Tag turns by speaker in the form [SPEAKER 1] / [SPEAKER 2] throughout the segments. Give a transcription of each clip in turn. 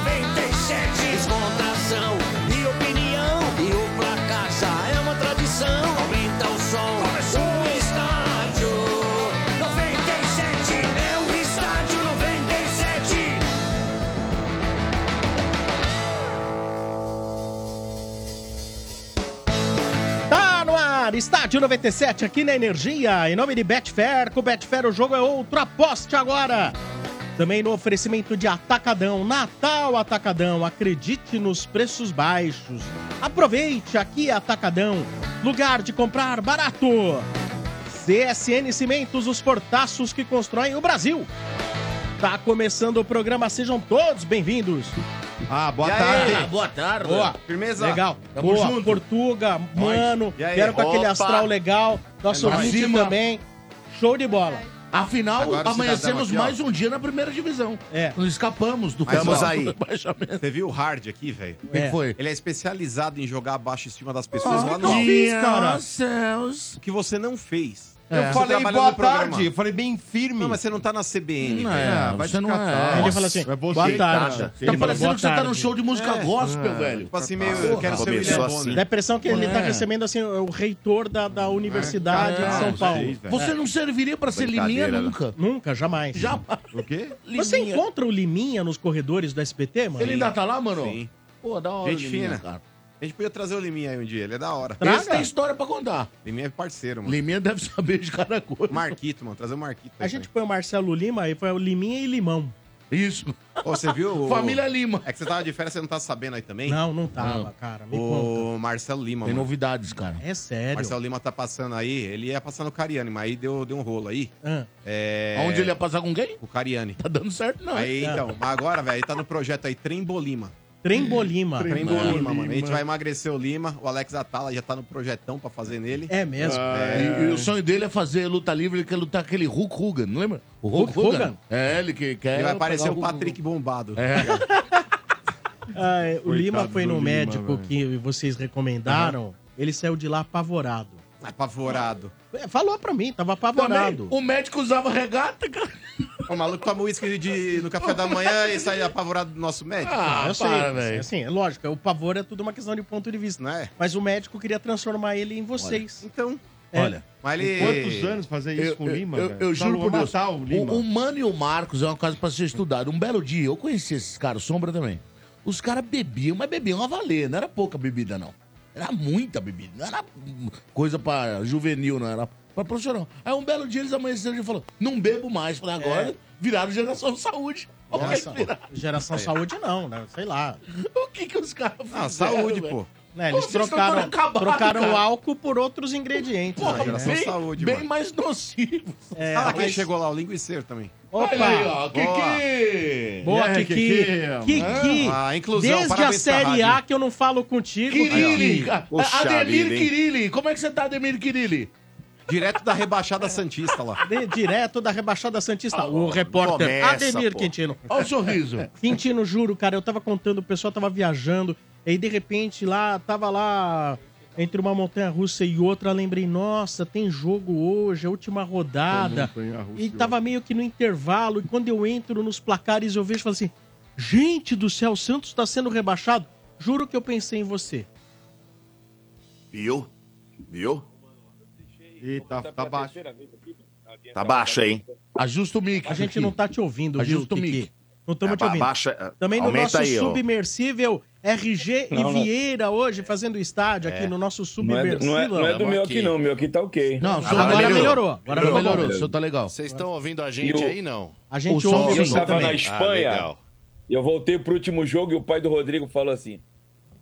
[SPEAKER 1] é é
[SPEAKER 2] Tá Estádio 97 aqui na Energia, em nome de Betfair, com Betfair o jogo é outro, aposte agora! Também no oferecimento de Atacadão, Natal Atacadão, acredite nos preços baixos. Aproveite aqui é Atacadão, lugar de comprar barato. CSN Cimentos, os portaços que constroem o Brasil. Tá começando o programa, sejam todos bem-vindos.
[SPEAKER 3] Ah, boa
[SPEAKER 4] E aí?
[SPEAKER 3] tarde.
[SPEAKER 4] Ah, boa tarde.
[SPEAKER 2] Boa.
[SPEAKER 3] Firmeza.
[SPEAKER 2] Legal.
[SPEAKER 3] Tamo
[SPEAKER 2] Boa,
[SPEAKER 3] junto.
[SPEAKER 2] Portuga, Mano,
[SPEAKER 3] E aí?
[SPEAKER 2] vieram com aquele
[SPEAKER 3] Opa.
[SPEAKER 2] astral legal. Nosso
[SPEAKER 5] É nóis.
[SPEAKER 2] ouvinte
[SPEAKER 5] Cima.
[SPEAKER 2] também. Show de bola.
[SPEAKER 5] Afinal,
[SPEAKER 3] Agora o cidadão
[SPEAKER 5] amanhecemos
[SPEAKER 3] aqui, ó.
[SPEAKER 5] mais um dia na primeira divisão.
[SPEAKER 2] É.
[SPEAKER 5] Nós escapamos do
[SPEAKER 3] Mas vamos
[SPEAKER 5] final
[SPEAKER 3] aí.
[SPEAKER 5] do rebaixamento.
[SPEAKER 3] Você viu o Hard aqui, velho?
[SPEAKER 5] O que que foi?
[SPEAKER 3] Ele é especializado em jogar abaixo em cima das
[SPEAKER 5] Ah,
[SPEAKER 3] pessoas lá no
[SPEAKER 2] não.
[SPEAKER 5] é
[SPEAKER 3] alto.
[SPEAKER 2] fiz, cara.
[SPEAKER 5] Deus Céus.
[SPEAKER 3] O que você não fez.
[SPEAKER 5] É.
[SPEAKER 3] Você tá
[SPEAKER 5] Eu
[SPEAKER 6] Falei
[SPEAKER 3] trabalhando
[SPEAKER 6] boa
[SPEAKER 3] no programa.
[SPEAKER 6] tarde, eu falei bem firme.
[SPEAKER 3] Não, mas você não tá na CBN,
[SPEAKER 5] Não,
[SPEAKER 3] velho.
[SPEAKER 5] é, você
[SPEAKER 6] vai te
[SPEAKER 5] não
[SPEAKER 6] catar.
[SPEAKER 5] é.
[SPEAKER 2] Ele
[SPEAKER 6] Nossa,
[SPEAKER 2] fala assim,
[SPEAKER 6] é você,
[SPEAKER 2] boa tarde.
[SPEAKER 6] cara.
[SPEAKER 2] Ele
[SPEAKER 5] Tá
[SPEAKER 2] fala,
[SPEAKER 5] parecendo
[SPEAKER 2] boa
[SPEAKER 5] que você tá
[SPEAKER 2] tarde. Tá
[SPEAKER 5] num show de
[SPEAKER 3] É.
[SPEAKER 5] música gospel, velho.
[SPEAKER 3] Tipo assim, meio, eu quero ser o
[SPEAKER 7] Começou
[SPEAKER 3] William
[SPEAKER 7] assim.
[SPEAKER 3] Bonner.
[SPEAKER 2] Dá a impressão que ele
[SPEAKER 5] É.
[SPEAKER 2] tá recebendo assim, o reitor da, da Universidade de São Paulo.
[SPEAKER 3] Gente, velho.
[SPEAKER 5] Você não serviria pra ser liminha
[SPEAKER 7] Brincadeira, né?
[SPEAKER 5] nunca.
[SPEAKER 2] Nunca, jamais.
[SPEAKER 5] Jamais.
[SPEAKER 3] O quê?
[SPEAKER 2] Você
[SPEAKER 5] Liminha.
[SPEAKER 2] encontra o Liminha nos corredores do SBT, mano?
[SPEAKER 5] Ele ainda tá lá, mano?
[SPEAKER 3] Sim.
[SPEAKER 5] Pô, da hora.
[SPEAKER 3] Gente
[SPEAKER 5] Liminha,
[SPEAKER 3] fina.
[SPEAKER 5] cara.
[SPEAKER 3] A gente podia trazer o Liminha aí um dia, ele é da hora.
[SPEAKER 2] Traga.
[SPEAKER 5] Esse tem história pra contar.
[SPEAKER 3] Liminha é parceiro, mano.
[SPEAKER 5] Liminha deve saber de cada coisa.
[SPEAKER 3] Marquito, mano, trazer o Marquito.
[SPEAKER 2] A gente põe o Marcelo Lima e foi o Liminha e Limão.
[SPEAKER 5] Isso.
[SPEAKER 3] Ô, você viu? o-
[SPEAKER 5] Família Lima.
[SPEAKER 3] É que você tava de férias, você não tá sabendo aí também?
[SPEAKER 2] Não, não tava, cara. Me conta.
[SPEAKER 3] O Marcelo Lima,
[SPEAKER 5] Tem
[SPEAKER 3] mano.
[SPEAKER 5] novidades, cara.
[SPEAKER 2] É sério.
[SPEAKER 3] Marcelo Lima tá passando aí, ele ia passar no Cariani, mas aí deu, deu um rolo aí.
[SPEAKER 2] Ah,
[SPEAKER 3] É...
[SPEAKER 5] Onde ele ia passar com quem?
[SPEAKER 3] O Cariani.
[SPEAKER 5] Tá dando certo, não.
[SPEAKER 3] Aí,
[SPEAKER 2] É.
[SPEAKER 3] então, mas agora, velho, ele tá no projeto aí, Trembolima.
[SPEAKER 2] Trembolima.
[SPEAKER 3] Trembolima, mano. A gente vai emagrecer o Lima, o Alex Atala já tá no projetão pra fazer nele.
[SPEAKER 2] É mesmo.
[SPEAKER 5] Ah, E, e o sonho dele é fazer luta livre, ele quer lutar aquele Hulk Hogan, não lembra? O Hulk,
[SPEAKER 2] Hulk
[SPEAKER 5] Hogan?
[SPEAKER 2] Hogan?
[SPEAKER 5] É, ele que quer.
[SPEAKER 3] ele vai
[SPEAKER 5] pegar
[SPEAKER 3] parecer o
[SPEAKER 5] Hulk
[SPEAKER 3] Patrick Bombado.
[SPEAKER 5] Hogan. É.
[SPEAKER 2] Ah, é, o Lima foi
[SPEAKER 6] do
[SPEAKER 2] no
[SPEAKER 6] Lima,
[SPEAKER 2] médico
[SPEAKER 6] velho.
[SPEAKER 2] que vocês recomendaram. Ele saiu de lá apavorado.
[SPEAKER 3] Apavorado.
[SPEAKER 2] É, Falou pra mim, tava
[SPEAKER 5] Também,
[SPEAKER 2] apavorado.
[SPEAKER 5] o médico usava regata, cara.
[SPEAKER 3] O maluco toma uísque de, no café da manhã e sai apavorado do nosso médico,
[SPEAKER 5] Ah, para,
[SPEAKER 2] eu sei.
[SPEAKER 5] velho.
[SPEAKER 2] Assim, é lógico, o pavor é tudo uma questão de ponto de vista.
[SPEAKER 3] né?
[SPEAKER 2] Mas o médico queria transformar ele em vocês.
[SPEAKER 3] Então,
[SPEAKER 2] É.
[SPEAKER 5] Olha,
[SPEAKER 3] mas ele...
[SPEAKER 6] Quantos anos fazer isso
[SPEAKER 5] eu,
[SPEAKER 6] com o Lima?
[SPEAKER 5] eu-
[SPEAKER 6] velho?
[SPEAKER 5] eu
[SPEAKER 6] Tá
[SPEAKER 5] juro
[SPEAKER 6] no-
[SPEAKER 5] por Deus.
[SPEAKER 6] Natal, o Lima.
[SPEAKER 5] O, o Mano e o Marcos é uma coisa pra ser estudada. Um belo dia, eu conheci esses caras, Sombra também. Os caras bebiam, mas bebiam a valer. Não era pouca bebida, não. Era muita bebida. Não era coisa pra juvenil, não. Era pra profissional. Aí um belo dia eles amanheceram e falaram, não bebo mais. Falei, agora viraram geração saúde. Olha,
[SPEAKER 2] Nossa,
[SPEAKER 5] viraram.
[SPEAKER 2] É. geração saúde não, né? Sei lá.
[SPEAKER 5] O que que os caras fizeram?
[SPEAKER 3] Ah, saúde,
[SPEAKER 5] velho?
[SPEAKER 3] pô.
[SPEAKER 2] Né, eles
[SPEAKER 5] Vocês tão
[SPEAKER 2] trocaram,
[SPEAKER 5] acabado,
[SPEAKER 2] trocaram o
[SPEAKER 5] cara.
[SPEAKER 2] álcool por outros ingredientes.
[SPEAKER 5] Porra,
[SPEAKER 2] aí, né?
[SPEAKER 3] geração
[SPEAKER 5] bem,
[SPEAKER 3] saúde,
[SPEAKER 5] bem
[SPEAKER 3] mano.
[SPEAKER 5] mais nocivo.
[SPEAKER 2] É,
[SPEAKER 3] ah, quem
[SPEAKER 2] mas-
[SPEAKER 3] chegou lá? O linguiceiro também.
[SPEAKER 2] Opa!
[SPEAKER 5] Olha aí, ó. Kiki!
[SPEAKER 2] Boa,
[SPEAKER 6] Yeah,
[SPEAKER 2] Kiki!
[SPEAKER 6] Kiki.
[SPEAKER 2] Kiki!
[SPEAKER 3] Ah, inclusão,
[SPEAKER 2] Desde a
[SPEAKER 3] parabéns pra
[SPEAKER 2] Série A
[SPEAKER 3] rádio.
[SPEAKER 2] que eu não falo contigo,
[SPEAKER 5] Kirili!
[SPEAKER 2] Kiki.
[SPEAKER 7] Poxa
[SPEAKER 5] Ah, Ademir
[SPEAKER 7] vida, hein?
[SPEAKER 5] Kirili! Como é que você tá, Ademir Kirili?
[SPEAKER 3] Direto da rebaixada Santista lá. Ah,
[SPEAKER 2] De- direto da Rebaixada Santista. o repórter
[SPEAKER 7] começa,
[SPEAKER 2] Ademir
[SPEAKER 7] pô.
[SPEAKER 2] Quintino.
[SPEAKER 5] Olha o sorriso.
[SPEAKER 2] Quintino, juro, cara, eu tava contando, o pessoal tava viajando, e aí de repente lá, tava lá entre uma montanha russa e outra, eu lembrei, nossa, tem jogo hoje, é a última rodada.
[SPEAKER 6] Montanha-russa
[SPEAKER 2] E
[SPEAKER 6] e
[SPEAKER 2] tava meio que no intervalo, e quando eu entro nos placares, eu vejo e falo assim: gente do céu, o Santos tá sendo rebaixado. Juro que eu pensei em você.
[SPEAKER 7] Viu? Viu?
[SPEAKER 6] Ih, tá, tá baixo.
[SPEAKER 7] Tá baixa, hein?
[SPEAKER 5] Ajusta o mic.
[SPEAKER 2] A gente
[SPEAKER 5] Kiki.
[SPEAKER 2] não tá te ouvindo, viu,
[SPEAKER 5] Ajusta o
[SPEAKER 2] Kiki?
[SPEAKER 5] mic.
[SPEAKER 2] Não estamos
[SPEAKER 7] É,
[SPEAKER 2] te
[SPEAKER 7] ba-
[SPEAKER 2] ouvindo.
[SPEAKER 7] baixa,
[SPEAKER 2] Também no
[SPEAKER 7] aumenta
[SPEAKER 2] nosso
[SPEAKER 7] aí, ó.
[SPEAKER 2] submersível RG e Vieira hoje fazendo estádio aqui no nosso
[SPEAKER 8] Não é, do-
[SPEAKER 2] submersível.
[SPEAKER 8] não é- não é do meu aqui, não. Meu aqui tá ok.
[SPEAKER 5] Não, o som
[SPEAKER 2] Agora melhorou. Agora
[SPEAKER 5] Agora
[SPEAKER 2] melhorou.
[SPEAKER 5] melhorou. O é senhor tá legal.
[SPEAKER 9] Vocês estão ouvindo a gente
[SPEAKER 8] E o-
[SPEAKER 9] aí, não?
[SPEAKER 2] A gente
[SPEAKER 5] O som-
[SPEAKER 2] ouve
[SPEAKER 5] o
[SPEAKER 8] eu
[SPEAKER 2] bem
[SPEAKER 5] som
[SPEAKER 8] tava na
[SPEAKER 2] também.
[SPEAKER 5] Ah,
[SPEAKER 8] Espanha. e eu voltei pro último jogo e o pai do Rodrigo falou assim: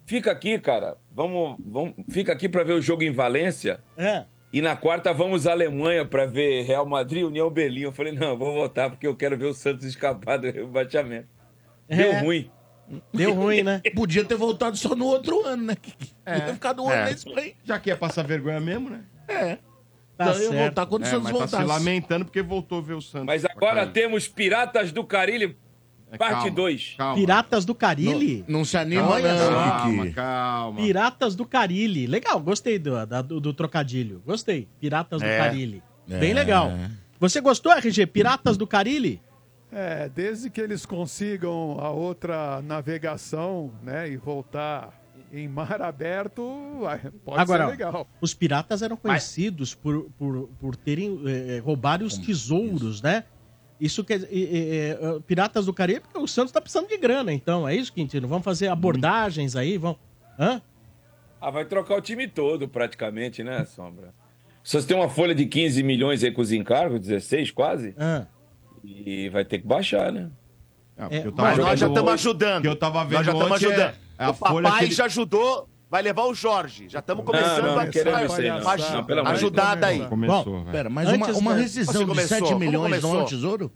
[SPEAKER 8] fica aqui, cara. Vamos, vamos, fica aqui pra ver o jogo em Valência.
[SPEAKER 2] É.
[SPEAKER 8] E na quarta vamos à Alemanha pra ver Real Madrid e União Berlim. Eu falei, não, eu vou voltar porque eu quero ver o Santos escapar do rebaixamento. Deu
[SPEAKER 2] É.
[SPEAKER 8] ruim.
[SPEAKER 2] Deu ruim, né?
[SPEAKER 5] Podia ter voltado só no outro ano, né? Kiki?
[SPEAKER 2] É.
[SPEAKER 5] Podia ficar do ano na Espanha.
[SPEAKER 6] Já que ia passar vergonha mesmo, né?
[SPEAKER 2] Tá
[SPEAKER 5] então eu ia
[SPEAKER 2] certo.
[SPEAKER 5] voltar quando o
[SPEAKER 6] É,
[SPEAKER 5] Santos
[SPEAKER 6] mas tá se
[SPEAKER 5] voltasse.
[SPEAKER 6] lamentando porque voltou a ver o Santos.
[SPEAKER 8] Mas agora temos Piratas do Carilho,
[SPEAKER 6] É,
[SPEAKER 8] parte
[SPEAKER 6] calma,
[SPEAKER 8] 2.
[SPEAKER 6] Calma,
[SPEAKER 2] Piratas do Carilli?
[SPEAKER 5] Não, não se anima,
[SPEAKER 2] Olha
[SPEAKER 5] não,
[SPEAKER 6] calma,
[SPEAKER 5] Kiki.
[SPEAKER 6] calma.
[SPEAKER 2] Piratas do Carilli. Legal, gostei do, da- do, do trocadilho. Gostei. Piratas do Carilli. Bem
[SPEAKER 5] É.
[SPEAKER 2] legal. Você gostou, RG? Piratas do Carilli?
[SPEAKER 10] É, desde que eles consigam a outra navegação, né, e voltar em mar aberto, vai- pode
[SPEAKER 2] Agora,
[SPEAKER 10] ser legal.
[SPEAKER 2] Os piratas eram conhecidos por, por, por terem eh, roubado os tesouros, né? Isso quer dizer. eh, eh, eh, piratas do Caribe, porque o Santos tá precisando de grana, então. É isso, Quintino? Vamos fazer abordagens aí? Vamos... Hã?
[SPEAKER 8] Ah, vai trocar o time todo, praticamente, né, Sombra? Se você tem uma folha de 15 milhões aí com os encargos, 16 quase, e vai ter que baixar, né?
[SPEAKER 6] É, eu
[SPEAKER 8] mas
[SPEAKER 7] nós já estamos
[SPEAKER 8] ajudando.
[SPEAKER 6] Que eu tava vendo
[SPEAKER 7] Nós já estamos
[SPEAKER 6] ontem é-
[SPEAKER 7] ajudando.
[SPEAKER 6] é a
[SPEAKER 7] o
[SPEAKER 6] folha
[SPEAKER 7] papai
[SPEAKER 6] que ele-
[SPEAKER 7] já ajudou, vai levar o Jorge. Já estamos
[SPEAKER 6] Não,
[SPEAKER 7] começando
[SPEAKER 6] não,
[SPEAKER 7] a
[SPEAKER 6] não queremos isso aí, não.
[SPEAKER 7] aj-
[SPEAKER 6] Não, pelo amor de
[SPEAKER 7] ajudada
[SPEAKER 6] Deus.
[SPEAKER 7] aí.
[SPEAKER 6] Começou,
[SPEAKER 7] Bom,
[SPEAKER 6] vai.
[SPEAKER 5] Pera, mas uma,
[SPEAKER 7] Antes,
[SPEAKER 5] uma
[SPEAKER 7] né?
[SPEAKER 5] rescisão
[SPEAKER 7] Você
[SPEAKER 5] de
[SPEAKER 7] começou,
[SPEAKER 5] 7
[SPEAKER 7] como
[SPEAKER 5] milhões não é um
[SPEAKER 7] começou?
[SPEAKER 5] tesouro?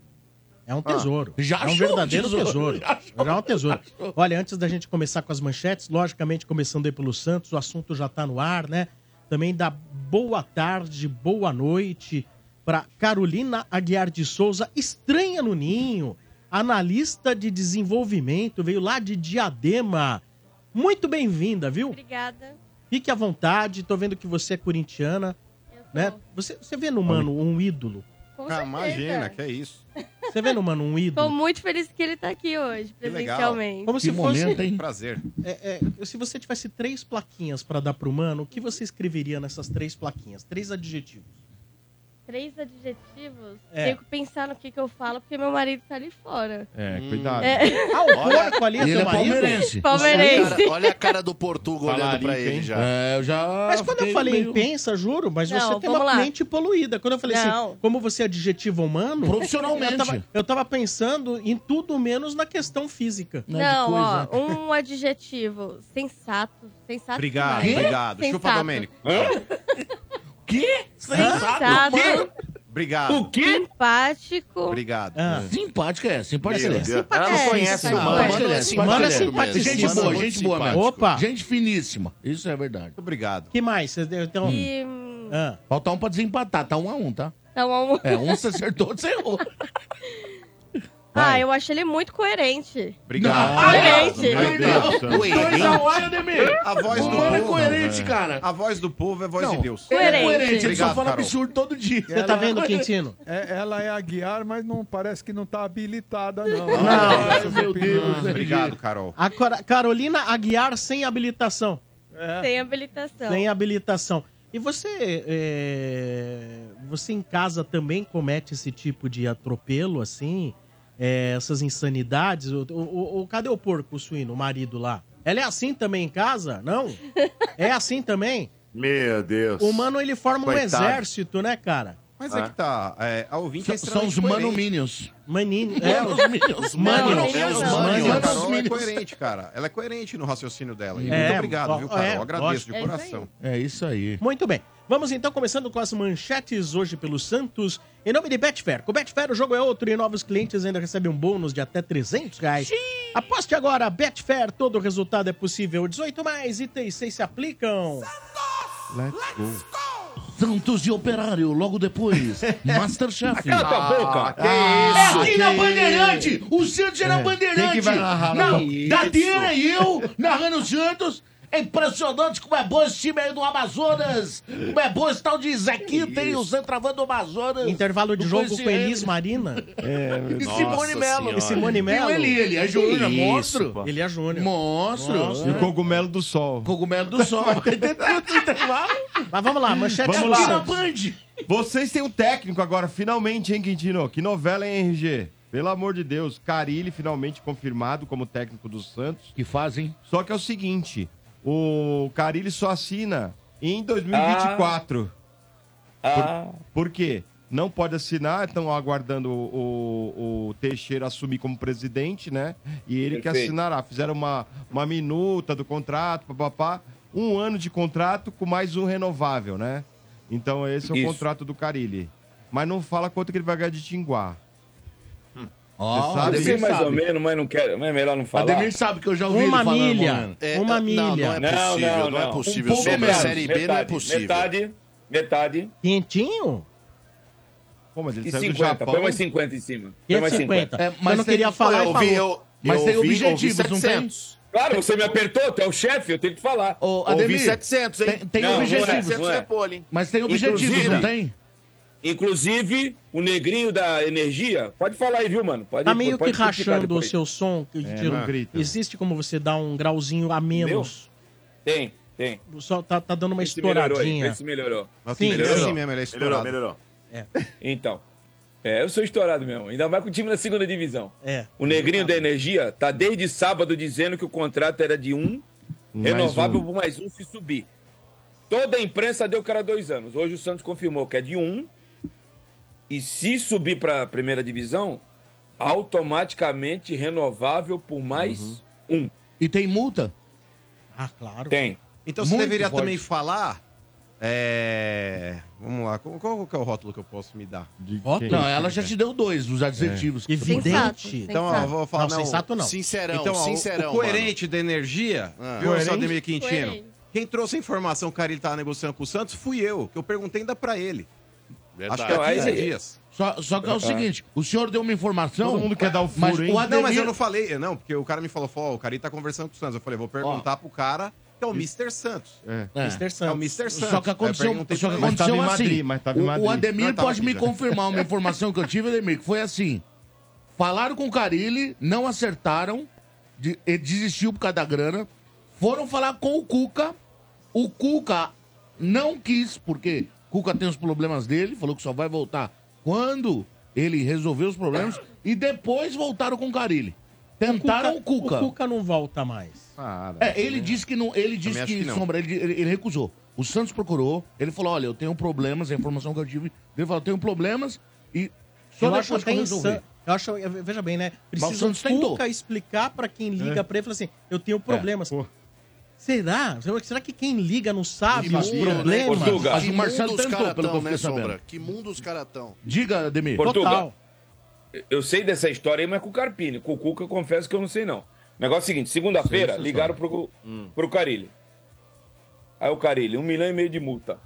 [SPEAKER 2] É um tesouro.
[SPEAKER 5] Ah. Já
[SPEAKER 2] é um
[SPEAKER 5] achou
[SPEAKER 2] verdadeiro
[SPEAKER 5] um tesouro.
[SPEAKER 2] tesouro. Já é um tesouro. Olha, antes da gente começar com as manchetes, logicamente começando aí pelo Santos, o assunto já tá no ar, né? Também dá boa tarde, boa noite para Carolina Aguiar de Souza, estranha no ninho, analista de desenvolvimento, veio lá de Diadema. Muito bem-vinda, viu?
[SPEAKER 4] Obrigada.
[SPEAKER 2] Fique à vontade, tô vendo que você é corintiana, né? Você, você vê no Mano um ídolo?
[SPEAKER 4] Com
[SPEAKER 2] Ah,
[SPEAKER 4] certeza.
[SPEAKER 3] imagina, que é isso.
[SPEAKER 2] Você vê no Mano um ídolo?
[SPEAKER 4] Tô muito feliz que ele tá aqui hoje, presencialmente.
[SPEAKER 2] Como se fosse...
[SPEAKER 3] Prazer.
[SPEAKER 2] É, é, se você tivesse três plaquinhas pra dar pro mano, o que você escreveria nessas três plaquinhas? Três adjetivos.
[SPEAKER 4] Três adjetivos.
[SPEAKER 2] É.
[SPEAKER 4] Tenho que pensar no que, que eu falo, porque meu marido tá ali fora.
[SPEAKER 6] É, cuidado.
[SPEAKER 4] É.
[SPEAKER 2] Ah, o porco ali é
[SPEAKER 5] Ele
[SPEAKER 2] teu
[SPEAKER 5] é
[SPEAKER 2] marido?
[SPEAKER 5] palmeirense. um
[SPEAKER 4] Palmeirense.
[SPEAKER 7] Olha a cara- Olha a cara do Portugal olhando pra
[SPEAKER 6] Talarico,
[SPEAKER 7] ele
[SPEAKER 6] hein?
[SPEAKER 7] já.
[SPEAKER 5] É, eu já.
[SPEAKER 2] Mas quando eu
[SPEAKER 5] fiquei
[SPEAKER 2] falei
[SPEAKER 5] meio-
[SPEAKER 2] pensa, juro, mas
[SPEAKER 4] Não,
[SPEAKER 2] você tem
[SPEAKER 4] vamos
[SPEAKER 2] uma
[SPEAKER 4] lá.
[SPEAKER 2] mente poluída. Quando eu falei assim,
[SPEAKER 4] Não.
[SPEAKER 2] como você é adjetivo humano...
[SPEAKER 5] Profissionalmente.
[SPEAKER 2] Eu tava, eu tava pensando em tudo menos na questão física.
[SPEAKER 5] né, de
[SPEAKER 4] Não,
[SPEAKER 5] coisa.
[SPEAKER 4] ó, um adjetivo. Sensato. Sensato.
[SPEAKER 3] Obrigado,
[SPEAKER 4] demais.
[SPEAKER 3] obrigado.
[SPEAKER 4] Sensato.
[SPEAKER 3] Chupa, Domênico.
[SPEAKER 5] Que?
[SPEAKER 4] Sensato.
[SPEAKER 3] Obrigado,
[SPEAKER 4] Simpático.
[SPEAKER 3] obrigado.
[SPEAKER 2] Ah,
[SPEAKER 5] Simpática é, simpática
[SPEAKER 7] Meu
[SPEAKER 5] é.
[SPEAKER 7] Deus. Ela não
[SPEAKER 4] É,
[SPEAKER 7] conhece
[SPEAKER 2] né?
[SPEAKER 4] isso
[SPEAKER 7] o
[SPEAKER 4] é
[SPEAKER 7] mano.
[SPEAKER 5] Mano é
[SPEAKER 2] mano é
[SPEAKER 7] mesmo.
[SPEAKER 2] simpaticíssimo.
[SPEAKER 5] Gente boa,
[SPEAKER 2] Mano,
[SPEAKER 5] gente boa mesmo.
[SPEAKER 2] Opa,
[SPEAKER 5] Gente finíssima. Isso é verdade.
[SPEAKER 3] Muito obrigado.
[SPEAKER 2] que mais? Você deu- Então,
[SPEAKER 4] E, hum,
[SPEAKER 2] ah,
[SPEAKER 5] Falta um pra desempatar, tá um a um, tá?
[SPEAKER 4] então, um...
[SPEAKER 5] É, um você acertou, outro você errou.
[SPEAKER 4] Ah, eu achei ele muito coerente.
[SPEAKER 3] Obrigado.
[SPEAKER 4] Coerente.
[SPEAKER 6] Meu Deus do céu.
[SPEAKER 7] Oi, hein?
[SPEAKER 2] um.
[SPEAKER 3] A voz do
[SPEAKER 5] Mano é
[SPEAKER 3] povo. né?
[SPEAKER 5] coerente, cara.
[SPEAKER 3] A voz do povo é a voz
[SPEAKER 5] Não.
[SPEAKER 3] de Deus.
[SPEAKER 4] Coerente.
[SPEAKER 5] Coerente, ele só
[SPEAKER 3] Obrigado,
[SPEAKER 5] fala
[SPEAKER 3] Carol.
[SPEAKER 5] absurdo todo dia.
[SPEAKER 2] você tá vendo, Quintino?
[SPEAKER 10] É, ela é a guiar, mas não parece que não tá habilitada, não. é
[SPEAKER 5] Ai,
[SPEAKER 10] Essas
[SPEAKER 5] meu
[SPEAKER 10] opiniões.
[SPEAKER 5] Deus.
[SPEAKER 3] Obrigado, Carol.
[SPEAKER 2] A Cora- Carolina Aguiar sem habilitação.
[SPEAKER 10] É.
[SPEAKER 4] Sem habilitação.
[SPEAKER 2] Sem habilitação. E você, é, você em casa também comete esse tipo de atropelo, assim? É, essas insanidades? O, o- o- cadê o porco, o suíno, o marido lá? Ela é assim também em casa? Não? É assim também?
[SPEAKER 7] Meu Deus.
[SPEAKER 2] O mano, ele forma um
[SPEAKER 7] Coitado.
[SPEAKER 2] exército, né, cara?
[SPEAKER 3] Mas é que tá. É, a ouvinte é
[SPEAKER 5] São, são os
[SPEAKER 3] extremamente coerente.
[SPEAKER 5] mano minions.
[SPEAKER 2] Maninho.
[SPEAKER 5] É,
[SPEAKER 2] É,
[SPEAKER 5] os minions.
[SPEAKER 2] Mano,
[SPEAKER 4] Não, é os
[SPEAKER 5] Os
[SPEAKER 4] mano.
[SPEAKER 3] Mano, a
[SPEAKER 5] mano.
[SPEAKER 3] Carol é
[SPEAKER 5] Os minions.
[SPEAKER 3] coerente, cara. Ela é coerente no raciocínio dela. E
[SPEAKER 2] É,
[SPEAKER 3] muito obrigado, viu,
[SPEAKER 2] ó,
[SPEAKER 3] Carol?
[SPEAKER 2] é,
[SPEAKER 3] Agradeço
[SPEAKER 2] lógico.
[SPEAKER 3] de
[SPEAKER 4] É isso aí.
[SPEAKER 3] coração.
[SPEAKER 5] É isso aí.
[SPEAKER 2] Muito bem. Vamos então começando com as manchetes hoje pelo Santos. Em nome de Betfair. Com Betfair o jogo é outro e novos clientes ainda recebem um bônus de até 300 reais. Aposte agora, Betfair. Todo resultado é possível. 18 mais e 6 se aplicam.
[SPEAKER 6] Let's go.
[SPEAKER 5] Santos de Operário, logo depois. Masterchef.
[SPEAKER 8] Cala tua boca!
[SPEAKER 6] Ah,
[SPEAKER 5] É aqui na Bandeirante! O Santos é na Bandeirante!
[SPEAKER 6] Quem que vai narrar lá?
[SPEAKER 5] Não, Dadeira e eu narrando o Santos. É impressionante como é bom esse time aí do Amazonas. Como é bom esse tal de Zequinho, tem o Zantravando do Amazonas.
[SPEAKER 2] Intervalo de
[SPEAKER 5] Depois
[SPEAKER 2] jogo
[SPEAKER 5] de
[SPEAKER 2] com Elis
[SPEAKER 5] ele.
[SPEAKER 2] Marina
[SPEAKER 6] É,
[SPEAKER 5] E Simone
[SPEAKER 7] Nossa
[SPEAKER 5] Melo.
[SPEAKER 7] Senhora.
[SPEAKER 2] e Simone
[SPEAKER 5] E o
[SPEAKER 2] Melo.
[SPEAKER 5] Eli, ele é Júnior,
[SPEAKER 7] Que isso,
[SPEAKER 5] monstro.
[SPEAKER 7] pô.
[SPEAKER 2] Ele é Júnior.
[SPEAKER 5] Monstro.
[SPEAKER 2] Nossa.
[SPEAKER 6] E o cogumelo do sol.
[SPEAKER 5] Cogumelo do Sol.
[SPEAKER 2] Mas vamos lá, manchete
[SPEAKER 6] Vamos
[SPEAKER 2] do
[SPEAKER 6] lá.
[SPEAKER 5] Aqui na
[SPEAKER 2] Santos.
[SPEAKER 5] Band.
[SPEAKER 6] Vocês têm um técnico agora, finalmente, hein, Quintino? Que novela, hein, RG? Pelo amor de Deus, Carilli finalmente confirmado como técnico do Santos.
[SPEAKER 5] Que fazem?
[SPEAKER 6] Só que é o seguinte, o Carilli só assina em 2024.
[SPEAKER 8] Ah,
[SPEAKER 6] Por quê? Não pode assinar, estão aguardando o, o- o Teixeira assumir como presidente, né? E ele que
[SPEAKER 8] Perfeito.
[SPEAKER 6] assinará. Fizeram uma, uma minuta do contrato, papapá. Um ano de contrato com mais um renovável, né? Então esse é o
[SPEAKER 8] Isso.
[SPEAKER 6] contrato do Carilli. Mas não fala quanto que ele vai ganhar de Tinguá.
[SPEAKER 5] Ó,
[SPEAKER 6] sabe?
[SPEAKER 8] eu
[SPEAKER 5] Ademir
[SPEAKER 8] sei mais
[SPEAKER 5] sabe.
[SPEAKER 8] ou menos, mas não quero. Mas é melhor não falar.
[SPEAKER 5] Ademir sabe que eu já ouvi
[SPEAKER 2] Uma
[SPEAKER 5] ele falar.
[SPEAKER 2] milha.
[SPEAKER 5] mano.
[SPEAKER 7] É,
[SPEAKER 2] Uma
[SPEAKER 7] Não, não
[SPEAKER 2] milha.
[SPEAKER 7] é
[SPEAKER 8] Não,
[SPEAKER 7] possível, não,
[SPEAKER 8] não,
[SPEAKER 7] é
[SPEAKER 8] não.
[SPEAKER 7] possível.
[SPEAKER 5] Um pouco
[SPEAKER 7] Sobre a
[SPEAKER 5] menos.
[SPEAKER 7] Série B não é possível.
[SPEAKER 8] Metade, metade.
[SPEAKER 2] Quentinho?
[SPEAKER 6] Pô, mas ele
[SPEAKER 8] E
[SPEAKER 6] saiu
[SPEAKER 8] 50.
[SPEAKER 6] do Japão.
[SPEAKER 8] Põe mais 50 em cima. Põe mais 50.
[SPEAKER 2] 550.
[SPEAKER 5] É,
[SPEAKER 2] eu
[SPEAKER 5] mas
[SPEAKER 2] não
[SPEAKER 5] tem-
[SPEAKER 2] queria
[SPEAKER 7] Pô, eu
[SPEAKER 2] falar e
[SPEAKER 7] vi,
[SPEAKER 2] falou.
[SPEAKER 7] eu,
[SPEAKER 5] Mas
[SPEAKER 7] eu
[SPEAKER 5] tem
[SPEAKER 7] ouvi-
[SPEAKER 5] objetivos, não
[SPEAKER 7] ouvi
[SPEAKER 5] tem?
[SPEAKER 7] 700.
[SPEAKER 8] Claro, você me apertou, tu é o chefe, eu tenho que falar.
[SPEAKER 5] Ô,
[SPEAKER 7] Ouvi
[SPEAKER 5] Ademir,
[SPEAKER 7] 700, hein?
[SPEAKER 5] tem, tem
[SPEAKER 8] Não, não é.
[SPEAKER 5] objetivos.
[SPEAKER 7] 700 é pole, hein?
[SPEAKER 5] Mas tem objetivos,
[SPEAKER 8] Inclusive-
[SPEAKER 5] não tem?
[SPEAKER 8] Inclusive, o negrinho da energia. Pode falar aí, viu, mano? Pode,
[SPEAKER 2] Tá meio que
[SPEAKER 8] pode criticar
[SPEAKER 2] rachando o
[SPEAKER 8] depois.
[SPEAKER 2] seu som. que tira-
[SPEAKER 6] não grita.
[SPEAKER 2] Existe como você dar um grauzinho a menos.
[SPEAKER 8] Tem, tem.
[SPEAKER 2] Só tá, tá dando uma
[SPEAKER 8] Esse melhorou aí,
[SPEAKER 2] estouradinha.
[SPEAKER 8] esse melhorou.
[SPEAKER 3] Mas tem
[SPEAKER 2] Sim,
[SPEAKER 3] que ser
[SPEAKER 8] melhorou.
[SPEAKER 3] assim mesmo, ele é
[SPEAKER 7] Melhorou,
[SPEAKER 3] estourado.
[SPEAKER 7] melhorou.
[SPEAKER 8] Então. É, eu sou estourado mesmo. Ainda mais com o time da segunda divisão.
[SPEAKER 2] É.
[SPEAKER 8] O Negrinho da Energia tá desde sábado dizendo que o contrato era de um
[SPEAKER 6] Mais
[SPEAKER 8] Renovável
[SPEAKER 6] um.
[SPEAKER 8] por mais um se subir. Toda a imprensa deu que era dois anos. Hoje o Santos confirmou que é de um. E se subir para a primeira divisão, automaticamente renovável por mais um.
[SPEAKER 5] E tem multa?
[SPEAKER 2] Ah, claro.
[SPEAKER 8] Tem.
[SPEAKER 3] Então você
[SPEAKER 8] Muito
[SPEAKER 3] deveria
[SPEAKER 8] forte.
[SPEAKER 3] também falar. É. Vamos lá. Qual, qual que é o rótulo que eu posso me dar?
[SPEAKER 5] Rótulo? Não, ela já te deu dois, os adjetivos.
[SPEAKER 3] É.
[SPEAKER 5] que você pode falar.
[SPEAKER 3] Evidente. Então, ó, eu vou falar.
[SPEAKER 5] Não, sensato não. Sincerão,
[SPEAKER 3] Então, ó, o-
[SPEAKER 5] sincerão,
[SPEAKER 3] O, coerente da energia,
[SPEAKER 5] Ah.
[SPEAKER 3] viu,
[SPEAKER 5] Coerente?
[SPEAKER 3] Saldemir Quintino?
[SPEAKER 5] Coerente.
[SPEAKER 3] Quem trouxe a informação que o ele tava negociando com o Santos fui eu, que eu perguntei ainda pra ele. Acho que
[SPEAKER 5] Então,
[SPEAKER 3] há
[SPEAKER 5] aí-
[SPEAKER 3] 15 dias.
[SPEAKER 5] Só, só que é o
[SPEAKER 3] É.
[SPEAKER 5] seguinte, o senhor deu uma informação... mas o Ademir...
[SPEAKER 3] Não, mas eu não falei, é, não, porque o cara me falou, falou, ó, o cara tá conversando com o Santos. Eu falei, vou perguntar pro cara, que é o Mr. Santos.
[SPEAKER 6] É.
[SPEAKER 5] É.
[SPEAKER 3] É o Mr. Santos.
[SPEAKER 5] Só que aconteceu,
[SPEAKER 3] Aí eu perguntei
[SPEAKER 5] só que
[SPEAKER 3] pra ele.
[SPEAKER 5] aconteceu assim. o- o, Ademir
[SPEAKER 3] Não, tava
[SPEAKER 5] pode
[SPEAKER 3] aqui
[SPEAKER 5] me
[SPEAKER 3] já.
[SPEAKER 5] confirmar uma informação que eu tive, Ademir, que foi assim. Falaram com o Carilli, não acertaram, de- ele desistiu por causa da grana. Foram falar com o Cuca. O Cuca não quis, porque o Cuca tem os problemas dele, falou que só vai voltar quando ele resolver os problemas. E depois voltaram com o Carilli. Tentaram o Cuca.
[SPEAKER 2] Tá, O Cuca não volta mais.
[SPEAKER 5] É, ele disse que não. Ele disse
[SPEAKER 2] acho
[SPEAKER 5] que,
[SPEAKER 2] que não.
[SPEAKER 5] Sombra, ele, ele- ele recusou. O Santos procurou, ele falou: olha, eu tenho problemas, é a informação que eu tive. Ele falou: eu tenho problemas e só
[SPEAKER 2] eu acho
[SPEAKER 5] depois que
[SPEAKER 2] até
[SPEAKER 5] eu
[SPEAKER 2] insano.
[SPEAKER 5] resolver.
[SPEAKER 2] Eu acho, veja bem, né?
[SPEAKER 5] Mas o
[SPEAKER 2] Precisa o
[SPEAKER 5] Santos tentou.
[SPEAKER 2] Cuca explicar pra quem liga
[SPEAKER 5] É.
[SPEAKER 2] pra ele e fala assim: eu tenho problemas. Será? Será que quem liga não sabe os problemas?
[SPEAKER 5] Acho que o Marcelo
[SPEAKER 7] os
[SPEAKER 5] tentou,
[SPEAKER 7] caras
[SPEAKER 5] pelo que eu
[SPEAKER 7] né,
[SPEAKER 5] fiquei sabendo.
[SPEAKER 7] Sombra? Que mundo os caras estão?
[SPEAKER 5] Diga, Ademir.
[SPEAKER 8] Portuga,
[SPEAKER 5] Total.
[SPEAKER 8] eu sei dessa história aí, mas é com o Carpini. Com o Cuca, eu confesso que eu não sei, não. O negócio é o seguinte, segunda-feira,
[SPEAKER 7] Sei, sei,
[SPEAKER 8] ligaram pro,
[SPEAKER 5] Hum.
[SPEAKER 8] pro Carilli. Aí o Carilli, um milhão e meio de multa.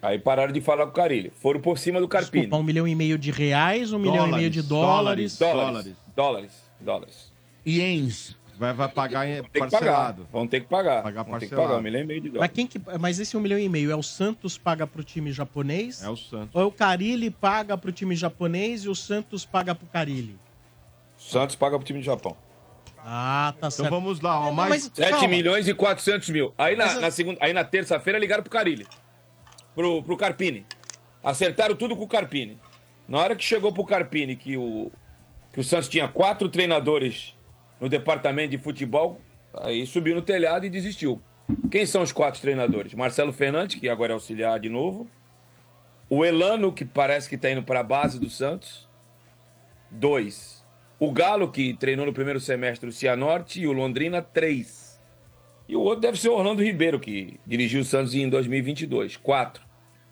[SPEAKER 8] Aí pararam de falar com o Carilli. Foram por cima do Carpini.
[SPEAKER 2] Desculpa, um milhão e meio de reais, um milhão e meio de dólares.
[SPEAKER 8] Dólares. Dólares. Dólares.
[SPEAKER 5] Iens.
[SPEAKER 6] Vai, vai pagar em
[SPEAKER 8] Tem que pagar. Vão ter que pagar. Pagar Vão ter que
[SPEAKER 6] parcelado.
[SPEAKER 8] pagar um milhão e meio de
[SPEAKER 2] Mas,
[SPEAKER 8] dólares.
[SPEAKER 2] quem que, mas esse um milhão e meio é o Santos paga pro time japonês?
[SPEAKER 6] É o Santos.
[SPEAKER 2] Ou é o Carilli paga pro time japonês e o Santos paga pro Carilli?
[SPEAKER 8] Santos paga pro time do Japão.
[SPEAKER 2] Ah, tá certo.
[SPEAKER 6] Então vamos lá, ó,
[SPEAKER 2] mais- Mas,
[SPEAKER 8] 7
[SPEAKER 2] calma.
[SPEAKER 8] milhões e 400 mil. Aí na,
[SPEAKER 2] Mas-
[SPEAKER 8] na segunda, aí na terça-feira ligaram pro Carilli. Pro, pro Carpini. Acertaram tudo com o Carpini. Na hora que chegou pro Carpini que o, que o Santos tinha quatro treinadores no departamento de futebol, aí subiu no telhado e desistiu. Quem são os quatro treinadores? Marcelo Fernandes, que agora é auxiliar de novo. O Elano, que parece que tá indo pra base do Santos. Dois. O Galo, que treinou no primeiro semestre o Cianorte, e o Londrina, três. E o outro deve ser o Orlando Ribeiro, que dirigiu o Santos em 2022, quatro.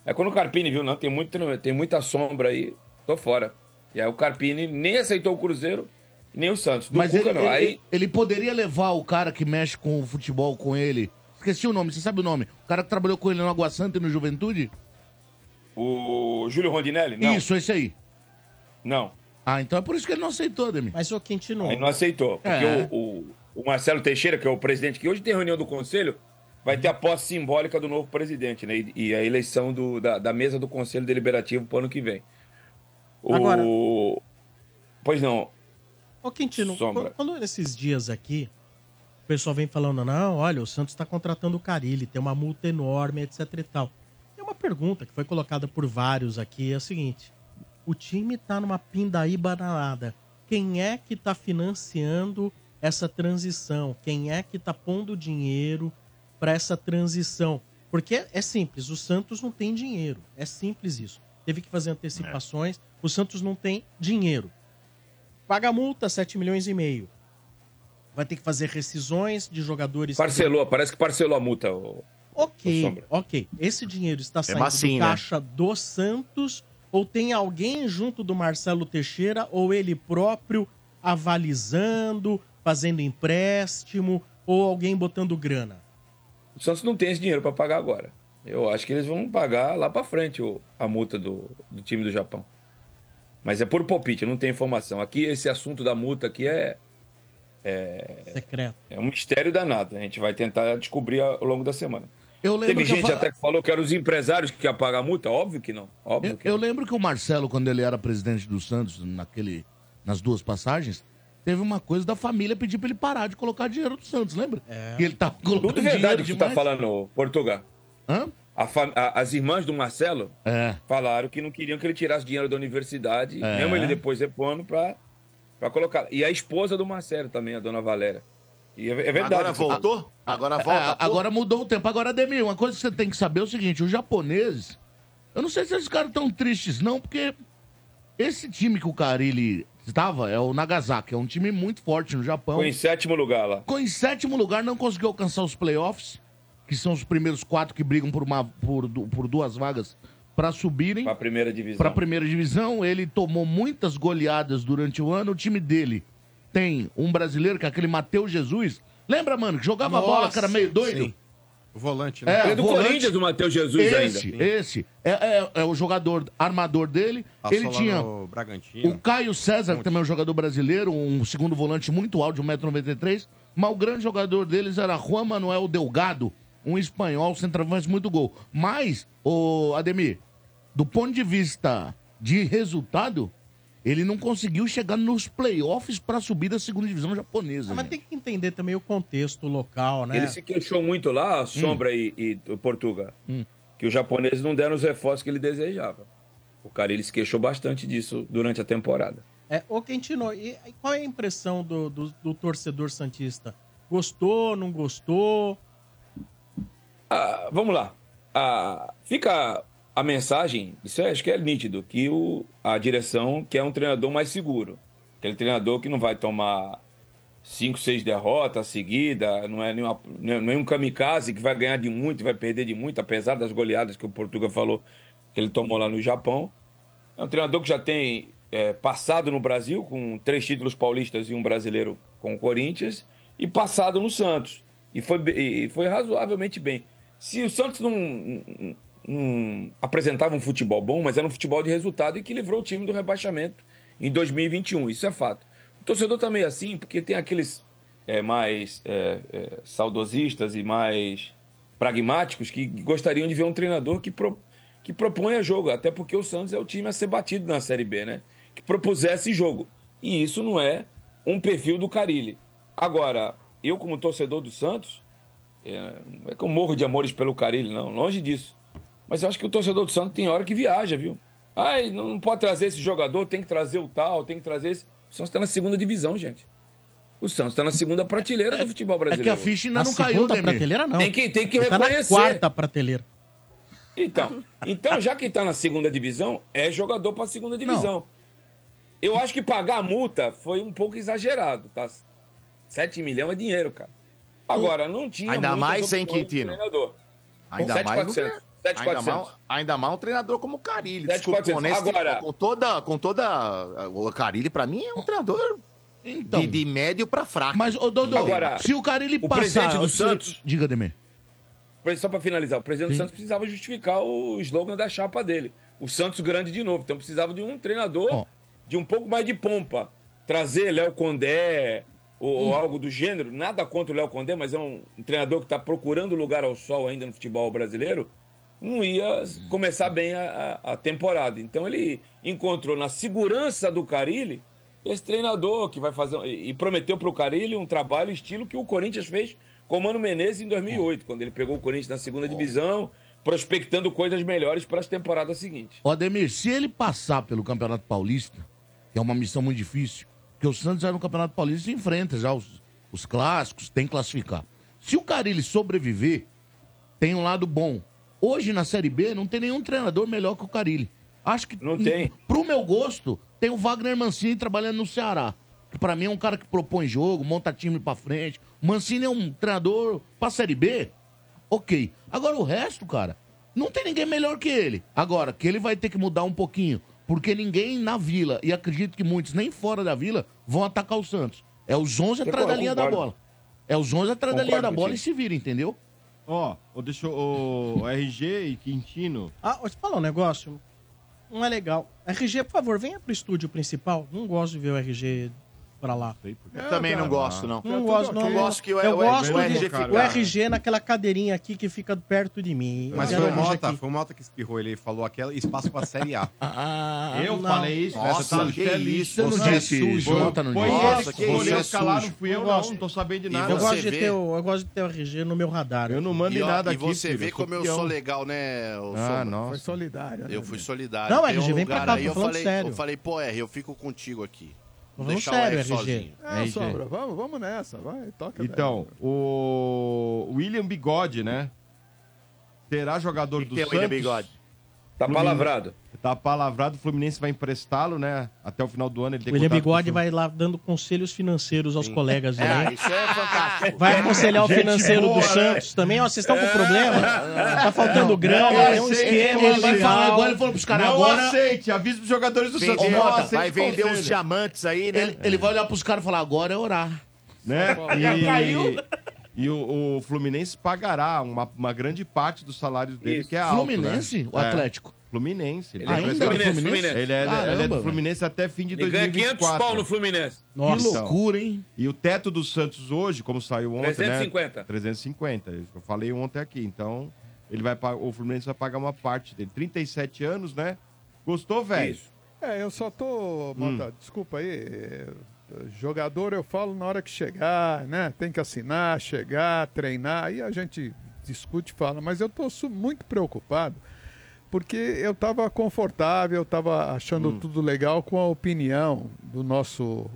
[SPEAKER 8] Aí quando o Carpini viu, não, tem, muito, treino- tem muita sombra aí, tô fora. E aí o Carpini nem aceitou o Cruzeiro, nem o Santos. Do
[SPEAKER 5] Mas
[SPEAKER 8] Cuca,
[SPEAKER 5] ele,
[SPEAKER 8] não.
[SPEAKER 5] ele-
[SPEAKER 8] aí,
[SPEAKER 5] ele poderia levar o cara que mexe com o futebol com ele. Esqueci o nome, você sabe o nome? O cara que trabalhou com ele no Água Santa e no Juventude?
[SPEAKER 8] o Júlio Rondinelli, não.
[SPEAKER 5] Isso, esse aí.
[SPEAKER 8] Não.
[SPEAKER 5] Ah, então é por isso que ele não aceitou, Ademir.
[SPEAKER 2] Mas o Quintino.
[SPEAKER 8] Aí não aceitou. Porque
[SPEAKER 5] É.
[SPEAKER 8] o, o- o Marcelo Teixeira, que é o presidente, que hoje tem reunião do conselho, vai ter a posse simbólica do novo presidente, né? E, e a eleição do- da, da mesa do Conselho Deliberativo pro ano que vem. O...
[SPEAKER 2] Agora-
[SPEAKER 8] Pois não.
[SPEAKER 2] Ô, Quintino,
[SPEAKER 8] Sombra.
[SPEAKER 2] quando, quando nesses dias aqui, o pessoal vem falando, não, olha, o Santos tá contratando o Carilli, tem uma multa enorme, etc e tal. Tem uma pergunta que foi colocada por vários aqui, é a seguinte. O time tá numa pindaíba danada. Quem é que tá financiando essa transição? Quem é que tá pondo dinheiro para essa transição? Porque é simples, o Santos não tem dinheiro. É simples isso. Teve que fazer antecipações, o Santos não tem dinheiro paga multa, 7 milhões e meio. Vai ter que fazer rescisões de jogadores.
[SPEAKER 8] Parcelou, parece que parcelou a multa. o-
[SPEAKER 2] Ok,
[SPEAKER 8] Sombra. É
[SPEAKER 2] ok. Esse dinheiro está saindo
[SPEAKER 7] massinha,
[SPEAKER 2] do
[SPEAKER 7] né?
[SPEAKER 2] caixa do Santos ou tem alguém junto do Marcelo Teixeira ou ele próprio avalizando, fazendo empréstimo ou alguém botando grana?
[SPEAKER 8] O Santos não tem esse dinheiro para pagar agora. Eu acho que eles vão pagar lá para frente o- a multa do, do time do Japão. Mas é por palpite, eu não tenho informação. Aqui, esse assunto da multa aqui é- é
[SPEAKER 2] Secreto.
[SPEAKER 8] É um mistério danado. A gente vai tentar descobrir ao longo da semana.
[SPEAKER 5] Eu lembro
[SPEAKER 8] Teve
[SPEAKER 5] que eu
[SPEAKER 8] gente
[SPEAKER 5] fa-
[SPEAKER 8] até que falou que eram os empresários que iam pagar a multa? Óbvio que não. Óbvio
[SPEAKER 5] Eu,
[SPEAKER 8] é que
[SPEAKER 5] eu
[SPEAKER 8] não.
[SPEAKER 5] lembro que o Marcelo, quando ele era presidente do Santos, naquele, nas duas passagens, teve uma coisa da família pedir pra ele parar de colocar dinheiro do Santos, lembra? Que ele tava colocando
[SPEAKER 8] É. Tudo
[SPEAKER 5] dinheiro
[SPEAKER 8] verdade que tu tá
[SPEAKER 5] demais.
[SPEAKER 8] falando, Portugal. A fam- a- as irmãs do Marcelo
[SPEAKER 5] É.
[SPEAKER 8] falaram que não queriam que ele tirasse dinheiro da universidade,
[SPEAKER 5] É.
[SPEAKER 8] mesmo ele depois repondo, pra, pra colocar. E a esposa do Marcelo também, a dona Valéria. E é, é verdade.
[SPEAKER 7] Agora voltou? Agora volta,
[SPEAKER 5] É,
[SPEAKER 7] pô.
[SPEAKER 5] agora mudou o tempo. Agora, Ademir, uma coisa que você tem que saber é o seguinte: os japoneses. Eu não sei se esses caras estão tristes, não, porque esse time que o Carilli estava é o Nagasaki. É um time muito forte no Japão.
[SPEAKER 8] Foi em sétimo lugar lá.
[SPEAKER 5] Ficou em sétimo lugar, não conseguiu alcançar os playoffs, que são os primeiros quatro que brigam por, uma, por, du- por duas vagas para subirem
[SPEAKER 8] Pra primeira divisão.
[SPEAKER 5] para a primeira divisão. Ele tomou muitas goleadas durante o ano. O time dele tem um brasileiro, que é aquele Matheus Jesus. Lembra, mano, que jogava bola, que era meio doido?
[SPEAKER 3] O volante, né?
[SPEAKER 5] É,
[SPEAKER 8] Ele é do
[SPEAKER 5] volante.
[SPEAKER 8] Corinthians, o Matheus Jesus
[SPEAKER 5] Esse,
[SPEAKER 8] ainda.
[SPEAKER 5] esse. É, é- é o jogador armador dele.
[SPEAKER 3] Passou
[SPEAKER 5] ele
[SPEAKER 3] lá
[SPEAKER 5] tinha
[SPEAKER 3] no Bragantino.
[SPEAKER 5] o Caio César, que também é um jogador brasileiro, um segundo volante muito um alto, de 1,93m. Mas o grande jogador deles era Juan Manuel Delgado, um espanhol, centroavante muito gol. Mas, o Ademir, do ponto de vista de resultado, ele não conseguiu chegar nos playoffs para subir da segunda divisão japonesa. né?
[SPEAKER 2] Ah, Mas
[SPEAKER 5] gente.
[SPEAKER 2] tem que entender também o contexto local, né?
[SPEAKER 8] Ele se queixou muito lá, a Sombra e, e o Portuga,
[SPEAKER 5] Hum.
[SPEAKER 8] que os japoneses não deram os reforços que ele desejava. O cara, ele se queixou bastante disso durante a temporada.
[SPEAKER 2] É, ô Quintino, e, e qual é a impressão do, do, do torcedor Santista? Gostou, não gostou?
[SPEAKER 8] Ah, vamos lá. Ah, fica a mensagem, isso é- acho que é nítido, que o, a direção quer um treinador mais seguro. Aquele treinador que não vai tomar cinco, seis derrotas seguidas, não é nenhuma, não é nenhum kamikaze que vai ganhar de muito, vai perder de muito, apesar das goleadas que o Portuga falou que ele tomou lá no Japão. É um treinador que já tem é, passado no Brasil, com três títulos paulistas e um brasileiro com o Corinthians, e passado no Santos. E foi, be- e foi razoavelmente bem. Se o Santos não, não- não apresentava um futebol bom, mas era um futebol de resultado e que livrou o time do rebaixamento em 2021, isso é fato. O torcedor tá meio assim, porque tem aqueles é, mais é, é, saudosistas e mais pragmáticos que gostariam de ver um treinador que, pro, que proponha jogo, até porque o Santos é o time a ser batido na Série B, né? Que propusesse jogo. E isso não é um perfil do Carilli. Agora, eu como torcedor do Santos, é, não é que eu morro de amores pelo Carilli, não, longe disso. Mas eu acho que o torcedor do Santos tem hora que viaja, viu? Ai, não não pode trazer esse jogador, tem que trazer o tal, tem que trazer esse. O Santos está na segunda divisão, gente. O Santos está na segunda prateleira do futebol
[SPEAKER 5] É que
[SPEAKER 8] brasileiro.
[SPEAKER 5] a ficha ainda
[SPEAKER 2] Na
[SPEAKER 5] não
[SPEAKER 2] segunda
[SPEAKER 5] caiu, Ademir.
[SPEAKER 2] prateleira, não.
[SPEAKER 8] Tem que, tem que
[SPEAKER 2] Ele tá na
[SPEAKER 8] reconhecer.
[SPEAKER 2] quarta prateleira.
[SPEAKER 8] Então, então, já que tá na segunda divisão, é jogador pra segunda divisão. Eu acho que pagar a multa foi um pouco exagerado, tá? 7 milhões é dinheiro, cara. Agora, não tinha
[SPEAKER 7] Ainda
[SPEAKER 8] muitas
[SPEAKER 7] mais, hein,
[SPEAKER 8] opções de
[SPEAKER 7] Quintino?
[SPEAKER 8] treinador.
[SPEAKER 7] Ainda
[SPEAKER 8] Sete
[SPEAKER 7] mais, um, né?
[SPEAKER 8] quatrocentos. Sete
[SPEAKER 7] ainda,
[SPEAKER 8] quatrocentos.
[SPEAKER 7] mais, ainda mais um treinador como o Carilli.
[SPEAKER 8] Sete
[SPEAKER 7] Desculpa,
[SPEAKER 8] quatrocentos.
[SPEAKER 7] honesto,
[SPEAKER 8] Agora-
[SPEAKER 7] com toda, com toda. eh, O Carilli, pra mim, é um treinador
[SPEAKER 5] Então,
[SPEAKER 7] de, de médio pra fraco.
[SPEAKER 5] mas, ô Dodô,
[SPEAKER 8] Agora,
[SPEAKER 5] se o Carilli
[SPEAKER 8] o
[SPEAKER 5] passar...
[SPEAKER 8] presidente do
[SPEAKER 5] se-
[SPEAKER 8] Santos-
[SPEAKER 5] Diga, Ademir.
[SPEAKER 8] Só pra finalizar, o presidente do Santos precisava justificar o slogan da chapa dele. O Santos grande de novo. Então precisava de um treinador
[SPEAKER 5] Ó.
[SPEAKER 8] de um pouco mais de pompa. Trazer Léo Condé ou, ou algo do gênero. Nada contra o Léo Condé, mas é um treinador que está procurando lugar ao sol ainda no futebol brasileiro. Não ia começar bem a, a- a temporada. Então ele encontrou na segurança do Carilli esse treinador que vai fazer. um, E e prometeu para o Carilli um trabalho estilo que o Corinthians fez com o Mano Menezes em 2008, quando ele pegou o Corinthians na segunda divisão, prospectando coisas melhores para as temporadas seguintes.
[SPEAKER 5] Ó, Ademir, se ele passar pelo Campeonato Paulista, que é uma missão muito difícil, porque o Santos já no Campeonato Paulista enfrenta já os, os clássicos, tem que classificar. Se o Carilli sobreviver, tem um lado bom. Hoje na Série B não tem nenhum treinador melhor que o Carilli. Acho que
[SPEAKER 8] Não tem.
[SPEAKER 5] Pro meu gosto, tem o Wagner Mancini trabalhando no Ceará. Que pra mim é um cara que propõe jogo, monta time pra frente. Mancini é um treinador pra Série B. Ok. Agora o resto, cara, não tem ninguém melhor que ele. Agora, que ele vai ter que mudar um pouquinho. Porque ninguém na vila, e acredito que muitos nem fora da vila, vão atacar o Santos. É os 11 atrás da
[SPEAKER 8] Concordo,
[SPEAKER 5] linha da
[SPEAKER 8] concordo.
[SPEAKER 5] bola. É os 11 atrás da
[SPEAKER 8] Concordo
[SPEAKER 5] linha da bola
[SPEAKER 8] contigo.
[SPEAKER 5] e se vira, entendeu?
[SPEAKER 6] Ó, oh, deixa o o RG e Quintino.
[SPEAKER 2] Ah, deixa eu falar um negócio. Não é legal. RG, por favor, venha pro estúdio principal. Não gosto de ver o RG pra lá.
[SPEAKER 7] Eu também não gosto, não.
[SPEAKER 2] Não
[SPEAKER 10] tudo
[SPEAKER 2] gosto,
[SPEAKER 10] ok.
[SPEAKER 2] não.
[SPEAKER 10] Eu
[SPEAKER 7] gosto que o-
[SPEAKER 2] eu
[SPEAKER 7] o-
[SPEAKER 2] gosto
[SPEAKER 7] o
[SPEAKER 2] de-
[SPEAKER 7] RG
[SPEAKER 2] o
[SPEAKER 7] fica-
[SPEAKER 2] RG naquela cadeirinha aqui que fica perto de mim.
[SPEAKER 3] Mas
[SPEAKER 2] Eu
[SPEAKER 3] foi o
[SPEAKER 2] quero o RG
[SPEAKER 6] tá
[SPEAKER 3] Mota,
[SPEAKER 2] aqui.
[SPEAKER 3] foi o Mota que espirrou. Ele falou aquela espaço pra Série A.
[SPEAKER 5] Ah,
[SPEAKER 6] eu
[SPEAKER 2] não.
[SPEAKER 6] falei isso.
[SPEAKER 7] Nossa,
[SPEAKER 6] essa tá-
[SPEAKER 7] que
[SPEAKER 6] até
[SPEAKER 7] isso,
[SPEAKER 6] lixo.
[SPEAKER 5] você não
[SPEAKER 7] você é
[SPEAKER 5] disse isso.
[SPEAKER 6] Foi- tá
[SPEAKER 5] Jota não
[SPEAKER 6] foi
[SPEAKER 5] disse.
[SPEAKER 7] Nossa,
[SPEAKER 6] ele
[SPEAKER 7] que
[SPEAKER 6] que escolheu
[SPEAKER 7] isso, é
[SPEAKER 6] calar,
[SPEAKER 7] sujo.
[SPEAKER 6] não fui eu,
[SPEAKER 2] Eu
[SPEAKER 6] não.
[SPEAKER 2] gosto.
[SPEAKER 6] Não tô sabendo de
[SPEAKER 2] Eu
[SPEAKER 6] nada.
[SPEAKER 7] você
[SPEAKER 2] gosto, de
[SPEAKER 7] vê-
[SPEAKER 2] ter o, eu gosto de ter o RG no meu radar.
[SPEAKER 6] Eu não mando
[SPEAKER 7] E,
[SPEAKER 6] em
[SPEAKER 7] ó,
[SPEAKER 6] nada
[SPEAKER 7] e
[SPEAKER 6] aqui.
[SPEAKER 7] você
[SPEAKER 6] filho,
[SPEAKER 7] vê
[SPEAKER 6] sou
[SPEAKER 7] como eu
[SPEAKER 6] peão.
[SPEAKER 7] sou legal, né, ô
[SPEAKER 6] Ah,
[SPEAKER 7] Sombra?
[SPEAKER 10] Foi
[SPEAKER 6] nossa.
[SPEAKER 10] solidário. né,
[SPEAKER 7] Eu fui
[SPEAKER 10] meu?
[SPEAKER 7] solidário.
[SPEAKER 2] Não,
[SPEAKER 7] Tem
[SPEAKER 2] RG, vem pra cá,
[SPEAKER 7] aí
[SPEAKER 2] tô
[SPEAKER 7] eu
[SPEAKER 2] falando
[SPEAKER 7] falei,
[SPEAKER 2] sério.
[SPEAKER 7] eu falei, pô, R, eu fico contigo aqui.
[SPEAKER 2] Vamos sério, RG.
[SPEAKER 10] É, Sombra, vamos, vamos nessa, vai, toca.
[SPEAKER 6] Então, o William Bigode, né? Será jogador do
[SPEAKER 8] que é
[SPEAKER 6] Santos.
[SPEAKER 8] William Bigode? Tá palavrado.
[SPEAKER 6] Tá palavrado, o Fluminense vai emprestá-lo, né? Até o final do ano ele tem
[SPEAKER 2] William
[SPEAKER 6] contrato com o
[SPEAKER 2] Bigode vai lá dando conselhos financeiros aos colegas né? dele.
[SPEAKER 7] É, isso é fantástico.
[SPEAKER 2] Vai aconselhar o
[SPEAKER 7] Gente
[SPEAKER 2] financeiro
[SPEAKER 7] boa,
[SPEAKER 2] do
[SPEAKER 7] né?
[SPEAKER 2] Santos também. Ó, vocês estão
[SPEAKER 5] É.
[SPEAKER 2] com problema? Tá faltando grana,
[SPEAKER 6] Não
[SPEAKER 2] é um
[SPEAKER 6] aceite,
[SPEAKER 2] esquema.
[SPEAKER 6] ele vai
[SPEAKER 2] legal.
[SPEAKER 6] falar agora,
[SPEAKER 5] ele falou pros caras
[SPEAKER 6] Não
[SPEAKER 2] é
[SPEAKER 5] agora.
[SPEAKER 6] aceite, avisa pros jogadores do Santos.
[SPEAKER 5] Vendeu,
[SPEAKER 6] não
[SPEAKER 5] vai
[SPEAKER 6] aceite
[SPEAKER 5] vender
[SPEAKER 6] conselho.
[SPEAKER 5] uns
[SPEAKER 7] diamantes aí,
[SPEAKER 5] né? Ele, ele vai olhar pros caras e falar, agora é orar.
[SPEAKER 6] né?
[SPEAKER 5] Já caiu.
[SPEAKER 6] E, e o, o Fluminense pagará uma, uma grande parte do salário dele,
[SPEAKER 5] Isso.
[SPEAKER 6] que é alto.
[SPEAKER 5] Fluminense
[SPEAKER 6] né?
[SPEAKER 5] ou
[SPEAKER 6] É.
[SPEAKER 5] Atlético?
[SPEAKER 6] Fluminense.
[SPEAKER 5] Ainda
[SPEAKER 6] empresário
[SPEAKER 5] do Fluminense? Fluminense?
[SPEAKER 6] Ele é, ele é
[SPEAKER 5] Caramba,
[SPEAKER 6] do Fluminense até fim de
[SPEAKER 8] Ele ganha
[SPEAKER 6] 2024.
[SPEAKER 8] 500 pau no Fluminense.
[SPEAKER 6] Que loucura, hein? E o teto do Santos hoje, como saiu ontem,
[SPEAKER 8] 350.
[SPEAKER 6] né? 350. Eu falei ontem aqui. Então, ele vai pa- o Fluminense vai pagar uma parte dele. 37 anos, né? Gostou, velho?
[SPEAKER 10] É, eu só tô.
[SPEAKER 5] Hum.
[SPEAKER 10] Mota, desculpa aí. eh, Jogador, eu falo na hora que chegar, né? Tem que assinar, chegar, treinar. Aí a gente discute e fala, mas eu tô su- muito preocupado porque eu tava confortável, eu tava achando
[SPEAKER 5] Hum.
[SPEAKER 10] tudo legal com a opinião do nosso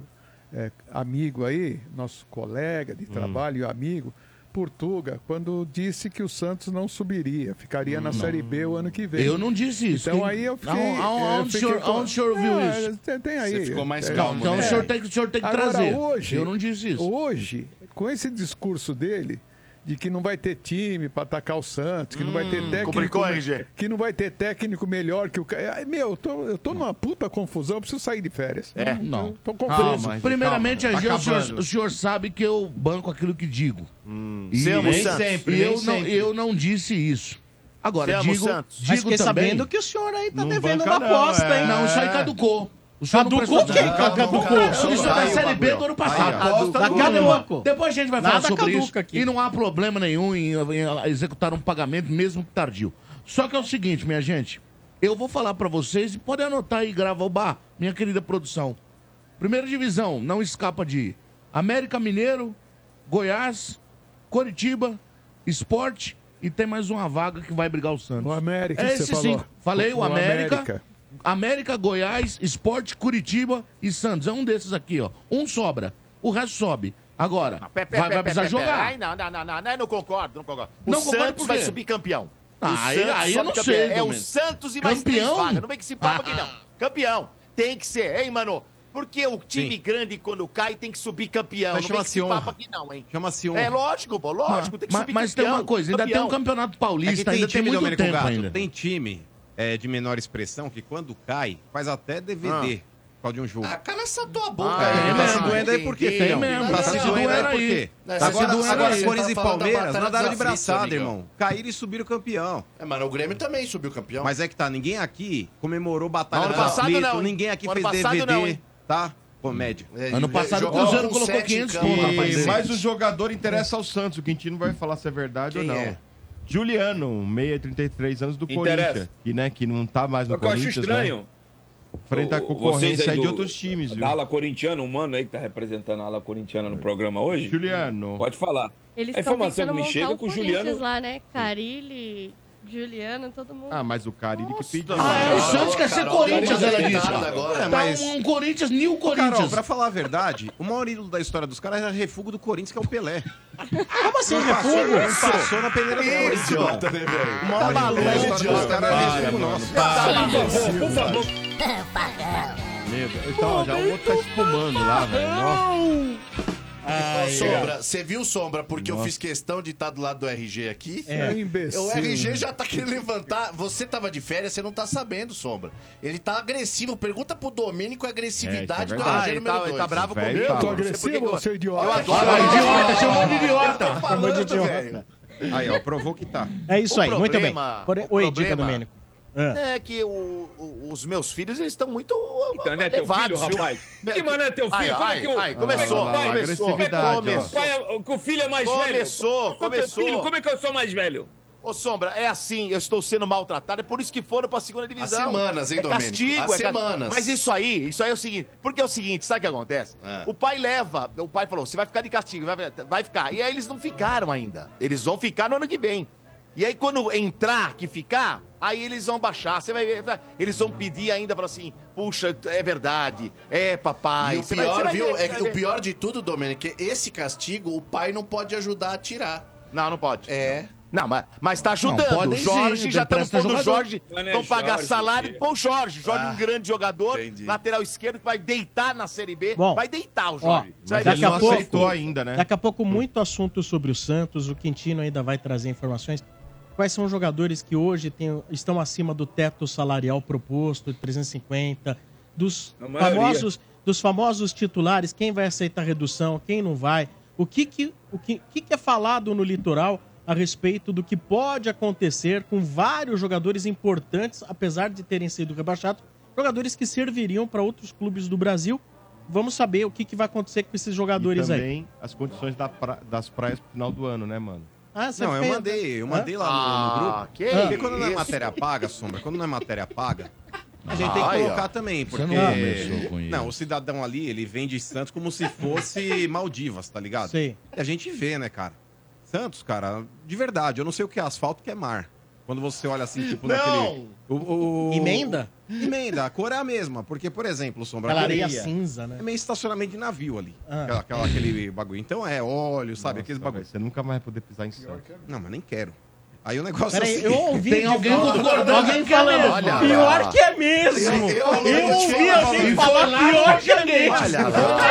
[SPEAKER 10] eh, amigo aí, nosso colega
[SPEAKER 5] Hum.
[SPEAKER 10] de trabalho e amigo. Portuga, quando disse que o Santos não subiria, ficaria na Série B o ano que vem.
[SPEAKER 5] Hum. Eu não disse isso.
[SPEAKER 10] Então
[SPEAKER 5] Quem-
[SPEAKER 10] aí eu fiquei.
[SPEAKER 5] Aonde-
[SPEAKER 10] eu
[SPEAKER 5] aonde o
[SPEAKER 10] fiquei
[SPEAKER 5] senhor-
[SPEAKER 10] com-
[SPEAKER 5] aonde o senhor viu
[SPEAKER 10] É,
[SPEAKER 5] isso?
[SPEAKER 10] Tem, tem aí.
[SPEAKER 5] Você ficou mais
[SPEAKER 10] É,
[SPEAKER 5] calmo, Então o né? senhor tem que- o senhor tem que
[SPEAKER 10] Agora,
[SPEAKER 5] trazer.
[SPEAKER 10] Hoje,
[SPEAKER 5] Eu não disse isso.
[SPEAKER 10] Hoje, com esse discurso dele. De que não vai ter time pra atacar o Santos, que não vai ter técnico.
[SPEAKER 7] complicou, RG.
[SPEAKER 10] Que não vai ter técnico melhor que o. ca- Ai, Meu, eu tô, eu tô numa puta confusão, eu preciso sair de férias.
[SPEAKER 5] É.
[SPEAKER 10] Eu
[SPEAKER 5] Não.
[SPEAKER 10] Tô
[SPEAKER 5] Calma,
[SPEAKER 10] confuso.
[SPEAKER 5] calma. Primeiramente,
[SPEAKER 10] a
[SPEAKER 5] RG, o, senhor, o senhor sabe que eu banco aquilo que digo.
[SPEAKER 7] Selmo Hum. Santos.
[SPEAKER 5] e eu,
[SPEAKER 7] Nem
[SPEAKER 5] não,
[SPEAKER 7] sempre.
[SPEAKER 5] eu não disse isso. Agora,
[SPEAKER 7] Selmo
[SPEAKER 5] digo,
[SPEAKER 7] Santos.
[SPEAKER 5] digo
[SPEAKER 2] Mas fiquei
[SPEAKER 5] também...
[SPEAKER 2] sabendo que o senhor aí tá devendo
[SPEAKER 5] banca
[SPEAKER 2] uma
[SPEAKER 5] não,
[SPEAKER 2] aposta,
[SPEAKER 5] é.
[SPEAKER 2] hein?
[SPEAKER 5] Não, isso aí caducou. O senhor não
[SPEAKER 2] Caducou
[SPEAKER 5] prestou-
[SPEAKER 2] quem?
[SPEAKER 5] Não, não,
[SPEAKER 2] Caducou.
[SPEAKER 5] não, Isso é da
[SPEAKER 2] Aí,
[SPEAKER 5] Série B do ano passado.
[SPEAKER 2] Aí, aposta
[SPEAKER 5] Tá
[SPEAKER 2] do
[SPEAKER 5] caduco.
[SPEAKER 2] ano.
[SPEAKER 5] Depois a gente vai falar
[SPEAKER 2] Nada
[SPEAKER 5] sobre
[SPEAKER 2] caduca
[SPEAKER 5] isso.
[SPEAKER 2] aqui.
[SPEAKER 5] E não há problema nenhum em, em executar um pagamento, mesmo que tardio. Só que é o seguinte, minha gente. Eu vou falar pra vocês e podem anotar aí, grava o bar, minha querida produção. Primeira divisão, não escapa de América Mineiro, Goiás, Coritiba, Esporte e tem mais uma vaga que vai brigar o Santos.
[SPEAKER 10] O América,
[SPEAKER 5] É
[SPEAKER 10] que você
[SPEAKER 5] esse
[SPEAKER 10] falou.
[SPEAKER 5] sim. Falei, o,
[SPEAKER 10] O
[SPEAKER 5] América, América.
[SPEAKER 10] América.
[SPEAKER 5] Goiás, Esporte, Curitiba e Santos. É um desses aqui, ó. Um sobra, o resto sobe. Agora,
[SPEAKER 7] Pé, pé,
[SPEAKER 5] vai,
[SPEAKER 7] pé,
[SPEAKER 5] vai
[SPEAKER 7] pé,
[SPEAKER 5] precisar
[SPEAKER 7] pé, pé.
[SPEAKER 5] jogar.
[SPEAKER 7] Ai, não, não, não, não, não, eu não concordo, não concordo. O
[SPEAKER 5] Não concordo
[SPEAKER 7] Santos
[SPEAKER 5] por
[SPEAKER 7] vai
[SPEAKER 5] quê?
[SPEAKER 7] subir campeão. O
[SPEAKER 5] Ah, aí-
[SPEAKER 7] Santos
[SPEAKER 5] aí eu
[SPEAKER 7] sobe
[SPEAKER 5] não
[SPEAKER 7] campeão.
[SPEAKER 5] sei,
[SPEAKER 7] É o
[SPEAKER 5] Domênico.
[SPEAKER 7] Santos e mais três
[SPEAKER 5] Campeão? Ah.
[SPEAKER 7] vagas. Não vem que se papo aqui, não. Campeão. Tem que ser, hein, mano? Porque o time grande, quando cai, tem que subir
[SPEAKER 9] Então,
[SPEAKER 7] campeão. não
[SPEAKER 3] Mas
[SPEAKER 7] vem
[SPEAKER 3] chama
[SPEAKER 7] que se
[SPEAKER 3] Sion.
[SPEAKER 7] papo aqui, não, hein?
[SPEAKER 3] Chama-se um.
[SPEAKER 7] É lógico, pô, lógico, tem que
[SPEAKER 5] Ah, mas
[SPEAKER 7] subir
[SPEAKER 5] mas tem
[SPEAKER 7] campeão.
[SPEAKER 5] uma coisa, ainda tem um
[SPEAKER 7] campeão.
[SPEAKER 5] campeonato
[SPEAKER 3] É que
[SPEAKER 5] paulista, ainda tem muito
[SPEAKER 3] Domênico
[SPEAKER 5] tempo
[SPEAKER 3] Gato,
[SPEAKER 5] ainda.
[SPEAKER 3] Tem time é, de menor expressão que quando cai, faz até
[SPEAKER 5] Ah.
[SPEAKER 3] DVD por causa de um jogo.
[SPEAKER 9] Ah, cala essa
[SPEAKER 11] é,
[SPEAKER 9] tua boca.
[SPEAKER 3] Ah,
[SPEAKER 9] aí.
[SPEAKER 3] tá se doendo aí por quê,
[SPEAKER 5] Entendi.
[SPEAKER 3] filhão?
[SPEAKER 5] Tem mesmo,
[SPEAKER 3] Tá
[SPEAKER 5] tá
[SPEAKER 3] se
[SPEAKER 5] se
[SPEAKER 3] doendo aí
[SPEAKER 5] doendo
[SPEAKER 3] por
[SPEAKER 5] aí.
[SPEAKER 3] quê?
[SPEAKER 9] Tá se doendo
[SPEAKER 3] Agora,
[SPEAKER 9] aí.
[SPEAKER 3] agora Corinthians
[SPEAKER 9] Tá
[SPEAKER 3] e
[SPEAKER 9] falando da
[SPEAKER 3] Palmeiras
[SPEAKER 9] batalha
[SPEAKER 3] nadaram de
[SPEAKER 9] dos aflitos,
[SPEAKER 3] braçada,
[SPEAKER 9] amigão.
[SPEAKER 3] irmão. Caíram e subiram campeão.
[SPEAKER 9] É, mano, o Grêmio também subiu campeão.
[SPEAKER 3] Mas é que tá, ninguém aqui comemorou
[SPEAKER 7] Ano
[SPEAKER 3] batalha dos
[SPEAKER 7] passado
[SPEAKER 3] aflitos,
[SPEAKER 7] não, hein?
[SPEAKER 3] ninguém aqui
[SPEAKER 7] Ano
[SPEAKER 3] fez
[SPEAKER 7] passado
[SPEAKER 3] DVD,
[SPEAKER 7] não, hein?
[SPEAKER 3] tá? Comédia.
[SPEAKER 9] É,
[SPEAKER 5] Ano
[SPEAKER 9] e-
[SPEAKER 5] passado o
[SPEAKER 9] jogou
[SPEAKER 5] Cruzeiro
[SPEAKER 9] com
[SPEAKER 5] colocou
[SPEAKER 9] sete
[SPEAKER 5] 500
[SPEAKER 9] em
[SPEAKER 5] pontos,
[SPEAKER 9] campo.
[SPEAKER 5] rapaz. é
[SPEAKER 6] E mais o jogador interessa ao Santos. O Quintino vai falar se é verdade ou
[SPEAKER 9] Quem
[SPEAKER 6] não.
[SPEAKER 9] é?
[SPEAKER 6] Juliano, meia, 33 anos do
[SPEAKER 8] Interessa.
[SPEAKER 6] Corinthians. Que, né, que não tá mais no
[SPEAKER 8] Só que eu acho
[SPEAKER 6] Corinthians, né?
[SPEAKER 8] estranho.
[SPEAKER 6] Enfrenta a
[SPEAKER 8] o- vocês
[SPEAKER 6] concorrência
[SPEAKER 8] aí
[SPEAKER 6] aí de
[SPEAKER 8] do-
[SPEAKER 6] outros times, viu?
[SPEAKER 8] Da ala corintiana, um mano aí que tá representando a ala corintiana no programa hoje.
[SPEAKER 6] Juliano.
[SPEAKER 8] Pode falar.
[SPEAKER 4] Eles
[SPEAKER 8] a
[SPEAKER 4] estão
[SPEAKER 8] informação
[SPEAKER 4] tentando
[SPEAKER 8] que me
[SPEAKER 4] montar
[SPEAKER 8] chega é
[SPEAKER 4] o
[SPEAKER 8] que o
[SPEAKER 4] Corinthians
[SPEAKER 8] Juliano.
[SPEAKER 4] lá, né? Carilli, Juliano, todo mundo.
[SPEAKER 6] Ah, mas o Carilli que pediu.
[SPEAKER 5] Ah, é, o Santos quer ser Corinthians, ela disse.
[SPEAKER 9] Coitado agora.
[SPEAKER 3] É,
[SPEAKER 5] Tá
[SPEAKER 3] mas-
[SPEAKER 5] um Corinthians, New
[SPEAKER 3] Carol,
[SPEAKER 5] Corinthians.
[SPEAKER 3] pra falar a verdade, o maior ídolo da história dos caras era refúgio do Corinthians, que é o Pelé.
[SPEAKER 2] Como assim,
[SPEAKER 3] Passou,
[SPEAKER 2] refugo?
[SPEAKER 3] passou na peneira do Corinthians. irmão.
[SPEAKER 9] Idiota, né, velho?
[SPEAKER 3] O maior
[SPEAKER 9] Tá
[SPEAKER 3] ídolo da
[SPEAKER 9] maluco,
[SPEAKER 3] história dos
[SPEAKER 9] idiota,
[SPEAKER 3] caras era
[SPEAKER 9] para,
[SPEAKER 3] refúgio nosso.
[SPEAKER 8] Por favor,
[SPEAKER 6] Então, já o outro tá espumando lá, velho. Nossa.
[SPEAKER 9] Sombra, você viu, Sombra, porque eu fiz questão de estar do lado do RG aqui?
[SPEAKER 10] É um imbecil.
[SPEAKER 9] O RG já tá querendo levantar. Você tava de férias, você não tá sabendo, Sombra. Ele tá agressivo. Pergunta pro Domênico a agressividade
[SPEAKER 6] É,
[SPEAKER 9] do
[SPEAKER 6] isso é
[SPEAKER 9] RG
[SPEAKER 7] Ah, ele
[SPEAKER 9] número
[SPEAKER 7] tá,
[SPEAKER 9] 2.
[SPEAKER 7] ele tá bravo
[SPEAKER 6] Velho,
[SPEAKER 7] comigo.
[SPEAKER 6] tá,
[SPEAKER 10] Tô
[SPEAKER 6] mano.
[SPEAKER 10] agressivo, seu é idiota.
[SPEAKER 5] Ah, idiota, chamou de idiota.
[SPEAKER 9] Tá falando, velho.
[SPEAKER 3] Aí, ó, provou que tá.
[SPEAKER 2] É isso
[SPEAKER 7] O
[SPEAKER 2] aí, muito bem.
[SPEAKER 7] problema-
[SPEAKER 2] Porém-
[SPEAKER 7] o
[SPEAKER 2] Oi,
[SPEAKER 7] problema-
[SPEAKER 2] dica, Domênico. Ah.
[SPEAKER 7] É que o- o- os meus filhos, eles estão muito
[SPEAKER 8] Então, né, teu
[SPEAKER 7] elevados,
[SPEAKER 8] filho,
[SPEAKER 7] viu?
[SPEAKER 8] rapaz? Que mané é teu filho?
[SPEAKER 7] Ai,
[SPEAKER 8] Como é
[SPEAKER 7] ai,
[SPEAKER 8] que o-
[SPEAKER 7] ai,
[SPEAKER 8] como é que
[SPEAKER 7] começou,
[SPEAKER 8] o pai-
[SPEAKER 6] agressividade,
[SPEAKER 8] como é que o-
[SPEAKER 7] ó.
[SPEAKER 8] o pai- Que o filho é mais velho?
[SPEAKER 7] Começou,
[SPEAKER 8] Como é que o teu
[SPEAKER 7] começou.
[SPEAKER 8] filho- Como é que eu sou mais velho?
[SPEAKER 7] Ô, Sombra, é assim, eu estou sendo maltratado, é por isso que foram pra segunda divisão.
[SPEAKER 9] Há semanas, hein,
[SPEAKER 7] é
[SPEAKER 9] Domênico?
[SPEAKER 7] castigo,
[SPEAKER 9] Há
[SPEAKER 7] é ca-
[SPEAKER 9] semanas.
[SPEAKER 7] Mas isso aí, isso aí é o seguinte, porque é o seguinte, sabe o que acontece?
[SPEAKER 9] É.
[SPEAKER 7] O pai leva, o pai falou, você vai ficar de castigo, vai, vai ficar. E aí eles não ficaram ainda, eles vão ficar no ano que vem. E aí quando entrar, que ficar, Aí eles vão baixar, você vai ver, vai- eles vão pedir ainda, falar assim, puxa, é verdade, é papai.
[SPEAKER 9] E o
[SPEAKER 7] Você vai- você
[SPEAKER 9] pior,
[SPEAKER 7] vai
[SPEAKER 9] viu?
[SPEAKER 7] ver, você
[SPEAKER 9] É,
[SPEAKER 7] vai
[SPEAKER 9] que o
[SPEAKER 7] ver.
[SPEAKER 9] pior de tudo, Domênico, é que esse castigo o pai não pode ajudar a tirar.
[SPEAKER 7] Não, não pode.
[SPEAKER 9] É.
[SPEAKER 7] Não, mas, mas tá ajudando.
[SPEAKER 5] Não, pode sim,
[SPEAKER 7] Jorge,
[SPEAKER 5] tem
[SPEAKER 7] já estamos
[SPEAKER 5] presta
[SPEAKER 7] pondo o
[SPEAKER 5] jogador.
[SPEAKER 7] Jorge.
[SPEAKER 8] Mas não é
[SPEAKER 7] Vão pagar
[SPEAKER 8] Jorge,
[SPEAKER 7] salário e
[SPEAKER 8] filho. Ah,
[SPEAKER 7] pô, o Jorge. Jorge é um grande jogador,
[SPEAKER 9] entendi.
[SPEAKER 7] lateral esquerdo, que vai deitar na Série B.
[SPEAKER 2] Bom,
[SPEAKER 7] vai deitar o
[SPEAKER 2] Ó,
[SPEAKER 7] Jorge. Você vai
[SPEAKER 2] mas
[SPEAKER 7] ver.
[SPEAKER 2] daqui a pouco,
[SPEAKER 6] aceitou ainda, né?
[SPEAKER 2] Daqui a pouco, muito assunto sobre o Santos. O Quintino ainda vai trazer informações. Quais são os jogadores que hoje têm- estão acima do teto salarial proposto, de 350, dos
[SPEAKER 8] A maioria.
[SPEAKER 2] famosos, dos famosos titulares, quem vai aceitar redução, quem não vai? O que, que, o que, que que é falado no litoral a respeito do que pode acontecer com vários jogadores importantes, apesar de terem sido rebaixados, jogadores que serviriam para outros clubes do Brasil. Vamos saber o que, que vai acontecer com esses
[SPEAKER 6] E
[SPEAKER 2] jogadores aí.
[SPEAKER 6] também as condições da pra- das praias pro final do ano, né, mano?
[SPEAKER 2] Ah, você
[SPEAKER 3] Não, eu
[SPEAKER 2] fez-
[SPEAKER 3] mandei, eu
[SPEAKER 5] né?
[SPEAKER 3] mandei lá no- no,
[SPEAKER 7] Ah,
[SPEAKER 3] grupo.
[SPEAKER 7] que
[SPEAKER 3] Porque quando não é
[SPEAKER 7] isso.
[SPEAKER 3] matéria paga, Sombra, quando não é matéria paga, a gente tem que
[SPEAKER 7] Ai, ó.
[SPEAKER 3] colocar também, porque...
[SPEAKER 5] não começou com isso.
[SPEAKER 3] Não, o cidadão ali, ele vende Santos como se fosse Maldivas, tá ligado?
[SPEAKER 2] Sei.
[SPEAKER 3] E a gente vê, né, cara? Santos, cara, de verdade, eu não sei o que é asfalto, o que é mar. Quando você olha assim, tipo, naquele... O, o-
[SPEAKER 2] Emenda?
[SPEAKER 3] Emenda, a cor é a mesma. Porque, por exemplo, Sombra...
[SPEAKER 2] Aquela areia
[SPEAKER 3] aquele-
[SPEAKER 2] cinza, né?
[SPEAKER 3] É meio estacionamento de navio ali.
[SPEAKER 2] Ah.
[SPEAKER 3] Aquela, aquela- aquele bagulho. Então é óleo, sabe?
[SPEAKER 6] Nossa,
[SPEAKER 3] Aqueles bagulho. é.
[SPEAKER 6] velho, Você nunca mais vai poder pisar em Santos.
[SPEAKER 3] Não, mas nem quero. Aí o negócio é o
[SPEAKER 2] Peraí, eu
[SPEAKER 3] seguinte,
[SPEAKER 2] ouvi.
[SPEAKER 5] Tem
[SPEAKER 2] de
[SPEAKER 5] alguém
[SPEAKER 2] fora.
[SPEAKER 5] concordando é
[SPEAKER 2] Alguém
[SPEAKER 5] com ela.
[SPEAKER 2] falando.
[SPEAKER 7] Olha
[SPEAKER 2] pior
[SPEAKER 7] lá.
[SPEAKER 2] que é mesmo. Eu, ouvi alguém falar pior que é mesmo.
[SPEAKER 3] Olha lá.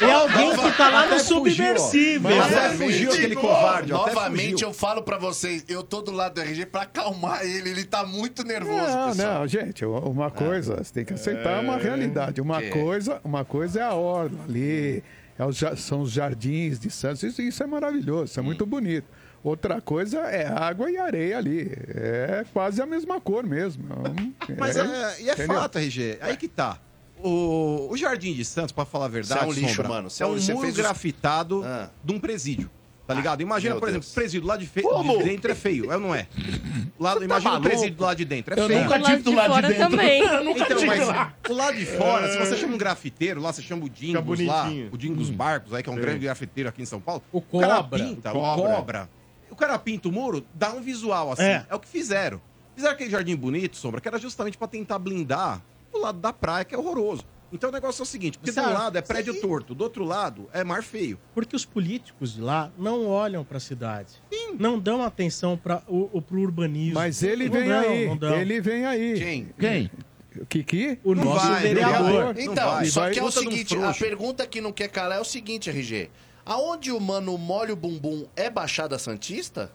[SPEAKER 2] É alguém que tá lá no subversível.
[SPEAKER 3] Mas até fugiu aquele covarde, ó, até
[SPEAKER 9] Novamente
[SPEAKER 3] fugiu.
[SPEAKER 9] eu falo pra vocês, eu tô do lado do RG pra acalmar ele, ele tá muito nervoso,
[SPEAKER 10] Não,
[SPEAKER 9] pessoal.
[SPEAKER 10] não, gente, u- uma coisa, você tem que aceitar uma realidade. Uma
[SPEAKER 9] Que é?
[SPEAKER 10] coisa, uma coisa é a orla ali, é os ja- são os jardins de Santos, isso, isso é maravilhoso, isso é
[SPEAKER 9] Hum.
[SPEAKER 10] muito bonito. Outra coisa é água e areia ali, é quase a mesma cor mesmo. é um-
[SPEAKER 3] Mas é, e é
[SPEAKER 10] entendeu?
[SPEAKER 3] fato, RG. Aí que tá. O, o Jardim de Santos, pra falar a verdade,
[SPEAKER 9] Você é um lixo,
[SPEAKER 3] Sombra,
[SPEAKER 9] mano. Você
[SPEAKER 3] é
[SPEAKER 9] é
[SPEAKER 3] um
[SPEAKER 9] um- você
[SPEAKER 3] muro
[SPEAKER 9] fez os-
[SPEAKER 3] grafitado
[SPEAKER 9] Ah.
[SPEAKER 3] de um presídio. Tá ligado? Imagina,
[SPEAKER 9] meu
[SPEAKER 3] por exemplo,
[SPEAKER 9] Deus.
[SPEAKER 3] presídio lá de, fe... de
[SPEAKER 7] Como?
[SPEAKER 3] dentro é feio, é ou não é? Lá,
[SPEAKER 9] tá
[SPEAKER 3] imagina o
[SPEAKER 7] maluco?
[SPEAKER 3] presídio lá de dentro, é
[SPEAKER 5] Eu
[SPEAKER 3] feio.
[SPEAKER 5] nunca
[SPEAKER 4] Do lado
[SPEAKER 5] tive do
[SPEAKER 4] de
[SPEAKER 5] lado de
[SPEAKER 4] fora
[SPEAKER 5] dentro.
[SPEAKER 4] também.
[SPEAKER 5] Eu nunca
[SPEAKER 3] Então,
[SPEAKER 5] tive
[SPEAKER 3] mas
[SPEAKER 5] lá.
[SPEAKER 3] o lado de fora, se você chama um grafiteiro lá, você chama o Dingos
[SPEAKER 6] Fica
[SPEAKER 3] lá,
[SPEAKER 6] bonitinho.
[SPEAKER 3] o
[SPEAKER 5] Hum.
[SPEAKER 3] Dingos Barcos aí, que é um grande grafiteiro aqui em São Paulo.
[SPEAKER 2] O
[SPEAKER 3] cara
[SPEAKER 2] Cobra.
[SPEAKER 3] pinta, o
[SPEAKER 6] O
[SPEAKER 3] cobra.
[SPEAKER 6] Cobra.
[SPEAKER 3] O cara pinta o muro, dá um visual assim. É,
[SPEAKER 2] É.
[SPEAKER 3] o que fizeram. Fizeram aquele jardim bonito, Sombra, que era justamente pra tentar blindar o lado da praia, que é horroroso. Então o negócio é o seguinte, porque de um
[SPEAKER 2] Sabe,
[SPEAKER 3] lado é
[SPEAKER 2] isso
[SPEAKER 3] prédio
[SPEAKER 2] aqui-
[SPEAKER 3] torto, do outro lado é mar feio.
[SPEAKER 2] Porque os políticos de lá não olham pra cidade. Não dão atenção para o, o- pro urbanismo.
[SPEAKER 10] Mas ele
[SPEAKER 2] Não
[SPEAKER 10] vem
[SPEAKER 2] dão,
[SPEAKER 10] aí,
[SPEAKER 2] não dão.
[SPEAKER 10] ele vem aí.
[SPEAKER 9] Quem?
[SPEAKER 5] Quem?
[SPEAKER 10] O Kiki?
[SPEAKER 2] O
[SPEAKER 3] Não
[SPEAKER 2] nosso
[SPEAKER 3] vai,
[SPEAKER 2] vereador.
[SPEAKER 10] vereador.
[SPEAKER 9] Então,
[SPEAKER 3] vai.
[SPEAKER 9] só
[SPEAKER 10] Vai
[SPEAKER 9] que é o
[SPEAKER 3] puta de um
[SPEAKER 9] seguinte, a
[SPEAKER 3] frouxo.
[SPEAKER 9] pergunta que não quer calar é o seguinte, RG. Aonde o mano molha o bumbum é Baixada Santista?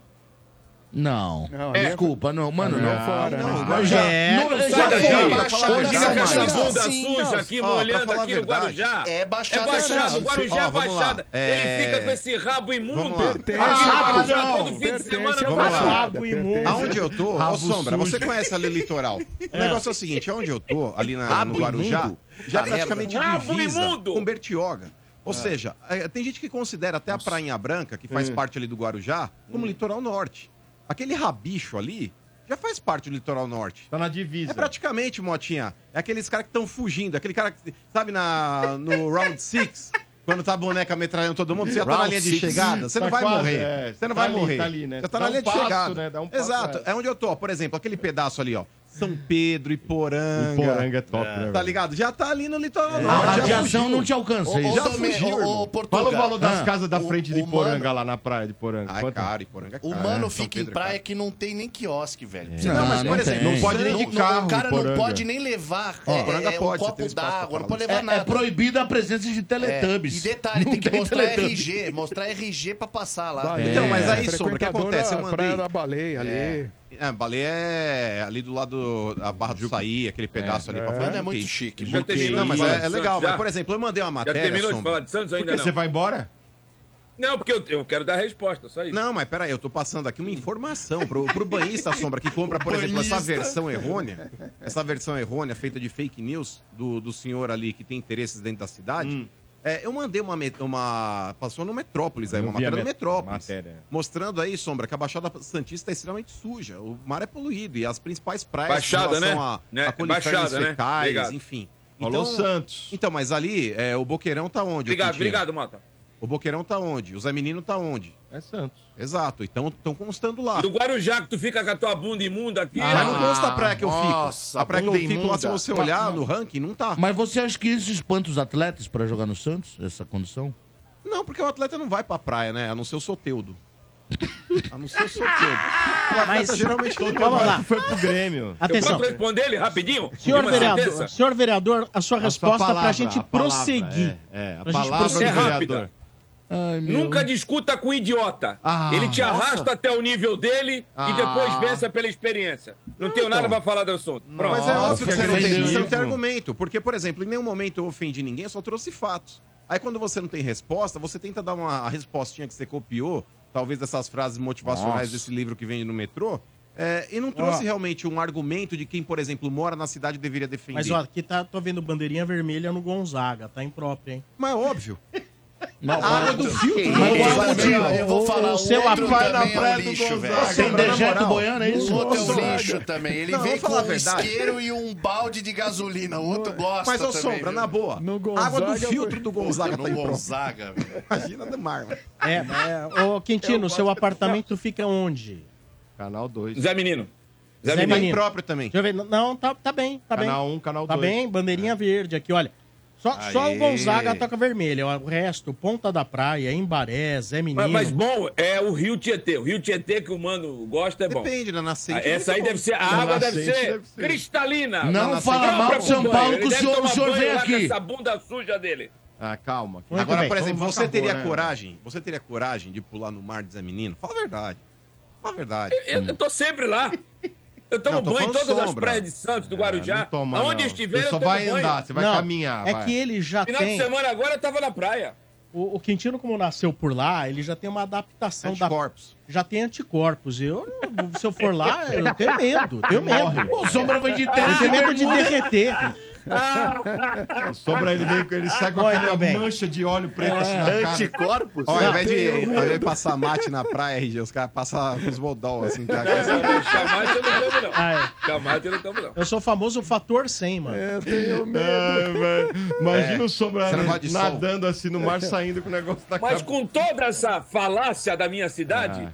[SPEAKER 5] Não.
[SPEAKER 10] Não,
[SPEAKER 5] É.
[SPEAKER 10] ali é-
[SPEAKER 5] Desculpa, não, mano,
[SPEAKER 10] Não,
[SPEAKER 5] não.
[SPEAKER 10] fora,
[SPEAKER 3] não,
[SPEAKER 10] né?
[SPEAKER 3] vai.
[SPEAKER 5] Mas já,
[SPEAKER 2] É,
[SPEAKER 5] não, já
[SPEAKER 8] Sai
[SPEAKER 5] foi.
[SPEAKER 8] daqui.
[SPEAKER 9] Baixada
[SPEAKER 8] Hoje fica
[SPEAKER 5] é
[SPEAKER 8] com
[SPEAKER 3] é
[SPEAKER 8] essa
[SPEAKER 9] Santista.
[SPEAKER 8] bunda
[SPEAKER 9] Sim,
[SPEAKER 8] suja
[SPEAKER 9] não.
[SPEAKER 8] aqui,
[SPEAKER 3] Ó, pra
[SPEAKER 8] molhando
[SPEAKER 3] falar a
[SPEAKER 8] aqui o
[SPEAKER 3] verdade,
[SPEAKER 8] Guarujá.
[SPEAKER 9] é Baixada
[SPEAKER 8] É baixado,
[SPEAKER 9] Santista.
[SPEAKER 8] o Guarujá
[SPEAKER 3] Ó,
[SPEAKER 8] é
[SPEAKER 3] vamos lá.
[SPEAKER 8] baixada.
[SPEAKER 3] É-
[SPEAKER 8] Ele fica com esse rabo imundo.
[SPEAKER 3] Vamos lá.
[SPEAKER 10] Pertence,
[SPEAKER 8] Ah,
[SPEAKER 10] ao
[SPEAKER 8] já
[SPEAKER 10] Baixada,
[SPEAKER 8] todo fim de
[SPEAKER 10] pertence
[SPEAKER 8] semana
[SPEAKER 10] ao
[SPEAKER 3] vamos lá.
[SPEAKER 10] Baixada,
[SPEAKER 2] Rabo imundo.
[SPEAKER 10] pertence.
[SPEAKER 3] Aonde eu tô, ó,
[SPEAKER 5] Rabo
[SPEAKER 3] Sombra,
[SPEAKER 5] sujo.
[SPEAKER 3] você conhece ali o litoral. O negócio é o seguinte, aonde eu tô, ali na, no
[SPEAKER 9] Rabo
[SPEAKER 3] Guarujá,
[SPEAKER 9] imundo?
[SPEAKER 3] já
[SPEAKER 9] Tá
[SPEAKER 3] praticamente
[SPEAKER 8] merda. Rabo
[SPEAKER 3] divisa
[SPEAKER 8] imundo!
[SPEAKER 3] com Bertioga. Ou seja, é, tem gente que considera até a Prainha Branca, que
[SPEAKER 6] É.
[SPEAKER 3] faz parte ali do Guarujá, como
[SPEAKER 6] Hum.
[SPEAKER 3] litoral norte. Aquele rabicho ali já faz parte do litoral norte.
[SPEAKER 6] Tá na divisa.
[SPEAKER 3] É praticamente, Motinha, é aqueles caras que estão fugindo, aquele cara que, sabe, na, no Round six quando tá a boneca metralhando todo mundo, você já tá na
[SPEAKER 7] Round
[SPEAKER 3] linha de
[SPEAKER 7] six.
[SPEAKER 3] chegada, você não
[SPEAKER 6] Tá
[SPEAKER 3] vai
[SPEAKER 6] quase,
[SPEAKER 3] morrer.
[SPEAKER 6] é.
[SPEAKER 3] Você não
[SPEAKER 6] Tá
[SPEAKER 3] vai
[SPEAKER 6] ali,
[SPEAKER 3] morrer.
[SPEAKER 6] tá ali, né?
[SPEAKER 3] Já tá
[SPEAKER 6] Dá
[SPEAKER 3] na
[SPEAKER 6] um
[SPEAKER 3] linha de
[SPEAKER 6] passo,
[SPEAKER 3] chegada.
[SPEAKER 6] né? Dá um passo,
[SPEAKER 3] Exato, é. onde eu tô, ó, por exemplo, aquele pedaço ali, ó, São Pedro, Iporanga.
[SPEAKER 6] Poranga é top, né?
[SPEAKER 3] Tá
[SPEAKER 6] velho?
[SPEAKER 3] ligado? Já tá ali no
[SPEAKER 10] É.
[SPEAKER 3] litoral
[SPEAKER 5] A
[SPEAKER 3] norte. já
[SPEAKER 5] radiação
[SPEAKER 3] fugiu.
[SPEAKER 5] não te alcança. isso.
[SPEAKER 9] Ô,
[SPEAKER 3] já
[SPEAKER 9] Domê-
[SPEAKER 3] fugiu,
[SPEAKER 9] ô,
[SPEAKER 3] irmão.
[SPEAKER 9] ô,
[SPEAKER 6] Fala o
[SPEAKER 9] Portugal.
[SPEAKER 6] valor das
[SPEAKER 5] Ah.
[SPEAKER 6] casas da
[SPEAKER 9] O-
[SPEAKER 6] frente de
[SPEAKER 9] o
[SPEAKER 6] Poranga
[SPEAKER 9] mano-
[SPEAKER 6] lá na praia de Poranga.
[SPEAKER 3] Ah, é
[SPEAKER 6] Quanto?
[SPEAKER 3] caro, Iporanga é caro.
[SPEAKER 9] O mano fica
[SPEAKER 3] São
[SPEAKER 9] em
[SPEAKER 3] Pedro é caro.
[SPEAKER 9] praia que não tem nem quiosque, velho.
[SPEAKER 5] Não,
[SPEAKER 3] Não, mas,
[SPEAKER 5] não
[SPEAKER 3] por
[SPEAKER 5] tem.
[SPEAKER 3] exemplo,
[SPEAKER 5] Não
[SPEAKER 3] pode nem
[SPEAKER 9] Não,
[SPEAKER 3] de
[SPEAKER 9] não,
[SPEAKER 3] carro.
[SPEAKER 9] O cara
[SPEAKER 6] Poranga.
[SPEAKER 9] não pode nem levar
[SPEAKER 3] Ó,
[SPEAKER 9] é,
[SPEAKER 3] Poranga
[SPEAKER 9] é, um
[SPEAKER 3] pode, você tem
[SPEAKER 9] copo
[SPEAKER 3] espaço pra
[SPEAKER 9] d'água, não
[SPEAKER 3] falar
[SPEAKER 9] pode
[SPEAKER 3] disso.
[SPEAKER 9] levar
[SPEAKER 5] É, é
[SPEAKER 9] nada.
[SPEAKER 5] proibida a presença de
[SPEAKER 9] É,
[SPEAKER 5] Teletubbies.
[SPEAKER 9] E detalhe,
[SPEAKER 5] Não
[SPEAKER 9] tem que mostrar
[SPEAKER 5] Teletubbies.
[SPEAKER 9] RG, mostrar RG pra passar lá.
[SPEAKER 10] Baleia, É
[SPEAKER 3] Então, mas aí,
[SPEAKER 10] frequentadora
[SPEAKER 3] Sombra, o que acontece? Eu
[SPEAKER 10] Praia
[SPEAKER 3] mandei-
[SPEAKER 10] da baleia ali.
[SPEAKER 3] É, baleia é ali do lado da Barra do Saí, aquele pedaço ali pra
[SPEAKER 10] É.
[SPEAKER 3] fora.
[SPEAKER 9] Mano, é muito
[SPEAKER 3] Ok.
[SPEAKER 9] chique.
[SPEAKER 8] Já
[SPEAKER 9] muito
[SPEAKER 8] terminou
[SPEAKER 9] chique.
[SPEAKER 3] Não, mas
[SPEAKER 8] Fala
[SPEAKER 3] é,
[SPEAKER 8] de
[SPEAKER 3] é
[SPEAKER 8] Santos,
[SPEAKER 3] legal.
[SPEAKER 8] já?
[SPEAKER 3] Mas, por exemplo, eu mandei uma
[SPEAKER 8] Já
[SPEAKER 3] matéria,
[SPEAKER 8] terminou de
[SPEAKER 3] Sombra.
[SPEAKER 8] falar de Santos ainda
[SPEAKER 6] Porque você
[SPEAKER 8] não.
[SPEAKER 6] vai embora?
[SPEAKER 8] Não, porque eu, eu quero dar resposta, só isso.
[SPEAKER 3] Não, mas peraí, eu tô passando aqui uma informação pro, pro banhista, Sombra, que compra, por exemplo, essa versão errônea, essa versão errônea feita de fake news do, do senhor ali que tem interesses dentro da cidade.
[SPEAKER 6] Hum.
[SPEAKER 3] É, eu mandei uma, met- uma. Passou no Metrópolis aí,
[SPEAKER 6] Eu
[SPEAKER 3] é uma
[SPEAKER 6] vi a
[SPEAKER 3] matéria do
[SPEAKER 6] met-
[SPEAKER 3] Metrópolis.
[SPEAKER 6] matéria.
[SPEAKER 3] Mostrando aí, Sombra, que a Baixada Santista é extremamente suja. O mar é poluído e as principais praias
[SPEAKER 8] Baixada, né?
[SPEAKER 3] a,
[SPEAKER 8] Né?
[SPEAKER 3] a coliformes
[SPEAKER 8] Baixada, né?
[SPEAKER 3] fecais,
[SPEAKER 8] Obrigado.
[SPEAKER 3] enfim.
[SPEAKER 6] Falou Santos.
[SPEAKER 3] Então, mas ali, é, o Boqueirão tá onde? ô
[SPEAKER 8] Obrigado,
[SPEAKER 3] Quintino?
[SPEAKER 8] obrigado, Mota.
[SPEAKER 3] O Boqueirão tá onde? O Zé Menino tá onde?
[SPEAKER 6] É Santos.
[SPEAKER 3] Exato, então estão constando lá.
[SPEAKER 8] Do Guarujá que tu fica com a tua bunda imunda aqui.
[SPEAKER 3] Ah, mas não consta a praia que eu fico.
[SPEAKER 5] nossa,
[SPEAKER 3] a praia que eu
[SPEAKER 5] bunda
[SPEAKER 3] fico lá, se
[SPEAKER 5] imunda.
[SPEAKER 3] você olhar
[SPEAKER 5] Tá,
[SPEAKER 3] no ranking, não tá.
[SPEAKER 5] Mas você acha que isso espanta os atletas pra jogar no Santos, essa condição?
[SPEAKER 3] Não, porque o atleta não vai pra praia, né? A não ser o Soteudo. A não ser o Soteudo.
[SPEAKER 2] Mas-
[SPEAKER 3] geralmente não
[SPEAKER 2] Vamos
[SPEAKER 3] vai.
[SPEAKER 2] lá.
[SPEAKER 6] Foi pro Grêmio.
[SPEAKER 2] Atenção.
[SPEAKER 8] Eu posso responder ele rapidinho?
[SPEAKER 2] Senhor
[SPEAKER 8] Com
[SPEAKER 2] vereador,
[SPEAKER 8] certeza?
[SPEAKER 2] senhor vereador, a sua resposta para a
[SPEAKER 6] palavra,
[SPEAKER 2] gente
[SPEAKER 6] a palavra,
[SPEAKER 2] prosseguir.
[SPEAKER 6] é, é, a
[SPEAKER 2] Pra
[SPEAKER 6] palavra
[SPEAKER 2] gente prosseguir.
[SPEAKER 8] é rápida. Nunca discuta com o idiota.
[SPEAKER 6] Ah,
[SPEAKER 8] ele te arrasta até o nível dele
[SPEAKER 6] Ah.
[SPEAKER 8] e depois vença pela experiência. Não tenho nada pra falar do assunto. Pronto.
[SPEAKER 3] Então. Mas é óbvio que você não, tem,
[SPEAKER 6] acredito.
[SPEAKER 3] você não tem argumento. Porque, por exemplo, em nenhum momento eu ofendi ninguém, eu só trouxe fatos. Aí quando você não tem resposta, você tenta dar uma a respostinha que você copiou, talvez dessas frases motivacionais
[SPEAKER 5] Nossa.
[SPEAKER 3] desse livro que vende no metrô, é, e não trouxe realmente um argumento de quem, por exemplo, mora na cidade e deveria defender.
[SPEAKER 2] Mas ó, aqui tá, tô vendo bandeirinha vermelha no Gonzaga, tá impróprio, hein?
[SPEAKER 3] Mas é óbvio.
[SPEAKER 5] Não,
[SPEAKER 3] A água do filtro.
[SPEAKER 5] Mas
[SPEAKER 3] não
[SPEAKER 5] qual é
[SPEAKER 3] vai
[SPEAKER 5] o motivo?
[SPEAKER 9] Eu vou falar
[SPEAKER 2] O seu
[SPEAKER 9] outro
[SPEAKER 2] apai
[SPEAKER 9] também
[SPEAKER 6] na praia
[SPEAKER 9] é um
[SPEAKER 6] do
[SPEAKER 9] lixo,
[SPEAKER 6] Gonzaga.
[SPEAKER 9] velho.
[SPEAKER 5] Sem
[SPEAKER 3] Não, na
[SPEAKER 5] dejeto
[SPEAKER 3] moral.
[SPEAKER 5] boiano, é isso?
[SPEAKER 9] O outro é um
[SPEAKER 3] Sombra.
[SPEAKER 9] lixo também. Ele
[SPEAKER 3] Não,
[SPEAKER 9] vem
[SPEAKER 3] vamos
[SPEAKER 9] com
[SPEAKER 3] falar a
[SPEAKER 9] um
[SPEAKER 3] verdade.
[SPEAKER 9] isqueiro e um balde de gasolina. O outro gosta
[SPEAKER 3] Mas, ô
[SPEAKER 9] também. viu?
[SPEAKER 3] Sombra, na boa,
[SPEAKER 10] No
[SPEAKER 3] a água do
[SPEAKER 10] Gonzaga
[SPEAKER 3] filtro do Gonzaga tá
[SPEAKER 9] No
[SPEAKER 3] imprópria.
[SPEAKER 9] Gonzaga, velho.
[SPEAKER 3] Imagina né? do mar, mano.
[SPEAKER 2] É, é ô Quintino, seu apartamento fica onde?
[SPEAKER 6] Canal 2.
[SPEAKER 8] Zé Menino. Zé,
[SPEAKER 2] Zé
[SPEAKER 8] Menino.
[SPEAKER 3] Tá
[SPEAKER 2] Menino.
[SPEAKER 3] impróprio também.
[SPEAKER 2] Deixa eu ver. Não, tá, tá bem, tá bem.
[SPEAKER 6] Canal 1, canal 2.
[SPEAKER 2] Tá bem, bandeirinha verde aqui, olha. Só, só o
[SPEAKER 9] Aê.
[SPEAKER 2] Gonzaga toca vermelha. O resto, Ponta da Praia, Embaré, Zé Menino.
[SPEAKER 8] Mas, mas bom, é o Rio Tietê. O Rio Tietê que o mano gosta é bom.
[SPEAKER 3] Depende da nascente.
[SPEAKER 8] Ah, Essa aí deve ser, a
[SPEAKER 6] Não,
[SPEAKER 8] água deve
[SPEAKER 6] nascente
[SPEAKER 8] ser,
[SPEAKER 6] deve ser.
[SPEAKER 8] cristalina.
[SPEAKER 5] Não
[SPEAKER 8] Nascente.
[SPEAKER 5] fala
[SPEAKER 8] Não,
[SPEAKER 5] mal
[SPEAKER 8] pra
[SPEAKER 5] do São
[SPEAKER 8] banho.
[SPEAKER 5] Paulo, que
[SPEAKER 8] Ele
[SPEAKER 5] o
[SPEAKER 8] deve
[SPEAKER 5] senhor-
[SPEAKER 8] tomar
[SPEAKER 5] o senhor
[SPEAKER 8] banho
[SPEAKER 5] vem
[SPEAKER 8] lá com
[SPEAKER 5] aqui.
[SPEAKER 8] Essa bunda suja dele.
[SPEAKER 6] Ah, calma.
[SPEAKER 2] Muito
[SPEAKER 3] Agora,
[SPEAKER 2] bem.
[SPEAKER 3] por exemplo,
[SPEAKER 6] Todo mundo
[SPEAKER 3] você
[SPEAKER 6] acabou,
[SPEAKER 3] teria
[SPEAKER 6] né?
[SPEAKER 3] coragem? Você teria coragem de pular no mar de Zé Menino? Fala a verdade. Fala a verdade.
[SPEAKER 8] Eu, eu tô sempre lá. Ah, Eu tomo
[SPEAKER 3] Hum. Não, tô
[SPEAKER 8] banho em
[SPEAKER 3] falando
[SPEAKER 8] todas as
[SPEAKER 3] sombra.
[SPEAKER 8] praias de Santos, do
[SPEAKER 6] É,
[SPEAKER 8] Guarujá.
[SPEAKER 6] não toma,
[SPEAKER 8] Aonde
[SPEAKER 6] não.
[SPEAKER 8] estiver,
[SPEAKER 6] Você
[SPEAKER 8] eu
[SPEAKER 6] só
[SPEAKER 8] tomo
[SPEAKER 6] vai
[SPEAKER 8] banho.
[SPEAKER 6] andar, você vai
[SPEAKER 2] Não,
[SPEAKER 6] caminhar.
[SPEAKER 2] É
[SPEAKER 6] vai.
[SPEAKER 2] que ele já
[SPEAKER 8] Final
[SPEAKER 2] tem.
[SPEAKER 8] de semana agora eu tava na praia.
[SPEAKER 2] O, o Quintino, como nasceu por lá, ele já tem uma adaptação da.
[SPEAKER 3] Anticorpos.
[SPEAKER 2] Já tem anticorpos. Eu, se eu for lá, eu tenho medo. Tenho medo.
[SPEAKER 5] Pô, Sombra vai de
[SPEAKER 2] Eu
[SPEAKER 5] terra,
[SPEAKER 2] tenho medo de derreter.
[SPEAKER 10] Ah,
[SPEAKER 6] Sombra, ele, vem, com- ele sai com
[SPEAKER 2] Olha,
[SPEAKER 6] aquela
[SPEAKER 2] bem.
[SPEAKER 6] mancha de óleo preto assim na cara.
[SPEAKER 7] Anticorpos?
[SPEAKER 3] Ó, ao invés de, ao invés de passar mate na praia, RG, os caras passam os bodol assim. Tá?
[SPEAKER 8] Jamais eu não tomo, não.
[SPEAKER 2] Ah,
[SPEAKER 8] Jamais eu não tomo, não.
[SPEAKER 2] Eu sou o famoso fator 100, mano.
[SPEAKER 10] Eu tenho medo.
[SPEAKER 6] É, velho. Imagina o Sombra
[SPEAKER 3] Você não gosta de sol?
[SPEAKER 6] nadando assim no mar, saindo com o negócio da
[SPEAKER 8] Mas
[SPEAKER 6] cara.
[SPEAKER 8] com é, toda essa falácia da minha
[SPEAKER 6] Ah.
[SPEAKER 8] cidade,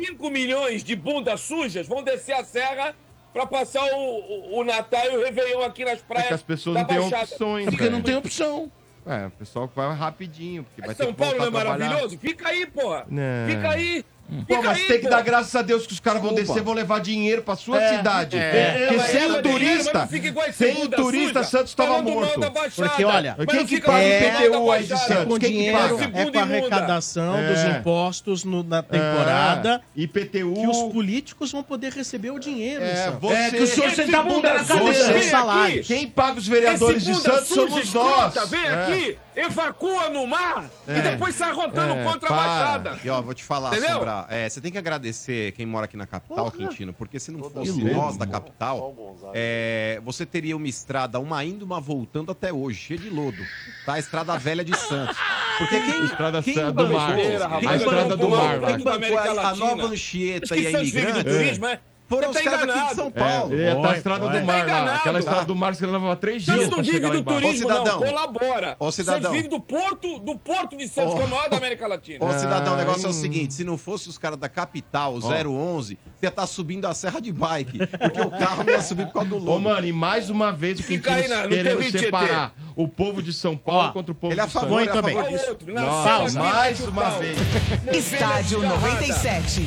[SPEAKER 8] 5 milhões de bundas sujas vão descer a serra pra passar o, o, o Natal e o Réveillon aqui nas praias.
[SPEAKER 6] É que as pessoas
[SPEAKER 8] da
[SPEAKER 6] não têm
[SPEAKER 8] Baixada.
[SPEAKER 6] opções, né?
[SPEAKER 5] É porque não
[SPEAKER 6] velho.
[SPEAKER 5] tem opção.
[SPEAKER 6] É, o pessoal vai rapidinho. Porque vai ter
[SPEAKER 8] São
[SPEAKER 6] que voltar
[SPEAKER 8] Paulo não é
[SPEAKER 6] a trabalhar.
[SPEAKER 8] maravilhoso? Fica aí, porra.
[SPEAKER 6] Não.
[SPEAKER 8] Fica aí. Fica
[SPEAKER 6] Hum. Pô, mas
[SPEAKER 8] aí,
[SPEAKER 6] tem que
[SPEAKER 8] pô. É.
[SPEAKER 6] dar graças a Deus que os caras vão descer, vão levar dinheiro pra sua cidade. Porque
[SPEAKER 8] Mas
[SPEAKER 6] sem
[SPEAKER 8] leva
[SPEAKER 6] o
[SPEAKER 8] dinheiro, mas
[SPEAKER 6] turista,
[SPEAKER 8] não fica igual esse
[SPEAKER 6] sem o
[SPEAKER 8] bunda
[SPEAKER 6] turista,
[SPEAKER 5] Tá,
[SPEAKER 8] suja,
[SPEAKER 6] Santos tava
[SPEAKER 8] falando mal
[SPEAKER 6] morto.
[SPEAKER 8] da Baixada.
[SPEAKER 2] Porque, olha,
[SPEAKER 8] Mas
[SPEAKER 6] quem
[SPEAKER 8] não
[SPEAKER 6] que
[SPEAKER 8] fica
[SPEAKER 6] paga o
[SPEAKER 8] falando mal da
[SPEAKER 6] IPTU aí de
[SPEAKER 8] Baixada.
[SPEAKER 2] É
[SPEAKER 6] Santos?
[SPEAKER 2] com
[SPEAKER 6] Quem que
[SPEAKER 2] dinheiro,
[SPEAKER 6] paga?
[SPEAKER 2] é com a arrecadação
[SPEAKER 6] É.
[SPEAKER 2] dos impostos no- na temporada.
[SPEAKER 6] É, IPTU.
[SPEAKER 2] Que os políticos vão poder receber o dinheiro.
[SPEAKER 6] É,
[SPEAKER 2] Sam.
[SPEAKER 6] você,
[SPEAKER 5] É que o senhor
[SPEAKER 8] Esse
[SPEAKER 5] senta a bunda na
[SPEAKER 8] bunda
[SPEAKER 2] suja.
[SPEAKER 5] cadeira.
[SPEAKER 2] Os salários.
[SPEAKER 6] Quem paga os
[SPEAKER 8] Esse
[SPEAKER 6] vereadores de
[SPEAKER 8] bunda
[SPEAKER 6] Santos
[SPEAKER 8] suja,
[SPEAKER 6] somos
[SPEAKER 8] escrota,
[SPEAKER 6] nós.
[SPEAKER 8] Vem
[SPEAKER 6] É.
[SPEAKER 8] aqui, evacua no mar
[SPEAKER 6] É.
[SPEAKER 8] e depois sai rotando
[SPEAKER 6] É,
[SPEAKER 8] contra a
[SPEAKER 6] para.
[SPEAKER 8] Baixada.
[SPEAKER 3] E ó, vou te falar,
[SPEAKER 8] Entendeu?
[SPEAKER 3] Sombra, é, você tem que agradecer quem mora aqui na capital, Quintino, porque se não fosse
[SPEAKER 6] louco,
[SPEAKER 3] nós da
[SPEAKER 6] mano.
[SPEAKER 3] capital, é, você teria uma estrada, uma indo, uma voltando até hoje, cheia de lodo. Tá? A estrada velha de Santos. Porque quem,
[SPEAKER 6] Estrada
[SPEAKER 3] quem
[SPEAKER 6] Serra do Mar.
[SPEAKER 3] bancou-
[SPEAKER 8] Beira, rapaz.
[SPEAKER 3] quem
[SPEAKER 6] A estrada do
[SPEAKER 3] bancou-
[SPEAKER 6] mar lá.
[SPEAKER 3] Quem bancou a, a nova Anchieta e a
[SPEAKER 8] Santos vive do
[SPEAKER 3] imigrante
[SPEAKER 8] turismo, é?
[SPEAKER 3] foram
[SPEAKER 8] Você
[SPEAKER 3] os
[SPEAKER 8] tá
[SPEAKER 3] caras aqui de
[SPEAKER 8] enganado.
[SPEAKER 3] São
[SPEAKER 6] É,
[SPEAKER 3] Paulo.
[SPEAKER 6] ele ia tá a
[SPEAKER 2] Vai,
[SPEAKER 6] estrada
[SPEAKER 2] vai.
[SPEAKER 6] do mar
[SPEAKER 8] Tá
[SPEAKER 6] lá.
[SPEAKER 8] enganado.
[SPEAKER 6] Aquela estrada do mar que ele levava três dias.
[SPEAKER 8] Santos não
[SPEAKER 6] pra
[SPEAKER 8] vive
[SPEAKER 6] chegar lá
[SPEAKER 8] do
[SPEAKER 6] embaixo.
[SPEAKER 8] turismo,
[SPEAKER 3] Ô, cidadão.
[SPEAKER 8] não. Colabora.
[SPEAKER 3] Ô, cidadão.
[SPEAKER 8] Santos vive do porto, do porto de Santos,
[SPEAKER 3] Ô.
[SPEAKER 8] que é o maior da América Latina.
[SPEAKER 3] Ô, cidadão, o negócio é
[SPEAKER 6] hum.
[SPEAKER 3] o seguinte: se não fosse os caras da capital, 011, você ia tá subindo a serra de bike. Porque o carro não ia subir por causa do
[SPEAKER 6] Ô,
[SPEAKER 3] lobo.
[SPEAKER 6] mano, e mais uma vez o
[SPEAKER 8] Fica aí
[SPEAKER 6] Quintino
[SPEAKER 8] na- no
[SPEAKER 6] querendo
[SPEAKER 8] teu Tietê.
[SPEAKER 6] separar o povo de São Paulo
[SPEAKER 2] Ó,
[SPEAKER 6] contra o povo
[SPEAKER 3] ele é a
[SPEAKER 6] de Santos.
[SPEAKER 3] favor,
[SPEAKER 2] Põe
[SPEAKER 3] ele é a
[SPEAKER 2] também.
[SPEAKER 3] favor disso.
[SPEAKER 8] outro,
[SPEAKER 6] Nossa,
[SPEAKER 8] sala aqui,
[SPEAKER 6] mais
[SPEAKER 8] no
[SPEAKER 6] uma
[SPEAKER 8] hospital.
[SPEAKER 6] vez.
[SPEAKER 8] Não
[SPEAKER 12] Estádio
[SPEAKER 8] vem nessa
[SPEAKER 12] 97.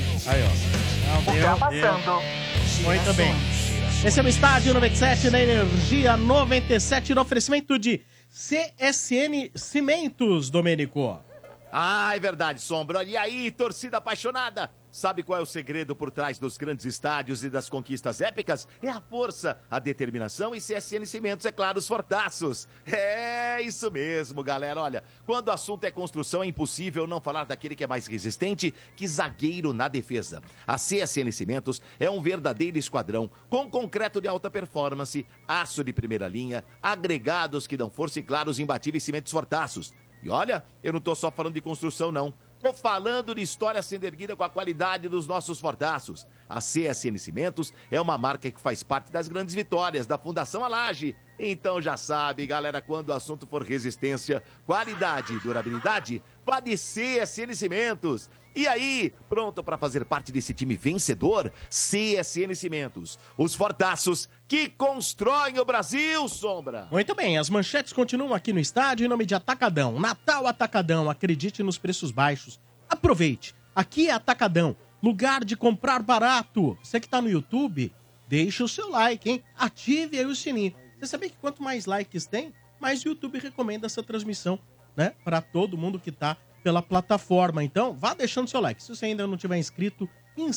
[SPEAKER 2] Tá Muito bem. Esse é o Estádio 97 na Energia 97 no oferecimento de CSN Cimentos, Domênico.
[SPEAKER 7] Ah, é verdade, Sombra. E aí, torcida apaixonada? Sabe qual é o segredo por trás dos grandes estádios e das conquistas épicas? É a força, a determinação e CSN Cimentos, é claro, os fortaços. É isso mesmo, galera. Olha, quando o assunto é construção, é impossível não falar daquele que é mais resistente que zagueiro na defesa. A CSN Cimentos é um verdadeiro esquadrão com concreto de alta performance, aço de primeira linha, agregados que dão força e claros imbatíveis cimentos fortaços. E olha, eu não tô só falando de construção, não. Tô falando de história sendo erguida com a qualidade dos nossos fordaços. A CSN Cimentos é uma marca que faz parte das grandes vitórias da Fundação Alage, Então já sabe, galera, quando o assunto for resistência, qualidade e durabilidade, vá de CSN Cimentos. E aí, pronto para fazer parte desse time vencedor? CSN Cimentos, os fortaços que constroem o Brasil, Sombra.
[SPEAKER 2] Muito bem, as manchetes continuam aqui no estádio em nome de Atacadão. Natal Atacadão, acredite nos preços baixos. Aproveite, aqui é Atacadão, lugar de comprar barato. Você que tá no YouTube, deixa o seu like, hein? Ative aí o sininho. Você sabia que quanto mais likes tem, mais o YouTube recomenda essa transmissão, né? Para todo mundo que tá pela plataforma. Então, vá deixando seu like. Se você ainda não tiver inscrito,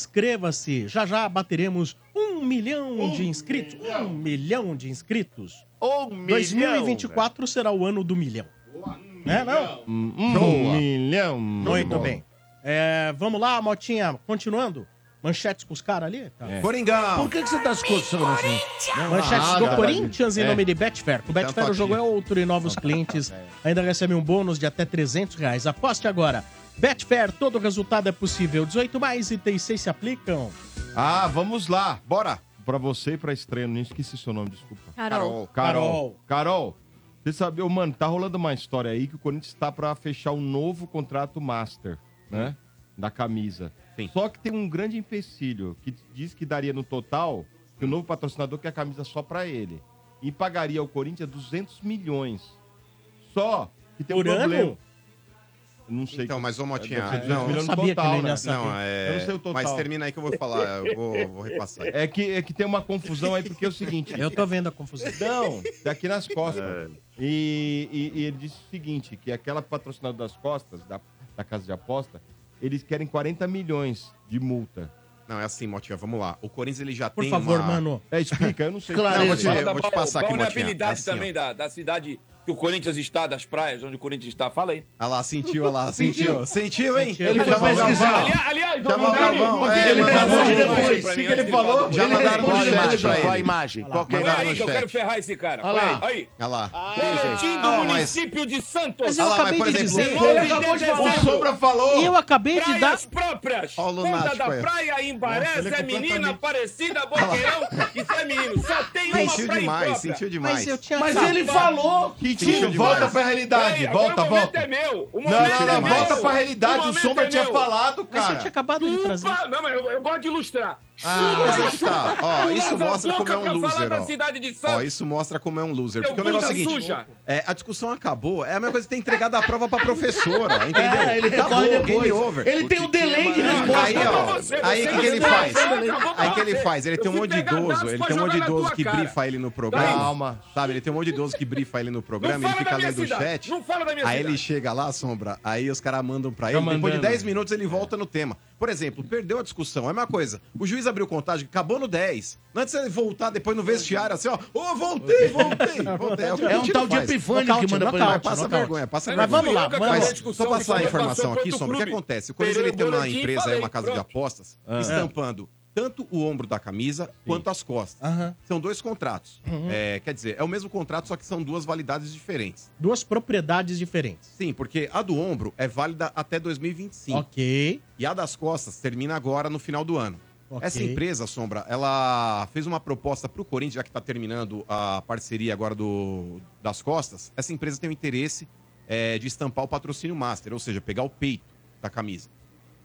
[SPEAKER 2] inscreva-se. Já já bateremos um milhão de inscritos. Um milhão de inscritos.
[SPEAKER 7] Um milhão.
[SPEAKER 2] 2024 será o ano do milhão. Né, não?
[SPEAKER 6] Um
[SPEAKER 2] Boa.
[SPEAKER 6] milhão.
[SPEAKER 2] Muito bem. É, vamos lá, Motinha, continuando. Manchetes com os caras ali? Tá.
[SPEAKER 6] É.
[SPEAKER 3] Coringão!
[SPEAKER 5] Por que, que você tá se coçando assim?
[SPEAKER 2] Manchetes do
[SPEAKER 6] cara.
[SPEAKER 2] Corinthians em
[SPEAKER 6] É.
[SPEAKER 2] nome de Betfair.
[SPEAKER 3] Tá
[SPEAKER 2] Com Betfair o jogo é outro e novos clientes ainda recebem um bônus de até 300 reais. Aposte agora. Betfair, todo resultado é possível. 18 mais e 36 se aplicam.
[SPEAKER 6] Ah, vamos lá.
[SPEAKER 3] Bora!
[SPEAKER 6] Pra você e pra estranho, não esqueci seu nome, desculpa.
[SPEAKER 4] Carol.
[SPEAKER 6] Carol. Carol, você sabe, ô, mano, tá rolando uma história aí que o Corinthians tá pra fechar um novo contrato master, né? Da camisa.
[SPEAKER 3] Sim.
[SPEAKER 6] Só que tem um grande empecilho que diz que daria no total que o novo patrocinador quer a camisa só pra ele. E pagaria ao Corinthians 200 milhões. Só que tem
[SPEAKER 2] Por
[SPEAKER 6] um
[SPEAKER 2] ano?
[SPEAKER 6] problema. Não sei. é,
[SPEAKER 3] Então, mas ô Motinha,
[SPEAKER 6] Deve ser 200
[SPEAKER 3] não,
[SPEAKER 6] milhões no
[SPEAKER 2] sabia que
[SPEAKER 6] total,
[SPEAKER 2] não ia
[SPEAKER 6] né?
[SPEAKER 2] ser.
[SPEAKER 3] não, é...
[SPEAKER 6] Eu não sei o total.
[SPEAKER 3] Mas termina aí que eu vou falar, eu vou, vou repassar. aí.
[SPEAKER 6] É que, é que tem uma confusão aí, porque é o seguinte.
[SPEAKER 2] Eu tô vendo a confusão.
[SPEAKER 6] Não, daqui nas costas.
[SPEAKER 3] É.
[SPEAKER 6] E, e- e ele disse o seguinte, que aquela patrocinadora das costas, da, da casa de aposta, eles querem 40 milhões de multa.
[SPEAKER 3] Não, é assim, Motinha, vamos lá. O Corinthians, ele já
[SPEAKER 2] Por
[SPEAKER 3] tem
[SPEAKER 2] favor,
[SPEAKER 3] uma...
[SPEAKER 2] mano.
[SPEAKER 6] É, explica, eu não sei.
[SPEAKER 5] Claro,
[SPEAKER 6] Não,
[SPEAKER 3] Vou
[SPEAKER 6] mas-
[SPEAKER 3] te-
[SPEAKER 8] Fala
[SPEAKER 3] vou te
[SPEAKER 8] ba-
[SPEAKER 3] passar aqui, Motinha. É
[SPEAKER 8] vulnerabilidade
[SPEAKER 3] assim, ó.
[SPEAKER 8] também da, da cidade que o Corinthians está, das praias onde o Corinthians está. Fala aí.
[SPEAKER 3] Olha lá, sentiu, olha lá, sentiu. Sentiu, hein? tá
[SPEAKER 2] Sentiu.
[SPEAKER 5] Ele foi pesquisar.
[SPEAKER 8] Ali- Aliás,
[SPEAKER 3] Chama o Galvão. É,
[SPEAKER 9] Ele
[SPEAKER 3] mas-
[SPEAKER 9] falou
[SPEAKER 8] Ele
[SPEAKER 9] depois.
[SPEAKER 8] falou pra
[SPEAKER 9] O
[SPEAKER 8] mim,
[SPEAKER 9] que que ele
[SPEAKER 8] ele
[SPEAKER 9] falou?
[SPEAKER 8] falou.
[SPEAKER 3] assim, Já
[SPEAKER 9] Ele
[SPEAKER 3] mandaram
[SPEAKER 9] responde
[SPEAKER 3] um
[SPEAKER 9] a
[SPEAKER 3] chat
[SPEAKER 9] imagem,
[SPEAKER 3] pra ele.
[SPEAKER 9] Qual a imagem? Qual que é a
[SPEAKER 8] Olha
[SPEAKER 9] imagem?
[SPEAKER 8] aí que eu
[SPEAKER 3] Manchete.
[SPEAKER 8] quero ferrar esse cara.
[SPEAKER 5] Olha lá.
[SPEAKER 8] Olha aí.
[SPEAKER 3] Olha lá.
[SPEAKER 8] Boletim do
[SPEAKER 3] Ah, mas-
[SPEAKER 8] município de Santos.
[SPEAKER 2] eu
[SPEAKER 3] Olha lá, mas,
[SPEAKER 2] acabei
[SPEAKER 3] por
[SPEAKER 2] de
[SPEAKER 3] exemplo,
[SPEAKER 2] dizer.
[SPEAKER 3] o
[SPEAKER 8] Olha,
[SPEAKER 3] Corinthians-
[SPEAKER 8] acabou de
[SPEAKER 3] o
[SPEAKER 8] falar.
[SPEAKER 3] Sombra falou!
[SPEAKER 2] E eu acabei de dar.
[SPEAKER 8] Praias próprias.
[SPEAKER 3] Ó, o
[SPEAKER 8] Conta
[SPEAKER 3] lunático
[SPEAKER 8] da
[SPEAKER 3] aí.
[SPEAKER 8] praia em Baré,
[SPEAKER 6] Nossa, ele é
[SPEAKER 8] Zé Menina,
[SPEAKER 6] completamente-
[SPEAKER 8] Aparecida, Boqueirão e Zé Menino. Só tem uma
[SPEAKER 3] Sentiu
[SPEAKER 8] praia
[SPEAKER 3] demais,
[SPEAKER 8] própria.
[SPEAKER 3] sentiu demais.
[SPEAKER 2] Mas eu tinha.
[SPEAKER 5] Mas ele falou que
[SPEAKER 3] Sentiu
[SPEAKER 5] tinha...
[SPEAKER 3] demais.
[SPEAKER 6] Volta pra realidade,
[SPEAKER 8] Peraí, agora
[SPEAKER 6] volta,
[SPEAKER 8] o momento
[SPEAKER 6] volta.
[SPEAKER 8] é meu. O
[SPEAKER 6] Não,
[SPEAKER 8] momento
[SPEAKER 6] não,
[SPEAKER 8] é
[SPEAKER 6] não,
[SPEAKER 8] meu.
[SPEAKER 6] volta pra
[SPEAKER 8] O
[SPEAKER 6] realidade, o
[SPEAKER 8] momento
[SPEAKER 6] Sombra
[SPEAKER 8] é
[SPEAKER 6] tinha
[SPEAKER 8] meu.
[SPEAKER 6] falado,
[SPEAKER 2] Mas eu tinha
[SPEAKER 6] cara.
[SPEAKER 2] acabado de trazer.
[SPEAKER 8] Ufa, Não, mas eu, eu gosto de ilustrar.
[SPEAKER 3] Ah, mas aí que tá. Ó, isso mostra como é um loser,
[SPEAKER 8] da
[SPEAKER 3] ó.
[SPEAKER 8] cidade de
[SPEAKER 3] Ó,
[SPEAKER 8] Santos.
[SPEAKER 3] isso mostra como é um loser.
[SPEAKER 8] Seu
[SPEAKER 3] Porque o negócio é o
[SPEAKER 8] bunda
[SPEAKER 3] seguinte,
[SPEAKER 8] suja.
[SPEAKER 3] é, a discussão acabou, é a mesma coisa que ter entregado a prova pra professora, entendeu?
[SPEAKER 5] É,
[SPEAKER 8] tá
[SPEAKER 5] ele
[SPEAKER 3] acabou,
[SPEAKER 5] recorre
[SPEAKER 3] game
[SPEAKER 5] depois.
[SPEAKER 3] over.
[SPEAKER 5] Ele tem o delay de resposta.
[SPEAKER 3] Aí, ó, aí o que, que ele faz? Aí o que ele faz? Ele tem um monte de idoso, ele tem um monte de idoso que brifa ele no programa.
[SPEAKER 6] Calma.
[SPEAKER 3] Sabe, ele tem um monte de idoso que brifa ele no programa, ele fica lendo o chat.
[SPEAKER 8] Não fala da minha
[SPEAKER 3] Aí ele
[SPEAKER 8] cidade.
[SPEAKER 3] chega lá, Sombra, aí os caras mandam pra ele,
[SPEAKER 6] Tá
[SPEAKER 3] depois de
[SPEAKER 6] mandando.
[SPEAKER 3] 10 minutos ele volta no tema. Por exemplo, perdeu a discussão, é a mesma coisa. O juiz abriu contagem, acabou no 10. Antes de ele voltar depois no vestiário, assim, ó, ô, voltei, voltei, voltei. o que
[SPEAKER 5] É
[SPEAKER 3] o
[SPEAKER 5] um
[SPEAKER 3] Tite
[SPEAKER 5] tal de
[SPEAKER 3] faz.
[SPEAKER 5] epifânio que
[SPEAKER 2] Nocaute,
[SPEAKER 5] manda pra
[SPEAKER 3] Mas
[SPEAKER 5] ele.
[SPEAKER 2] nocaute.
[SPEAKER 3] passa vergonha, passa
[SPEAKER 2] Mas
[SPEAKER 3] vergonha.
[SPEAKER 2] vamos lá,
[SPEAKER 8] Mas
[SPEAKER 2] vamos lá.
[SPEAKER 3] Mas só passar a informação aqui, Sombra, o que acontece? O Corinthians ele tem uma empresa, aí, uma casa de apostas,
[SPEAKER 5] Ah.
[SPEAKER 3] estampando tanto o ombro da camisa quanto as costas.
[SPEAKER 2] Aham. Uhum.
[SPEAKER 3] São dois contratos. É, quer dizer, é o mesmo contrato, só que são duas validades diferentes.
[SPEAKER 2] Duas propriedades diferentes.
[SPEAKER 3] Sim, porque a do ombro é válida até 2025.
[SPEAKER 2] Ok.
[SPEAKER 3] E a das costas termina agora no final do ano. É
[SPEAKER 2] ok.
[SPEAKER 3] Essa empresa, Sombra, ela fez uma proposta para o Corinthians, já que está terminando a parceria agora do, das costas. Essa empresa tem o interesse é, de estampar o patrocínio master, ou seja, pegar o peito da camisa.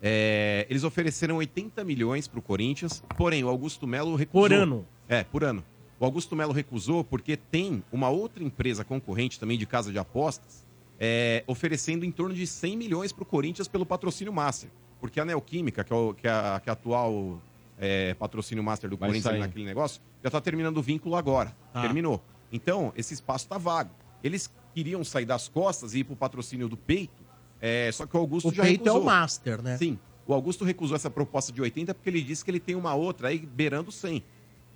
[SPEAKER 3] É, eles ofereceram 80 milhões para o Corinthians, porém o Augusto Melo recusou.
[SPEAKER 2] Por ano.
[SPEAKER 3] É, por ano. O Augusto Melo recusou porque tem uma outra empresa concorrente também de casa de apostas é, oferecendo em torno de 100 milhões para o Corinthians pelo patrocínio Master. Porque a Neoquímica, que é, o- que é a, que é a atual é, patrocínio Master do
[SPEAKER 6] Vai
[SPEAKER 3] Corinthians ali
[SPEAKER 6] sair.
[SPEAKER 3] naquele negócio, já está terminando o vínculo agora.
[SPEAKER 2] Tá.
[SPEAKER 3] Terminou. Então, esse espaço está vago. Eles queriam sair das costas e ir para o patrocínio do peito, é, só que o Augusto
[SPEAKER 2] O
[SPEAKER 3] já
[SPEAKER 2] peito é
[SPEAKER 3] recusou.
[SPEAKER 2] o master, né?
[SPEAKER 3] Sim. O Augusto recusou essa proposta de 80 porque ele disse que ele tem uma outra aí beirando 100.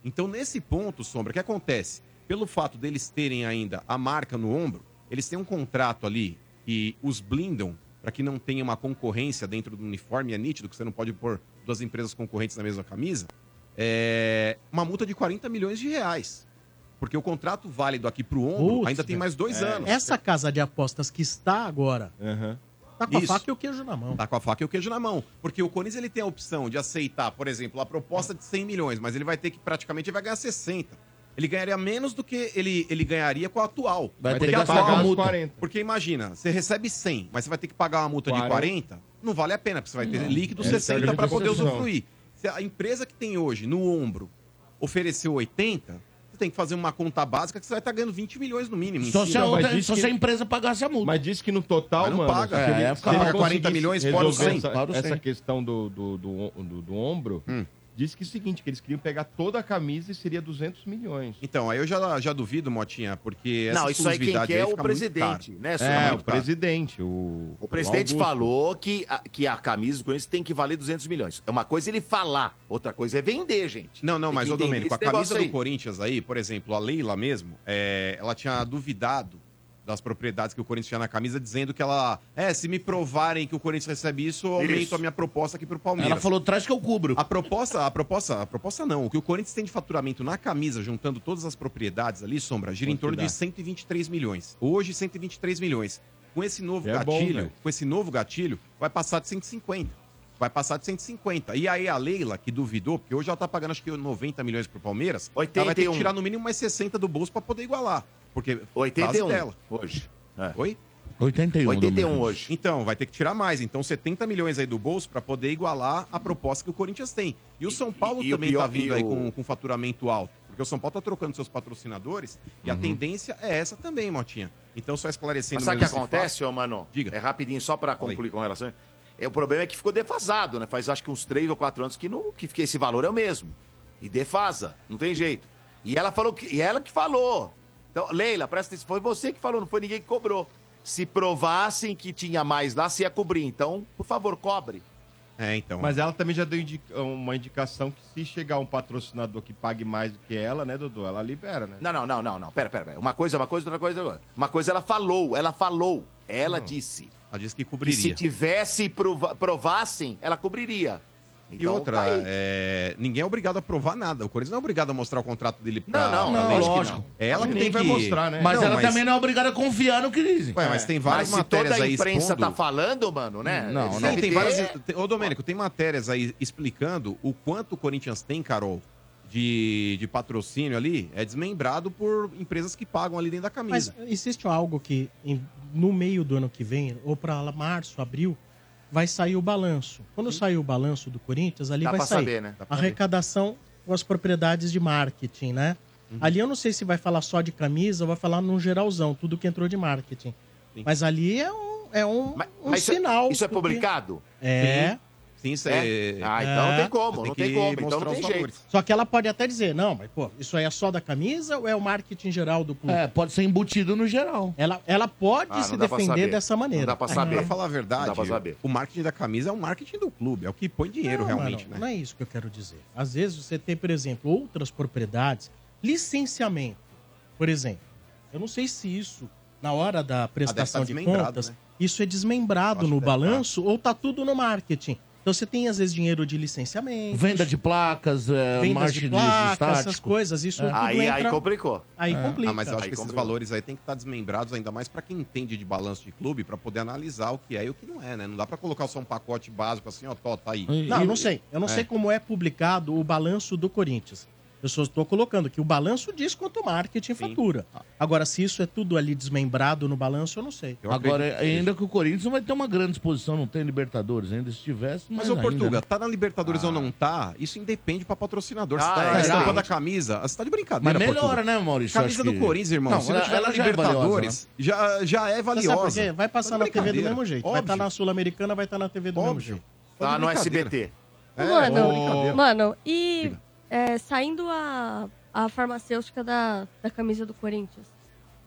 [SPEAKER 3] Então, nesse ponto, Sombra, o que acontece? Pelo fato deles terem ainda a marca no ombro, eles têm um contrato ali que os blindam para que não tenha uma concorrência dentro do uniforme. É nítido que você não pode pôr duas empresas concorrentes na mesma camisa. É uma multa de 40 milhões de reais. Porque o contrato válido aqui pro ombro
[SPEAKER 2] Putz,
[SPEAKER 3] ainda tem
[SPEAKER 2] velho.
[SPEAKER 3] mais dois anos.
[SPEAKER 2] Essa casa de apostas que está agora,
[SPEAKER 6] É. Aham.
[SPEAKER 2] tá com a
[SPEAKER 3] Isso.
[SPEAKER 2] faca e o queijo na mão.
[SPEAKER 3] Tá com a faca e o queijo na mão. Porque o Corinthians ele tem a opção de aceitar, por exemplo, a proposta de 100 milhões, mas ele vai ter que praticamente ele vai ganhar 60. Ele ganharia menos do que ele, ele ganharia com a atual.
[SPEAKER 5] Vai ter que pagar
[SPEAKER 3] atual-
[SPEAKER 5] uma multa.
[SPEAKER 3] Porque imagina, você recebe 100, mas você vai ter que pagar uma multa de 40, não vale a pena, porque você vai ter
[SPEAKER 5] Não.
[SPEAKER 3] líquido
[SPEAKER 5] Essa é a
[SPEAKER 3] 60
[SPEAKER 5] grande
[SPEAKER 3] para poder
[SPEAKER 5] confusão.
[SPEAKER 3] usufruir. Se a empresa que tem hoje no ombro ofereceu 80, você tem que fazer uma conta básica que você vai estar ganhando 20 milhões no mínimo.
[SPEAKER 6] Só se a Não, mas outra- diz só que- se a
[SPEAKER 5] empresa pagasse a multa.
[SPEAKER 6] Mas diz que no total,
[SPEAKER 3] Mas não
[SPEAKER 6] mano.
[SPEAKER 3] paga.
[SPEAKER 6] se
[SPEAKER 3] É,
[SPEAKER 6] ele-
[SPEAKER 3] paga
[SPEAKER 6] se ele
[SPEAKER 3] 40
[SPEAKER 6] conseguisse
[SPEAKER 3] milhões, fora os
[SPEAKER 6] resolver
[SPEAKER 3] 100.
[SPEAKER 6] Essa,
[SPEAKER 3] Fora os
[SPEAKER 6] essa
[SPEAKER 3] 100.
[SPEAKER 6] questão do, do, do, do- do ombro,
[SPEAKER 3] Hum.
[SPEAKER 6] diz que é o seguinte, que eles queriam pegar toda a camisa e seria 200 milhões.
[SPEAKER 3] Então, aí eu já, já duvido, Motinha, porque essa
[SPEAKER 6] Não, isso aí quem
[SPEAKER 3] exclusividade
[SPEAKER 6] quer é o
[SPEAKER 3] fica muito
[SPEAKER 6] presidente,
[SPEAKER 3] cara.
[SPEAKER 7] né,
[SPEAKER 3] É,
[SPEAKER 7] Sombra?
[SPEAKER 3] o presidente.
[SPEAKER 6] presidente, o.
[SPEAKER 3] um
[SPEAKER 7] O presidente falou que a, que a camisa do Corinthians tem que valer 200 milhões. É uma coisa ele falar, outra coisa é vender, gente.
[SPEAKER 3] Não, não,
[SPEAKER 7] Tem
[SPEAKER 3] mas,
[SPEAKER 7] que
[SPEAKER 3] ô
[SPEAKER 7] entender
[SPEAKER 3] Domênico, a
[SPEAKER 7] esse negócio
[SPEAKER 3] camisa do
[SPEAKER 7] aí.
[SPEAKER 3] Corinthians aí, por exemplo, a Leila mesmo, é, ela tinha duvidado das propriedades que o Corinthians tinha na camisa, dizendo que ela, é, se me provarem que o Corinthians recebe isso, eu aumento
[SPEAKER 5] Isso.
[SPEAKER 3] a minha proposta aqui pro Palmeiras.
[SPEAKER 5] Ela falou, traz que eu cubro.
[SPEAKER 3] A proposta, a proposta, a proposta não. O que o Corinthians tem de faturamento na camisa, juntando todas as propriedades ali, Sombra, gira em
[SPEAKER 5] Quanto
[SPEAKER 3] torno
[SPEAKER 5] dá?
[SPEAKER 3] de 123 milhões. Hoje, 123 milhões. Com esse novo
[SPEAKER 6] É bom,
[SPEAKER 3] gatilho,
[SPEAKER 5] né?
[SPEAKER 6] velho.
[SPEAKER 3] com esse novo gatilho, vai passar de 150. Vai passar de 150. E aí a Leila, que duvidou, porque hoje ela tá pagando acho que 90 milhões pro Palmeiras, ela vai
[SPEAKER 6] um.
[SPEAKER 3] ter que
[SPEAKER 7] 81.
[SPEAKER 3] tirar no mínimo mais 60 do bolso pra poder igualar. Porque por causa
[SPEAKER 7] 81
[SPEAKER 3] dela.
[SPEAKER 7] hoje.
[SPEAKER 3] Oi?
[SPEAKER 5] 81. Domênico.
[SPEAKER 3] hoje. Então, vai ter que tirar mais. Então, 70 milhões aí do bolso para poder igualar a proposta que o Corinthians tem. E o São Paulo
[SPEAKER 7] e o
[SPEAKER 3] também
[SPEAKER 7] pior
[SPEAKER 3] tá vindo
[SPEAKER 7] que
[SPEAKER 3] aí
[SPEAKER 7] o-
[SPEAKER 3] com, com faturamento alto. Porque o São Paulo tá trocando seus patrocinadores e a
[SPEAKER 5] Uhum.
[SPEAKER 3] tendência é essa também, Motinha. Então, só esclarecendo...
[SPEAKER 7] Mas sabe o que
[SPEAKER 3] mesmo esse
[SPEAKER 7] acontece, ô Mano? É rapidinho, só pra concluir com relação. a- É, o problema é que ficou defasado, né? Faz acho que uns três ou quatro anos que, não, que fica- esse valor é o mesmo. E defasa, não tem jeito. E ela falou que. E ela que falou. Então, Leila, presta atenção, foi você que falou, não foi ninguém que cobrou. Se provassem que tinha mais lá, se ia cobrir. Então, por favor, cobre.
[SPEAKER 3] É, então.
[SPEAKER 6] Mas ela também já deu indi- uma indicação que se chegar um patrocinador que pague mais do que ela, né, Dudu? Ela libera, né?
[SPEAKER 7] Não, não, não, não, não. Pera, pera, pera. Uma coisa é uma coisa, outra coisa é outra. Uma coisa ela falou, ela falou. Ela disse.
[SPEAKER 3] Hum. Ela disse que
[SPEAKER 7] Que
[SPEAKER 3] cobriria.
[SPEAKER 7] se tivesse prova- provassem, ela cobriria. tá
[SPEAKER 3] E
[SPEAKER 7] Então,
[SPEAKER 3] outra, é, ninguém é obrigado a provar nada. O Corinthians não é obrigado a mostrar o contrato dele pra...
[SPEAKER 7] Não, não,
[SPEAKER 3] pra
[SPEAKER 7] não,
[SPEAKER 3] lei.
[SPEAKER 7] lógico.
[SPEAKER 3] É ela que
[SPEAKER 5] Ninguém
[SPEAKER 3] tem que...
[SPEAKER 5] vai mostrar, né? Mas ela também não é obrigada a confiar no que dizem.
[SPEAKER 3] Ué, mas tem várias
[SPEAKER 7] Mas se
[SPEAKER 3] matérias
[SPEAKER 7] toda a
[SPEAKER 3] aí
[SPEAKER 7] imprensa
[SPEAKER 3] expondo...
[SPEAKER 7] tá falando, mano, né?
[SPEAKER 3] Não,
[SPEAKER 7] Eles
[SPEAKER 3] não.
[SPEAKER 7] devem
[SPEAKER 3] Tem
[SPEAKER 7] ter-
[SPEAKER 3] várias, tem- ô, Domênico, tem matérias aí explicando o quanto o Corinthians tem, Carol, de, de patrocínio ali, é desmembrado por empresas que pagam ali dentro da
[SPEAKER 2] Mas eh,
[SPEAKER 3] camisa.
[SPEAKER 2] existe algo que em- no meio do ano que vem, ou para março, abril, vai sair o balanço. Quando sair o balanço do Corinthians, ali
[SPEAKER 7] Dá
[SPEAKER 2] vai
[SPEAKER 7] pra
[SPEAKER 2] sair
[SPEAKER 7] saber, né? Dá pra
[SPEAKER 2] a
[SPEAKER 7] ver.
[SPEAKER 2] arrecadação com as propriedades de marketing, né?
[SPEAKER 7] Uhum.
[SPEAKER 2] Ali eu não sei se vai falar só de camisa ou vai falar num geralzão, tudo que entrou de marketing. Mas ali é um, é um, um
[SPEAKER 7] mas isso é-
[SPEAKER 2] sinal.
[SPEAKER 7] isso é
[SPEAKER 2] do que-
[SPEAKER 7] publicado?
[SPEAKER 2] É.
[SPEAKER 3] Sim. Sim, isso
[SPEAKER 7] É?
[SPEAKER 3] é...
[SPEAKER 7] Ah, então não
[SPEAKER 2] É.
[SPEAKER 7] tem como, não tem como, então não tem jeito.
[SPEAKER 2] Só que ela pode até dizer, não, mas pô, isso aí é só da camisa ou é o marketing geral do clube?
[SPEAKER 5] É, pode ser embutido no geral.
[SPEAKER 2] Ela, ela pode
[SPEAKER 3] Ah,
[SPEAKER 2] se
[SPEAKER 3] não dá pra
[SPEAKER 2] defender
[SPEAKER 3] saber.
[SPEAKER 2] dessa maneira.
[SPEAKER 3] Não dá pra
[SPEAKER 2] É.
[SPEAKER 3] saber. Pra falar a verdade,
[SPEAKER 2] Não dá pra saber.
[SPEAKER 3] o marketing da camisa é o marketing do clube, é o que põe dinheiro
[SPEAKER 2] Não,
[SPEAKER 3] realmente,
[SPEAKER 2] mano,
[SPEAKER 3] né?
[SPEAKER 2] Não é isso que eu quero dizer. Às vezes você tem, por exemplo, outras propriedades, licenciamento, por exemplo. Eu não sei se isso, na hora da prestação
[SPEAKER 3] Ah, deve
[SPEAKER 2] de
[SPEAKER 3] estar desmembrado,
[SPEAKER 2] contas,
[SPEAKER 3] né?
[SPEAKER 2] isso é desmembrado no balanço ou tá tudo no marketing. Então você tem, às vezes, dinheiro de licenciamento.
[SPEAKER 5] Venda de placas, é,
[SPEAKER 2] Vendas
[SPEAKER 5] marketing
[SPEAKER 2] de É. placas, essas
[SPEAKER 5] estático.
[SPEAKER 2] coisas, isso tudo entra- Aí complica.
[SPEAKER 3] É. Ah, mas eu acho
[SPEAKER 2] Aí
[SPEAKER 3] que esses
[SPEAKER 2] complica.
[SPEAKER 3] valores aí tem que estar desmembrados, ainda mais pra quem entende de balanço de clube, pra poder analisar o que é e o que não é, né? Não dá pra colocar só um pacote básico assim, ó, tó, tá aí.
[SPEAKER 2] Não, eu não sei. Eu não sei como é publicado o balanço do Corinthians. Eu só estou colocando que o balanço diz quanto o marketing fatura. Agora, se isso é tudo ali desmembrado no balanço, eu não sei. é,
[SPEAKER 5] Agora, ainda que o Corinthians não vai ter uma grande exposição, não tem Libertadores ainda. Se tivesse, né?
[SPEAKER 3] Mas,
[SPEAKER 5] o
[SPEAKER 3] ô Portuga, tá na Libertadores
[SPEAKER 7] Ah.
[SPEAKER 3] ou não tá, isso independe pra patrocinador.
[SPEAKER 5] Ah,
[SPEAKER 3] se tá
[SPEAKER 5] é,
[SPEAKER 3] na estampa
[SPEAKER 5] exatamente.
[SPEAKER 3] da camisa, você tá de brincadeira,
[SPEAKER 5] Mas melhora,
[SPEAKER 3] Portuga.
[SPEAKER 5] né, Maurício?
[SPEAKER 3] Camisa
[SPEAKER 5] Acho
[SPEAKER 3] do
[SPEAKER 5] que-
[SPEAKER 3] Corinthians, irmão.
[SPEAKER 5] Não,
[SPEAKER 3] se não
[SPEAKER 5] ela-
[SPEAKER 3] tiver na
[SPEAKER 5] ela já é
[SPEAKER 3] Libertadores, já, já é
[SPEAKER 2] né? Você sabe por
[SPEAKER 3] valiosa.
[SPEAKER 2] quê? Vai passar
[SPEAKER 3] Tá
[SPEAKER 2] na
[SPEAKER 3] de
[SPEAKER 2] TV do
[SPEAKER 3] brincadeira.
[SPEAKER 2] mesmo jeito. Vai
[SPEAKER 3] Óbvio.
[SPEAKER 2] estar na Sul-Americana, vai estar na TV do mesmo jeito.
[SPEAKER 3] Tá
[SPEAKER 7] Tá no SBT.
[SPEAKER 4] é,
[SPEAKER 2] É,
[SPEAKER 4] Mano, mano, e é, saindo a, a farmacêutica da, da camisa do Corinthians,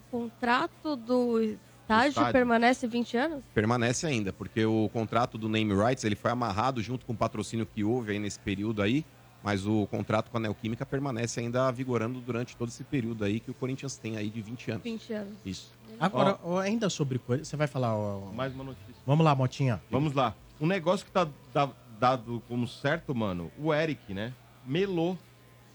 [SPEAKER 4] o contrato do estádio,
[SPEAKER 3] estádio.
[SPEAKER 4] permanece 20 anos?
[SPEAKER 3] Permanece ainda, porque o contrato do Name Rights ele foi amarrado junto com o patrocínio que houve aí nesse período aí, mas o contrato com a Neoquímica permanece ainda vigorando durante todo esse período aí que o Corinthians tem aí de 20 é anos.
[SPEAKER 4] 20 anos.
[SPEAKER 3] Isso.
[SPEAKER 2] Agora, ó, ainda sobre coisa, você vai falar. ó,
[SPEAKER 6] Mais uma notícia.
[SPEAKER 2] Vamos lá, Motinha.
[SPEAKER 6] Vamos lá. Um negócio que tá da- dado como certo, mano, o Eric, né? Melou.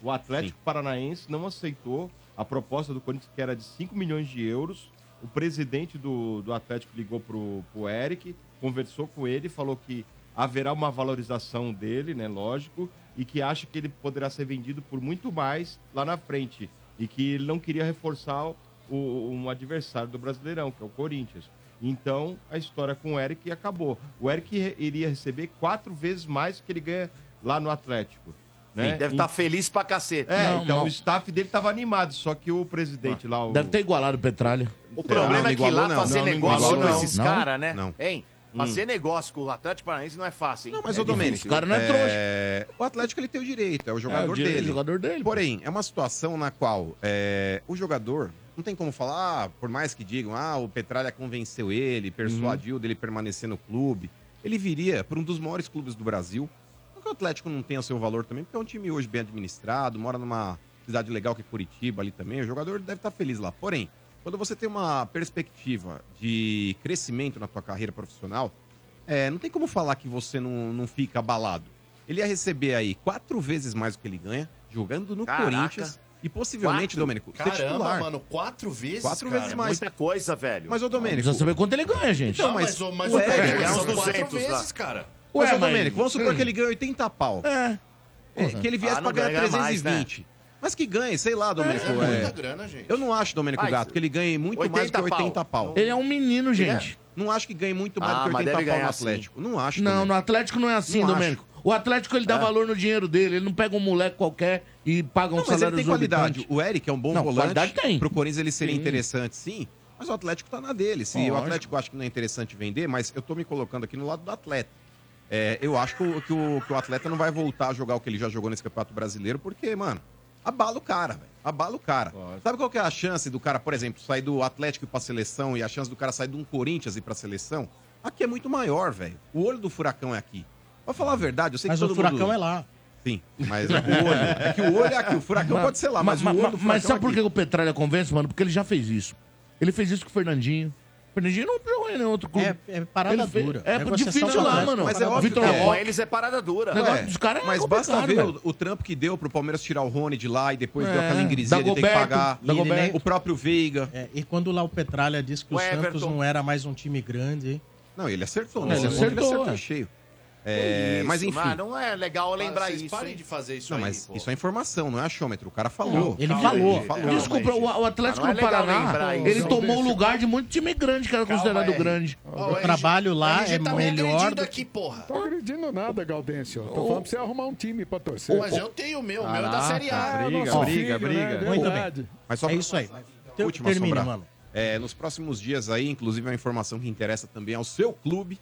[SPEAKER 6] O Atlético Paranaense não aceitou a proposta do Corinthians, que era de 5 milhões de euros. O presidente do, do Atlético ligou pro, pro Eric, conversou com ele, falou que haverá uma valorização dele, né? Lógico, e que acha que ele poderá ser vendido por muito mais lá na frente. E que ele não queria reforçar o, um adversário do Brasileirão, que é o Corinthians. Então, a história com o Eric acabou. O Eric re- iria receber quatro vezes mais que ele ganha lá no Atlético. Né?
[SPEAKER 7] Sim, deve tá estar feliz pra cacete.
[SPEAKER 6] É,
[SPEAKER 7] Não,
[SPEAKER 6] então
[SPEAKER 7] não.
[SPEAKER 6] o staff dele estava animado, só que o presidente lá... O...
[SPEAKER 5] Deve ter igualado o Petralha.
[SPEAKER 7] O problema é que lá fazer negócio com
[SPEAKER 3] é.
[SPEAKER 7] esses caras, né?
[SPEAKER 5] Não.
[SPEAKER 7] Hein? Fazer negócio com o Atlético Paranaense não é fácil, hein?
[SPEAKER 3] Hum. Não, mas o Domênico. é, O Atlético ele tem o direito, é o jogador,
[SPEAKER 5] o direito
[SPEAKER 3] dele.
[SPEAKER 5] do jogador dele.
[SPEAKER 3] Porém, é uma situação na qual é, o jogador não tem como falar, ah, por mais que digam, ah, o Petralha convenceu ele, persuadiu dele permanecer no clube. Ele viria para um dos maiores clubes do Brasil. Não que o Atlético não tenha seu valor também, porque é um time hoje bem administrado, mora numa cidade legal que é Curitiba ali também. O jogador deve estar feliz lá. Porém, quando você tem uma perspectiva de crescimento na tua carreira profissional, é, não tem como falar que você não, não fica abalado. Ele ia receber aí quatro vezes mais do que ele ganha, jogando no
[SPEAKER 7] Caraca.
[SPEAKER 3] Corinthians. E possivelmente,
[SPEAKER 7] Quatro?
[SPEAKER 3] Domênico, ser
[SPEAKER 7] Caramba,
[SPEAKER 3] titular.
[SPEAKER 7] mano, quatro vezes,
[SPEAKER 3] Quatro
[SPEAKER 7] cara,
[SPEAKER 3] vezes mais.
[SPEAKER 7] muita coisa, velho.
[SPEAKER 3] Mas, ô Domênico.
[SPEAKER 5] Precisa saber quanto ele ganha, gente.
[SPEAKER 3] Então, mas, o Eric
[SPEAKER 7] é
[SPEAKER 3] ganha
[SPEAKER 7] uns
[SPEAKER 3] uns
[SPEAKER 7] 200
[SPEAKER 3] 200
[SPEAKER 7] vezes,
[SPEAKER 3] lá.
[SPEAKER 7] cara.
[SPEAKER 3] Ué,
[SPEAKER 5] Ué,
[SPEAKER 3] ô
[SPEAKER 5] mas-
[SPEAKER 3] Domênico, vamos supor
[SPEAKER 5] Hum.
[SPEAKER 3] que ele ganha 80 pau.
[SPEAKER 5] É.
[SPEAKER 3] É, que ele viesse
[SPEAKER 7] Ah,
[SPEAKER 3] pra
[SPEAKER 7] não
[SPEAKER 3] ganhar
[SPEAKER 7] ganha mais,
[SPEAKER 3] 320. Mas que ganhe, sei lá, Domênico.
[SPEAKER 7] É, é
[SPEAKER 3] é.
[SPEAKER 7] muita grana, gente.
[SPEAKER 3] Eu não acho, Domênico
[SPEAKER 7] Mas-
[SPEAKER 3] Gato, que ele ganhe muito mais do que
[SPEAKER 7] 80
[SPEAKER 3] 80 pau. é?
[SPEAKER 5] Ele é um menino, gente.
[SPEAKER 3] Não acho que ganhe muito mais
[SPEAKER 7] Ah,
[SPEAKER 3] do que
[SPEAKER 7] mas
[SPEAKER 3] 80
[SPEAKER 7] deve
[SPEAKER 3] pau no
[SPEAKER 7] ganhar sim.
[SPEAKER 3] Atlético. Não acho.
[SPEAKER 5] Não,
[SPEAKER 3] Domênico.
[SPEAKER 5] no Atlético não é assim,
[SPEAKER 3] Não É.
[SPEAKER 5] Domênico. O Atlético ele dá valor no dinheiro dele, ele não pega um moleque qualquer e paga um
[SPEAKER 3] Não, mas ele
[SPEAKER 5] salário
[SPEAKER 3] tem qualidade.
[SPEAKER 5] exorbitante.
[SPEAKER 3] O Eric é um bom
[SPEAKER 5] Não,
[SPEAKER 3] volante.
[SPEAKER 5] qualidade tem.
[SPEAKER 3] Pro Corinthians ele seria
[SPEAKER 5] Sim.
[SPEAKER 3] interessante, sim. Mas o Atlético tá na dele. Se
[SPEAKER 5] Lógico.
[SPEAKER 3] o Atlético acha que não é interessante vender, mas eu tô me colocando aqui no lado do atleta. É, eu acho que o, que o- que o atleta não vai voltar a jogar o que ele já jogou nesse Campeonato Brasileiro, porque, mano, abala o cara, velho. Abala o cara. Sabe qual que é a chance do cara, por exemplo, sair do Atlético e ir pra seleção e a chance do cara sair de um Corinthians e ir pra seleção? Aqui é muito maior, velho. O olho do furacão é aqui. Pra falar a verdade, eu sei
[SPEAKER 2] Mas
[SPEAKER 3] que
[SPEAKER 2] o
[SPEAKER 3] todo
[SPEAKER 2] furacão
[SPEAKER 3] mundo...
[SPEAKER 2] é lá.
[SPEAKER 3] Sim, mas o olho. É que o olho é aqui, o furacão pode ser lá, mas, o olho do furacão
[SPEAKER 5] mas sabe
[SPEAKER 3] é
[SPEAKER 5] por
[SPEAKER 3] aqui.
[SPEAKER 5] que o Petralha convence, mano? Porque ele já fez isso. Ele fez isso com o Fernandinho. O Fernandinho não jogou em nenhum outro clube.
[SPEAKER 2] É- é parada
[SPEAKER 5] Ele fez-
[SPEAKER 2] dura.
[SPEAKER 5] É
[SPEAKER 2] Negociação
[SPEAKER 5] difícil
[SPEAKER 2] com o
[SPEAKER 5] lá,
[SPEAKER 2] Atlético,
[SPEAKER 5] mano.
[SPEAKER 3] mas é óbvio
[SPEAKER 5] Vitor
[SPEAKER 3] que
[SPEAKER 7] É,
[SPEAKER 5] Roque.
[SPEAKER 7] com eles é parada dura.
[SPEAKER 5] Negócio dos caras é
[SPEAKER 3] mas basta
[SPEAKER 5] complicado,
[SPEAKER 3] ver
[SPEAKER 5] velho.
[SPEAKER 3] o, o trampo que deu pro Palmeiras tirar o Rony de lá e depois
[SPEAKER 5] É.
[SPEAKER 3] deu aquela ingresia de ter que
[SPEAKER 5] Dagoberto,
[SPEAKER 3] pagar.
[SPEAKER 5] Dagoberto.
[SPEAKER 3] O próprio Veiga.
[SPEAKER 2] É, e quando lá o Petralha disse que o,
[SPEAKER 7] O
[SPEAKER 2] Santos
[SPEAKER 7] Everton.
[SPEAKER 2] não era mais um time grande, hein?
[SPEAKER 3] Não, ele acertou.
[SPEAKER 5] Não,
[SPEAKER 3] né?
[SPEAKER 5] ele
[SPEAKER 3] Esse ponto
[SPEAKER 5] acertou, é.
[SPEAKER 3] em cheio. É, mas enfim.
[SPEAKER 7] mas não é legal lembrar
[SPEAKER 9] Vocês
[SPEAKER 7] isso.
[SPEAKER 9] parem
[SPEAKER 7] hein?
[SPEAKER 9] de fazer isso
[SPEAKER 3] não,
[SPEAKER 9] aí,
[SPEAKER 3] mas
[SPEAKER 9] pô.
[SPEAKER 3] isso é informação, não é achômetro. O cara falou.
[SPEAKER 2] Não, ele
[SPEAKER 3] Calma,
[SPEAKER 2] falou.
[SPEAKER 3] ele falou.
[SPEAKER 5] Desculpa, o, o Atlético
[SPEAKER 7] Ah, não é
[SPEAKER 5] do
[SPEAKER 7] legal
[SPEAKER 5] Paraná,
[SPEAKER 7] lembrar isso.
[SPEAKER 5] ele
[SPEAKER 7] Não,
[SPEAKER 5] tomou o lugar de muito time grande, que era considerado
[SPEAKER 9] aí.
[SPEAKER 5] grande.
[SPEAKER 9] Ó,
[SPEAKER 2] O
[SPEAKER 9] RG
[SPEAKER 2] trabalho lá
[SPEAKER 9] RG
[SPEAKER 2] é
[SPEAKER 9] tá me
[SPEAKER 2] melhor.
[SPEAKER 9] agredindo
[SPEAKER 2] do-
[SPEAKER 9] aqui, porra.
[SPEAKER 10] Tô agredindo nada, Gaudêncio. Tô falando pra você arrumar um time pra torcer.
[SPEAKER 9] Mas eu tenho o meu, o meu é da
[SPEAKER 6] Caraca,
[SPEAKER 9] Série A.
[SPEAKER 10] É o
[SPEAKER 6] Briga,
[SPEAKER 10] nosso
[SPEAKER 6] briga,
[SPEAKER 10] filho, né?
[SPEAKER 6] briga.
[SPEAKER 2] Muito bem.
[SPEAKER 10] Verdade.
[SPEAKER 3] Mas só
[SPEAKER 2] É
[SPEAKER 3] pra-
[SPEAKER 2] isso aí. Ter-
[SPEAKER 3] Última
[SPEAKER 2] Termina,
[SPEAKER 3] Termina,
[SPEAKER 2] mano.
[SPEAKER 3] É, nos próximos dias aí, inclusive é uma informação que interessa também ao seu clube.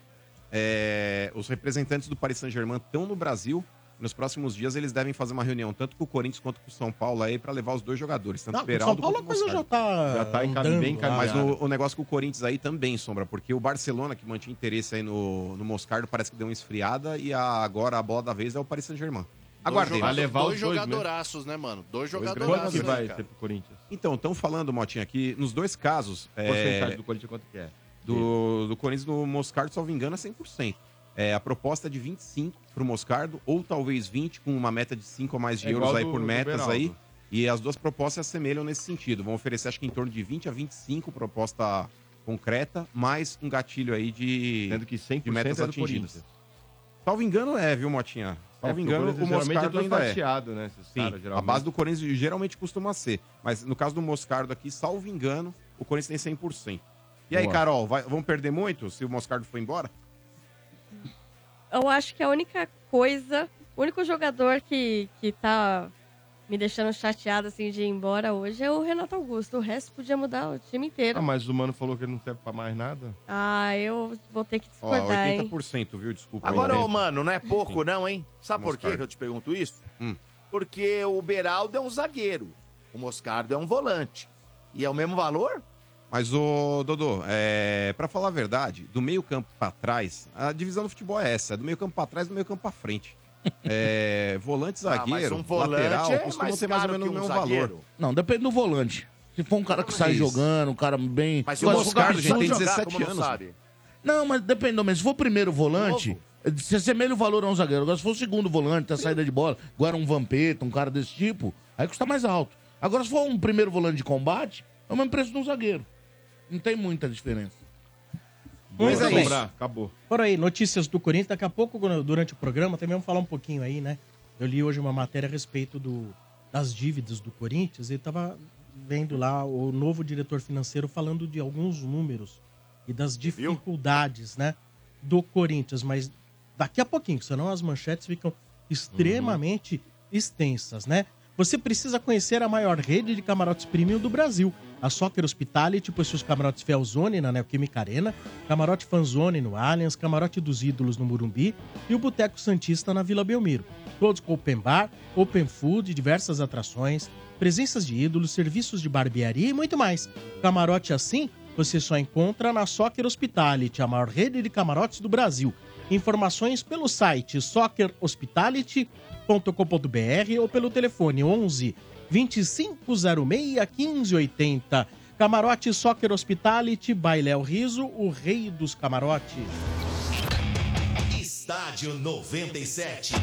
[SPEAKER 3] É, os representantes do Paris Saint-Germain estão no Brasil. Nos próximos dias eles devem fazer uma reunião tanto com o Corinthians quanto com o São Paulo aí para levar os dois jogadores, tanto
[SPEAKER 2] Não,
[SPEAKER 3] o Peraldo
[SPEAKER 2] São Paulo a
[SPEAKER 3] quanto o
[SPEAKER 2] coisa já
[SPEAKER 3] Moscardo.
[SPEAKER 2] tá.
[SPEAKER 6] Já tá encamin-
[SPEAKER 2] andando
[SPEAKER 6] bem
[SPEAKER 2] lá.
[SPEAKER 6] encaminhada.
[SPEAKER 3] Mas o, o negócio com o Corinthians aí também, Sombra, porque o Barcelona, que mantinha interesse aí no, no Moscardo, parece que deu uma esfriada e a- agora a bola da vez é o Paris Saint-Germain. Aguardei.
[SPEAKER 6] Vai levar
[SPEAKER 9] dois
[SPEAKER 6] os dois mesmo.
[SPEAKER 9] jogadoraços, né, mano? Dois
[SPEAKER 6] Quanto
[SPEAKER 9] jogadoraços,
[SPEAKER 6] que
[SPEAKER 9] né,
[SPEAKER 6] vai ter
[SPEAKER 9] cara?
[SPEAKER 6] pro Corinthians?
[SPEAKER 3] Então, estão falando, Motinha, que nos dois casos. é,
[SPEAKER 6] Porcentagem do Corinthians quanto que é?
[SPEAKER 3] do, do Corinthians no Moscardo, salvo engano, é 100%. É, a proposta é de 25 pro Moscardo, ou talvez 20, com uma meta de 5 a mais de
[SPEAKER 6] É
[SPEAKER 3] euros
[SPEAKER 6] igual
[SPEAKER 3] aí
[SPEAKER 6] do-
[SPEAKER 3] por
[SPEAKER 6] do
[SPEAKER 3] metas
[SPEAKER 6] Beraldo.
[SPEAKER 3] aí. E as duas propostas se assemelham nesse sentido. Vão oferecer, acho que em torno de 20 a 25 proposta concreta, mais um gatilho aí de.
[SPEAKER 6] Sendo que 100%
[SPEAKER 3] de metas
[SPEAKER 6] é do
[SPEAKER 3] atingidas.
[SPEAKER 6] Corinthians.
[SPEAKER 3] Salvo engano é, viu,
[SPEAKER 6] É,
[SPEAKER 3] Motinha? Salvo
[SPEAKER 6] porque
[SPEAKER 3] engano,
[SPEAKER 6] Corinthians
[SPEAKER 3] o
[SPEAKER 6] geralmente é
[SPEAKER 3] Moscardo
[SPEAKER 6] tudo
[SPEAKER 3] ainda é.
[SPEAKER 6] fatiado, né? Esses
[SPEAKER 3] Sim,
[SPEAKER 6] caras,
[SPEAKER 3] a
[SPEAKER 6] geralmente.
[SPEAKER 3] base do Corinthians geralmente costuma ser. Mas no caso do Moscardo aqui, salvo engano, o Corinthians tem 100%. E aí,
[SPEAKER 6] Boa.
[SPEAKER 3] Carol, vai- vão perder muito se o Moscardo for embora?
[SPEAKER 4] Eu acho que a única coisa, o único jogador que, que tá me deixando chateada assim de ir embora hoje é o Renato Augusto. O resto podia mudar o time
[SPEAKER 6] Ah,
[SPEAKER 4] inteiro.
[SPEAKER 6] mas o Mano falou que ele não serve pra mais nada.
[SPEAKER 4] Ah, eu vou ter que
[SPEAKER 3] Ó,
[SPEAKER 4] discordar, hein?
[SPEAKER 3] 80%, viu? Desculpa.
[SPEAKER 7] Agora,
[SPEAKER 3] aí,
[SPEAKER 7] ô,
[SPEAKER 3] gente.
[SPEAKER 7] mano, não é pouco não, hein? Sabe por quê
[SPEAKER 3] Moscardo.
[SPEAKER 7] que eu te pergunto isso?
[SPEAKER 3] Hum.
[SPEAKER 7] Porque o Beraldo é um zagueiro, o Moscardo é um volante. E é o mesmo valor?
[SPEAKER 3] Mas, ô, Dodô, é, pra falar a verdade, do meio campo pra trás, a divisão do futebol é essa. É do meio campo pra trás, do meio campo pra frente. É, volante,
[SPEAKER 7] Ah, mas
[SPEAKER 3] zagueiro,
[SPEAKER 7] um volante
[SPEAKER 3] lateral,
[SPEAKER 7] é
[SPEAKER 3] costumam
[SPEAKER 7] mais
[SPEAKER 3] ter mais ou
[SPEAKER 7] caro
[SPEAKER 3] menos o
[SPEAKER 7] que um
[SPEAKER 3] mesmo
[SPEAKER 7] zagueiro.
[SPEAKER 3] valor.
[SPEAKER 5] Não, depende do volante. Se for um cara que sai jogando, um cara bem.
[SPEAKER 7] Mas
[SPEAKER 3] o
[SPEAKER 5] Mas
[SPEAKER 3] Moscardo,
[SPEAKER 5] um cara
[SPEAKER 3] gente, tem
[SPEAKER 5] joga-
[SPEAKER 3] 17
[SPEAKER 7] como não
[SPEAKER 3] anos.
[SPEAKER 7] Sabe?
[SPEAKER 5] Não, mas depende, mas se for o primeiro volante, se assemelha o valor a um zagueiro. Agora, se for o segundo volante, da saída de bola, agora um vampeta, um cara desse tipo, aí custa mais alto. Agora, se for um primeiro volante de combate, é o mesmo preço de um zagueiro. Não tem muita diferença.
[SPEAKER 2] Muito
[SPEAKER 6] Bora,
[SPEAKER 2] bem.
[SPEAKER 6] Sombra, Acabou.
[SPEAKER 2] Por aí, notícias do Corinthians. Daqui a pouco, durante o programa, também vamos falar um pouquinho aí, né? Eu li hoje uma matéria a respeito do, das dívidas do Corinthians, ele estava vendo lá o novo diretor financeiro falando de alguns números e das dificuldades, né, do Corinthians, mas daqui a pouquinho, senão as manchetes ficam extremamente extensas, né? Você precisa conhecer a maior rede de camarotes premium do Brasil. A Soccer Hospitality possui os camarotes Felzone na Neoquímica Arena, camarote Fanzone no Allianz, camarote dos Ídolos no Murumbi e o Boteco Santista na Vila Belmiro. Todos com open bar, open food, diversas atrações, presenças de ídolos, serviços de barbearia e muito mais. Camarote assim você só encontra na Soccer Hospitality, a maior rede de camarotes do Brasil. Informações pelo site soccerhospitality.com.br ou pelo telefone 11 2506 1580. Camarote Soccer Hospitality, Bailéu Riso, o rei dos camarotes.
[SPEAKER 7] Estádio 97.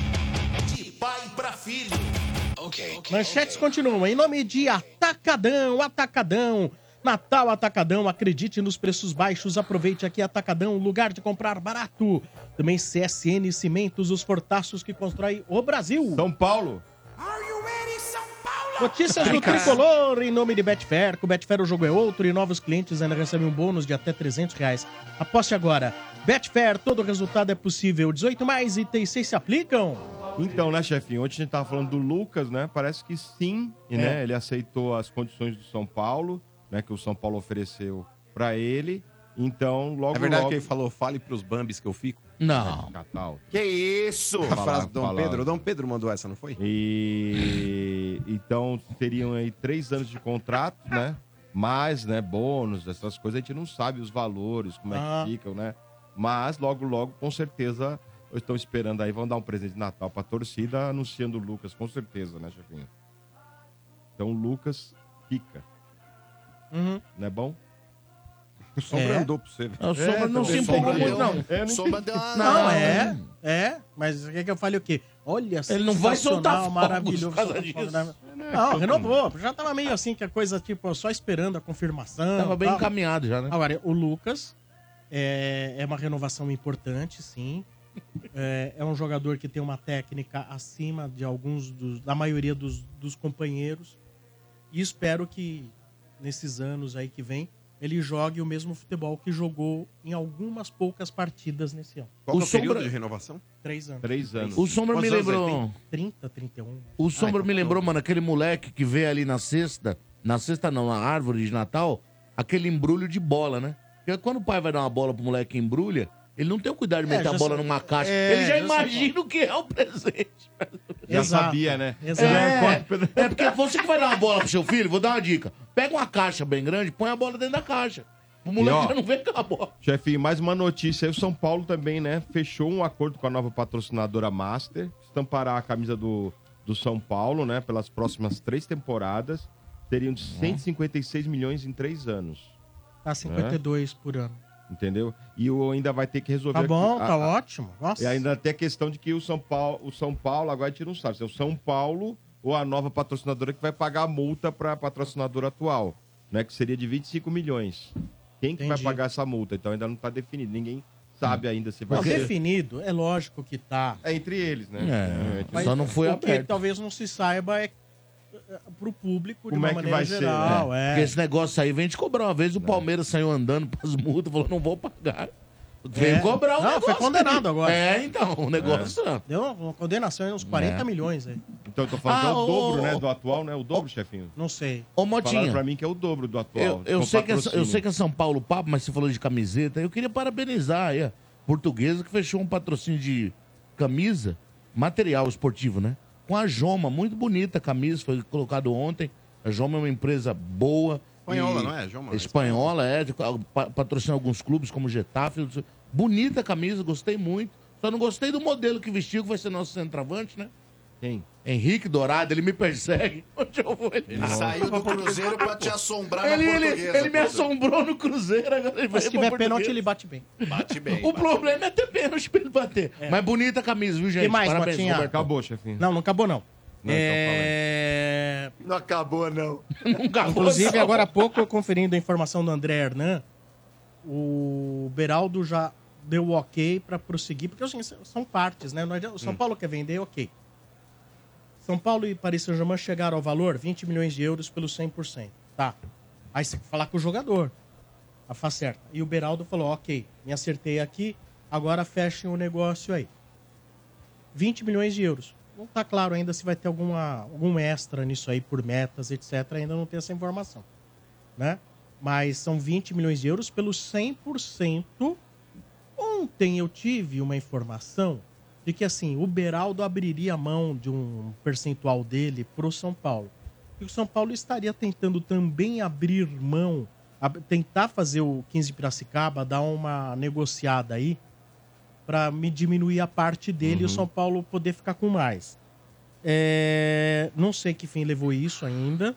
[SPEAKER 7] De pai pra filho. Ok.
[SPEAKER 2] Manchetes continuam em nome de Atacadão, Atacadão. Natal Atacadão, acredite nos preços baixos, aproveite aqui Atacadão, lugar de comprar barato. Também CSN Cimentos, os fortaços que constroem o Brasil.
[SPEAKER 6] São Paulo.
[SPEAKER 2] Notícias do Tricolor em nome de Betfair. Com Betfair o jogo é outro e novos clientes ainda recebem um bônus de até 300 reais. Aposte agora. Betfair, todo resultado é possível. 18 mais e 6 se aplicam.
[SPEAKER 6] Então, né, chefinho? Ontem a gente tava falando do Lucas, né? Parece que sim, e,
[SPEAKER 7] É.
[SPEAKER 6] né? Ele aceitou as condições do São Paulo, né? Que o São Paulo ofereceu pra ele. Então, logo
[SPEAKER 3] É verdade
[SPEAKER 6] logo...
[SPEAKER 3] que ele falou, fale pros Bambis que eu fico?
[SPEAKER 5] Não.
[SPEAKER 6] Catal.
[SPEAKER 7] Que isso?
[SPEAKER 3] A frase do Dom
[SPEAKER 6] Palavra.
[SPEAKER 3] Pedro. O Dom Pedro mandou essa, não foi?
[SPEAKER 6] E então teriam aí três anos de contrato, né? Mais, né, bônus, essas coisas, a gente não sabe os valores, como é
[SPEAKER 2] Ah.
[SPEAKER 6] que ficam, né? Mas logo, logo, com certeza, eu estou esperando aí, vão dar um presente de Natal pra torcida, anunciando o Lucas, com certeza, né, chefinho? Então o Lucas fica,
[SPEAKER 2] Uhum.
[SPEAKER 6] não é bom?
[SPEAKER 3] O
[SPEAKER 2] É.
[SPEAKER 3] Sombra andou um pra você. velho.
[SPEAKER 5] O Sombra não se
[SPEAKER 6] É, também
[SPEAKER 5] empolgou
[SPEAKER 6] Sombra
[SPEAKER 5] muito,
[SPEAKER 6] deu-
[SPEAKER 5] não.
[SPEAKER 6] É, não
[SPEAKER 9] Sombra deu uma...
[SPEAKER 2] Não, é,
[SPEAKER 3] né?
[SPEAKER 2] é. Mas quer que eu fale o quê? Olha,
[SPEAKER 5] Ele não vai soltar
[SPEAKER 2] sensacional,
[SPEAKER 5] fogos por causa disso.
[SPEAKER 2] Não, renovou. Já tava meio assim que a coisa, tipo, só esperando a confirmação.
[SPEAKER 5] Tava bem
[SPEAKER 2] tal.
[SPEAKER 5] encaminhado já, né?
[SPEAKER 2] tá. Agora, o Lucas é, é uma renovação importante, sim. É, é um jogador que tem uma técnica acima de alguns dos- da maioria dos, dos companheiros. E espero que nesses anos aí que vem ele jogue o mesmo futebol que jogou em algumas poucas partidas nesse ano.
[SPEAKER 3] Qual que é o
[SPEAKER 5] O Sombra-
[SPEAKER 3] período de renovação?
[SPEAKER 2] Três anos.
[SPEAKER 6] Três anos.
[SPEAKER 5] O Sombra me
[SPEAKER 3] Quantos anos ele
[SPEAKER 5] lembrou. um.
[SPEAKER 2] 30, 31.
[SPEAKER 5] O Sombra
[SPEAKER 3] Ah,
[SPEAKER 5] me
[SPEAKER 3] então
[SPEAKER 5] lembrou,
[SPEAKER 3] tudo.
[SPEAKER 5] mano, aquele moleque que vê ali na cesta, na cesta não, na árvore de Natal, aquele embrulho de bola, né? Porque quando o pai vai dar uma bola pro moleque que embrulha, ele não tem o cuidado de
[SPEAKER 2] É,
[SPEAKER 5] meter a
[SPEAKER 2] já
[SPEAKER 5] bola
[SPEAKER 2] sei.
[SPEAKER 5] numa caixa.
[SPEAKER 2] É,
[SPEAKER 5] ele já
[SPEAKER 2] já sei.
[SPEAKER 5] imagina o que é o presente.
[SPEAKER 6] Já
[SPEAKER 2] Exato.
[SPEAKER 6] sabia, né?
[SPEAKER 2] Exato.
[SPEAKER 5] É, é porque você que vai dar uma bola pro seu filho, vou dar uma dica. Pega uma caixa bem grande, põe a bola dentro da caixa. O moleque
[SPEAKER 6] ó,
[SPEAKER 5] já não vem com a bola.
[SPEAKER 6] Chefinho, mais uma notícia. aí. O São Paulo também, né? Fechou um acordo com a nova patrocinadora Master. Estampará a camisa do, do São Paulo, né? Pelas próximas três temporadas. Seriam
[SPEAKER 2] Uhum.
[SPEAKER 6] de 156 milhões em três anos.
[SPEAKER 5] É.
[SPEAKER 2] Tá 52 por ano.
[SPEAKER 6] Entendeu? E o ainda vai ter que resolver.
[SPEAKER 2] Tá bom,
[SPEAKER 6] aqui-
[SPEAKER 5] Ah,
[SPEAKER 2] tá
[SPEAKER 6] a- a-
[SPEAKER 2] ótimo. Nossa.
[SPEAKER 6] E ainda tem a questão de que o São Paulo, o São Paulo agora a gente não sabe se é o São Paulo ou a nova patrocinadora que vai pagar a multa para a patrocinadora atual, né? Que seria de 25 milhões. Quem que vai
[SPEAKER 2] Entendi. Hum.
[SPEAKER 6] pagar essa multa? Então ainda não está definido. Ninguém sabe ainda se vai
[SPEAKER 2] Não,
[SPEAKER 6] ser.
[SPEAKER 2] definido, é lógico que tá.
[SPEAKER 6] É entre eles, né?
[SPEAKER 5] É,
[SPEAKER 6] É,
[SPEAKER 5] só não foi
[SPEAKER 2] o que
[SPEAKER 5] aberto.
[SPEAKER 2] talvez não se saiba é para o público de
[SPEAKER 6] Como
[SPEAKER 2] uma
[SPEAKER 6] é que
[SPEAKER 2] maneira
[SPEAKER 6] vai ser, É.
[SPEAKER 2] geral.
[SPEAKER 5] Porque
[SPEAKER 2] é.
[SPEAKER 5] esse negócio aí vem te cobrar. Uma vez o Palmeiras saiu andando pras multas, falou, não vou pagar. Veio
[SPEAKER 2] É.
[SPEAKER 5] cobrar o
[SPEAKER 2] Não,
[SPEAKER 5] negócio.
[SPEAKER 2] foi condenado
[SPEAKER 5] aí.
[SPEAKER 2] agora.
[SPEAKER 5] É, então, o negócio...
[SPEAKER 2] Deu uma condenação aí uns 40
[SPEAKER 5] É.
[SPEAKER 2] milhões aí.
[SPEAKER 6] É. Então eu tô falando que é
[SPEAKER 5] Ah,
[SPEAKER 6] o dobro,
[SPEAKER 5] ô,
[SPEAKER 6] né?
[SPEAKER 5] ô,
[SPEAKER 6] Do atual, né? O dobro, chefinho.
[SPEAKER 2] Não sei.
[SPEAKER 5] Ô,
[SPEAKER 6] Falaram pra
[SPEAKER 5] Motinha,
[SPEAKER 6] mim que é o dobro do atual.
[SPEAKER 5] eu, eu
[SPEAKER 6] com
[SPEAKER 5] sei que é, eu
[SPEAKER 6] patrocínio.
[SPEAKER 5] sei que é São Paulo papo, mas você falou de camiseta. Eu queria parabenizar aí a portuguesa que fechou um patrocínio de camisa, material esportivo, né? Com a Joma, muito bonita a camisa, foi colocado ontem. A Joma é uma empresa boa.
[SPEAKER 3] Espanhola,
[SPEAKER 5] e-
[SPEAKER 3] não é, João Manoel?
[SPEAKER 5] Espanhola, é. de- pa- Patrocina alguns clubes, como Getafe. outros- Bonita a camisa, gostei muito. Só não gostei do modelo que vestiu, que vai ser nosso centroavante, né?
[SPEAKER 6] Quem?
[SPEAKER 5] Henrique Dourado, ele me persegue. Onde eu vou? Ele,
[SPEAKER 9] Ele saiu do Cruzeiro pra te assombrar
[SPEAKER 5] ele,
[SPEAKER 9] na
[SPEAKER 5] ele,
[SPEAKER 9] portuguesa.
[SPEAKER 5] ele me
[SPEAKER 9] pô.
[SPEAKER 5] assombrou no Cruzeiro. Agora ele
[SPEAKER 2] Mas
[SPEAKER 5] vai
[SPEAKER 2] se
[SPEAKER 5] pra
[SPEAKER 2] tiver pênalti,
[SPEAKER 5] Portuguesa.
[SPEAKER 2] ele bate bem.
[SPEAKER 9] Bate bem.
[SPEAKER 5] O problema é ter pênalti pra ele bater. Mas bonita a camisa, viu, gente?
[SPEAKER 2] E mais,
[SPEAKER 5] Parabéns,
[SPEAKER 2] Motinha?
[SPEAKER 5] Roberto.
[SPEAKER 6] Acabou, chefinho.
[SPEAKER 2] Não, não acabou, não.
[SPEAKER 6] Não, então
[SPEAKER 2] É,
[SPEAKER 7] Não acabou, não.
[SPEAKER 5] Nunca vou,
[SPEAKER 2] Inclusive,
[SPEAKER 5] não.
[SPEAKER 2] agora há pouco, eu conferindo a informação do André Hernan, o Beraldo já deu o é ok para prosseguir, porque assim, são partes, né? Não adianta- O São Paulo quer vender, ok. São Paulo e Paris Saint-Germain chegaram ao valor 20 milhões de euros pelo 100%. Tá. Aí você tem que falar com o jogador. A faz certa. E o Beraldo falou: ok, me acertei aqui, agora fechem o negócio aí. 20 milhões de euros. Não tá claro ainda se vai ter alguma, algum extra nisso aí por metas, etc. Ainda não tem essa informação. Né? Mas são 20 milhões de euros pelo 100%. Ontem eu tive uma informação de que assim, o Beraldo abriria a mão de um percentual dele pro São Paulo. E o São Paulo estaria tentando também abrir mão, ab- tentar fazer o 15 Piracicaba, dar uma negociada aí para me diminuir a parte dele e o São Paulo poder ficar com mais. É, Não sei que fim levou isso ainda,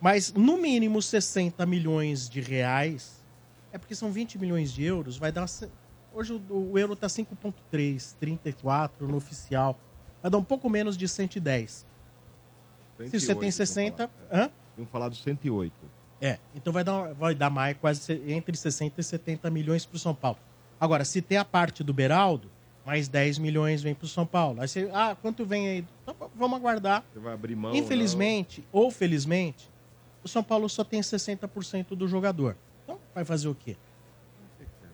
[SPEAKER 2] mas no mínimo 60 milhões de reais, é porque são 20 milhões de euros, vai dar... se- Hoje o, o euro tá 5.3, 34 no oficial, vai dar um pouco menos de 110. Se você tem 60... Hã?
[SPEAKER 6] Vamos falar do 108.
[SPEAKER 2] É, então vai dar, vai dar mais quase se- entre 60 e 70 milhões pro São Paulo. Agora, se tem a parte do Beraldo, mais 10 milhões vem pro São Paulo. Aí você, ah, quanto vem aí? Tá bom, vamos aguardar.
[SPEAKER 6] Você vai abrir mão.
[SPEAKER 2] Infelizmente, ou felizmente, o São Paulo só tem 60% do jogador. Então, vai fazer o quê?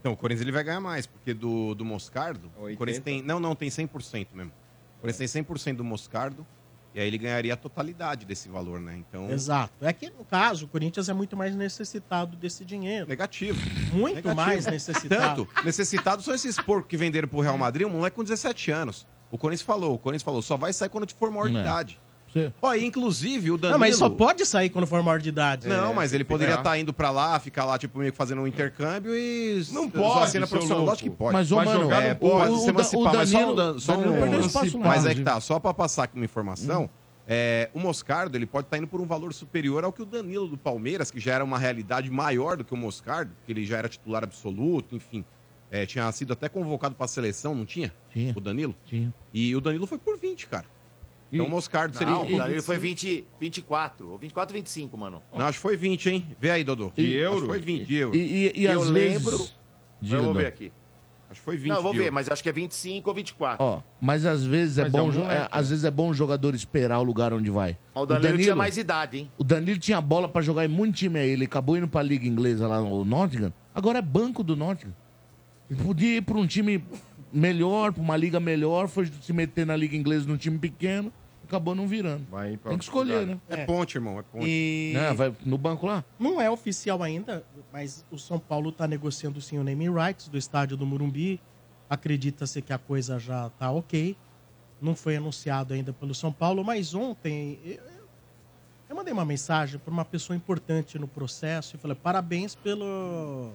[SPEAKER 3] Então, o Corinthians ele vai ganhar mais, porque do, do Moscardo, o Corinthians tem. Não, não, tem 100% mesmo. O Corinthians tem 100% do Moscardo, e aí ele ganharia a totalidade desse valor, né? Então.
[SPEAKER 2] Exato. É que, no caso, o Corinthians é muito mais necessitado desse dinheiro.
[SPEAKER 3] Negativo.
[SPEAKER 2] Muito
[SPEAKER 3] Negativo.
[SPEAKER 2] mais necessitado.
[SPEAKER 3] Tanto, necessitados são esses porcos que venderam pro Real Madrid, um moleque com 17 anos. O Corinthians falou, o Corinthians falou, só vai sair quando te for maior de
[SPEAKER 2] É.
[SPEAKER 3] idade. Ó, e inclusive o Danilo...
[SPEAKER 2] Não, mas só pode sair quando for maior de idade.
[SPEAKER 3] Não,
[SPEAKER 2] É,
[SPEAKER 3] mas ele
[SPEAKER 2] tem que
[SPEAKER 3] poderia
[SPEAKER 2] pegar.
[SPEAKER 3] estar indo pra lá, ficar lá, tipo, meio que fazendo um intercâmbio e. Não
[SPEAKER 2] pode,
[SPEAKER 3] Assina
[SPEAKER 2] seu
[SPEAKER 3] profissional.
[SPEAKER 2] louco.
[SPEAKER 3] Lógico que pode.
[SPEAKER 2] Mas, ô, mano,
[SPEAKER 3] é,
[SPEAKER 2] o-
[SPEAKER 3] pode
[SPEAKER 2] o-
[SPEAKER 3] se
[SPEAKER 2] o
[SPEAKER 3] emancipar,
[SPEAKER 2] Da- o
[SPEAKER 3] mas só um.
[SPEAKER 2] Danilo-
[SPEAKER 3] dan- Só
[SPEAKER 2] Danilo
[SPEAKER 3] um
[SPEAKER 2] perdeu espaço Hum. lá,
[SPEAKER 3] mas é
[SPEAKER 2] Brasil.
[SPEAKER 3] que tá, só pra passar aqui uma informação. é, o Moscardo ele pode estar indo por um valor superior ao que o Danilo do Palmeiras, que já era uma realidade maior do que o Moscardo, porque ele já era titular absoluto, enfim. É, tinha sido até convocado pra seleção, não tinha? Tinha. O Danilo?
[SPEAKER 5] Tinha.
[SPEAKER 3] E o Danilo foi por 20, cara. Então o Moscardo seria.
[SPEAKER 7] Não, cara, ele foi 20, 24, ou 24, 25, mano.
[SPEAKER 3] Não, acho que foi 20, hein? Vê aí, Dodô.
[SPEAKER 7] De
[SPEAKER 3] Acho que
[SPEAKER 7] euro?
[SPEAKER 3] foi 20 de euro.
[SPEAKER 7] E- e- e às
[SPEAKER 3] eu
[SPEAKER 7] vezes-
[SPEAKER 3] lembro.
[SPEAKER 5] Diga,
[SPEAKER 7] eu vou
[SPEAKER 5] Dom.
[SPEAKER 7] ver aqui.
[SPEAKER 3] Acho que foi
[SPEAKER 5] 20
[SPEAKER 7] Não, eu vou
[SPEAKER 5] de
[SPEAKER 7] ver,
[SPEAKER 5] euro.
[SPEAKER 7] mas acho que é 25 ou 24.
[SPEAKER 5] Ó, mas às vezes é
[SPEAKER 7] Mas é
[SPEAKER 5] bom,
[SPEAKER 7] um
[SPEAKER 5] jo-
[SPEAKER 7] moleque,
[SPEAKER 5] é- às
[SPEAKER 7] né?
[SPEAKER 5] vezes é bom o jogador esperar o lugar onde vai.
[SPEAKER 7] Mas o Danilo, tinha mais idade, hein?
[SPEAKER 5] O Danilo tinha bola pra jogar em muito time aí, ele acabou indo pra liga inglesa lá no Nottingham. Agora é banco do Nottingham. Ele podia ir pra um time melhor, pra uma liga melhor, foi se meter na liga inglesa num time pequeno, acabou não virando. Tem que escolher, né?
[SPEAKER 3] É ponte, irmão, é ponte.
[SPEAKER 2] E-
[SPEAKER 5] É, vai no banco lá.
[SPEAKER 2] Não é oficial ainda, mas o São Paulo está negociando sim o naming rights do estádio do Murumbi. Acredita-se que a coisa já está ok. Não foi anunciado ainda pelo São Paulo, mas ontem eu, eu- eu mandei uma mensagem para uma pessoa importante no processo e falei parabéns pelo,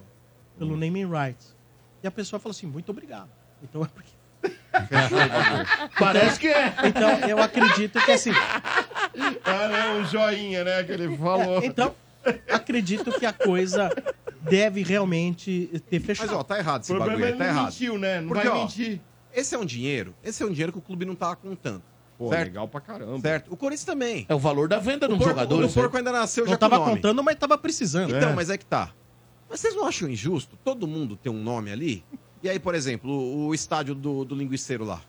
[SPEAKER 2] pelo naming rights. E a pessoa falou assim, muito obrigado. Então é porque...
[SPEAKER 5] Hum. Parece que é.
[SPEAKER 2] Então eu acredito que assim...
[SPEAKER 6] Ah, não, um joinha, né, que ele falou.
[SPEAKER 2] É, então, acredito que a coisa deve realmente ter fechado.
[SPEAKER 3] Mas, ó, tá errado esse bagulho,
[SPEAKER 2] é
[SPEAKER 6] é
[SPEAKER 3] aí, tá errado.
[SPEAKER 6] né?
[SPEAKER 2] né?
[SPEAKER 3] Porque, ó, Esse é um dinheiro, esse é um dinheiro que o clube não tava contando.
[SPEAKER 6] Pô,
[SPEAKER 3] certo?
[SPEAKER 6] legal pra caramba.
[SPEAKER 3] Certo? O Corinthians também.
[SPEAKER 5] É o valor da venda de um
[SPEAKER 3] porco-
[SPEAKER 5] jogador.
[SPEAKER 3] O
[SPEAKER 5] isso aí.
[SPEAKER 3] porco ainda nasceu
[SPEAKER 2] Não
[SPEAKER 3] já
[SPEAKER 2] tava
[SPEAKER 3] com nome.
[SPEAKER 2] contando, mas tava precisando.
[SPEAKER 3] Então,
[SPEAKER 2] É.
[SPEAKER 3] mas é que tá. Mas vocês não acham injusto todo mundo ter um nome ali? E aí, por exemplo, o, o estádio do, do linguiceiro lá.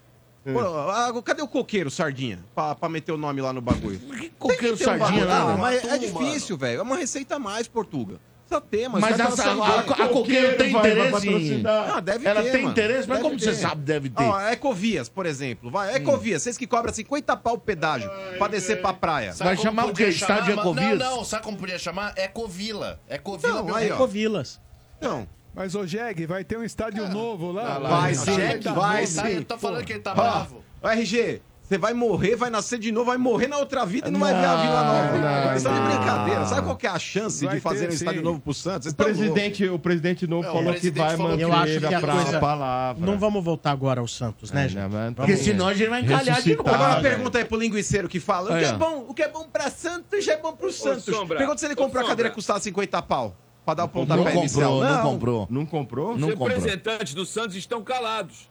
[SPEAKER 6] É.
[SPEAKER 3] Pô, ah, cadê o coqueiro, Sardinha? Pra, pra meter o nome lá no bagulho. Que
[SPEAKER 5] coqueiro, Sardinha, lá,
[SPEAKER 3] lá?
[SPEAKER 5] mano?
[SPEAKER 3] mas é
[SPEAKER 5] Mano.
[SPEAKER 3] difícil, velho. É uma receita a mais, Portuga. Só tem, É, mas...
[SPEAKER 5] Mas,
[SPEAKER 3] os caras
[SPEAKER 5] a,
[SPEAKER 3] falam,
[SPEAKER 5] a-
[SPEAKER 3] "Ah,
[SPEAKER 5] a Coqueiro tem
[SPEAKER 3] vai- vai
[SPEAKER 5] interesse em...
[SPEAKER 3] patrocinar." Ah, deve
[SPEAKER 5] Ela
[SPEAKER 3] ter,
[SPEAKER 5] tem
[SPEAKER 3] mano.
[SPEAKER 5] interesse, mas
[SPEAKER 3] Deve
[SPEAKER 5] como você
[SPEAKER 3] ter.
[SPEAKER 5] sabe, deve ter. Hum.
[SPEAKER 3] Ó, é Ecovias, por exemplo. Vai, é Ecovias, vocês que cobram 50 pau o pedágio pra descer pra praia.
[SPEAKER 9] Sabe como podia
[SPEAKER 5] é
[SPEAKER 9] chamar? Não, não, sabe como podia chamar? É Ecovila. Ecovila
[SPEAKER 3] Então,
[SPEAKER 9] meu
[SPEAKER 5] é
[SPEAKER 3] aí, ó.
[SPEAKER 9] amigo.
[SPEAKER 2] Vilas.
[SPEAKER 3] Não.
[SPEAKER 10] Mas, ô Jeg, vai ter um estádio
[SPEAKER 9] É.
[SPEAKER 10] novo lá.
[SPEAKER 3] Vai sim, vai sim.
[SPEAKER 9] Eu tô falando que ele tá
[SPEAKER 3] Ó,
[SPEAKER 9] bravo.
[SPEAKER 3] ó, RG, você vai morrer, vai nascer de novo, vai morrer na outra vida e não, vai ver a Vila Nova. Isso é de brincadeira. Sabe qual que é a chance de fazer um estádio novo pro Santos? Vocês
[SPEAKER 6] O
[SPEAKER 3] tão
[SPEAKER 2] Tá
[SPEAKER 6] presidente, o presidente novo
[SPEAKER 3] É, o
[SPEAKER 6] falou que
[SPEAKER 3] presidente
[SPEAKER 6] vai
[SPEAKER 3] falou
[SPEAKER 6] manter
[SPEAKER 3] que
[SPEAKER 2] Eu acho que
[SPEAKER 6] a,
[SPEAKER 2] a
[SPEAKER 6] pra-
[SPEAKER 2] coisa...
[SPEAKER 6] palavra.
[SPEAKER 2] Não vamos voltar agora ao Santos, né, gente?
[SPEAKER 6] Porque senão a gente vai encalhar de novo.
[SPEAKER 3] Agora
[SPEAKER 2] né?
[SPEAKER 3] pergunta aí pro linguiceiro que fala: o que
[SPEAKER 2] Aí,
[SPEAKER 3] é
[SPEAKER 2] ó.
[SPEAKER 3] bom, o que é bom pra Santos já é bom pro Santos.
[SPEAKER 8] Sombra,
[SPEAKER 3] Pergunta se ele
[SPEAKER 8] ô,
[SPEAKER 3] comprou a
[SPEAKER 8] Sombra.
[SPEAKER 3] cadeira que custava 50 pau pra dar o
[SPEAKER 5] Não
[SPEAKER 3] pontapé inicial.
[SPEAKER 5] comprou, não comprou.
[SPEAKER 6] Não comprou?
[SPEAKER 8] Os representantes do Santos estão calados.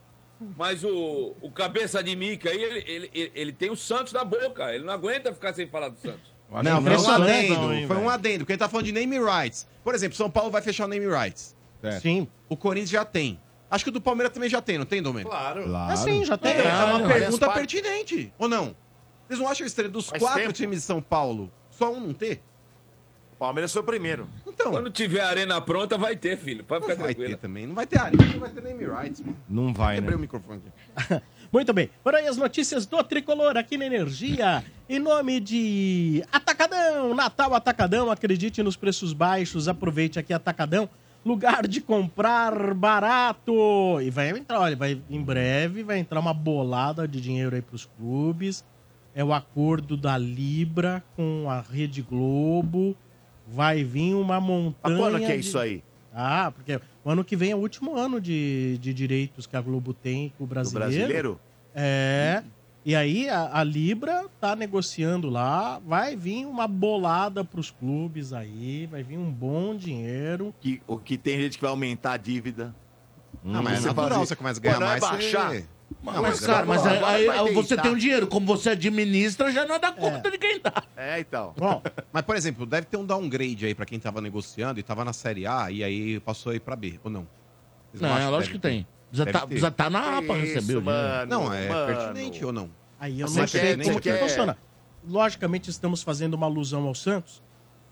[SPEAKER 8] Mas o, o cabeça de mica aí, ele, ele- ele- ele tem o Santos na boca. Ele não aguenta ficar sem falar do Santos.
[SPEAKER 3] Não,
[SPEAKER 8] é
[SPEAKER 3] foi um
[SPEAKER 2] Impressionante,
[SPEAKER 3] adendo.
[SPEAKER 2] não, hein,
[SPEAKER 3] foi um
[SPEAKER 2] velho.
[SPEAKER 3] adendo, porque a gente tá falando de name rights. Por exemplo, São Paulo vai fechar o name rights.
[SPEAKER 2] Sim.
[SPEAKER 3] O Corinthians já tem. Acho que o do Palmeiras também já tem, não tem, Domênico?
[SPEAKER 7] Claro.
[SPEAKER 2] Ah, É sim, já tem.
[SPEAKER 3] É, é uma
[SPEAKER 2] Claro.
[SPEAKER 3] pergunta
[SPEAKER 2] Várias
[SPEAKER 3] pertinente, ou não? Vocês não acham estranho dos
[SPEAKER 7] Faz
[SPEAKER 3] quatro
[SPEAKER 7] tempo.
[SPEAKER 3] times de São Paulo, só um não ter?
[SPEAKER 7] O Palmeiras foi o primeiro.
[SPEAKER 8] Quando tiver a arena pronta, vai ter, filho. Pode ficar
[SPEAKER 3] Então, Vai
[SPEAKER 8] tranquilo.
[SPEAKER 3] ter também. Não vai ter arena, não vai ter name rights, mano.
[SPEAKER 6] Não vai, né?
[SPEAKER 3] Quebrei o microfone aqui.
[SPEAKER 2] Muito bem, por aí as notícias do Tricolor aqui na Energia. Em nome de Atacadão, Natal Atacadão, acredite nos preços baixos, aproveite aqui Atacadão, lugar de comprar barato. E vai entrar, olha, vai, em breve vai entrar uma bolada de dinheiro aí pros clubes. É o acordo da Libra com a Rede Globo. Vai vir uma
[SPEAKER 7] Mas
[SPEAKER 2] montanha.
[SPEAKER 7] quando que é
[SPEAKER 2] de-
[SPEAKER 7] isso aí?
[SPEAKER 2] Ah, porque o ano que vem é o último ano de, de direitos que a Globo tem com o
[SPEAKER 7] Do
[SPEAKER 2] brasileiro.
[SPEAKER 7] brasileiro?
[SPEAKER 2] É. E aí a, a Libra tá negociando lá, vai vir uma bolada pros clubes aí, vai vir um bom dinheiro.
[SPEAKER 7] Que, o que tem gente que vai aumentar a dívida. Hum.
[SPEAKER 3] Ah, mas
[SPEAKER 7] Você
[SPEAKER 3] é natural,
[SPEAKER 5] assim,
[SPEAKER 7] fazer-
[SPEAKER 3] você começa a ganhar
[SPEAKER 7] Pô, não é
[SPEAKER 3] mais. você-
[SPEAKER 7] baixar?
[SPEAKER 3] Não, é
[SPEAKER 5] mas, cara, mas
[SPEAKER 7] agora-
[SPEAKER 5] aí, aí
[SPEAKER 7] agora vai
[SPEAKER 5] você
[SPEAKER 7] deitar.
[SPEAKER 5] tem um dinheiro. Como você administra, já não é dá conta de quem dá.
[SPEAKER 7] É, então.
[SPEAKER 2] Bom,
[SPEAKER 3] Mas, por exemplo, deve ter um downgrade aí pra quem tava negociando e tava na Série A e aí passou aí pra B, ou não? Vocês
[SPEAKER 5] Não, é
[SPEAKER 3] acham que
[SPEAKER 5] lógico que
[SPEAKER 3] deve
[SPEAKER 5] tem. Já
[SPEAKER 3] Deve
[SPEAKER 5] tá,
[SPEAKER 3] ter.
[SPEAKER 5] já tá na A pra
[SPEAKER 7] Isso,
[SPEAKER 5] receber o dinheiro.
[SPEAKER 3] ter?
[SPEAKER 7] mano,
[SPEAKER 3] Não, é
[SPEAKER 7] mano.
[SPEAKER 3] pertinente ou não?
[SPEAKER 2] aí eu
[SPEAKER 3] Você
[SPEAKER 2] não
[SPEAKER 3] quer- né?
[SPEAKER 2] sei como
[SPEAKER 3] você
[SPEAKER 2] que
[SPEAKER 7] quer-
[SPEAKER 2] funciona. Logicamente estamos fazendo uma alusão ao Santos.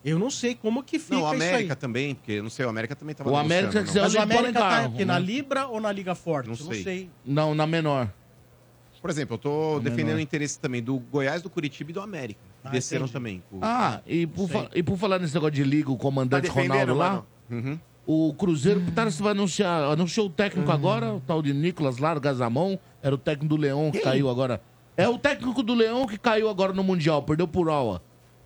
[SPEAKER 2] Eu não sei como que fica
[SPEAKER 3] Não, o
[SPEAKER 2] isso
[SPEAKER 3] América
[SPEAKER 2] aí.
[SPEAKER 3] também, porque não sei, o América também tava
[SPEAKER 5] O América
[SPEAKER 3] negociando,
[SPEAKER 5] que
[SPEAKER 3] não.
[SPEAKER 2] Mas o
[SPEAKER 5] Olha,
[SPEAKER 2] América
[SPEAKER 5] põe
[SPEAKER 2] tá
[SPEAKER 5] carro,
[SPEAKER 2] aqui na
[SPEAKER 5] né?
[SPEAKER 2] Liga ou na Liga Forte?
[SPEAKER 3] Não
[SPEAKER 2] Eu
[SPEAKER 3] sei.
[SPEAKER 5] Não, na menor.
[SPEAKER 3] Por exemplo, eu tô defendendo
[SPEAKER 5] é menor.
[SPEAKER 3] o interesse também do Goiás, do Curitiba e do América.
[SPEAKER 2] Ah,
[SPEAKER 3] Desceram
[SPEAKER 2] entendi.
[SPEAKER 3] também. O-
[SPEAKER 5] Ah, e por,
[SPEAKER 2] Sei.
[SPEAKER 5] fa- e por falar nesse negócio de liga, o
[SPEAKER 7] Tá
[SPEAKER 5] comandante Ronaldo
[SPEAKER 7] defendendo,
[SPEAKER 5] lá,
[SPEAKER 7] mano?
[SPEAKER 3] Uhum.
[SPEAKER 5] o Cruzeiro tá, vai anunciar, anunciou o técnico agora, o tal de Nicolas Largazamon, era o técnico do Leão que caiu agora. É o técnico do Leão que caiu agora no Mundial, perdeu por aula.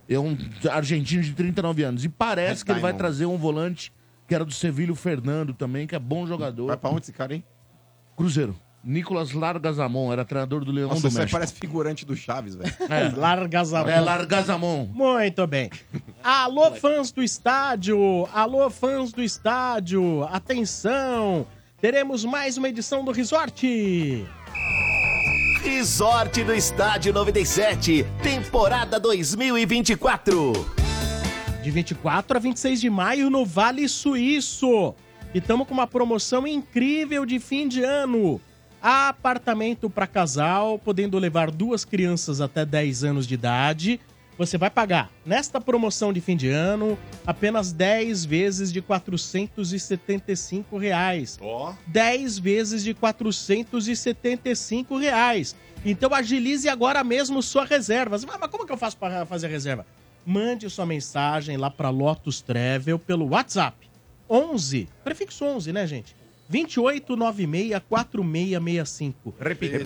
[SPEAKER 5] É um argentino de 39 anos. E parece
[SPEAKER 3] Red
[SPEAKER 5] que ele vai
[SPEAKER 3] Diamond.
[SPEAKER 5] trazer um volante que era do Sevilha, o Fernando também, que é bom
[SPEAKER 3] Vai
[SPEAKER 5] jogador.
[SPEAKER 3] pra onde esse cara, hein?
[SPEAKER 5] Cruzeiro. Nicolas Largazamon, era treinador do Leão
[SPEAKER 3] Nossa,
[SPEAKER 5] um do
[SPEAKER 3] você
[SPEAKER 5] México.
[SPEAKER 3] parece figurante do Chaves, velho.
[SPEAKER 2] não sei. Largas a
[SPEAKER 5] É Largazamon.
[SPEAKER 2] Muito bem. Alô, fãs do estádio! Alô, fãs do estádio! Atenção! Teremos mais uma edição do Resort!
[SPEAKER 7] Resort do Estádio 97, temporada 2024.
[SPEAKER 2] De 24 a 26 de maio no Vale Suíço. E estamos com uma promoção incrível de fim de ano. Apartamento para casal, podendo levar duas crianças até 10 anos de idade. Você vai pagar, nesta promoção de fim de ano, apenas 10 vezes de R$ 475 reais. 10 vezes de R$ 475 reais. Então agilize agora mesmo sua reserva. Você fala, Mas como que eu faço para fazer a reserva? Mande sua mensagem lá para Lotus Travel pelo WhatsApp. 11, prefixo 11, né, gente? 28964665.
[SPEAKER 7] Repita.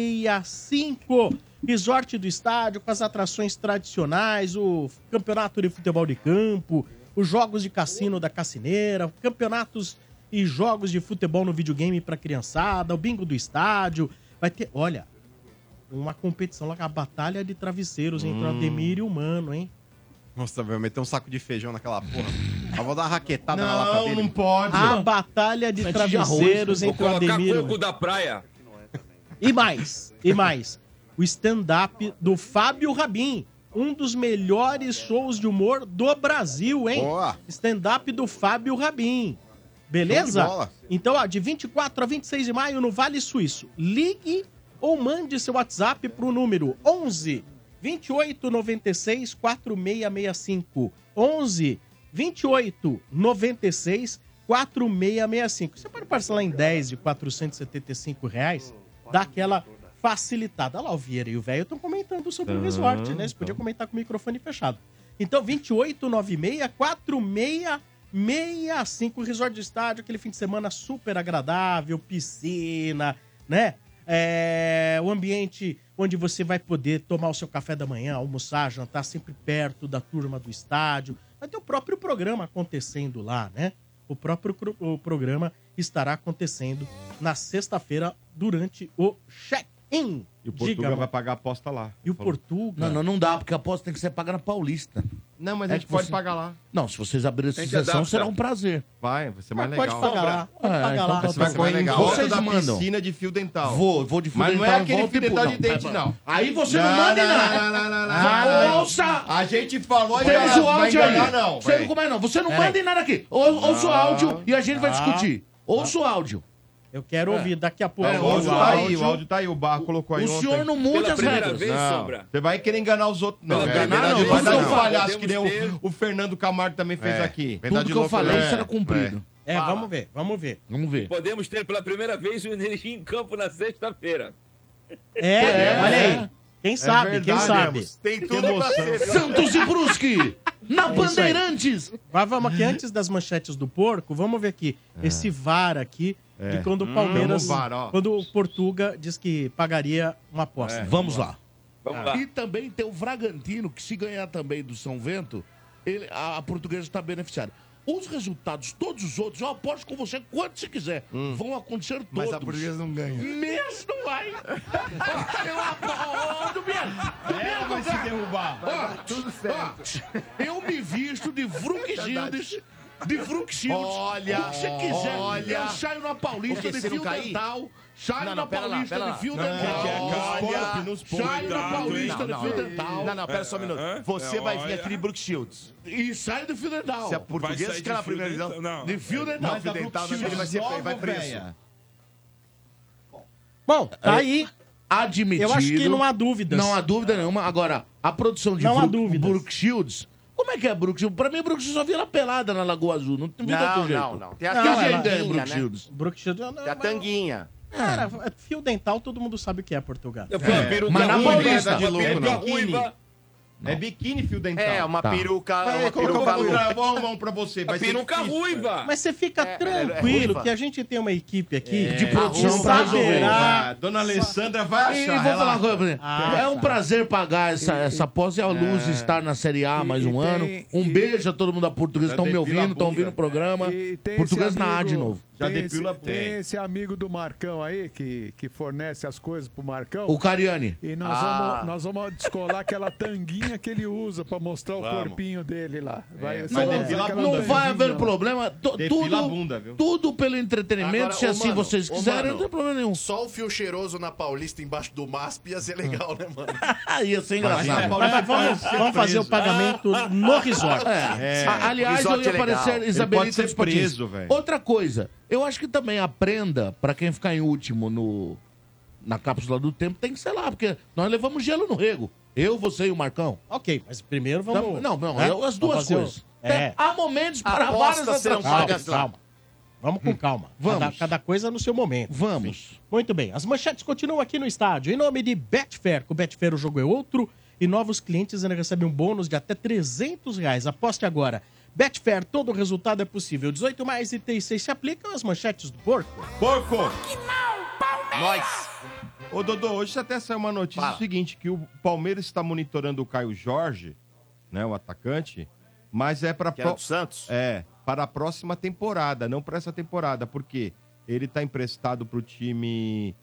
[SPEAKER 2] 28964665. Resort do estádio com as atrações tradicionais, o campeonato de futebol de campo, os jogos de cassino da Cassineira, campeonatos e jogos de futebol no videogame para criançada, o bingo do estádio. Vai ter, olha, uma competição lá, a batalha de travesseiros entre Ademir e o Mano, hein?
[SPEAKER 3] Nossa, velho, meter um saco de feijão naquela porra. Eu vou dar uma raquetada na lata
[SPEAKER 5] Não,
[SPEAKER 3] dele.
[SPEAKER 5] não pode.
[SPEAKER 2] A batalha de
[SPEAKER 5] Sete de arroz,
[SPEAKER 2] travesseiros
[SPEAKER 8] Vou
[SPEAKER 2] entre o
[SPEAKER 8] colocar
[SPEAKER 2] Ademir e o
[SPEAKER 8] coco da praia.
[SPEAKER 2] E mais, e mais. O stand-up do Fábio Rabin. Um dos melhores shows de humor do Brasil, hein?
[SPEAKER 3] Boa.
[SPEAKER 2] Stand-up do Fábio Rabin.
[SPEAKER 3] Show de
[SPEAKER 2] Beleza?
[SPEAKER 3] bola.
[SPEAKER 2] Então, ó, de 24 a 26 de maio no Vale Suíço. Ligue ou mande seu WhatsApp pro número 11 28 96 4665. 11 28 96 4665. Você pode parcelar em 10 de 475 reais, dá aquela facilitada. Olha lá, o Vieira e o velho estão comentando sobre o resort, né? Você
[SPEAKER 6] Então.
[SPEAKER 2] podia comentar com o microfone fechado. Então, 2896-4665, Resort do Estádio, aquele fim de semana super agradável, piscina, né? É, o ambiente onde você vai poder tomar o seu café da manhã, almoçar, jantar sempre perto da turma do estádio. Vai ter o próprio programa acontecendo lá, né? O próprio cro- o programa estará acontecendo na sexta-feira durante o check-in.
[SPEAKER 6] E o Portugal
[SPEAKER 2] Diga,
[SPEAKER 6] vai pagar a aposta lá.
[SPEAKER 2] E o
[SPEAKER 6] Falou.
[SPEAKER 2] Portuga?
[SPEAKER 5] Não, não, não dá, porque a aposta tem que ser paga na Paulista.
[SPEAKER 6] Não, mas
[SPEAKER 5] É
[SPEAKER 6] a gente
[SPEAKER 5] que
[SPEAKER 6] pode
[SPEAKER 5] você-
[SPEAKER 6] pagar lá.
[SPEAKER 5] Não, se vocês abrirem essa
[SPEAKER 8] Tem que
[SPEAKER 5] sessão,
[SPEAKER 8] adaptar.
[SPEAKER 5] será um prazer.
[SPEAKER 6] Vai, vai ser Tá mais
[SPEAKER 2] Mas
[SPEAKER 6] legal.
[SPEAKER 2] pode pagar lá, pode
[SPEAKER 5] É,
[SPEAKER 2] pagar
[SPEAKER 5] então
[SPEAKER 2] lá.
[SPEAKER 5] vai
[SPEAKER 2] Roberto.
[SPEAKER 6] Você vai
[SPEAKER 3] Vai ser
[SPEAKER 6] correr
[SPEAKER 3] mais
[SPEAKER 6] em
[SPEAKER 3] legal.
[SPEAKER 6] volta
[SPEAKER 5] Vocês
[SPEAKER 6] da
[SPEAKER 5] mandam.
[SPEAKER 6] piscina de fio dental.
[SPEAKER 5] Vou, vou de fio
[SPEAKER 6] Mas não é
[SPEAKER 5] dental,
[SPEAKER 6] aquele
[SPEAKER 5] volto
[SPEAKER 6] fio
[SPEAKER 5] e pulo.
[SPEAKER 6] dental de dente, não.
[SPEAKER 5] Aí você não, manda nada. Ouça!
[SPEAKER 6] A gente falou e
[SPEAKER 5] Fez
[SPEAKER 6] já-
[SPEAKER 5] o
[SPEAKER 6] vai
[SPEAKER 5] áudio aí.
[SPEAKER 6] enganar, não.
[SPEAKER 5] Você não, como é, não. Você não manda em nada aqui. Ou, ouça o áudio e a gente vai discutir. Ouça o áudio.
[SPEAKER 2] Eu quero
[SPEAKER 6] É.
[SPEAKER 2] ouvir daqui a pouco.
[SPEAKER 6] É, o áudio tá aí, o áudio tá aí, o Barro colocou aí
[SPEAKER 2] o
[SPEAKER 6] ontem.
[SPEAKER 2] senhor não muda Pela as primeira regras. vez,
[SPEAKER 6] Não,
[SPEAKER 2] Sombra.
[SPEAKER 6] Você vai querer enganar os outros, não.
[SPEAKER 2] Pela
[SPEAKER 6] Vai
[SPEAKER 2] primeira
[SPEAKER 6] enganar, não.
[SPEAKER 2] vez,
[SPEAKER 6] Vai ser um
[SPEAKER 2] não.
[SPEAKER 6] palhaço que nem
[SPEAKER 2] Podemos
[SPEAKER 6] o, o Fernando Camargo também fez
[SPEAKER 2] É,
[SPEAKER 6] aqui.
[SPEAKER 2] verdade Tudo que eu louca, falei, né? isso era cumprido. É,
[SPEAKER 8] Fala.
[SPEAKER 2] vamos ver, vamos ver.
[SPEAKER 5] Vamos ver.
[SPEAKER 8] Podemos ter pela primeira vez o Energia em campo na sexta-feira.
[SPEAKER 2] É,
[SPEAKER 8] Podemos.
[SPEAKER 2] olha aí. Quem
[SPEAKER 8] É
[SPEAKER 2] sabe, quem
[SPEAKER 8] verdade,
[SPEAKER 2] sabe.
[SPEAKER 8] Lemos. Tem tudo pra ser.
[SPEAKER 5] Santos e Brusque, na
[SPEAKER 2] É isso aí.
[SPEAKER 5] Bandeirantes.
[SPEAKER 2] Mas vamos aqui, antes das manchetes do porco, vamos ver aqui. Esse VAR aqui,
[SPEAKER 5] É.
[SPEAKER 2] de quando
[SPEAKER 5] Hum,
[SPEAKER 2] o
[SPEAKER 5] vamos
[SPEAKER 2] Palmeiras.
[SPEAKER 5] VAR, ó.
[SPEAKER 2] quando o Portuga diz que pagaria uma aposta.
[SPEAKER 5] É, vamos lá.
[SPEAKER 2] Vamos lá.
[SPEAKER 5] E também tem o Bragantino, que se ganhar também do São Vento, ele- a, a portuguesa está beneficiada. Os resultados, todos os outros, eu aposto com você quanto você quiser, vão acontecer todos.
[SPEAKER 12] Mas a portuguesa não ganha.
[SPEAKER 5] Mesmo não vai. eu aposto. Ô, Biel, Biel,
[SPEAKER 12] É, vai se derrubar.
[SPEAKER 5] Ó,
[SPEAKER 12] Vai dar tudo certo.
[SPEAKER 5] ó, eu me visto de Fruxildes. De Fruxildes.
[SPEAKER 12] Olha,
[SPEAKER 5] O que você quiser.
[SPEAKER 12] olha.
[SPEAKER 5] Eu saio na Paulista
[SPEAKER 12] Porque
[SPEAKER 5] de
[SPEAKER 12] se não
[SPEAKER 5] fio
[SPEAKER 12] cair-
[SPEAKER 5] dental. Saio
[SPEAKER 12] Não, não,
[SPEAKER 5] na
[SPEAKER 12] pera lá,
[SPEAKER 5] Paulista
[SPEAKER 12] pera lá.
[SPEAKER 5] de fio
[SPEAKER 12] Não, é
[SPEAKER 5] dental.
[SPEAKER 12] não,
[SPEAKER 5] Olha,
[SPEAKER 12] calma, nos põe.
[SPEAKER 5] Saio na
[SPEAKER 12] Cuidado,
[SPEAKER 5] Paulista
[SPEAKER 12] hein?
[SPEAKER 5] de
[SPEAKER 12] Não,
[SPEAKER 5] fio
[SPEAKER 12] não.
[SPEAKER 5] dental.
[SPEAKER 12] Não, não, pera só um minuto.
[SPEAKER 5] Hã?
[SPEAKER 12] Você
[SPEAKER 5] Não,
[SPEAKER 12] vai vir
[SPEAKER 5] olha.
[SPEAKER 12] aquele Brook Shields.
[SPEAKER 5] E saio do fio dental.
[SPEAKER 7] é
[SPEAKER 12] Se a portuguesa Vai sair ficar de na fio primeira dental? divisão- Não.
[SPEAKER 5] De fio dental.
[SPEAKER 12] Mas a Brook Shields joga, velha.
[SPEAKER 2] Bom,
[SPEAKER 5] tá
[SPEAKER 2] aí.
[SPEAKER 5] Admitido.
[SPEAKER 2] Eu acho que não há dúvidas.
[SPEAKER 5] Não há dúvida nenhuma. Agora, a produção de
[SPEAKER 2] Não há
[SPEAKER 5] Brook, Brook Shields. Como é que é Brook Shields? Pra mim, Brook Shields só vira pelada na Lagoa Azul. Não tem
[SPEAKER 7] Não,
[SPEAKER 5] outro jeito.
[SPEAKER 7] não, não. Tem
[SPEAKER 5] Tem
[SPEAKER 7] a
[SPEAKER 5] a
[SPEAKER 7] tanguinha,
[SPEAKER 5] ainda é
[SPEAKER 7] né?
[SPEAKER 5] Brook Shields.
[SPEAKER 2] Brook Shields não,
[SPEAKER 7] Da tanguinha.
[SPEAKER 2] Cara, é fio dental todo mundo sabe o que é Portugal.
[SPEAKER 7] É. peruca Mas na ruiva, Paulista.
[SPEAKER 5] né?
[SPEAKER 7] de louco, não.
[SPEAKER 6] Ruiva. É biquíni fio dental.
[SPEAKER 7] É, uma
[SPEAKER 6] Tá.
[SPEAKER 7] peruca-
[SPEAKER 6] Vai,
[SPEAKER 7] uma
[SPEAKER 6] colocou
[SPEAKER 7] peruca
[SPEAKER 6] pra trás,
[SPEAKER 7] ruiva.
[SPEAKER 6] Eu vou arrumar um pra você. vai ser difícil, cara.
[SPEAKER 2] Mas você
[SPEAKER 7] É,
[SPEAKER 2] fica
[SPEAKER 5] É,
[SPEAKER 2] tranquilo que a gente tem uma equipe aqui
[SPEAKER 6] É,
[SPEAKER 2] de produção
[SPEAKER 6] arroba,
[SPEAKER 2] pra
[SPEAKER 6] arroba.
[SPEAKER 2] saberá.
[SPEAKER 6] Ah, Dona Alessandra vai achar.
[SPEAKER 5] um E vou falar uma
[SPEAKER 6] relaxa.
[SPEAKER 5] coisa pra você.
[SPEAKER 6] Ah,
[SPEAKER 5] é um
[SPEAKER 2] tá.
[SPEAKER 5] prazer pagar essa, essa pós e a luz
[SPEAKER 2] É.
[SPEAKER 5] estar na Série A mais um ano. Um beijo a todo mundo da
[SPEAKER 12] Tá
[SPEAKER 5] Portuguesa. Estão me
[SPEAKER 10] Depila a
[SPEAKER 5] ouvindo, estão
[SPEAKER 10] bunda.
[SPEAKER 5] ouvindo o programa.
[SPEAKER 10] E tem esse
[SPEAKER 5] Portuguesa na A de
[SPEAKER 10] amigo-
[SPEAKER 5] novo.
[SPEAKER 10] Tem esse, tem esse amigo do Marcão aí, que, que fornece as coisas pro Marcão.
[SPEAKER 5] O Cariani.
[SPEAKER 10] E nós,
[SPEAKER 5] Ah.
[SPEAKER 10] vamos, nós vamos descolar aquela tanguinha que ele usa pra mostrar o
[SPEAKER 5] Vamos.
[SPEAKER 10] corpinho dele lá. Vai,
[SPEAKER 5] Não, não vai haver problema. Tu-
[SPEAKER 10] Depila
[SPEAKER 5] Tudo,
[SPEAKER 10] a bunda, viu?
[SPEAKER 5] tudo pelo entretenimento.
[SPEAKER 10] Agora,
[SPEAKER 5] se
[SPEAKER 10] ô,
[SPEAKER 5] assim
[SPEAKER 10] mano,
[SPEAKER 5] vocês
[SPEAKER 9] ô,
[SPEAKER 5] quiserem,
[SPEAKER 9] mano,
[SPEAKER 5] não tem problema nenhum.
[SPEAKER 9] Só o fio cheiroso na Paulista embaixo do MASP ia ser legal, né, mano?
[SPEAKER 5] ia ser
[SPEAKER 2] Mas,
[SPEAKER 5] engraçado.
[SPEAKER 2] mas vamos, É, vamos fazer o pagamento no resort.
[SPEAKER 5] É. A- Aliás, eu ia aparecer Isabelita dos Patins. Outra coisa, eu acho que também a prenda, pra quem ficar em último no, na cápsula do tempo, tem que ser lá, porque nós levamos gelo no rego. Eu, você e o Marcão.
[SPEAKER 2] Ok, mas primeiro
[SPEAKER 5] Não,
[SPEAKER 2] vamos-
[SPEAKER 5] não, não,
[SPEAKER 2] né?
[SPEAKER 5] eu- as
[SPEAKER 2] Vamos
[SPEAKER 5] duas
[SPEAKER 2] fazer o-
[SPEAKER 5] coisas.
[SPEAKER 2] É.
[SPEAKER 5] Tem- Há momentos para várias atrações.
[SPEAKER 2] calma. Vamos com calma. Cada, cada coisa no seu momento.
[SPEAKER 5] Vamos.
[SPEAKER 2] Muito bem. As manchetes continuam aqui no estádio. Em nome de Betfair. Com Betfair o jogo é outro. E novos clientes ainda recebem um bônus de até 300 reais. Aposte agora. Betfair, todo resultado é possível. 18 mais e 36 se aplicam as manchetes do porco.
[SPEAKER 6] Porco! Nós! Ô, Dodô, hoje até saiu uma notícia o seguinte, que o Palmeiras está monitorando o Caio Jorge, né, o atacante, mas é para...
[SPEAKER 7] Que era do Santos?
[SPEAKER 6] É, para a próxima temporada, não para essa temporada, porque ele está emprestado para o time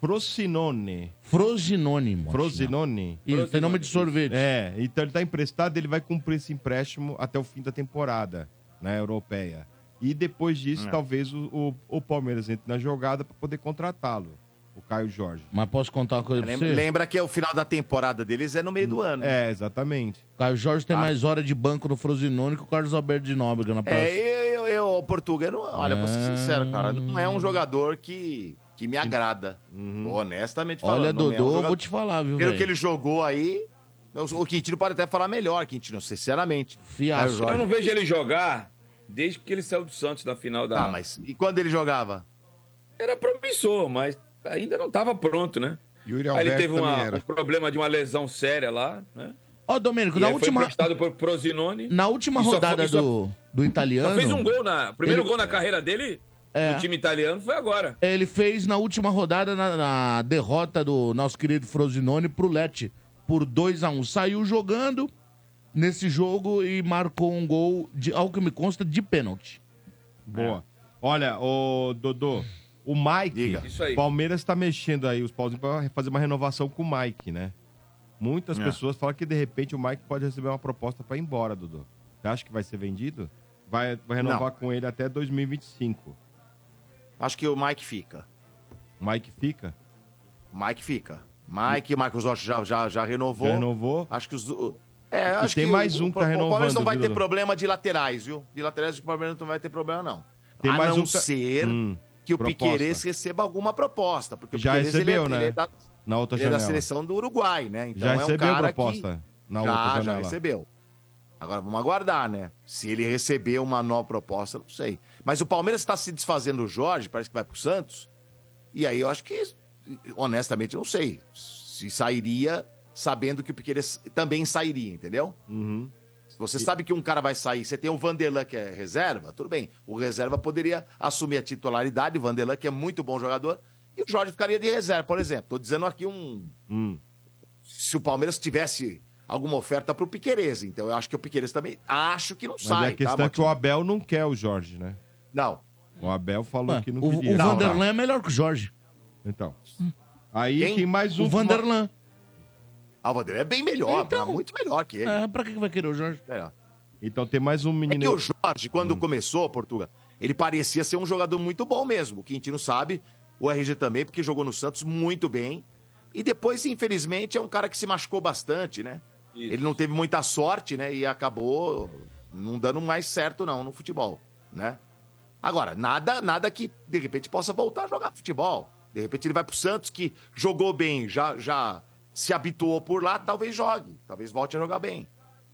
[SPEAKER 6] Frosinone. Um
[SPEAKER 5] Frosinone,
[SPEAKER 6] Frosinone.
[SPEAKER 5] Isso, tem nome de sorvete.
[SPEAKER 6] É, então ele tá emprestado, ele vai cumprir esse empréstimo até o fim da temporada, né, europeia. E depois disso,
[SPEAKER 5] É.
[SPEAKER 6] talvez o, o, o Palmeiras entre na jogada para poder contratá-lo, o Caio Jorge.
[SPEAKER 5] Mas posso contar uma coisa pra
[SPEAKER 6] Lembra-
[SPEAKER 5] você?
[SPEAKER 7] Lembra que é o final da temporada deles é no meio
[SPEAKER 12] Hum.
[SPEAKER 7] do ano.
[SPEAKER 6] É, exatamente.
[SPEAKER 5] Caio Jorge tem mais hora de banco no Frosinone que o Carlos Alberto de Nóbrega na
[SPEAKER 7] É,
[SPEAKER 5] próxima.
[SPEAKER 7] eu, eu, eu Portuga, eu não, olha, vou
[SPEAKER 6] Ah.
[SPEAKER 7] ser sincero, cara, não é um jogador que, que me agrada.
[SPEAKER 6] Uhum.
[SPEAKER 7] Honestamente falando.
[SPEAKER 5] Olha,
[SPEAKER 7] não é um
[SPEAKER 5] Dodô, eu
[SPEAKER 7] jogador-
[SPEAKER 5] vou te falar, viu,
[SPEAKER 7] Pelo
[SPEAKER 5] velho?
[SPEAKER 7] que ele jogou aí, eu- o Quintino pode até falar melhor, Quintino, sinceramente. Caio
[SPEAKER 5] né?
[SPEAKER 7] Jorge.
[SPEAKER 8] Eu não vejo ele jogar desde que ele saiu do Santos na final da. Ah,
[SPEAKER 7] mas e quando ele jogava?
[SPEAKER 8] Era promissor, mas ainda não estava pronto, né?
[SPEAKER 12] Yuri
[SPEAKER 8] Aí ele
[SPEAKER 12] Alberto
[SPEAKER 8] teve uma-
[SPEAKER 12] também era.
[SPEAKER 8] um problema de uma lesão séria lá, né?
[SPEAKER 5] Ó, Domênico,
[SPEAKER 8] E
[SPEAKER 5] na
[SPEAKER 8] aí foi
[SPEAKER 5] última,
[SPEAKER 8] emprestado por Prozinone.
[SPEAKER 5] na última
[SPEAKER 8] E só foi-
[SPEAKER 5] rodada
[SPEAKER 8] e só-
[SPEAKER 5] do, do italiano.
[SPEAKER 8] Só fez um gol na. o Primeiro
[SPEAKER 5] Ele-
[SPEAKER 8] gol na carreira dele
[SPEAKER 5] É.
[SPEAKER 8] no time italiano foi agora.
[SPEAKER 5] Ele fez na última rodada, na, na derrota do nosso querido Frosinone pro Leti, por 2 a 1 Saiu jogando nesse jogo e marcou um gol, de, ao que me consta, de pênalti. É.
[SPEAKER 6] Boa. Olha, o Dodô, o Mike,
[SPEAKER 8] Isso aí.
[SPEAKER 6] Palmeiras tá mexendo aí os pauzinhos para fazer uma renovação com o Mike, né? Muitas
[SPEAKER 8] É.
[SPEAKER 6] pessoas falam que de repente o Mike pode receber uma proposta para ir embora, Dodô. Você acha que vai ser vendido? Vai, vai renovar
[SPEAKER 7] Não.
[SPEAKER 6] com ele até 2025.
[SPEAKER 7] Acho que o Mike fica.
[SPEAKER 6] Mike fica?
[SPEAKER 7] Mike fica. Mike, Marcos Rocha já, já, já renovou.
[SPEAKER 6] Já renovou.
[SPEAKER 7] Acho que os. o- É,
[SPEAKER 6] E
[SPEAKER 7] acho
[SPEAKER 6] tem
[SPEAKER 7] que
[SPEAKER 6] mais
[SPEAKER 7] o-
[SPEAKER 6] um que
[SPEAKER 7] o,
[SPEAKER 6] tá
[SPEAKER 7] O Palmeiras não
[SPEAKER 6] renovando,
[SPEAKER 7] vai
[SPEAKER 6] viu,
[SPEAKER 7] ter
[SPEAKER 6] Dudu?
[SPEAKER 7] problema de laterais, viu? De laterais o Palmeiras não vai ter problema, não.
[SPEAKER 6] Tem
[SPEAKER 7] a
[SPEAKER 6] mais
[SPEAKER 7] não
[SPEAKER 6] um que tá-
[SPEAKER 7] ser
[SPEAKER 6] Hum.
[SPEAKER 7] que que o
[SPEAKER 6] Proposta.
[SPEAKER 7] Piqueires receba alguma proposta. Porque o
[SPEAKER 6] Já
[SPEAKER 7] Piqueires,
[SPEAKER 6] recebeu,
[SPEAKER 7] ele é,
[SPEAKER 6] né?
[SPEAKER 7] ele é da,
[SPEAKER 6] Na outra
[SPEAKER 7] ele é da
[SPEAKER 6] janela.
[SPEAKER 7] seleção do Uruguai, né? Então
[SPEAKER 6] Já
[SPEAKER 7] é um
[SPEAKER 6] recebeu
[SPEAKER 7] cara
[SPEAKER 6] proposta
[SPEAKER 7] que...
[SPEAKER 6] na
[SPEAKER 7] já,
[SPEAKER 6] outra
[SPEAKER 7] já
[SPEAKER 6] janela.
[SPEAKER 7] recebeu. Agora vamos aguardar, né? Se ele receber uma nova proposta, não sei. Mas o Palmeiras está se desfazendo do Jorge, parece que vai pro Santos. E aí eu acho que, honestamente, eu não sei se sairia sabendo que o Piqueires também sairia, entendeu?
[SPEAKER 6] Uhum.
[SPEAKER 7] Se Você sabe que um cara vai sair, você tem o Vanderlan que é reserva, tudo bem. O reserva poderia assumir a titularidade, o Vanderlan que é muito bom jogador, e o Jorge ficaria de reserva, por exemplo. Tô dizendo aqui um...
[SPEAKER 6] Hum.
[SPEAKER 7] Se o Palmeiras tivesse alguma oferta pro Piqueires, então eu acho que o Piqueires também... Acho que não
[SPEAKER 6] Mas
[SPEAKER 7] sai,
[SPEAKER 6] a questão
[SPEAKER 7] tá,
[SPEAKER 6] é que o Abel não quer o Jorge, né?
[SPEAKER 7] Não.
[SPEAKER 6] O Abel falou
[SPEAKER 5] Ué,
[SPEAKER 6] que não
[SPEAKER 5] o-
[SPEAKER 6] queria.
[SPEAKER 5] o Vanderlan é melhor que o Jorge.
[SPEAKER 6] Então. Aí
[SPEAKER 5] Quem?
[SPEAKER 6] tem mais um.
[SPEAKER 5] O Vanderlan.
[SPEAKER 7] Ah, o Vanderlan é bem melhor,
[SPEAKER 5] Então.
[SPEAKER 7] é muito melhor que ele.
[SPEAKER 5] É, pra que que vai querer o Jorge?
[SPEAKER 6] Então tem mais um
[SPEAKER 7] É
[SPEAKER 6] menino. Hum.
[SPEAKER 7] que o Jorge, quando começou, Portuga, ele parecia ser um jogador muito bom mesmo. O Quintino sabe, o RG também, porque jogou no Santos muito bem. E depois, infelizmente, é um cara que se machucou bastante, né? Ele não teve muita sorte, né? E acabou não dando mais certo, não, no futebol, né? Agora, nada, nada que de repente possa voltar a jogar futebol. De repente ele vai pro Santos que jogou bem, já, já se habituou por lá, talvez jogue, talvez volte a jogar bem.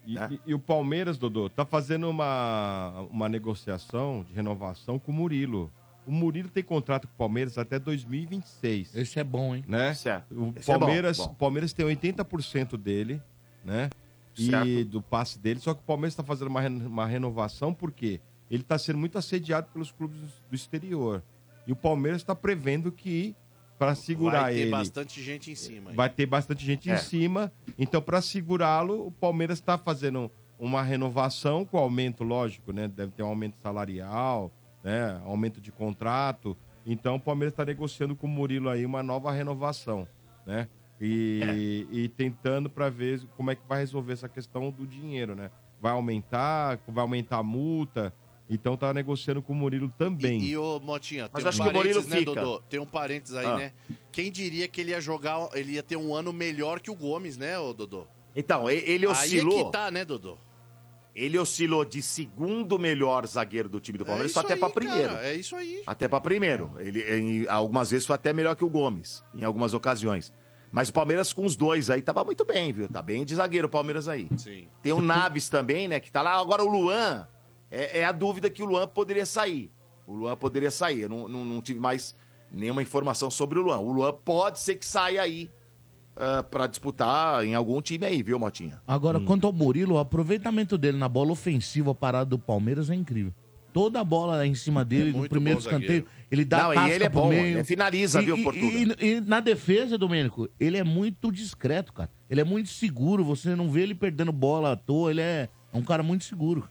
[SPEAKER 6] E,
[SPEAKER 7] Né?
[SPEAKER 6] e- e o Palmeiras, Dodô, tá fazendo uma, uma negociação de renovação com o Murilo. O Murilo tem contrato com o Palmeiras até 2026.
[SPEAKER 5] Esse é bom, hein?
[SPEAKER 6] Né?
[SPEAKER 7] Certo.
[SPEAKER 6] O
[SPEAKER 7] Esse é bom,
[SPEAKER 6] Palmeiras,
[SPEAKER 7] bom.
[SPEAKER 6] o Palmeiras tem 80% dele, né? E
[SPEAKER 7] Certo.
[SPEAKER 6] do passe dele. Só que o Palmeiras está fazendo uma, reno- uma renovação porque ele está sendo muito assediado pelos clubes do exterior. E o Palmeiras está prevendo que, para segurar
[SPEAKER 11] Vai ter
[SPEAKER 6] ele,
[SPEAKER 11] bastante gente em cima. aí.
[SPEAKER 6] vai ter bastante gente
[SPEAKER 11] É.
[SPEAKER 6] em cima. Então, para segurá-lo, o Palmeiras está fazendo uma renovação com aumento, lógico, né? Deve ter um aumento salarial, né? Aumento de contrato. Então, o Palmeiras está negociando com o Murilo aí uma nova renovação, né? E, e tentando para ver como é que vai resolver essa questão do dinheiro, né? Vai aumentar, vai aumentar a multa. Então, tá negociando com o Murilo também.
[SPEAKER 11] E o Motinha,
[SPEAKER 6] Mas
[SPEAKER 11] tem um
[SPEAKER 6] acho que o
[SPEAKER 11] parênteses,
[SPEAKER 6] Murilo
[SPEAKER 11] né,
[SPEAKER 6] fica.
[SPEAKER 11] Dodô? Tem um parênteses aí,
[SPEAKER 6] Ah.
[SPEAKER 11] né? Quem diria que ele ia jogar, ele ia ter um ano melhor que o Gomes, né, ô Dodô?
[SPEAKER 7] Então, e-
[SPEAKER 11] Aí
[SPEAKER 7] ele
[SPEAKER 11] é
[SPEAKER 7] oscilou.
[SPEAKER 11] que tá, né, Dodô?
[SPEAKER 7] Ele oscilou de segundo melhor zagueiro do time do
[SPEAKER 11] É
[SPEAKER 7] Palmeiras
[SPEAKER 11] isso
[SPEAKER 7] até
[SPEAKER 11] aí,
[SPEAKER 7] pra primeiro.
[SPEAKER 11] cara, é isso aí.
[SPEAKER 7] Até pra primeiro. Ele em algumas vezes foi até melhor que o Gomes, em algumas ocasiões. Mas o Palmeiras com os dois aí tava muito bem, viu? Tá bem de zagueiro o Palmeiras aí.
[SPEAKER 11] Sim.
[SPEAKER 7] Tem o Naves também, né? Que tá lá. Agora o Luan, é, é a dúvida que o Luan poderia sair. O Luan poderia sair. Eu não, não- não tive mais nenhuma informação sobre o Luan. O Luan pode ser que saia aí ah, pra disputar em algum time aí, viu, Motinha?
[SPEAKER 5] Agora, quanto ao Murilo, o aproveitamento dele na bola ofensiva parada do Palmeiras é incrível. Toda a bola é em cima dele, no primeiro
[SPEAKER 7] É bom
[SPEAKER 5] escanteio,
[SPEAKER 7] zagueiro.
[SPEAKER 5] ele dá
[SPEAKER 7] Não, e
[SPEAKER 5] tasca
[SPEAKER 7] ele é
[SPEAKER 5] pro
[SPEAKER 7] bom,
[SPEAKER 5] meio.
[SPEAKER 7] ele finaliza,
[SPEAKER 5] E-
[SPEAKER 7] viu,
[SPEAKER 5] e-
[SPEAKER 7] Portuga?
[SPEAKER 5] E, e na defesa, Domênico, ele é muito discreto, cara. Ele é muito seguro, você não vê ele perdendo bola à toa, ele é um cara muito seguro.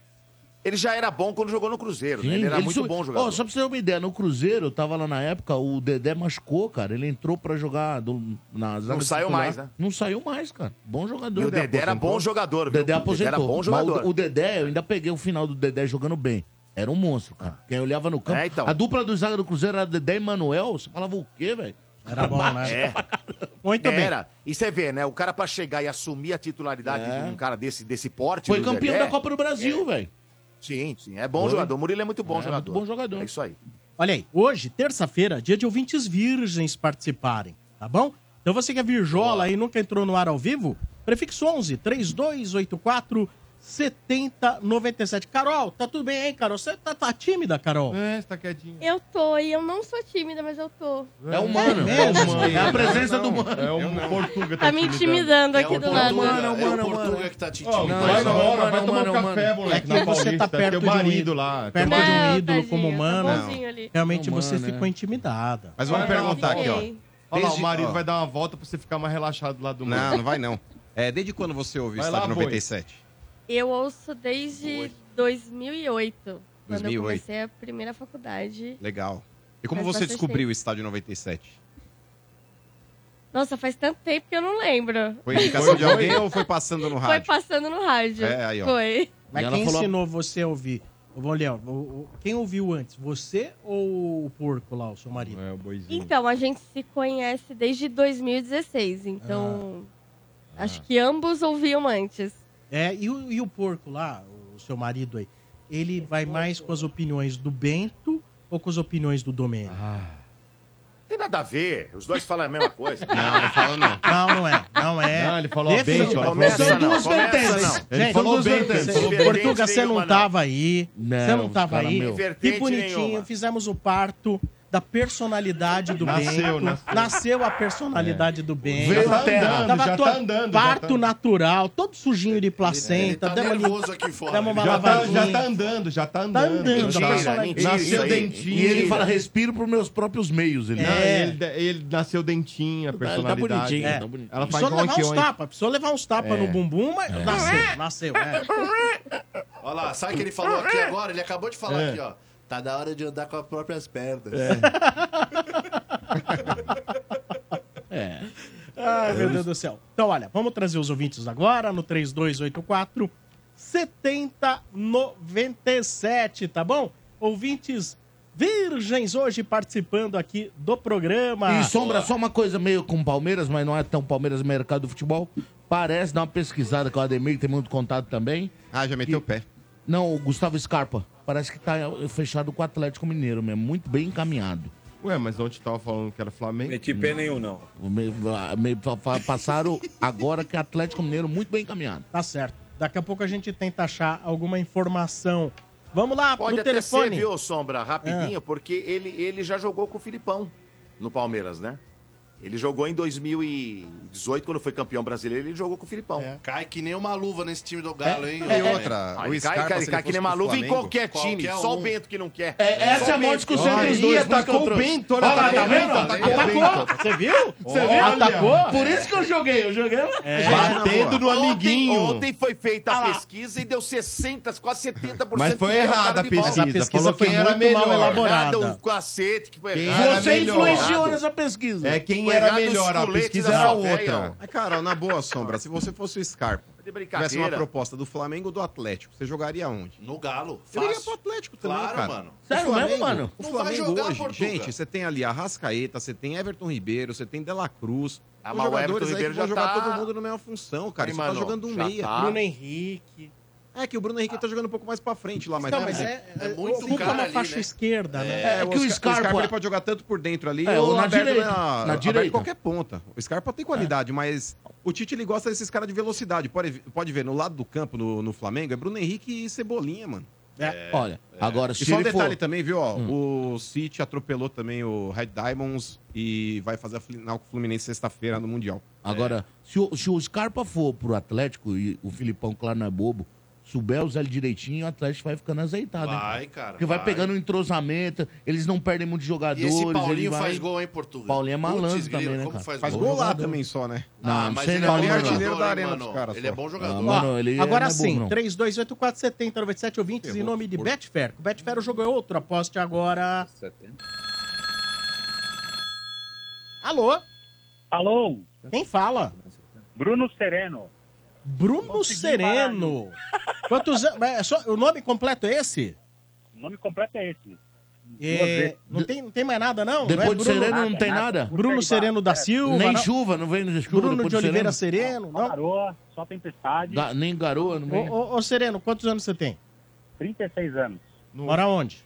[SPEAKER 7] Ele já era bom quando jogou no Cruzeiro,
[SPEAKER 5] Sim,
[SPEAKER 7] né? Ele era muito
[SPEAKER 5] subi-
[SPEAKER 7] bom
[SPEAKER 5] Ó,
[SPEAKER 7] jogador.
[SPEAKER 5] só pra você ter uma ideia, no Cruzeiro, eu tava lá na época, o Dedé machucou, cara. Ele entrou pra jogar do, na zaga
[SPEAKER 7] saiu
[SPEAKER 5] titular.
[SPEAKER 7] mais, né?
[SPEAKER 5] Não saiu mais, cara. Bom um jogador.
[SPEAKER 7] E o Dedé era
[SPEAKER 5] aposentou.
[SPEAKER 7] bom jogador,
[SPEAKER 5] O
[SPEAKER 7] viu?
[SPEAKER 5] Dedé
[SPEAKER 7] O Dedé
[SPEAKER 5] aposentou.
[SPEAKER 7] era bom
[SPEAKER 5] Mas
[SPEAKER 7] jogador.
[SPEAKER 5] o, o Dedé, eu ainda peguei o final do Dedé jogando bem. Era um monstro, cara. Quem olhava no campo...
[SPEAKER 7] É, então.
[SPEAKER 5] A dupla do zaga do Cruzeiro era Dedé e Manuel. Você falava o quê, velho?
[SPEAKER 2] Era bom, né?
[SPEAKER 7] É.
[SPEAKER 5] tá
[SPEAKER 2] Muito bem.
[SPEAKER 7] Era. E você vê, né? O cara pra chegar e assumir a titularidade
[SPEAKER 5] É.
[SPEAKER 7] de um cara desse, desse porte.
[SPEAKER 5] Foi
[SPEAKER 7] do
[SPEAKER 5] campeão
[SPEAKER 7] Dedé, é.
[SPEAKER 5] da Copa do Brasil, velho.
[SPEAKER 7] Sim, sim. É bom
[SPEAKER 5] Foi.
[SPEAKER 7] jogador. O Murilo é muito bom
[SPEAKER 5] É,
[SPEAKER 7] jogador.
[SPEAKER 5] muito bom jogador.
[SPEAKER 7] É isso aí.
[SPEAKER 2] Olha aí, hoje, terça-feira, dia de ouvintes virgens participarem, tá bom? Então você que é virjola e nunca entrou no ar ao vivo, prefixo 11 3284 7097. Carol, tá tudo bem, hein, Carol? Você tá, tá tímida, Carol?
[SPEAKER 6] É, você tá quietinho.
[SPEAKER 4] Eu tô, e eu não sou tímida, mas eu tô.
[SPEAKER 5] É humano. É,
[SPEAKER 2] mesmo?
[SPEAKER 5] a presença do mano.
[SPEAKER 6] É o Portuga
[SPEAKER 4] Tá me intimidando aqui do lado.
[SPEAKER 11] Mano, mano, é o Portuga que tá te intimidando.
[SPEAKER 6] vai
[SPEAKER 5] não,
[SPEAKER 6] embora,
[SPEAKER 5] mano,
[SPEAKER 6] vai tomar
[SPEAKER 5] mano,
[SPEAKER 6] um café,
[SPEAKER 5] mano.
[SPEAKER 6] moleque,
[SPEAKER 2] É que
[SPEAKER 6] na
[SPEAKER 2] você
[SPEAKER 6] Paulista.
[SPEAKER 2] tá perto
[SPEAKER 6] teu
[SPEAKER 2] de um
[SPEAKER 6] marido
[SPEAKER 2] ídolo.
[SPEAKER 6] lá.
[SPEAKER 2] Perto de um
[SPEAKER 4] Não,
[SPEAKER 2] ídolo
[SPEAKER 4] tadinha, tá
[SPEAKER 2] como humano,
[SPEAKER 4] bonzinho ali.
[SPEAKER 2] realmente
[SPEAKER 5] Humano,
[SPEAKER 2] você
[SPEAKER 5] né?
[SPEAKER 2] ficou intimidada.
[SPEAKER 3] Mas vamos perguntar aqui, ó.
[SPEAKER 4] Fiquei.
[SPEAKER 6] Olha lá, o
[SPEAKER 3] Desde-
[SPEAKER 6] marido
[SPEAKER 3] ó.
[SPEAKER 6] vai dar uma volta pra você ficar mais relaxado lá do
[SPEAKER 3] Não,
[SPEAKER 6] mundo.
[SPEAKER 3] não vai não. É, desde quando você ouve o
[SPEAKER 6] Vai
[SPEAKER 3] Estádio
[SPEAKER 6] lá, boi.
[SPEAKER 3] 97?
[SPEAKER 4] Eu ouço desde 2008, quando
[SPEAKER 3] 2008.
[SPEAKER 4] eu comecei a primeira faculdade.
[SPEAKER 3] Legal. E como
[SPEAKER 4] Faz
[SPEAKER 3] você
[SPEAKER 4] bastante
[SPEAKER 3] descobriu
[SPEAKER 4] tempo.
[SPEAKER 3] o Estádio 97?
[SPEAKER 4] Nossa, faz tanto tempo que eu não lembro.
[SPEAKER 3] Foi indicação de alguém ou foi tá passando no
[SPEAKER 4] Foi
[SPEAKER 3] rádio?
[SPEAKER 4] passando no rádio.
[SPEAKER 3] É, aí, ó.
[SPEAKER 4] Foi.
[SPEAKER 2] Mas
[SPEAKER 5] E ela
[SPEAKER 2] quem
[SPEAKER 5] falou-
[SPEAKER 2] ensinou você a ouvir? Ô, Vão Leão, o- o- quem ouviu antes? Você ou o porco lá, o seu marido?
[SPEAKER 6] É, o boizinho.
[SPEAKER 4] Então, a gente se conhece desde 2016, então acho que ambos ouviam antes.
[SPEAKER 2] É, e o, e o porco lá, o seu marido aí, ele vai mais com as opiniões do Bento ou com as opiniões do Domênio?
[SPEAKER 7] Ah. Tem nada a ver. Os dois falam a mesma coisa.
[SPEAKER 2] Não, ele falou não. Não, não é. Não é.
[SPEAKER 7] Não, ele falou
[SPEAKER 2] Defin-
[SPEAKER 7] bacon, ele falou
[SPEAKER 2] São
[SPEAKER 7] bacon. Começa não,
[SPEAKER 2] duas
[SPEAKER 7] começa
[SPEAKER 2] vertentes.
[SPEAKER 7] não. Ele
[SPEAKER 2] Gente,
[SPEAKER 7] falou
[SPEAKER 2] são duas
[SPEAKER 7] bacon,
[SPEAKER 2] vertentes.
[SPEAKER 7] falou bacon.
[SPEAKER 2] Portuga, você não
[SPEAKER 7] Nenhuma,
[SPEAKER 2] tava aí. Você não tá tava
[SPEAKER 7] cara,
[SPEAKER 2] aí.
[SPEAKER 7] meu.
[SPEAKER 2] Que
[SPEAKER 7] Vertente
[SPEAKER 2] bonitinho.
[SPEAKER 7] nenhuma.
[SPEAKER 2] Fizemos o parto da personalidade do
[SPEAKER 6] Nasceu,
[SPEAKER 2] Bento.
[SPEAKER 6] nasceu.
[SPEAKER 2] a
[SPEAKER 5] É.
[SPEAKER 2] personalidade do Bento.
[SPEAKER 6] Veio
[SPEAKER 2] Tava-
[SPEAKER 6] a terra.
[SPEAKER 2] Tava
[SPEAKER 6] Já
[SPEAKER 2] to-
[SPEAKER 6] tá andando, já
[SPEAKER 2] parto natural, todo sujinho de placenta.
[SPEAKER 6] tá
[SPEAKER 2] demos ali-
[SPEAKER 6] nervoso aqui fora.
[SPEAKER 2] demos uma
[SPEAKER 6] Já tá-
[SPEAKER 2] lavadinha.
[SPEAKER 6] já tá andando, já tá andando.
[SPEAKER 2] andando, já passou lá em casa.
[SPEAKER 6] Nasceu
[SPEAKER 2] Mentira,
[SPEAKER 6] dentinho.
[SPEAKER 5] E ele fala, respiro por meus próprios meios. Ele.
[SPEAKER 2] É.
[SPEAKER 6] Não, ele, ele nasceu dentinho, a personalidade.
[SPEAKER 5] bonitinho,
[SPEAKER 3] né?
[SPEAKER 6] É.
[SPEAKER 5] tá bonitinho.
[SPEAKER 6] Ela faz
[SPEAKER 2] Precisou
[SPEAKER 6] igual
[SPEAKER 2] levar
[SPEAKER 6] aqui,
[SPEAKER 2] uns
[SPEAKER 6] ó, hein?
[SPEAKER 2] tapas, precisou levar uns tapas
[SPEAKER 6] É.
[SPEAKER 2] no bumbum, mas
[SPEAKER 6] É.
[SPEAKER 2] nasceu, nasceu, é.
[SPEAKER 9] Olha lá, sabe o que ele falou
[SPEAKER 3] É.
[SPEAKER 9] aqui agora? Ele acabou de falar
[SPEAKER 5] É.
[SPEAKER 9] aqui, ó. Tá na hora de andar com as próprias pernas.
[SPEAKER 5] É.
[SPEAKER 2] Ai, meu
[SPEAKER 5] Eu-
[SPEAKER 2] Deus do céu. Então, olha, vamos trazer os ouvintes agora no 3284 7097, tá bom? Ouvintes virgens hoje participando aqui do programa.
[SPEAKER 6] Ah.
[SPEAKER 5] E Sombra, só uma coisa meio com Palmeiras, mas não é tão Palmeiras no mercado do futebol. Parece, dá uma pesquisada com o Ademir, que tem muito contato também.
[SPEAKER 3] Ah, já meteu o pé.
[SPEAKER 5] Não, o Gustavo Scarpa. Parece que tá fechado com o Atlético Mineiro mesmo. Muito bem encaminhado.
[SPEAKER 6] Ué, mas ontem tava falando que era Flamengo.
[SPEAKER 8] Meti pé nenhum, não.
[SPEAKER 5] Me- ah, me- fa- fa- passaram agora que é Atlético Mineiro muito bem encaminhado.
[SPEAKER 2] Tá certo. Daqui a pouco a gente tenta achar alguma informação. Vamos lá,
[SPEAKER 7] Pode
[SPEAKER 2] no
[SPEAKER 7] até
[SPEAKER 2] telefone.
[SPEAKER 7] ser, viu, Sombra, rapidinho, porque ele, ele já jogou com o Filipão no Palmeiras, né? Ele jogou em 2018, quando foi campeão brasileiro, ele jogou com o Filipão.
[SPEAKER 11] Cai que nem uma luva nesse time do Galo, hein?
[SPEAKER 7] É. Aí cai, cai, cai que nem uma luva em qualquer time.
[SPEAKER 11] um.
[SPEAKER 7] Só o Bento que não quer.
[SPEAKER 11] É, essa
[SPEAKER 7] Só
[SPEAKER 11] é a
[SPEAKER 7] o
[SPEAKER 11] maior
[SPEAKER 7] Bento.
[SPEAKER 11] discussão entre os
[SPEAKER 7] Ih,
[SPEAKER 11] dois, por isso que eu
[SPEAKER 7] Atacou o
[SPEAKER 11] trouxe.
[SPEAKER 7] Bento, olha
[SPEAKER 11] Olha lá,
[SPEAKER 7] atacou
[SPEAKER 11] tá
[SPEAKER 7] o
[SPEAKER 11] vendo?
[SPEAKER 7] Bento,
[SPEAKER 11] Atacou
[SPEAKER 7] atacou
[SPEAKER 11] o
[SPEAKER 7] o
[SPEAKER 11] Bento.
[SPEAKER 7] Bento.
[SPEAKER 2] Você viu?
[SPEAKER 11] Você
[SPEAKER 7] viu?
[SPEAKER 11] Atacou?
[SPEAKER 7] Por
[SPEAKER 5] isso que eu joguei, eu joguei.
[SPEAKER 6] É, Batendo no
[SPEAKER 7] Ontem-
[SPEAKER 6] amiguinho.
[SPEAKER 7] Ontem, foi feita
[SPEAKER 3] Ah
[SPEAKER 7] a pesquisa e deu 60, quase 70%
[SPEAKER 6] Mas foi
[SPEAKER 7] de mercado
[SPEAKER 6] errada a
[SPEAKER 7] de bola.
[SPEAKER 6] pesquisa, Mas a pesquisa falou foi quem era muito melhor. mal elaborada.
[SPEAKER 7] Errada, O cacete que foi
[SPEAKER 6] Quem
[SPEAKER 7] errado.
[SPEAKER 6] era Você melhor. influenciou
[SPEAKER 5] nessa pesquisa.
[SPEAKER 6] É quem era melhor, a pesquisa era outra.
[SPEAKER 3] Mas, Carol, na boa, Sombra, se você fosse o Scarpa,
[SPEAKER 7] De brincadeira.
[SPEAKER 3] tivesse uma proposta do Flamengo ou do Atlético, você jogaria onde?
[SPEAKER 11] No Galo.
[SPEAKER 3] Você iria pro Atlético também,
[SPEAKER 11] Claro,
[SPEAKER 3] cara.
[SPEAKER 11] mano.
[SPEAKER 5] é
[SPEAKER 3] O
[SPEAKER 5] um
[SPEAKER 11] Sério
[SPEAKER 3] Flamengo-
[SPEAKER 11] mesmo, mano?
[SPEAKER 3] O
[SPEAKER 11] Não vai
[SPEAKER 3] Flamengo
[SPEAKER 11] jogar,
[SPEAKER 3] hoje,
[SPEAKER 11] Portuga.
[SPEAKER 3] gente, você tem ali a Rascaeta, você tem Everton Ribeiro, você tem Dela Cruz.
[SPEAKER 7] Ah,
[SPEAKER 3] Os
[SPEAKER 7] mas o
[SPEAKER 3] jogadores
[SPEAKER 7] Everton
[SPEAKER 3] aí que
[SPEAKER 7] Ribeiro
[SPEAKER 3] vão
[SPEAKER 7] já
[SPEAKER 3] jogar
[SPEAKER 7] tá-
[SPEAKER 3] todo mundo na mesma função, cara.
[SPEAKER 7] Ih,
[SPEAKER 3] Você tá
[SPEAKER 7] mano,
[SPEAKER 3] jogando um
[SPEAKER 7] já
[SPEAKER 3] meia.
[SPEAKER 7] tá. Ah,
[SPEAKER 2] Bruno Henrique.
[SPEAKER 3] É que o Bruno Henrique tá jogando um pouco mais pra frente lá, mas...
[SPEAKER 2] Não,
[SPEAKER 3] né,
[SPEAKER 2] mas
[SPEAKER 3] assim,
[SPEAKER 2] é- é muito ocupa cara uma ali, faixa né? esquerda, né?
[SPEAKER 3] É,
[SPEAKER 2] É
[SPEAKER 3] o
[SPEAKER 2] que o
[SPEAKER 3] Sca- o Scarpa,
[SPEAKER 2] Scarpa-
[SPEAKER 3] ele pode jogar tanto por dentro ali,
[SPEAKER 2] É,
[SPEAKER 3] ou
[SPEAKER 2] ou na
[SPEAKER 3] aberto,
[SPEAKER 2] direita,
[SPEAKER 3] né,
[SPEAKER 2] na
[SPEAKER 3] aberto
[SPEAKER 2] direita.
[SPEAKER 3] em qualquer ponta. O Scarpa tem qualidade, mas o Tite ele gosta desses caras de velocidade. Pode, pode ver, no lado do campo, no, no Flamengo, é Bruno Henrique e Cebolinha, mano.
[SPEAKER 2] É.
[SPEAKER 5] Olha, agora,
[SPEAKER 3] e
[SPEAKER 5] se
[SPEAKER 3] só um
[SPEAKER 5] ele
[SPEAKER 3] detalhe
[SPEAKER 5] for- Hum.
[SPEAKER 3] também, viu? Ó, O City atropelou também o Red Diamonds e vai fazer a final com o Fluminense sexta-feira no Mundial.
[SPEAKER 5] Agora,
[SPEAKER 11] É.
[SPEAKER 5] se, o, se o Scarpa for pro Atlético, e o Filipão, claro, não é bobo, souber usar ele direitinho, o Atlético vai ficando azeitado. hein?
[SPEAKER 11] Vai, cara,
[SPEAKER 5] Porque vai,
[SPEAKER 11] vai.
[SPEAKER 5] pegando um entrosamento, eles não perdem muitos jogadores.
[SPEAKER 11] E esse Paulinho
[SPEAKER 5] ele vai-
[SPEAKER 11] faz gol, hein, Portugal?
[SPEAKER 5] Paulinho é malandro
[SPEAKER 11] Putz,
[SPEAKER 5] também,
[SPEAKER 11] grilo,
[SPEAKER 5] né,
[SPEAKER 11] como
[SPEAKER 5] cara?
[SPEAKER 11] faz
[SPEAKER 3] Faz
[SPEAKER 11] gol?
[SPEAKER 3] gol lá
[SPEAKER 5] jogador.
[SPEAKER 3] também só, né?
[SPEAKER 5] Não,
[SPEAKER 11] Ah,
[SPEAKER 5] não
[SPEAKER 11] mas
[SPEAKER 5] sei
[SPEAKER 11] ele é
[SPEAKER 5] não.
[SPEAKER 11] bom
[SPEAKER 5] não, não.
[SPEAKER 11] artilheiro da arena dos caras. Ele é bom
[SPEAKER 5] Ah,
[SPEAKER 11] jogador.
[SPEAKER 5] mano, ele
[SPEAKER 2] Agora
[SPEAKER 5] não é bobo,
[SPEAKER 2] sim,
[SPEAKER 5] não.
[SPEAKER 2] 32847097 ouvintes em nome de Betfair. O Betfair o jogo é outro, aposte agora. Alô?
[SPEAKER 13] Alô?
[SPEAKER 2] Quem fala?
[SPEAKER 13] Bruno Sereno.
[SPEAKER 2] Bruno Sereno. Quantos anos? é só- O nome completo é esse?
[SPEAKER 13] O nome completo é esse.
[SPEAKER 2] É,
[SPEAKER 13] Duas vezes.
[SPEAKER 2] não, tem, não tem mais nada, não?
[SPEAKER 5] Depois
[SPEAKER 2] Não é
[SPEAKER 5] de
[SPEAKER 2] Bruno-
[SPEAKER 5] Sereno não tem nada?
[SPEAKER 2] Bruno Sereno
[SPEAKER 13] É.
[SPEAKER 2] da Silva.
[SPEAKER 5] Nem
[SPEAKER 2] não?
[SPEAKER 5] chuva, não vem chuva
[SPEAKER 2] Bruno
[SPEAKER 5] depois
[SPEAKER 2] de
[SPEAKER 5] do
[SPEAKER 2] Oliveira
[SPEAKER 5] Sereno?
[SPEAKER 2] Sereno. Não.
[SPEAKER 13] Garoa, só tempestade.
[SPEAKER 5] Ga- nem garoa, não
[SPEAKER 2] Ô,
[SPEAKER 5] vem.
[SPEAKER 2] ô, ô, Sereno, quantos anos você tem?
[SPEAKER 13] 36 anos.
[SPEAKER 2] Mora onde?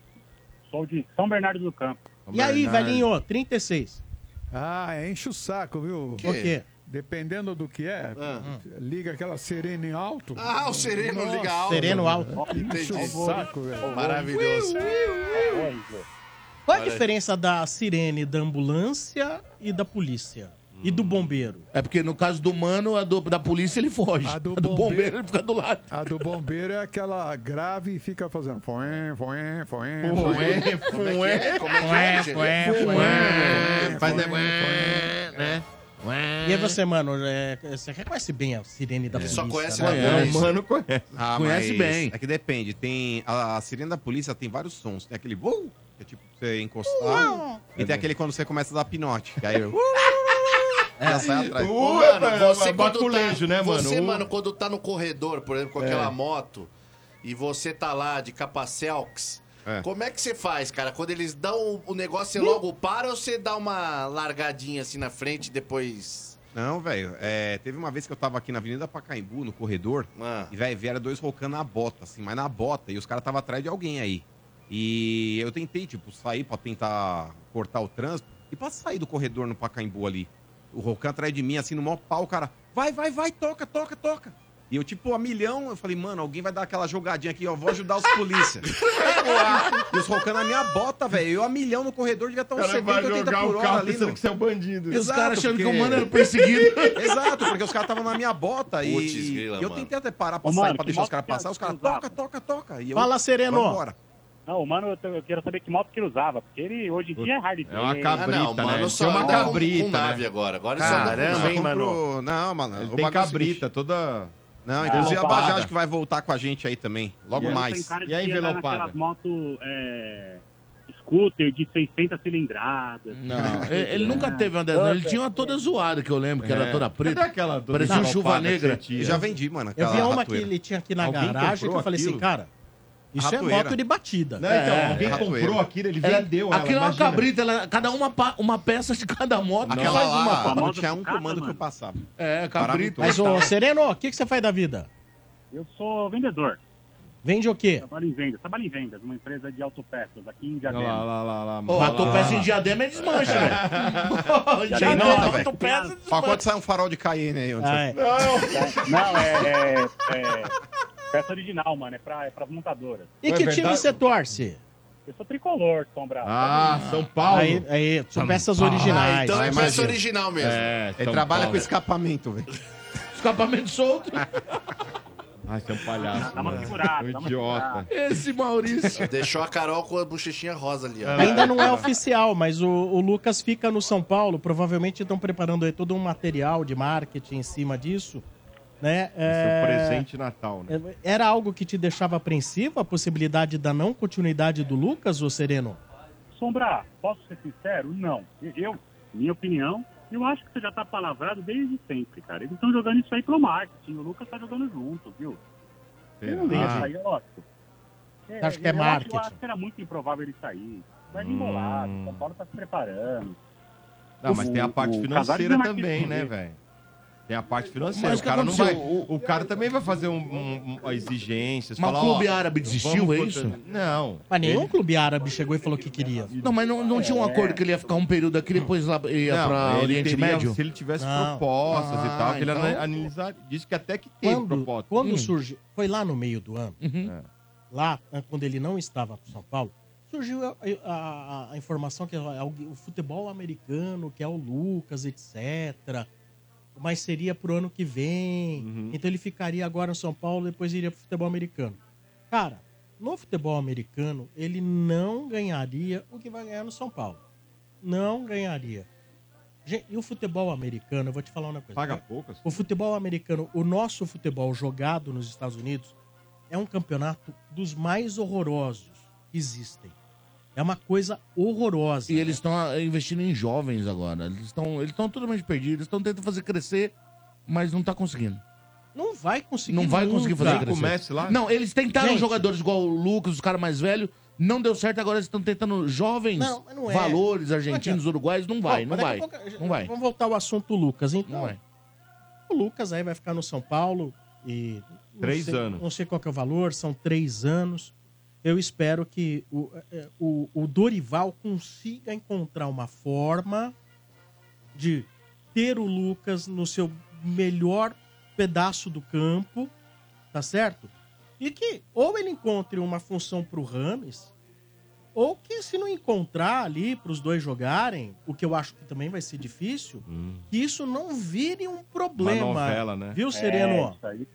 [SPEAKER 13] Sou de São Bernardo do Campo.
[SPEAKER 2] E aí, velhinho? 36.
[SPEAKER 10] Ah, enche o saco, viu?
[SPEAKER 2] Por quê?
[SPEAKER 10] Dependendo do que é, liga aquela serena em alto.
[SPEAKER 11] Ah, o sereno
[SPEAKER 10] Nossa,
[SPEAKER 11] liga alto.
[SPEAKER 2] sereno alto.
[SPEAKER 10] Enche o
[SPEAKER 11] Entendi.
[SPEAKER 10] saco, velho.
[SPEAKER 11] Maravilhoso.
[SPEAKER 2] Qual é a
[SPEAKER 11] Olha aí.
[SPEAKER 2] diferença da sirene da ambulância e da polícia? E do bombeiro?
[SPEAKER 5] É porque no caso do mano, a do- da polícia ele foge. A do, bombeiro ele fica do lado.
[SPEAKER 10] A do bombeiro é aquela grave e fica fazendo. Foé, foé, foé.
[SPEAKER 5] Foé, foé.
[SPEAKER 10] Como é que
[SPEAKER 2] Ué,
[SPEAKER 10] é? Como é
[SPEAKER 2] ué,
[SPEAKER 10] que é?
[SPEAKER 2] ué.
[SPEAKER 10] Faz né?
[SPEAKER 5] né?
[SPEAKER 2] E aí você, mano, é, você reconhece bem a sirene da
[SPEAKER 3] Ele
[SPEAKER 2] polícia?
[SPEAKER 3] só É. conhece
[SPEAKER 2] né?
[SPEAKER 3] na polícia. Não, mano,
[SPEAKER 6] conhece.
[SPEAKER 3] Ah,
[SPEAKER 5] Conhece
[SPEAKER 3] mas
[SPEAKER 5] bem.
[SPEAKER 3] É que depende. Tem a, a sirene da polícia tem vários sons. Tem aquele voo, que é tipo você encostar. E tem aquele quando você começa a dar pinote. Que aí eu...
[SPEAKER 5] É,
[SPEAKER 3] já sai atrás.
[SPEAKER 11] Ô, mano, você quando tá,
[SPEAKER 5] né,
[SPEAKER 11] Você,
[SPEAKER 3] O-
[SPEAKER 11] mano, quando tá no corredor, por exemplo, com aquela
[SPEAKER 3] É.
[SPEAKER 11] moto, e você tá lá de capacelx,
[SPEAKER 3] É.
[SPEAKER 11] como é que você faz, cara? Quando eles dão o- o negócio, você logo para ou você dá uma largadinha assim na frente e depois...
[SPEAKER 3] Não, velho. é, teve uma vez que eu tava aqui na Avenida Pacaembu,
[SPEAKER 6] Ah.
[SPEAKER 3] no corredor, e, velho, vieram dois rocando na bota, assim, mas na bota, e os caras tava atrás de alguém aí. E eu tentei, tipo, sair pra tentar cortar o trânsito. E pra sair do corredor no Pacaembu ali, o Rocan atrás de mim, assim, no maior pau, o cara, vai, vai, vai, toca, toca, toca. E eu, tipo, a milhão, eu falei, mano, alguém vai dar aquela jogadinha aqui, ó, vou ajudar os polícia. e os Rocan na minha bota, velho. Eu a milhão no corredor devia estar uns
[SPEAKER 6] Cara,
[SPEAKER 3] 70,
[SPEAKER 6] vai
[SPEAKER 3] 80
[SPEAKER 6] jogar
[SPEAKER 3] Então por
[SPEAKER 6] o
[SPEAKER 3] hora
[SPEAKER 6] carro
[SPEAKER 3] ali. né?
[SPEAKER 6] pensando
[SPEAKER 3] não.
[SPEAKER 6] que você é um bandido.
[SPEAKER 3] Exato,
[SPEAKER 6] Os caras achando que o mano era
[SPEAKER 5] perseguido.
[SPEAKER 3] Exato, porque os caras estavam na minha bota e
[SPEAKER 2] Putz, grila,
[SPEAKER 3] e eu
[SPEAKER 2] mano.
[SPEAKER 3] tentei até parar pra
[SPEAKER 2] Ô,
[SPEAKER 3] sair,
[SPEAKER 2] mano,
[SPEAKER 3] pra
[SPEAKER 2] que
[SPEAKER 3] deixar os
[SPEAKER 2] moto
[SPEAKER 3] caras
[SPEAKER 2] que
[SPEAKER 3] passar, os caras,
[SPEAKER 2] usava?
[SPEAKER 3] toca, toca, toca. E eu,
[SPEAKER 2] Fala, Sereno.
[SPEAKER 3] vambora.
[SPEAKER 13] Não, o mano, eu, tô- eu quero saber que moto que ele usava, porque ele hoje em dia é hard
[SPEAKER 3] É uma
[SPEAKER 13] dele.
[SPEAKER 3] cabrita,
[SPEAKER 13] Ah, não,
[SPEAKER 3] né?
[SPEAKER 13] mano,
[SPEAKER 3] Ele
[SPEAKER 13] só
[SPEAKER 3] tem uma
[SPEAKER 13] anda com-
[SPEAKER 3] cabrita,
[SPEAKER 13] com
[SPEAKER 3] né?
[SPEAKER 13] nave
[SPEAKER 7] agora. Agora
[SPEAKER 13] Caramba, hein, mano?
[SPEAKER 3] Não, mano.
[SPEAKER 6] Ele
[SPEAKER 3] o
[SPEAKER 6] tem
[SPEAKER 3] bagulho é o seguinte.
[SPEAKER 6] cabrita toda...
[SPEAKER 3] Não, inclusive a
[SPEAKER 6] Envelopada.
[SPEAKER 3] Bajaj que vai voltar com a gente aí também, logo
[SPEAKER 13] Mano, tem
[SPEAKER 3] mais.
[SPEAKER 13] cara de andar naquelas motos é, scooter de 600 cilindradas.
[SPEAKER 5] Não, ele, ele nunca teve uma dessas. não. Ele tinha uma toda zoada que eu lembro, que era
[SPEAKER 2] É.
[SPEAKER 5] toda preta.
[SPEAKER 2] Cadê aquela toda
[SPEAKER 5] Parecia um
[SPEAKER 2] envelopada
[SPEAKER 5] chuva
[SPEAKER 2] que você
[SPEAKER 5] negra.
[SPEAKER 2] tinha? Eu já vendi,
[SPEAKER 3] mano.
[SPEAKER 2] Eu vi uma que ele tinha aqui na
[SPEAKER 5] Alguém
[SPEAKER 2] garagem que
[SPEAKER 5] comprou
[SPEAKER 2] eu falei assim,
[SPEAKER 5] aquilo?
[SPEAKER 2] cara, isso é
[SPEAKER 5] Ratoeira.
[SPEAKER 2] moto de batida.
[SPEAKER 5] Não, então, alguém
[SPEAKER 2] é
[SPEAKER 5] comprou
[SPEAKER 2] ratoeira.
[SPEAKER 5] aquilo, ele vendeu ela,
[SPEAKER 2] Aquilo é uma
[SPEAKER 5] imagina.
[SPEAKER 2] cabrita.
[SPEAKER 5] ela- cada uma, pa- uma peça de cada moto.
[SPEAKER 2] Aquela
[SPEAKER 5] Faz
[SPEAKER 2] lá,
[SPEAKER 5] uma-
[SPEAKER 2] famosa
[SPEAKER 5] tinha um
[SPEAKER 2] sucata,
[SPEAKER 5] comando que eu
[SPEAKER 3] passava.
[SPEAKER 5] É, cabrita.
[SPEAKER 2] Mas, ô, Sereno, o que, que você faz da vida?
[SPEAKER 13] Eu sou vendedor.
[SPEAKER 2] Vende o quê?
[SPEAKER 13] Trabalho em vendas. Trabalho em vendas, uma empresa de autopeças aqui em Diadema.
[SPEAKER 2] Olha lá, olha
[SPEAKER 6] lá, lá.
[SPEAKER 2] Ô,
[SPEAKER 5] Matou peça em diadema é desmancha, velho.
[SPEAKER 13] Já tem
[SPEAKER 3] é
[SPEAKER 13] nota, velho.
[SPEAKER 3] Ó, quando sai um farol de Cayenne aí. Onde
[SPEAKER 13] Ah, é.
[SPEAKER 3] você...
[SPEAKER 13] Não, não, é, é, é peça original, mano. É pra, é pras montadoras.
[SPEAKER 2] E que time você torce?
[SPEAKER 13] Eu sou tricolor, Sombra.
[SPEAKER 6] Ah.
[SPEAKER 2] Aí, aí, são peças originais.
[SPEAKER 13] Ah, então é
[SPEAKER 2] Vai,
[SPEAKER 13] peça
[SPEAKER 2] imagina.
[SPEAKER 13] original mesmo.
[SPEAKER 2] É,
[SPEAKER 3] Ele
[SPEAKER 5] então
[SPEAKER 2] São
[SPEAKER 3] trabalha
[SPEAKER 2] Paulo.
[SPEAKER 3] com escapamento, velho.
[SPEAKER 5] Escapamento solto.
[SPEAKER 6] Ai, você é um palhaço.
[SPEAKER 5] Dá uma
[SPEAKER 6] mano.
[SPEAKER 5] segurada,
[SPEAKER 6] Um
[SPEAKER 5] dá uma
[SPEAKER 6] idiota.
[SPEAKER 5] Esse Maurício.
[SPEAKER 11] Deixou a Carol com a bochechinha rosa ali, ó.
[SPEAKER 2] Ainda não é oficial, mas o, o Lucas fica no São Paulo. Provavelmente estão preparando aí todo um material de marketing em cima disso. Né?
[SPEAKER 6] Seu
[SPEAKER 2] É,
[SPEAKER 6] um presente de Natal, né?
[SPEAKER 2] Era algo que te deixava apreensivo a possibilidade da não continuidade do Lucas, ô Sereno?
[SPEAKER 13] Sombra, posso ser sincero? Não. Eu, minha opinião, eu acho que você já tá palavrado desde sempre, cara. Eles estão jogando isso aí pro marketing. O Lucas tá jogando junto, viu? Eu não
[SPEAKER 2] Será?
[SPEAKER 13] lembro isso aí, é lógico.
[SPEAKER 2] Você acha que é
[SPEAKER 13] eu
[SPEAKER 2] marketing?
[SPEAKER 13] Eu acho que era muito improvável ele sair. Vai vir embolado. São Paulo tá se preparando.
[SPEAKER 6] Hum. Não, mas
[SPEAKER 13] O-
[SPEAKER 6] tem a parte
[SPEAKER 13] o
[SPEAKER 6] financeira
[SPEAKER 13] Casares é
[SPEAKER 6] também,
[SPEAKER 13] marketing,
[SPEAKER 6] né, velho? Tem a parte financeira.
[SPEAKER 5] Mas
[SPEAKER 6] o
[SPEAKER 5] o que
[SPEAKER 6] cara não vai.
[SPEAKER 5] aconteceu?
[SPEAKER 6] O, o cara também vai fazer um, um, um- exigências.
[SPEAKER 5] Mas
[SPEAKER 6] falar,
[SPEAKER 5] o clube
[SPEAKER 6] ó,
[SPEAKER 5] árabe desistiu,
[SPEAKER 6] vamos
[SPEAKER 5] é
[SPEAKER 6] botar-
[SPEAKER 5] isso?
[SPEAKER 6] Não.
[SPEAKER 2] Mas nenhum
[SPEAKER 6] Ele-
[SPEAKER 2] clube árabe chegou e falou que queria.
[SPEAKER 5] Não, mas não, não tinha um acordo que ele ia ficar um período aqui e depois lá ia
[SPEAKER 6] É. Não,
[SPEAKER 5] pra
[SPEAKER 6] ele
[SPEAKER 5] Oriente
[SPEAKER 6] teria-
[SPEAKER 5] Médio?
[SPEAKER 6] Se ele tivesse
[SPEAKER 2] Não.
[SPEAKER 6] propostas e
[SPEAKER 2] Ah,
[SPEAKER 6] tal, que ele
[SPEAKER 2] então-
[SPEAKER 6] ana- analisar. Diz que até que tem
[SPEAKER 2] Quando,
[SPEAKER 6] propostas.
[SPEAKER 2] quando
[SPEAKER 6] Hum.
[SPEAKER 2] surge, foi lá no meio do ano, lá né, quando ele não estava pro São Paulo, surgiu a, a- a informação que é o, o futebol americano, que é o Lucas, etc. Mas seria pro ano que vem. Então ele ficaria agora no São Paulo, depois iria pro futebol americano. Cara, no futebol americano ele não ganharia o que vai ganhar no São Paulo. Não ganharia. Gente, e o futebol americano, eu vou te falar uma coisa. né?
[SPEAKER 6] Paga pouco, assim.
[SPEAKER 2] O futebol americano, o nosso futebol jogado nos Estados Unidos, é um campeonato dos mais horrorosos que existem. É uma coisa horrorosa.
[SPEAKER 5] E eles estão ah, investindo em jovens agora. Eles estão eles tão totalmente perdidos, estão tentando fazer crescer, mas não tá conseguindo.
[SPEAKER 2] Não vai conseguir.
[SPEAKER 5] Não vai
[SPEAKER 2] nunca.
[SPEAKER 5] conseguir fazer crescer. Não, eles tentaram
[SPEAKER 2] Gente,
[SPEAKER 5] jogadores igual o Lucas, os caras mais velhos, não deu certo, agora eles estão tentando jovens,
[SPEAKER 2] Não, mas não é.
[SPEAKER 5] valores,
[SPEAKER 2] Não
[SPEAKER 5] argentinos,
[SPEAKER 2] adianta.
[SPEAKER 5] uruguaios, não vai,
[SPEAKER 2] Ó,
[SPEAKER 5] não
[SPEAKER 2] mas
[SPEAKER 5] vai.
[SPEAKER 2] daqui a pouco,
[SPEAKER 5] Não vai.
[SPEAKER 2] Vamos voltar ao assunto Lucas, então. O Lucas aí vai ficar no São Paulo e. não
[SPEAKER 6] Três
[SPEAKER 2] sei-
[SPEAKER 6] anos.
[SPEAKER 2] Não sei qual que é o valor, são três anos. Eu espero que o, eh, o, o Dorival consiga encontrar uma forma de ter o Lucas no seu melhor pedaço do campo, tá certo? E que ou ele encontre uma função pro Rames, ou que se não encontrar ali para os dois jogarem, o que eu acho que também vai ser difícil, que isso não vire um problema.
[SPEAKER 6] Uma novela, né?
[SPEAKER 2] Viu,
[SPEAKER 6] É,
[SPEAKER 2] Sereno?
[SPEAKER 13] isso aí.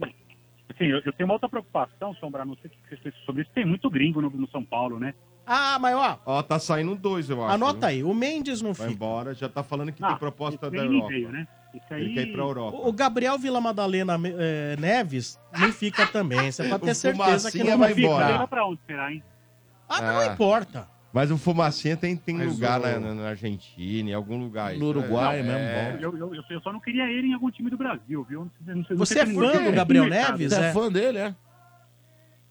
[SPEAKER 13] Assim, eu, eu tenho uma outra preocupação, Sombra, não sei o que vocês pensam sobre isso. Tem muito gringo no, no São Paulo, né?
[SPEAKER 2] Ah, mas ó,
[SPEAKER 6] Ó, tá saindo dois, eu acho.
[SPEAKER 2] anota
[SPEAKER 6] viu?
[SPEAKER 2] aí, o Mendes não
[SPEAKER 6] Vai
[SPEAKER 2] fica.
[SPEAKER 6] embora, já tá falando que tem proposta
[SPEAKER 2] esse
[SPEAKER 6] da
[SPEAKER 2] aí ele
[SPEAKER 6] Europa.
[SPEAKER 2] veio, né?
[SPEAKER 6] Ele quer ir pra Europa.
[SPEAKER 2] O Gabriel Vila Madalena eh, Neves não fica também. Você pode ter
[SPEAKER 6] O
[SPEAKER 2] certeza que
[SPEAKER 6] Fumacinha
[SPEAKER 2] não
[SPEAKER 6] vai
[SPEAKER 2] fica.
[SPEAKER 6] embora. É.
[SPEAKER 13] Vai pra onde será, hein?
[SPEAKER 2] Ah, mas não importa.
[SPEAKER 6] Mas o Fumacinha tem, tem
[SPEAKER 13] Mas
[SPEAKER 6] lugar
[SPEAKER 13] o-
[SPEAKER 6] na- na, na Argentina, em algum lugar. aí.
[SPEAKER 5] No Uruguai
[SPEAKER 6] Não, é.
[SPEAKER 5] mesmo,
[SPEAKER 13] Eu, eu, eu- eu só não queria ele em algum time do Brasil, viu? Não sei- não sei- não
[SPEAKER 2] Você
[SPEAKER 13] sei
[SPEAKER 2] é
[SPEAKER 13] se
[SPEAKER 2] fã
[SPEAKER 13] ele-
[SPEAKER 2] do Gabriel
[SPEAKER 13] mercado.
[SPEAKER 2] Neves?
[SPEAKER 13] Você é fã?
[SPEAKER 5] dele, é?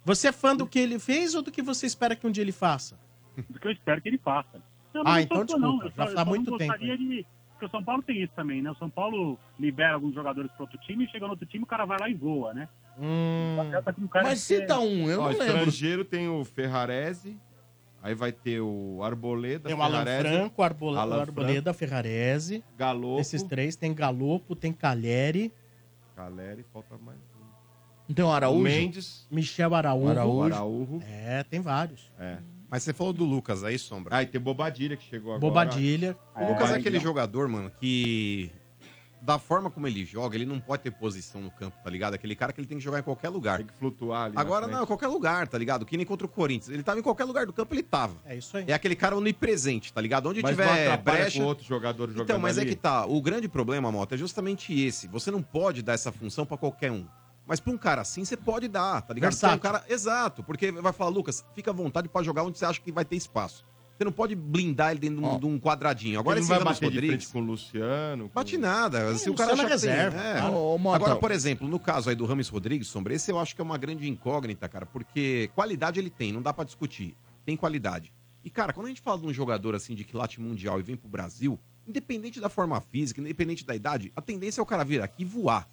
[SPEAKER 2] Você é fã do que ele fez ou do que você espera que um dia ele faça?
[SPEAKER 13] Do que eu espero que ele faça. Não, mas
[SPEAKER 2] Ah,
[SPEAKER 13] não sou
[SPEAKER 2] então
[SPEAKER 13] fã, não.
[SPEAKER 2] desculpa,
[SPEAKER 13] Eu
[SPEAKER 2] já
[SPEAKER 13] só- eu
[SPEAKER 2] tá
[SPEAKER 13] só não
[SPEAKER 2] muito
[SPEAKER 13] gostaria
[SPEAKER 2] tempo,
[SPEAKER 13] De... Porque o São Paulo tem isso também, né? O São Paulo libera alguns jogadores para outro time, chega no outro time, o cara vai lá e voa, né?
[SPEAKER 2] Hum.
[SPEAKER 13] Tá com cara de ser-
[SPEAKER 6] um,
[SPEAKER 3] um,
[SPEAKER 6] Ó, estrangeiro tem o Ferrarese, Aí vai ter o Arboleda,
[SPEAKER 2] Tem o Alan
[SPEAKER 6] Ferrarese,
[SPEAKER 2] Franco, Arboleda,
[SPEAKER 6] Alan
[SPEAKER 2] Arboleda Ferrarese.
[SPEAKER 6] Galopo.
[SPEAKER 2] Esses três. Tem Galopo, tem Calheri.
[SPEAKER 6] Franco, Caleri, falta mais um.
[SPEAKER 2] Não tem o
[SPEAKER 6] Araújo? Mendes.
[SPEAKER 2] Michel Araújo.
[SPEAKER 6] Araújo.
[SPEAKER 2] É, tem vários.
[SPEAKER 3] Mas você falou do Lucas aí, Sombra.
[SPEAKER 6] Ah, e tem Bobadilha que chegou agora.
[SPEAKER 2] Bobadilha.
[SPEAKER 3] O Lucas é aquele jogador, mano, que... Da forma como ele joga, ele não pode ter posição no campo, tá ligado? Aquele cara que ele tem que jogar em qualquer lugar. Tem que
[SPEAKER 6] flutuar ali.
[SPEAKER 3] Agora, não, qualquer lugar, tá ligado? Que nem contra o Corinthians. Ele tava em qualquer lugar do campo, ele tava.
[SPEAKER 2] É isso aí.
[SPEAKER 3] É aquele cara onipresente, tá ligado? Onde
[SPEAKER 6] Mas não
[SPEAKER 3] tiver
[SPEAKER 6] atrapalha
[SPEAKER 3] brecha.
[SPEAKER 6] com outro jogador jogando
[SPEAKER 3] Então, mas é
[SPEAKER 6] ali?
[SPEAKER 3] que tá. O grande problema, Mota, é justamente esse. Você não pode dar essa função pra qualquer um. Mas pra um cara assim, você pode dar, tá ligado? Pra um
[SPEAKER 2] Versátil.
[SPEAKER 3] cara... Exato, porque vai falar, Lucas, fica à vontade pra jogar onde você acha que vai ter espaço. Você não pode blindar ele dentro de um- de um quadradinho.
[SPEAKER 6] Ele
[SPEAKER 3] Agora
[SPEAKER 6] não
[SPEAKER 3] esse
[SPEAKER 6] vai
[SPEAKER 3] Ramos
[SPEAKER 6] bater de
[SPEAKER 3] Rodrigues-
[SPEAKER 6] frente com o Luciano. com-
[SPEAKER 3] Bate nada. Se
[SPEAKER 6] o
[SPEAKER 3] o cara
[SPEAKER 6] Luciano
[SPEAKER 3] achar
[SPEAKER 6] é
[SPEAKER 3] que tem,
[SPEAKER 6] reserva,
[SPEAKER 3] é.
[SPEAKER 6] cara. Ô, ô, Mota.
[SPEAKER 3] Agora, por exemplo, no caso aí do Rames Rodrigues, Sombra, esse eu acho que é uma grande incógnita, cara, porque qualidade ele tem, não dá pra discutir. Tem qualidade. E, cara, quando a gente fala de um jogador assim de quilate mundial e vem pro Brasil, independente da forma física, independente da idade, a tendência é o cara vir aqui e voar.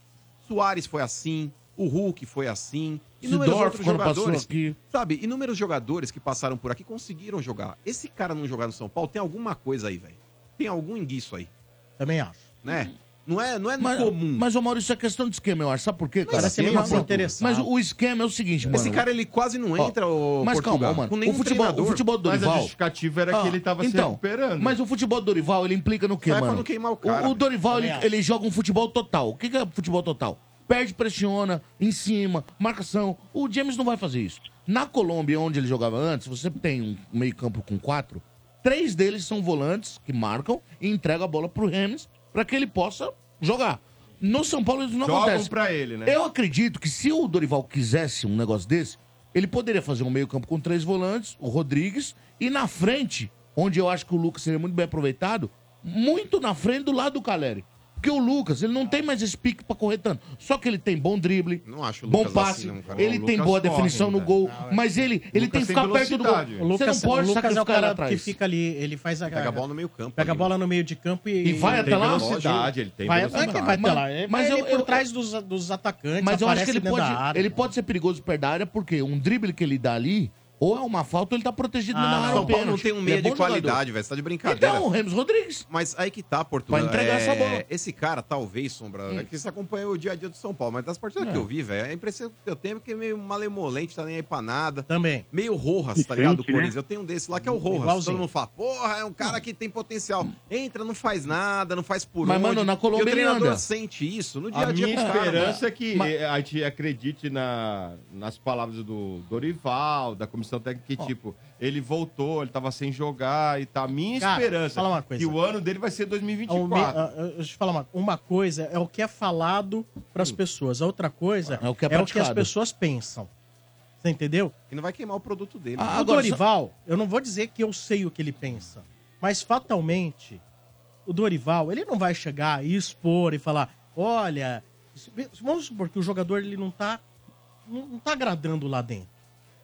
[SPEAKER 3] Soares foi assim, o Hulk foi assim, inúmeros
[SPEAKER 5] Sidorf,
[SPEAKER 3] outros
[SPEAKER 5] quando passou
[SPEAKER 3] jogadores.
[SPEAKER 5] aqui.
[SPEAKER 3] Sabe, inúmeros jogadores que passaram por aqui conseguiram jogar. Esse cara não jogar no São Paulo tem alguma coisa aí, velho. Tem algum enguiço aí
[SPEAKER 2] Também acho.
[SPEAKER 3] né? Não é, não é
[SPEAKER 5] Mas,
[SPEAKER 3] comum.
[SPEAKER 5] mas ô Mauro, isso é questão de esquema, eu acho. Sabe por quê, cara?
[SPEAKER 2] é
[SPEAKER 3] Parece meio
[SPEAKER 5] Mas-
[SPEAKER 3] desinteressado.
[SPEAKER 5] Mas o esquema é o seguinte, mano.
[SPEAKER 3] Esse cara, ele quase não
[SPEAKER 5] Ó,
[SPEAKER 3] entra, o
[SPEAKER 5] Mas calma, mano.
[SPEAKER 3] Com nenhum
[SPEAKER 5] o, futebol,
[SPEAKER 3] treinador.
[SPEAKER 5] o futebol do
[SPEAKER 3] Mas a
[SPEAKER 5] Dorival. Ah, então,
[SPEAKER 3] justificativa era que ele tava se recuperando.
[SPEAKER 5] Mas o futebol do Dorival, ele implica no quê,
[SPEAKER 3] Só é pra
[SPEAKER 5] mano?
[SPEAKER 3] não queimar o cara.
[SPEAKER 5] o Dorival, ele,
[SPEAKER 3] Também acho.
[SPEAKER 5] ele joga um futebol total. O que, que é futebol total? Perde, pressiona, em cima, marcação. O James não vai fazer isso. Na Colômbia, onde ele jogava antes, você tem um meio-campo com quatro. Três deles são volantes que marcam e entregam a bola pro Remes pra que ele possa jogar. No São Paulo isso não
[SPEAKER 6] Jogam
[SPEAKER 5] acontece.
[SPEAKER 6] pra ele, né?
[SPEAKER 5] Eu acredito que se o Dorival quisesse um negócio desse, ele poderia fazer um meio-campo com três volantes, o Rodrigues, e na frente, onde eu acho que o Lucas seria muito bem aproveitado, muito na frente do lado do Caleri. Porque o Lucas, ele não tem mais esse pique pra correr tanto. Só que ele tem bom drible,
[SPEAKER 3] Não acho o
[SPEAKER 5] bom
[SPEAKER 3] Lucas
[SPEAKER 5] passe,
[SPEAKER 3] assim, não, cara.
[SPEAKER 5] ele
[SPEAKER 3] O
[SPEAKER 5] tem
[SPEAKER 3] Lucas
[SPEAKER 5] boa
[SPEAKER 3] corre
[SPEAKER 5] definição no
[SPEAKER 3] ainda.
[SPEAKER 5] gol,
[SPEAKER 3] Não, é.
[SPEAKER 5] mas ele, ele
[SPEAKER 3] Lucas
[SPEAKER 5] tem que
[SPEAKER 3] tem
[SPEAKER 5] ficar perto do gol.
[SPEAKER 3] velocidade.
[SPEAKER 2] O Lucas,
[SPEAKER 5] Você não pode
[SPEAKER 2] o Lucas é o
[SPEAKER 5] sacrificar lá
[SPEAKER 2] cara que
[SPEAKER 5] atrás.
[SPEAKER 2] fica ali, ele faz a.
[SPEAKER 5] Pega a bola no
[SPEAKER 3] meio-campo.
[SPEAKER 2] Pega a bola no meio de campo e.
[SPEAKER 5] E vai
[SPEAKER 2] ele
[SPEAKER 5] até
[SPEAKER 2] tem
[SPEAKER 5] lá?
[SPEAKER 2] velocidade,
[SPEAKER 6] ele tem
[SPEAKER 2] vai,
[SPEAKER 5] velocidade.
[SPEAKER 2] Vai, vai até
[SPEAKER 5] Mas-
[SPEAKER 2] lá. Ele-
[SPEAKER 5] mas
[SPEAKER 2] ele
[SPEAKER 5] eu-
[SPEAKER 2] por
[SPEAKER 5] eu-
[SPEAKER 2] trás dos, dos atacantes.
[SPEAKER 5] Mas eu acho que ele
[SPEAKER 2] aparece dentro
[SPEAKER 5] pode,
[SPEAKER 2] da área.
[SPEAKER 5] ele pode ser perigoso perto da área, porque um drible que ele dá ali, ou é uma falta, ou ele tá protegido
[SPEAKER 3] Ah,
[SPEAKER 5] na área.
[SPEAKER 3] São
[SPEAKER 5] ou
[SPEAKER 3] Paulo não
[SPEAKER 5] pênalti.
[SPEAKER 3] tem um
[SPEAKER 5] Ele
[SPEAKER 3] meia
[SPEAKER 5] é
[SPEAKER 3] de
[SPEAKER 5] bom jogador.
[SPEAKER 3] qualidade, velho. Você tá de brincadeira.
[SPEAKER 5] Então, o Ramos Rodrigues.
[SPEAKER 3] Mas aí que tá, Portugal.
[SPEAKER 5] Vai entregar
[SPEAKER 3] é,
[SPEAKER 5] essa bola.
[SPEAKER 3] Esse cara, talvez, Sombra, é que você acompanha o dia a dia do São Paulo, mas das partidas
[SPEAKER 2] É.
[SPEAKER 3] que eu vi, velho, a impressão que eu tenho é que é meio malemolente, tá nem aí pra nada.
[SPEAKER 2] Também.
[SPEAKER 3] Meio Rojas, tá
[SPEAKER 2] Diferente,
[SPEAKER 3] ligado, do
[SPEAKER 2] né?
[SPEAKER 3] Corinthians? Eu tenho um desse lá que é o Rojas.
[SPEAKER 2] Igualzinho.
[SPEAKER 3] Todo mundo fala, porra, é um cara que tem potencial. Entra, não faz nada, não faz por
[SPEAKER 5] Mas,
[SPEAKER 3] onde.
[SPEAKER 5] mano, na Colômbia
[SPEAKER 3] E o
[SPEAKER 5] ele
[SPEAKER 3] treinador
[SPEAKER 5] anda.
[SPEAKER 3] sente isso no dia a
[SPEAKER 6] A
[SPEAKER 3] dia
[SPEAKER 6] minha
[SPEAKER 3] com os caras,
[SPEAKER 6] esperança
[SPEAKER 3] mano.
[SPEAKER 6] é que
[SPEAKER 2] né?
[SPEAKER 6] eh, a gente acredite na- nas palavras do Dorival, da comissão técnica, que, tipo, ele voltou, ele tava sem jogar e tá. A minha
[SPEAKER 2] Cara,
[SPEAKER 6] esperança
[SPEAKER 2] fala uma coisa.
[SPEAKER 6] que o ano dele vai ser
[SPEAKER 2] Ao me-
[SPEAKER 6] 2024.
[SPEAKER 2] ah, ah, Deixa eu falar uma, uma coisa é o que é falado para as pessoas, a outra coisa
[SPEAKER 5] É o que é
[SPEAKER 2] as
[SPEAKER 5] praticado.
[SPEAKER 2] pessoas pensam. Você entendeu?
[SPEAKER 3] E não vai queimar o produto dele.
[SPEAKER 2] Ah,
[SPEAKER 3] né?
[SPEAKER 2] o Dorival, eu não vou dizer que eu sei o que ele pensa, mas fatalmente, o Dorival, ele não vai chegar e expor e falar: olha, se- vamos supor que o jogador ele não tá, não, não tá agradando lá dentro.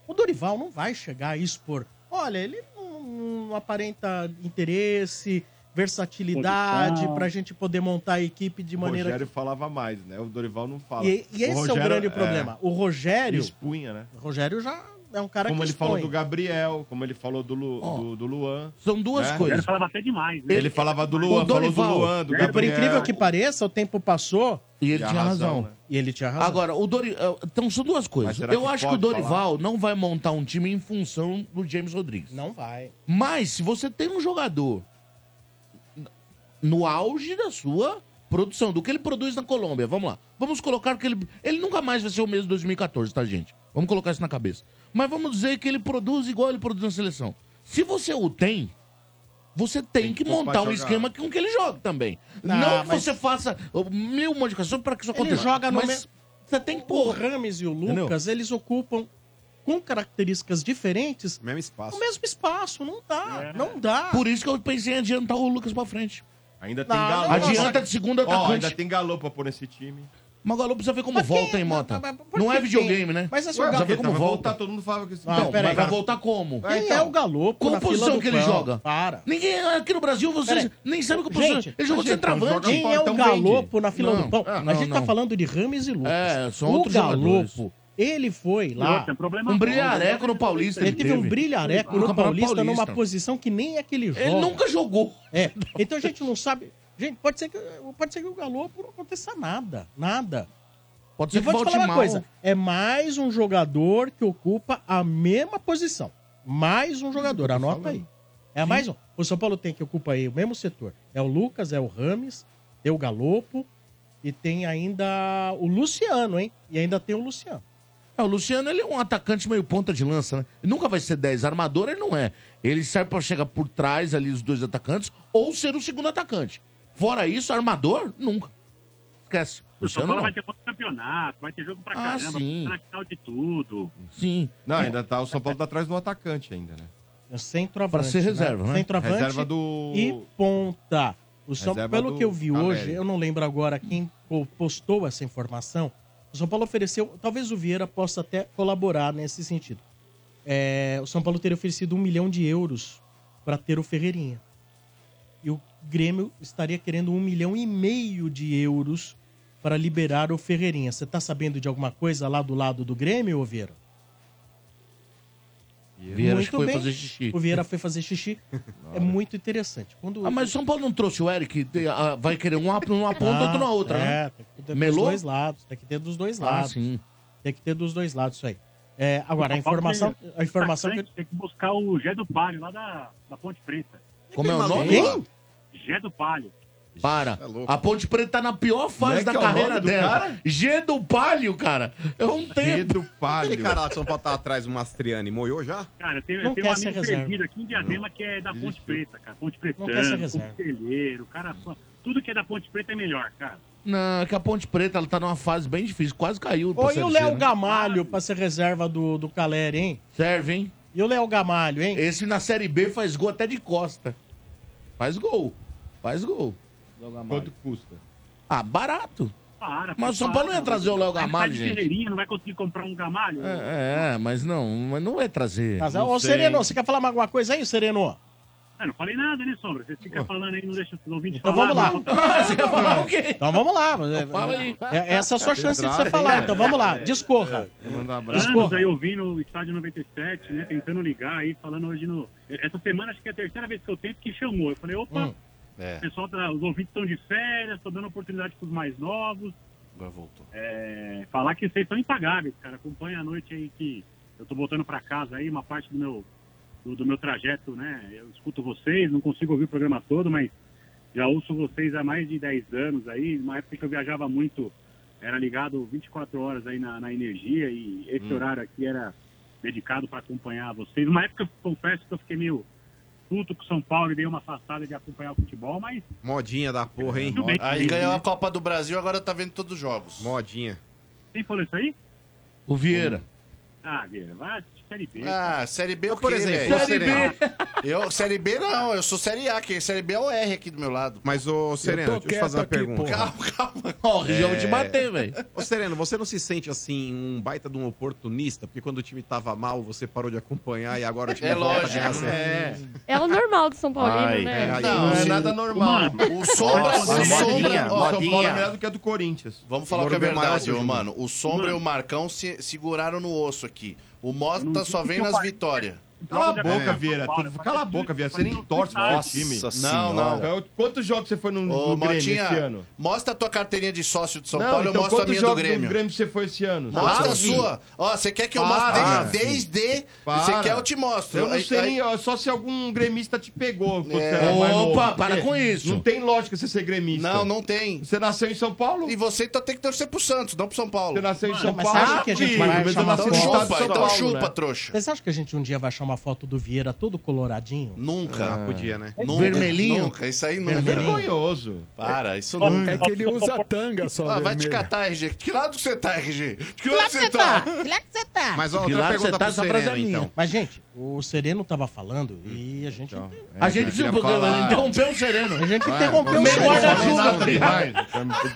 [SPEAKER 2] O Dorival não vai chegar e expor: olha, ele não, não aparenta interesse, versatilidade,
[SPEAKER 6] Condição.
[SPEAKER 2] pra gente poder montar a equipe de
[SPEAKER 6] o
[SPEAKER 2] maneira.
[SPEAKER 6] Rogério falava mais, né? O Dorival não fala.
[SPEAKER 2] E,
[SPEAKER 6] O
[SPEAKER 2] e esse é o
[SPEAKER 6] Rogério,
[SPEAKER 2] grande problema. O
[SPEAKER 6] Ele
[SPEAKER 2] Rogério.
[SPEAKER 6] expunha, né?
[SPEAKER 2] O Rogério já é um cara
[SPEAKER 6] como
[SPEAKER 2] que
[SPEAKER 6] ele
[SPEAKER 2] expõe.
[SPEAKER 6] falou do Gabriel, como ele falou do, Lu- do, do Luan. né?
[SPEAKER 5] São
[SPEAKER 2] duas coisas. Ele falava
[SPEAKER 13] até demais,
[SPEAKER 2] né?
[SPEAKER 6] Ele falava do Luan,
[SPEAKER 2] O
[SPEAKER 6] falou
[SPEAKER 2] Dorival, né?
[SPEAKER 6] do Luan, do
[SPEAKER 2] Por
[SPEAKER 6] Gabriel.
[SPEAKER 2] incrível que pareça, o tempo passou.
[SPEAKER 5] E ele tinha razão.
[SPEAKER 2] né? E ele tinha razão.
[SPEAKER 5] Agora, o Dori... ah, então são duas coisas.
[SPEAKER 2] será
[SPEAKER 5] Eu
[SPEAKER 2] que
[SPEAKER 5] acho que o
[SPEAKER 2] pode
[SPEAKER 5] Dorival não vai montar um time em função do James Rodrigues.
[SPEAKER 2] Não vai.
[SPEAKER 5] Mas se você tem um jogador no auge da sua produção, do que ele produz na Colômbia, vamos lá. Vamos colocar que ele. Ele nunca mais vai ser o mesmo de 2014, tá, gente? Vamos colocar isso na cabeça. Mas vamos dizer que ele produz igual ele produz na seleção. Se você o tem, você tem, que,
[SPEAKER 6] pôr pra
[SPEAKER 5] montar um
[SPEAKER 6] jogar.
[SPEAKER 5] esquema com que ele jogue também.
[SPEAKER 2] Não,
[SPEAKER 5] Não, que
[SPEAKER 2] Ah, mas-
[SPEAKER 5] você faça oh, mil modificações para que isso
[SPEAKER 2] Ele
[SPEAKER 5] aconteça.
[SPEAKER 2] joga no
[SPEAKER 5] mas
[SPEAKER 2] me-
[SPEAKER 5] Você tem que
[SPEAKER 2] O
[SPEAKER 5] pôr.
[SPEAKER 2] Rames e o Lucas, eles ocupam, com características diferentes,
[SPEAKER 3] mesmo espaço.
[SPEAKER 2] o mesmo espaço. Não dá,
[SPEAKER 5] É.
[SPEAKER 2] não dá.
[SPEAKER 5] Por isso que eu pensei em adiantar o Lucas pra frente.
[SPEAKER 6] Ainda tem
[SPEAKER 5] Não,
[SPEAKER 6] Galo.
[SPEAKER 5] não, Adianta de segundo atacante.
[SPEAKER 6] ainda tem Galo pra pôr nesse time.
[SPEAKER 5] Mas o Galo precisa ver como volta, hein, Mota? Não é videogame, né?
[SPEAKER 2] Mas assim,
[SPEAKER 5] Ué,
[SPEAKER 2] o
[SPEAKER 5] precisa
[SPEAKER 2] Galo-
[SPEAKER 5] ver
[SPEAKER 2] Tá,
[SPEAKER 5] como
[SPEAKER 2] vai
[SPEAKER 5] volta.
[SPEAKER 6] Tá, todo mundo falava que esse
[SPEAKER 5] Não,
[SPEAKER 2] peraí.
[SPEAKER 5] mas vai voltar como? Então,
[SPEAKER 2] Quem é o Galopo
[SPEAKER 5] Qual
[SPEAKER 2] na fila
[SPEAKER 5] posição
[SPEAKER 2] do
[SPEAKER 5] que ele
[SPEAKER 2] pão?
[SPEAKER 5] joga?
[SPEAKER 2] Para.
[SPEAKER 5] Ninguém, aqui no Brasil, vocês
[SPEAKER 2] Peraí.
[SPEAKER 5] nem sabem que posição.
[SPEAKER 2] Gente,
[SPEAKER 5] ele jogou de
[SPEAKER 2] gente,
[SPEAKER 5] centroavante.
[SPEAKER 2] Quem é o
[SPEAKER 5] Então vende.
[SPEAKER 2] Galopo na fila
[SPEAKER 5] Não.
[SPEAKER 2] do pão?
[SPEAKER 5] Ah,
[SPEAKER 2] a
[SPEAKER 5] não,
[SPEAKER 2] gente tá
[SPEAKER 5] não.
[SPEAKER 2] falando de Rames e Lucas.
[SPEAKER 5] É, são
[SPEAKER 2] o
[SPEAKER 5] outros
[SPEAKER 2] Galopo,
[SPEAKER 5] jogadores.
[SPEAKER 2] Ele foi
[SPEAKER 5] Não,
[SPEAKER 2] lá.
[SPEAKER 5] tem problema Um brilhareco não. no Paulista
[SPEAKER 2] Ele
[SPEAKER 5] ele
[SPEAKER 2] teve, um
[SPEAKER 5] teve.
[SPEAKER 2] brilhareco
[SPEAKER 5] No
[SPEAKER 2] no,
[SPEAKER 5] Campeonato
[SPEAKER 2] Paulista, numa
[SPEAKER 5] Paulista.
[SPEAKER 2] posição que nem aquele jogo.
[SPEAKER 5] Ele nunca jogou.
[SPEAKER 2] É. Então a gente não sabe. Gente, pode ser que, pode ser que o Galo não aconteça nada. Nada.
[SPEAKER 5] Pode ser
[SPEAKER 2] e
[SPEAKER 5] que
[SPEAKER 2] vou te
[SPEAKER 5] volte
[SPEAKER 2] falar uma
[SPEAKER 5] mal.
[SPEAKER 2] coisa. É mais um jogador que ocupa a mesma posição. Mais um jogador. Anota aí. É mais um. O São Paulo tem que ocupa aí o mesmo setor. É o Lucas, é o Rames, tem o Galopo e tem ainda o Luciano, hein? E ainda tem um o Luciano.
[SPEAKER 5] É, o Luciano ele é um atacante meio ponta de lança, né? Ele nunca vai ser 10 armador, ele não é. Ele serve pra chegar por trás ali os dois atacantes ou ser o segundo atacante. Fora isso, armador, nunca. Esquece.
[SPEAKER 13] O São
[SPEAKER 5] Luciano
[SPEAKER 13] Paulo
[SPEAKER 5] não.
[SPEAKER 13] vai ter outro campeonato, vai ter jogo pra
[SPEAKER 5] Ah,
[SPEAKER 13] caramba,
[SPEAKER 5] sim.
[SPEAKER 13] tá na final de tudo.
[SPEAKER 5] Sim.
[SPEAKER 6] Não, ainda tá. O São Paulo tá atrás do atacante ainda, né?
[SPEAKER 2] É Centroavante.
[SPEAKER 6] Pra ser reserva, né?
[SPEAKER 2] Centroavante
[SPEAKER 6] Reserva do-
[SPEAKER 2] e ponta. O São,
[SPEAKER 5] é
[SPEAKER 6] Reserva
[SPEAKER 2] pelo
[SPEAKER 6] do
[SPEAKER 2] que eu vi
[SPEAKER 6] Caleri.
[SPEAKER 2] hoje, eu não lembro agora quem po- postou essa informação. O São Paulo ofereceu, talvez o Vieira possa até colaborar nesse sentido. É, o São Paulo teria oferecido um milhão de euros para ter o Ferreirinha. E o Grêmio estaria querendo um milhão e meio de euros para liberar o Ferreirinha. Você tá sabendo de alguma coisa lá do lado do Grêmio, ô Vieira?
[SPEAKER 5] Vieira acho que foi fazer xixi.
[SPEAKER 2] O Vieira foi fazer xixi. é muito interessante. Quando
[SPEAKER 5] Ah, mas o São Paulo não trouxe o Eric? Te- ah, Vai querer um apo numa ponta, outro na outra,
[SPEAKER 2] é,
[SPEAKER 5] né?
[SPEAKER 2] Tem que ter
[SPEAKER 5] Melô?
[SPEAKER 2] dos dois lados. Tem que ter dos dois
[SPEAKER 5] Ah,
[SPEAKER 2] lados.
[SPEAKER 5] sim.
[SPEAKER 2] Tem que ter dos dois lados isso aí. É, agora, a
[SPEAKER 13] São Paulo
[SPEAKER 2] informação.
[SPEAKER 13] tem-
[SPEAKER 2] A informação que...
[SPEAKER 13] Tem que buscar o Gé do Palho lá da, da Ponte Preta.
[SPEAKER 5] Como é o nome?
[SPEAKER 2] Quem?
[SPEAKER 13] Gé do Palho.
[SPEAKER 5] Para. a Ponte Preta tá na pior fase
[SPEAKER 13] Como é
[SPEAKER 5] da
[SPEAKER 13] que é o
[SPEAKER 5] carreira
[SPEAKER 13] nome do
[SPEAKER 5] dela.
[SPEAKER 13] cara?
[SPEAKER 5] G do Palio, cara. Eu não tenho.
[SPEAKER 3] Aquele cara lá de São Paulo tá atrás do Mastriani, moiou já?
[SPEAKER 13] Cara, tem,
[SPEAKER 3] Não
[SPEAKER 13] tem um
[SPEAKER 3] quer ser
[SPEAKER 13] amigo
[SPEAKER 3] reserva.
[SPEAKER 13] perdido aqui em Diadema que é da Ponte Preta, cara. Ponte Pretano,
[SPEAKER 5] quer ser reserva.
[SPEAKER 13] Conselheiro, cara. só- Tudo que é da Ponte Preta é melhor, cara.
[SPEAKER 5] Não, é que a Ponte Preta ela tá numa fase bem difícil. Quase caiu. pra
[SPEAKER 2] Ou e o
[SPEAKER 5] Série C,
[SPEAKER 2] Léo
[SPEAKER 5] né?
[SPEAKER 2] Gamalho pra ser reserva do, do Caleri, hein?
[SPEAKER 5] Serve, hein?
[SPEAKER 2] E É o Léo Gamalho, hein?
[SPEAKER 5] Esse na Série B faz gol até de costa. Faz gol. Faz gol.
[SPEAKER 6] Quanto custa?
[SPEAKER 5] Ah, barato.
[SPEAKER 13] Para,
[SPEAKER 5] Mas o São Paulo não ia trazer o Léo Gamalho,
[SPEAKER 13] Vai Ah, tá de
[SPEAKER 5] gente.
[SPEAKER 13] Ferreirinha, não vai conseguir comprar um Gamalho?
[SPEAKER 5] É, é, mas não, mas não vai trazer.
[SPEAKER 2] Mas,
[SPEAKER 5] Não
[SPEAKER 2] ô,
[SPEAKER 5] sei.
[SPEAKER 2] Sereno, você quer falar mais alguma coisa aí, Sereno?
[SPEAKER 13] Ah, não falei nada, né, Sombra? Você fica falando aí, não deixa os ouvintes
[SPEAKER 2] Então
[SPEAKER 13] falar.
[SPEAKER 2] vamos lá.
[SPEAKER 13] não. tá?
[SPEAKER 2] Então vamos lá.
[SPEAKER 13] fala aí.
[SPEAKER 2] É, essa é a sua chance de você
[SPEAKER 13] Entrada,
[SPEAKER 2] falar,
[SPEAKER 13] hein?
[SPEAKER 2] então vamos lá.
[SPEAKER 13] É. um
[SPEAKER 2] Discorra.
[SPEAKER 13] Anos aí ouvindo o Estádio 97, né? Tentando ligar aí, falando hoje no. Essa semana acho que é a terceira vez que eu tento que chamou. Eu falei,
[SPEAKER 2] Hum,
[SPEAKER 13] opa,
[SPEAKER 2] é.
[SPEAKER 13] o pessoal tá- os ouvintes estão de férias, tô dando oportunidade pros mais novos.
[SPEAKER 11] Agora voltou.
[SPEAKER 13] É, falar que vocês são impagáveis, cara. Acompanha a noite aí que eu tô voltando pra casa aí, uma parte do meu, do, do meu trajeto, né? Eu escuto vocês, não consigo ouvir o programa todo, mas já ouço vocês há mais de 10 anos aí. Uma época que eu viajava muito, era ligado 24 horas aí na, na energia e esse
[SPEAKER 12] Hum.
[SPEAKER 13] horário aqui era dedicado pra acompanhar vocês. Uma época, eu confesso que eu fiquei meio puto com São Paulo e dei uma afastada de acompanhar o futebol, mas
[SPEAKER 3] Modinha da porra, hein?
[SPEAKER 13] Tudo bem.
[SPEAKER 3] Aí ganhou a
[SPEAKER 9] Copa do Brasil, agora tá vendo todos os jogos.
[SPEAKER 3] Modinha.
[SPEAKER 13] quem falou isso aí?
[SPEAKER 5] O Vieira.
[SPEAKER 13] Ah, Vieira, vai, Série B.
[SPEAKER 9] Ah, Série B o
[SPEAKER 13] por
[SPEAKER 9] quê,
[SPEAKER 13] exemplo,
[SPEAKER 9] velho?
[SPEAKER 13] o Sereno.
[SPEAKER 9] Eu, série B não, eu sou Série A. Quem é Série B é o R aqui do meu lado.
[SPEAKER 3] Mas, ô, Sereno, deixa eu te fazer uma pergunta.
[SPEAKER 9] Calma, calma.
[SPEAKER 5] Ó,
[SPEAKER 3] É. Ô, Sereno, você não se sente assim um baita de um oportunista? Porque quando o time tava mal, você parou de acompanhar e agora o time
[SPEAKER 9] É
[SPEAKER 3] volta
[SPEAKER 9] lógico,
[SPEAKER 3] ganhar certo.
[SPEAKER 9] é.
[SPEAKER 4] É o normal do São Paulino, né?
[SPEAKER 9] Não, é nada normal. O Sombra,
[SPEAKER 6] Ó,
[SPEAKER 9] o
[SPEAKER 6] a
[SPEAKER 9] Sombra, ó, São
[SPEAKER 6] modinha,
[SPEAKER 9] Paulo é
[SPEAKER 6] modinha.
[SPEAKER 9] melhor do que a do Corinthians. Vamos falar o que é
[SPEAKER 6] Morumbi é maior
[SPEAKER 9] verdade,
[SPEAKER 6] que o
[SPEAKER 9] ô,
[SPEAKER 6] Júnior.
[SPEAKER 9] mano. O Sombra e o Marcão se seguraram no osso aqui. O Mota só vem nas vitórias.
[SPEAKER 6] Cala a
[SPEAKER 11] é.
[SPEAKER 6] boca, Vieira. Tu- Cala a boca, Vieira. Você nem torce pro
[SPEAKER 9] Nossa
[SPEAKER 6] time.
[SPEAKER 9] Senhora. Não, não.
[SPEAKER 6] É Quantos jogos você foi no,
[SPEAKER 9] Ô,
[SPEAKER 6] no Grêmio esse
[SPEAKER 9] Motinha,
[SPEAKER 6] ano?
[SPEAKER 9] mostra a tua carteirinha de sócio de São
[SPEAKER 6] Não,
[SPEAKER 9] Paulo,
[SPEAKER 6] então
[SPEAKER 9] eu mostro a
[SPEAKER 6] quantos
[SPEAKER 9] minha do
[SPEAKER 6] jogos
[SPEAKER 9] Grêmio.
[SPEAKER 6] do Grêmio você foi esse ano?
[SPEAKER 9] Mostra
[SPEAKER 6] Ah,
[SPEAKER 9] a
[SPEAKER 6] sim.
[SPEAKER 9] sua. Ó, você quer que eu mostre
[SPEAKER 6] Para,
[SPEAKER 9] desde... desde
[SPEAKER 6] Para.
[SPEAKER 9] Você quer, eu te mostro.
[SPEAKER 6] Eu não
[SPEAKER 9] Aí-
[SPEAKER 6] sei
[SPEAKER 9] aí-
[SPEAKER 6] nem, ó, só se algum gremista te pegou. quando
[SPEAKER 9] É.
[SPEAKER 6] você era mais novo,
[SPEAKER 9] Opa, para
[SPEAKER 6] porque
[SPEAKER 9] com isso.
[SPEAKER 6] Não tem lógica você ser gremista.
[SPEAKER 9] Não, não tem.
[SPEAKER 6] Você nasceu em São Paulo?
[SPEAKER 9] E você então tem que torcer pro Santos, não pro São Paulo. Você
[SPEAKER 6] nasceu
[SPEAKER 2] Mano, mas você
[SPEAKER 11] Ah,
[SPEAKER 2] acha que a gente vai achar uma
[SPEAKER 9] Então
[SPEAKER 2] foto?
[SPEAKER 9] chupa,
[SPEAKER 6] né?
[SPEAKER 9] então chupa, trouxa.
[SPEAKER 2] Vocês acham que a gente um dia vai achar uma foto do Vieira todo coloradinho?
[SPEAKER 9] Nunca.
[SPEAKER 3] Ah, podia, né?
[SPEAKER 2] Nunca. É Vermelhinho?
[SPEAKER 9] Nunca, isso aí
[SPEAKER 11] é
[SPEAKER 9] nunca.
[SPEAKER 2] Vermelhinho.
[SPEAKER 6] Vergonhoso.
[SPEAKER 9] Para, isso
[SPEAKER 2] Ó,
[SPEAKER 9] não.
[SPEAKER 2] é que ele usa
[SPEAKER 9] tanga
[SPEAKER 2] só
[SPEAKER 9] Ah, vai te
[SPEAKER 2] vermelha.
[SPEAKER 9] catar, RG. Que lado que você tá, RG? De que lado
[SPEAKER 2] lado
[SPEAKER 9] você tá?
[SPEAKER 2] que você tá?
[SPEAKER 9] Mas, ó, outra pergunta pro Sereno, então. Hum,
[SPEAKER 2] Mas, gente, o Sereno tava falando e a gente...
[SPEAKER 9] É,
[SPEAKER 2] É,
[SPEAKER 5] A gente
[SPEAKER 2] então,
[SPEAKER 5] interrompeu o Sereno.
[SPEAKER 2] A gente
[SPEAKER 5] Vai,
[SPEAKER 2] Ah, interrompeu o
[SPEAKER 5] meio
[SPEAKER 2] Sereno.
[SPEAKER 5] guarda-chuva,
[SPEAKER 2] Vai, vai.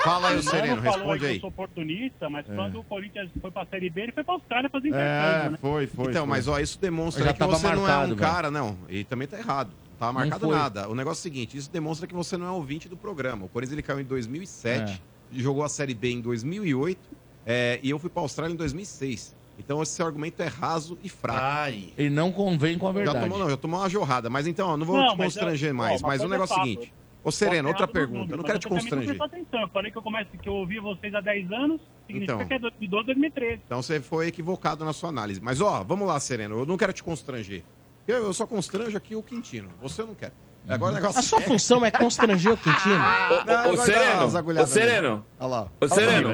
[SPEAKER 3] Fala aí, o
[SPEAKER 13] Mano
[SPEAKER 3] Sereno,
[SPEAKER 13] falou
[SPEAKER 3] responde
[SPEAKER 13] que
[SPEAKER 3] aí.
[SPEAKER 13] Eu sou oportunista, mas
[SPEAKER 3] É.
[SPEAKER 13] quando o Corinthians foi pra Série B, ele foi pra Austrália fazer intercâmbio,
[SPEAKER 3] É,
[SPEAKER 13] né?
[SPEAKER 6] foi, foi.
[SPEAKER 3] Então,
[SPEAKER 13] foi.
[SPEAKER 3] mas ó, isso demonstra
[SPEAKER 13] Eu já
[SPEAKER 3] que
[SPEAKER 13] tava
[SPEAKER 3] você não é um
[SPEAKER 13] marcado, velho.
[SPEAKER 3] cara, não. E também tá errado. Não tava
[SPEAKER 13] Nem
[SPEAKER 3] marcado
[SPEAKER 13] foi.
[SPEAKER 3] nada. O negócio é o seguinte, isso demonstra que
[SPEAKER 13] É.
[SPEAKER 3] você não é ouvinte do programa. O Corinthians ele caiu em 2007, jogou a Série B em 2008, É, e eu fui pra Austrália em 2006. Então esse argumento é raso e fraco.
[SPEAKER 5] E não convém com a
[SPEAKER 3] Já
[SPEAKER 5] verdade.
[SPEAKER 3] tomou, não, já tomou uma jorrada. Mas então, ó, não vou
[SPEAKER 13] Não,
[SPEAKER 3] te
[SPEAKER 13] mas eu-
[SPEAKER 3] constranger
[SPEAKER 13] ó,
[SPEAKER 3] mais.
[SPEAKER 13] uma
[SPEAKER 3] mas o
[SPEAKER 13] coisa é
[SPEAKER 3] negócio é o
[SPEAKER 13] fato.
[SPEAKER 3] seguinte. Ô, Serena, outra pergunta. Eu não quero te constranger.
[SPEAKER 13] Eu atenção. Eu falei que eu, começo, que eu ouvi vocês há 10 anos, significa
[SPEAKER 3] Então.
[SPEAKER 13] que é 2012, 2013.
[SPEAKER 3] Então você foi equivocado na sua análise. Mas ó, vamos lá, Sereno. Eu não quero te constranger. Eu, eu só constranjo aqui o Quintino. Você eu não quer. É Agora o negócio
[SPEAKER 2] Uhum. A sua função é constranger o Quintino.
[SPEAKER 8] Ô, Sereno, ô, Sereno.
[SPEAKER 3] Olha lá.
[SPEAKER 8] Ô, Sereno.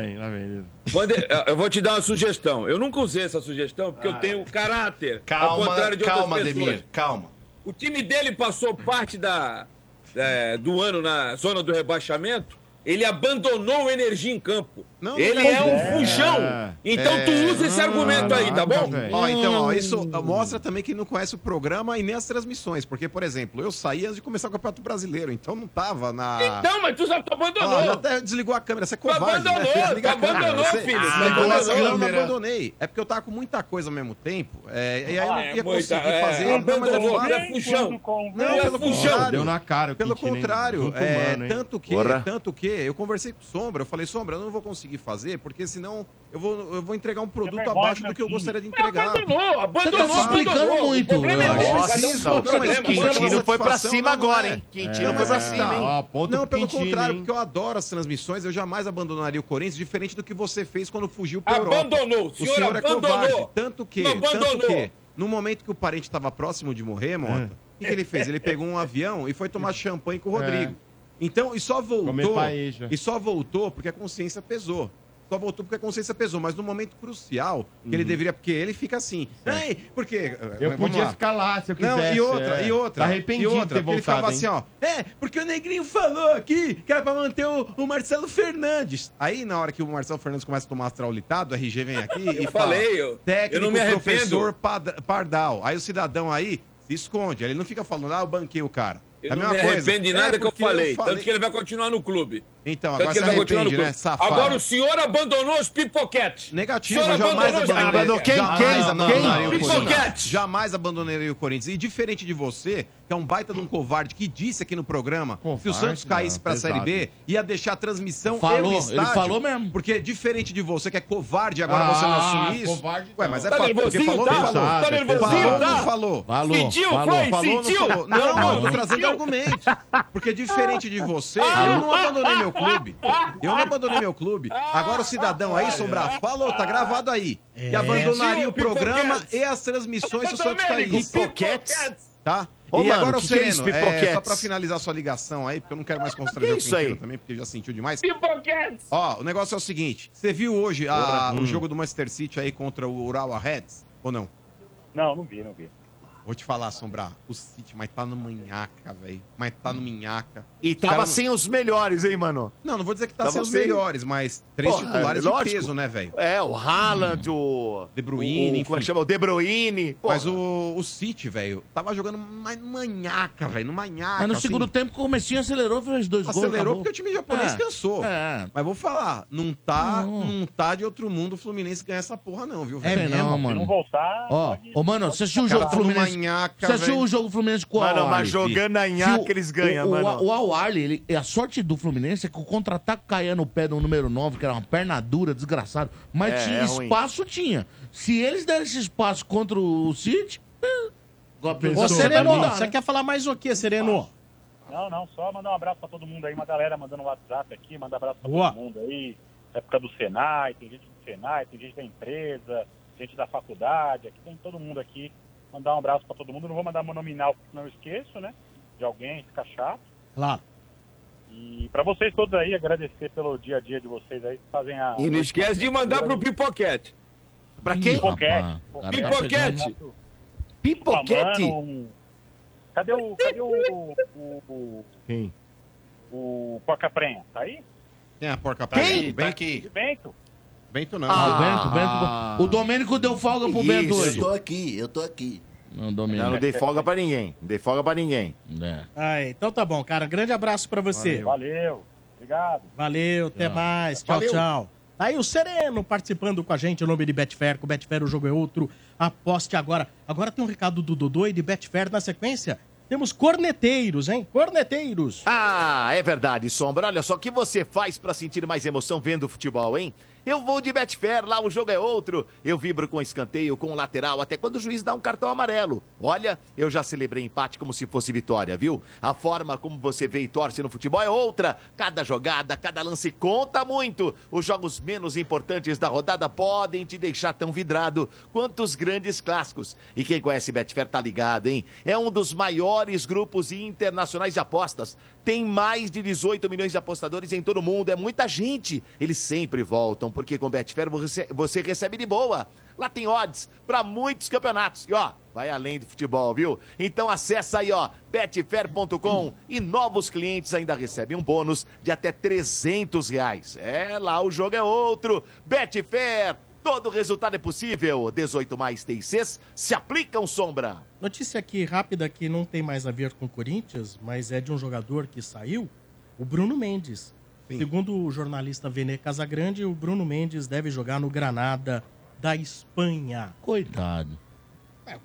[SPEAKER 8] Quando- eu- eu vou te dar uma sugestão. Eu nunca usei essa sugestão porque
[SPEAKER 3] Ah.
[SPEAKER 8] eu tenho caráter. ao
[SPEAKER 11] Calma,
[SPEAKER 8] contrário de outras
[SPEAKER 11] calma,
[SPEAKER 8] pessoas.
[SPEAKER 11] Demir, calma.
[SPEAKER 8] O time dele passou parte da, é, do ano na zona do rebaixamento. Ele abandonou a energia em campo. ele é um fujão.
[SPEAKER 3] É.
[SPEAKER 8] Então tu usa esse argumento aí, tá bom?
[SPEAKER 3] Ó, então, ó, isso
[SPEAKER 2] Hum.
[SPEAKER 3] mostra também que não conhece o programa e nem as transmissões. Porque, por exemplo, eu saí antes de começar o Campeonato Brasileiro, então não tava na.
[SPEAKER 8] Então, mas tu já tu abandonou.
[SPEAKER 3] Ah, já até desligou a câmera, você é covarde.
[SPEAKER 8] abandonou,
[SPEAKER 3] né? Desliga a
[SPEAKER 8] tu abandonou,
[SPEAKER 3] câmera.
[SPEAKER 8] filho,
[SPEAKER 3] Você
[SPEAKER 8] tu
[SPEAKER 3] Desligou as
[SPEAKER 8] abandonou.
[SPEAKER 3] câmeras. Eu não abandonei. É porque eu tava com muita coisa ao mesmo tempo. é, e aí eu
[SPEAKER 8] Ah,
[SPEAKER 3] não
[SPEAKER 8] é
[SPEAKER 3] ia
[SPEAKER 8] muita-
[SPEAKER 3] conseguir
[SPEAKER 8] é,
[SPEAKER 3] fazer.
[SPEAKER 8] abandonou,
[SPEAKER 3] mas
[SPEAKER 8] ele
[SPEAKER 3] eu
[SPEAKER 8] é
[SPEAKER 3] falo-
[SPEAKER 8] fujão.
[SPEAKER 3] Não,
[SPEAKER 8] Ele é
[SPEAKER 3] pelo
[SPEAKER 8] fujão.
[SPEAKER 3] contrário.
[SPEAKER 6] Deu na cara o
[SPEAKER 3] Pelo
[SPEAKER 6] Quintino, hein?
[SPEAKER 3] contrário.
[SPEAKER 6] Muito
[SPEAKER 3] é,
[SPEAKER 6] humano, hein?
[SPEAKER 3] tanto que,
[SPEAKER 6] Porra.
[SPEAKER 3] tanto que, eu conversei com o Sombra, eu falei, Sombra, eu não vou conseguir fazer, porque senão eu vou, eu vou entregar um produto
[SPEAKER 6] vergonha,
[SPEAKER 3] abaixo do
[SPEAKER 6] meu
[SPEAKER 3] que eu
[SPEAKER 6] filho.
[SPEAKER 3] gostaria de entregar. tá
[SPEAKER 8] Abandonou,
[SPEAKER 3] abandonou, abandonou. O problema é esse,
[SPEAKER 11] Nossa,
[SPEAKER 3] cada um
[SPEAKER 11] Nossa,
[SPEAKER 3] com o problema,
[SPEAKER 11] o Quintino
[SPEAKER 3] cada um
[SPEAKER 11] foi pra
[SPEAKER 3] satisfação,
[SPEAKER 11] cima
[SPEAKER 3] não, não
[SPEAKER 11] agora,
[SPEAKER 3] é.
[SPEAKER 11] hein? Quintino
[SPEAKER 3] É.
[SPEAKER 11] foi pra cima, hein?
[SPEAKER 3] Ó, ponto Não,
[SPEAKER 11] pro
[SPEAKER 3] pelo
[SPEAKER 11] Quintino,
[SPEAKER 3] contrário,
[SPEAKER 11] hein?
[SPEAKER 3] porque eu adoro as transmissões, eu jamais abandonaria o Corinthians, diferente do que você fez quando fugiu pra
[SPEAKER 8] Abandonou,
[SPEAKER 3] Europa.
[SPEAKER 8] o senhor
[SPEAKER 3] é
[SPEAKER 8] abandonou.
[SPEAKER 3] covarde, tanto que,
[SPEAKER 8] Não
[SPEAKER 3] tanto
[SPEAKER 8] abandonou.
[SPEAKER 3] que, no momento que o parente estava próximo de morrer,
[SPEAKER 6] É.
[SPEAKER 3] Mota, o que, que ele fez? Ele pegou um avião e foi tomar champanhe com o Rodrigo. Então, e só
[SPEAKER 6] É. Comer
[SPEAKER 3] voltou,
[SPEAKER 6] paeja.
[SPEAKER 3] e só voltou porque a consciência pesou. Só voltou porque a consciência pesou, mas no momento crucial, que ele
[SPEAKER 6] Uhum. É.
[SPEAKER 3] deveria, porque ele fica assim, ai, porque... eh,
[SPEAKER 6] Eu
[SPEAKER 3] vamos
[SPEAKER 6] podia
[SPEAKER 3] lá.
[SPEAKER 6] ficar lá se eu quisesse.
[SPEAKER 3] Não, e outra,
[SPEAKER 6] é.
[SPEAKER 3] e outra.
[SPEAKER 6] Tá arrependido
[SPEAKER 3] e outra,
[SPEAKER 6] de ter
[SPEAKER 3] porque ele
[SPEAKER 6] voltado,
[SPEAKER 3] ficava
[SPEAKER 6] hein?
[SPEAKER 3] assim, ó. É, porque o Negrinho falou aqui que era pra manter o, o Marcelo Fernandes. Aí, na hora que o Marcelo Fernandes começa a tomar astralitado, o RG vem aqui e
[SPEAKER 8] Eu
[SPEAKER 3] fala,
[SPEAKER 8] falei, eu-
[SPEAKER 3] técnico,
[SPEAKER 8] eu não me arrependo."
[SPEAKER 3] professor Pad- Pardal. Aí o cidadão aí se esconde. Ele não fica falando, ah, eu banquei o cara.
[SPEAKER 8] Eu
[SPEAKER 3] É a
[SPEAKER 8] não
[SPEAKER 3] mesma
[SPEAKER 8] me
[SPEAKER 3] coisa.
[SPEAKER 8] arrependo de
[SPEAKER 3] É
[SPEAKER 8] nada que eu
[SPEAKER 3] porque
[SPEAKER 8] falei. Tanto que ele vai continuar no clube.
[SPEAKER 3] Então,
[SPEAKER 8] Tanto
[SPEAKER 3] agora
[SPEAKER 8] que
[SPEAKER 3] você
[SPEAKER 8] ele vai continuar no
[SPEAKER 3] arrepende,
[SPEAKER 8] clube.
[SPEAKER 3] né, safado?
[SPEAKER 8] Agora o senhor abandonou os pipoquetes.
[SPEAKER 3] Negativo,
[SPEAKER 8] O senhor
[SPEAKER 3] jamais
[SPEAKER 8] abandonou os
[SPEAKER 3] abandonaria.
[SPEAKER 8] pipoquetes.
[SPEAKER 3] jamais abandonaria o Corinthians.
[SPEAKER 8] Pipoquete.
[SPEAKER 3] Jamais abandonaria o Corinthians. E diferente de você, que é um baita de um covarde que disse aqui no programa que o Santos caísse
[SPEAKER 5] não,
[SPEAKER 3] pra Série B,
[SPEAKER 5] pesado.
[SPEAKER 3] ia deixar a transmissão
[SPEAKER 5] Falou,
[SPEAKER 3] e o
[SPEAKER 5] ele
[SPEAKER 3] estádio.
[SPEAKER 5] falou mesmo.
[SPEAKER 3] Porque diferente de você, que é covarde, agora
[SPEAKER 5] Ah,
[SPEAKER 3] você não assume isso.
[SPEAKER 5] covarde
[SPEAKER 3] Ué, mas é
[SPEAKER 5] não. Tá
[SPEAKER 3] fato, porque
[SPEAKER 5] nervosinho,
[SPEAKER 3] falou,
[SPEAKER 5] tá?
[SPEAKER 3] falou.
[SPEAKER 5] Tá nervosinho,
[SPEAKER 3] falou,
[SPEAKER 5] tá?
[SPEAKER 3] não falou.
[SPEAKER 5] Falou, Sentiu, falou. foi?
[SPEAKER 3] Falou, não
[SPEAKER 5] Sentiu?
[SPEAKER 3] falou. Não,
[SPEAKER 5] Falou,
[SPEAKER 3] eu tô
[SPEAKER 5] não
[SPEAKER 3] trazendo
[SPEAKER 5] sentiu?
[SPEAKER 3] argumentos. Porque é diferente de você,
[SPEAKER 7] Ah.
[SPEAKER 3] eu não abandonei meu clube. Eu não abandonei meu clube. Agora o cidadão aí, Sombra, falou, tá gravado aí. Que
[SPEAKER 7] É.
[SPEAKER 3] abandonaria o programa e as transmissões se o Santos caísse.
[SPEAKER 7] Pipoquetes.
[SPEAKER 3] Tá?
[SPEAKER 7] Ô,
[SPEAKER 3] e
[SPEAKER 7] mano,
[SPEAKER 3] agora o
[SPEAKER 7] que que é
[SPEAKER 3] Sereno,
[SPEAKER 7] isso,
[SPEAKER 3] é,
[SPEAKER 7] pipoquetes?
[SPEAKER 3] só pra finalizar sua ligação aí, porque eu não quero mais constranger
[SPEAKER 7] Que é
[SPEAKER 3] o
[SPEAKER 7] isso
[SPEAKER 3] Quintino
[SPEAKER 7] aí?
[SPEAKER 3] também, porque já sentiu demais.
[SPEAKER 8] Pipoquetes.
[SPEAKER 3] Ó, o negócio é o seguinte, você viu hoje a-
[SPEAKER 7] hum.
[SPEAKER 3] o jogo do Manchester City aí contra o Urawa Reds, ou não?
[SPEAKER 13] Não, não vi, não vi.
[SPEAKER 3] Vou te falar, Sombra, o City, mas tá no manhaca, velho. Mas tá no minhaca.
[SPEAKER 7] E tava sem os melhores, hein, mano?
[SPEAKER 3] Não, não vou dizer que tá
[SPEAKER 7] Tava
[SPEAKER 3] sem os
[SPEAKER 7] sem-
[SPEAKER 3] melhores, mas três
[SPEAKER 7] Porra,
[SPEAKER 3] titulares de
[SPEAKER 7] lógico.
[SPEAKER 3] peso, né, velho? Hum.
[SPEAKER 7] É, o Haaland, o...
[SPEAKER 3] De Bruyne,
[SPEAKER 7] o- Como é
[SPEAKER 3] enfim.
[SPEAKER 7] que chama? O De Bruyne. Pô,
[SPEAKER 3] Mas o, o City, velho, tava jogando mais no manhaca, velho, no manhaca.
[SPEAKER 5] Mas no
[SPEAKER 3] assim.
[SPEAKER 5] segundo tempo, o comecinho acelerou, fez dois gols.
[SPEAKER 3] Acelerou
[SPEAKER 5] acabou.
[SPEAKER 3] porque o time japonês
[SPEAKER 5] É.
[SPEAKER 3] cansou.
[SPEAKER 5] É.
[SPEAKER 3] Mas vou falar, não tá,
[SPEAKER 5] Não.
[SPEAKER 3] não. tá de outro mundo o Fluminense ganhar essa porra, não, viu,
[SPEAKER 5] É mesmo, mano.
[SPEAKER 13] Não voltar.
[SPEAKER 5] Ó, ô, mano, você assistiu o
[SPEAKER 3] Cara,
[SPEAKER 5] jogo
[SPEAKER 3] tá no
[SPEAKER 5] Fluminense?
[SPEAKER 3] manhaca,
[SPEAKER 5] Você assistiu
[SPEAKER 3] velho.
[SPEAKER 5] o jogo Fluminense com o
[SPEAKER 7] Mano,
[SPEAKER 5] Al
[SPEAKER 7] mas jogando na nhaca, eles ganham,
[SPEAKER 5] o,
[SPEAKER 7] mano.
[SPEAKER 5] O, o Al Ahly, ele- a sorte do Fluminense é que o contra-ataque caía no pé do número 9, que era uma perna dura, desgraçado. Mas
[SPEAKER 7] É,
[SPEAKER 5] tinha
[SPEAKER 7] é ruim.
[SPEAKER 5] espaço, tinha. Se eles derem esse espaço contra o City... eh,
[SPEAKER 2] Ô,
[SPEAKER 5] você vai
[SPEAKER 2] Sereno,
[SPEAKER 5] mudar,
[SPEAKER 2] você
[SPEAKER 5] né?
[SPEAKER 2] quer falar mais o quê, Sereno?
[SPEAKER 13] é Não, não, só mandar um abraço pra todo mundo aí, uma galera mandando um WhatsApp aqui, mandar abraço pra
[SPEAKER 2] Boa.
[SPEAKER 13] todo mundo aí. Época do Senai, tem gente do Senai, tem gente da empresa, gente da faculdade, aqui tem todo mundo aqui. Mandar um abraço pra todo mundo. Não vou mandar meu nominal, porque senão eu esqueço, né? De alguém, fica chato.
[SPEAKER 2] Claro.
[SPEAKER 13] E pra vocês todos aí, agradecer pelo dia a dia de vocês aí, que fazem a.
[SPEAKER 8] E não esquece de mandar pro pipoquete.
[SPEAKER 7] Pra quem?
[SPEAKER 13] Pipoquete.
[SPEAKER 5] Cara, tá
[SPEAKER 8] Pipoquete.
[SPEAKER 7] Pipoquete?
[SPEAKER 13] Mano, Cadê o. Cadê o. o, o
[SPEAKER 6] Quem?
[SPEAKER 13] o Porca Prenha? Tá aí?
[SPEAKER 3] Tem a
[SPEAKER 5] Tá
[SPEAKER 3] porca pra
[SPEAKER 7] Quem?
[SPEAKER 3] Bento,
[SPEAKER 13] De Bento?
[SPEAKER 3] Bento não.
[SPEAKER 5] Ah, o Bento,
[SPEAKER 7] Ah.
[SPEAKER 5] o Bento- O Domênico deu folga pro Bento
[SPEAKER 11] Isso,
[SPEAKER 5] hoje.
[SPEAKER 11] eu tô aqui, eu tô aqui.
[SPEAKER 5] Não,
[SPEAKER 7] Não, não
[SPEAKER 5] Domênico.
[SPEAKER 7] dei folga pra ninguém. Não dei folga pra ninguém.
[SPEAKER 5] É.
[SPEAKER 2] Ah, então tá bom, cara. Grande abraço pra você. Valeu,
[SPEAKER 13] Valeu. Obrigado.
[SPEAKER 2] até mais. Tchau,
[SPEAKER 3] Valeu.
[SPEAKER 2] tchau. Tá Aí o Sereno participando com a gente, o nome de Betfair, com o Betfair o jogo é outro. Aposte agora. Agora tem um recado do Dodô e de Betfair na sequência. Temos corneteiros, hein? Corneteiros.
[SPEAKER 7] Ah, é verdade, Sombra. Olha só, o que você faz para sentir mais emoção vendo futebol, hein? Eu vou de Betfair, lá o jogo é outro. Eu vibro com escanteio, com lateral, até quando o juiz dá um cartão amarelo. Olha, eu já celebrei empate como se fosse vitória, viu? A forma como você vê e torce no futebol é outra. Cada jogada, cada lance conta muito. Os jogos menos importantes da rodada podem te deixar tão vidrado quanto os grandes clássicos. E quem conhece Betfair tá ligado, hein? É um dos maiores grupos internacionais de apostas. Tem mais de 18 milhões de apostadores em todo o mundo. É muita gente. Eles sempre voltam, porque com Betfair você, você recebe de boa. Lá tem odds para muitos campeonatos. E ó, vai além do futebol, viu? Então acessa aí, ó, betfair.com e novos clientes ainda recebem um bônus de até 300 reais. É, lá o jogo é outro. Betfair, todo resultado é possível. 18 mais TICs se aplicam, Sombra.
[SPEAKER 2] Notícia aqui rápida que não tem mais a ver com o Corinthians, mas é de um jogador que saiu, o Bruno Mendes. Segundo o jornalista Vene Casagrande, o Bruno Mendes deve jogar no Granada da Espanha.
[SPEAKER 5] Coitado.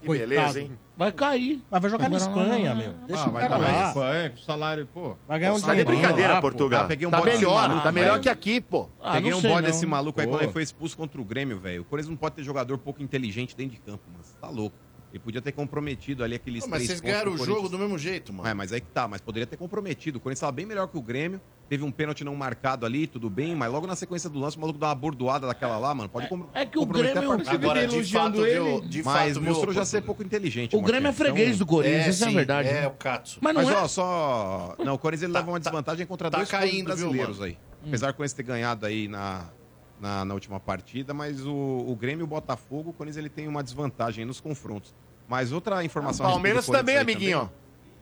[SPEAKER 2] Que beleza, hein?
[SPEAKER 5] Vai cair.
[SPEAKER 2] Mas vai jogar na Espanha, meu. Deixa
[SPEAKER 6] Deixa ah,
[SPEAKER 2] o
[SPEAKER 6] vai
[SPEAKER 2] cara
[SPEAKER 6] dar
[SPEAKER 2] lá.
[SPEAKER 6] lá. Espanha, com salário, pô.
[SPEAKER 2] Vai ganhar um
[SPEAKER 3] Tá de brincadeira, Portugal. tá melhor, tá melhor que aqui,
[SPEAKER 7] pô.
[SPEAKER 6] Ah,
[SPEAKER 3] Peguei
[SPEAKER 6] não
[SPEAKER 3] um
[SPEAKER 6] sei,
[SPEAKER 3] bode
[SPEAKER 6] não.
[SPEAKER 3] desse maluco aí
[SPEAKER 6] Pô.
[SPEAKER 3] quando ele foi expulso contra o Grêmio, velho. O Corinthians não pode ter jogador pouco inteligente dentro de campo, mano. Você tá louco. Ele podia ter comprometido ali aqueles
[SPEAKER 11] Pô, mas
[SPEAKER 3] três
[SPEAKER 11] vocês
[SPEAKER 3] pontos
[SPEAKER 11] ganharam
[SPEAKER 3] do
[SPEAKER 11] o
[SPEAKER 3] Corinthians.
[SPEAKER 11] jogo do mesmo jeito, mano.
[SPEAKER 3] É, mas aí que tá, mas poderia ter comprometido. O Corinthians estava bem melhor que o Grêmio. Teve um pênalti não marcado ali, tudo bem, mas logo na sequência do lance, o maluco dá uma bordoada daquela lá, mano. Pode com-
[SPEAKER 5] é que o
[SPEAKER 3] comprometer
[SPEAKER 5] Grêmio-
[SPEAKER 3] a partida.
[SPEAKER 5] Agora, de fato, viu- de
[SPEAKER 3] mas
[SPEAKER 5] fato, viu,
[SPEAKER 3] mostrou já
[SPEAKER 5] Portugal.
[SPEAKER 3] ser pouco inteligente.
[SPEAKER 5] O Grêmio é freguês do Corinthians, É, essa é a sim, verdade, é, né? o
[SPEAKER 11] Cato.
[SPEAKER 3] Mas,
[SPEAKER 5] Mas não
[SPEAKER 3] ó,
[SPEAKER 5] é-
[SPEAKER 3] só. Não, o Corinthians ele leva uma desvantagem contra
[SPEAKER 11] tá
[SPEAKER 3] dois clubes
[SPEAKER 11] caindo, viu,
[SPEAKER 3] brasileiros
[SPEAKER 11] mano?
[SPEAKER 3] aí.
[SPEAKER 5] Hum.
[SPEAKER 3] Apesar do Corinthians ter ganhado aí na, na, na última partida, mas o, o Grêmio e o Botafogo, o Corinthians ele tem uma desvantagem nos confrontos. Mas outra informação. a respeito
[SPEAKER 7] Palmeiras
[SPEAKER 3] do Corinthians
[SPEAKER 7] também,
[SPEAKER 3] aí
[SPEAKER 7] amiguinho.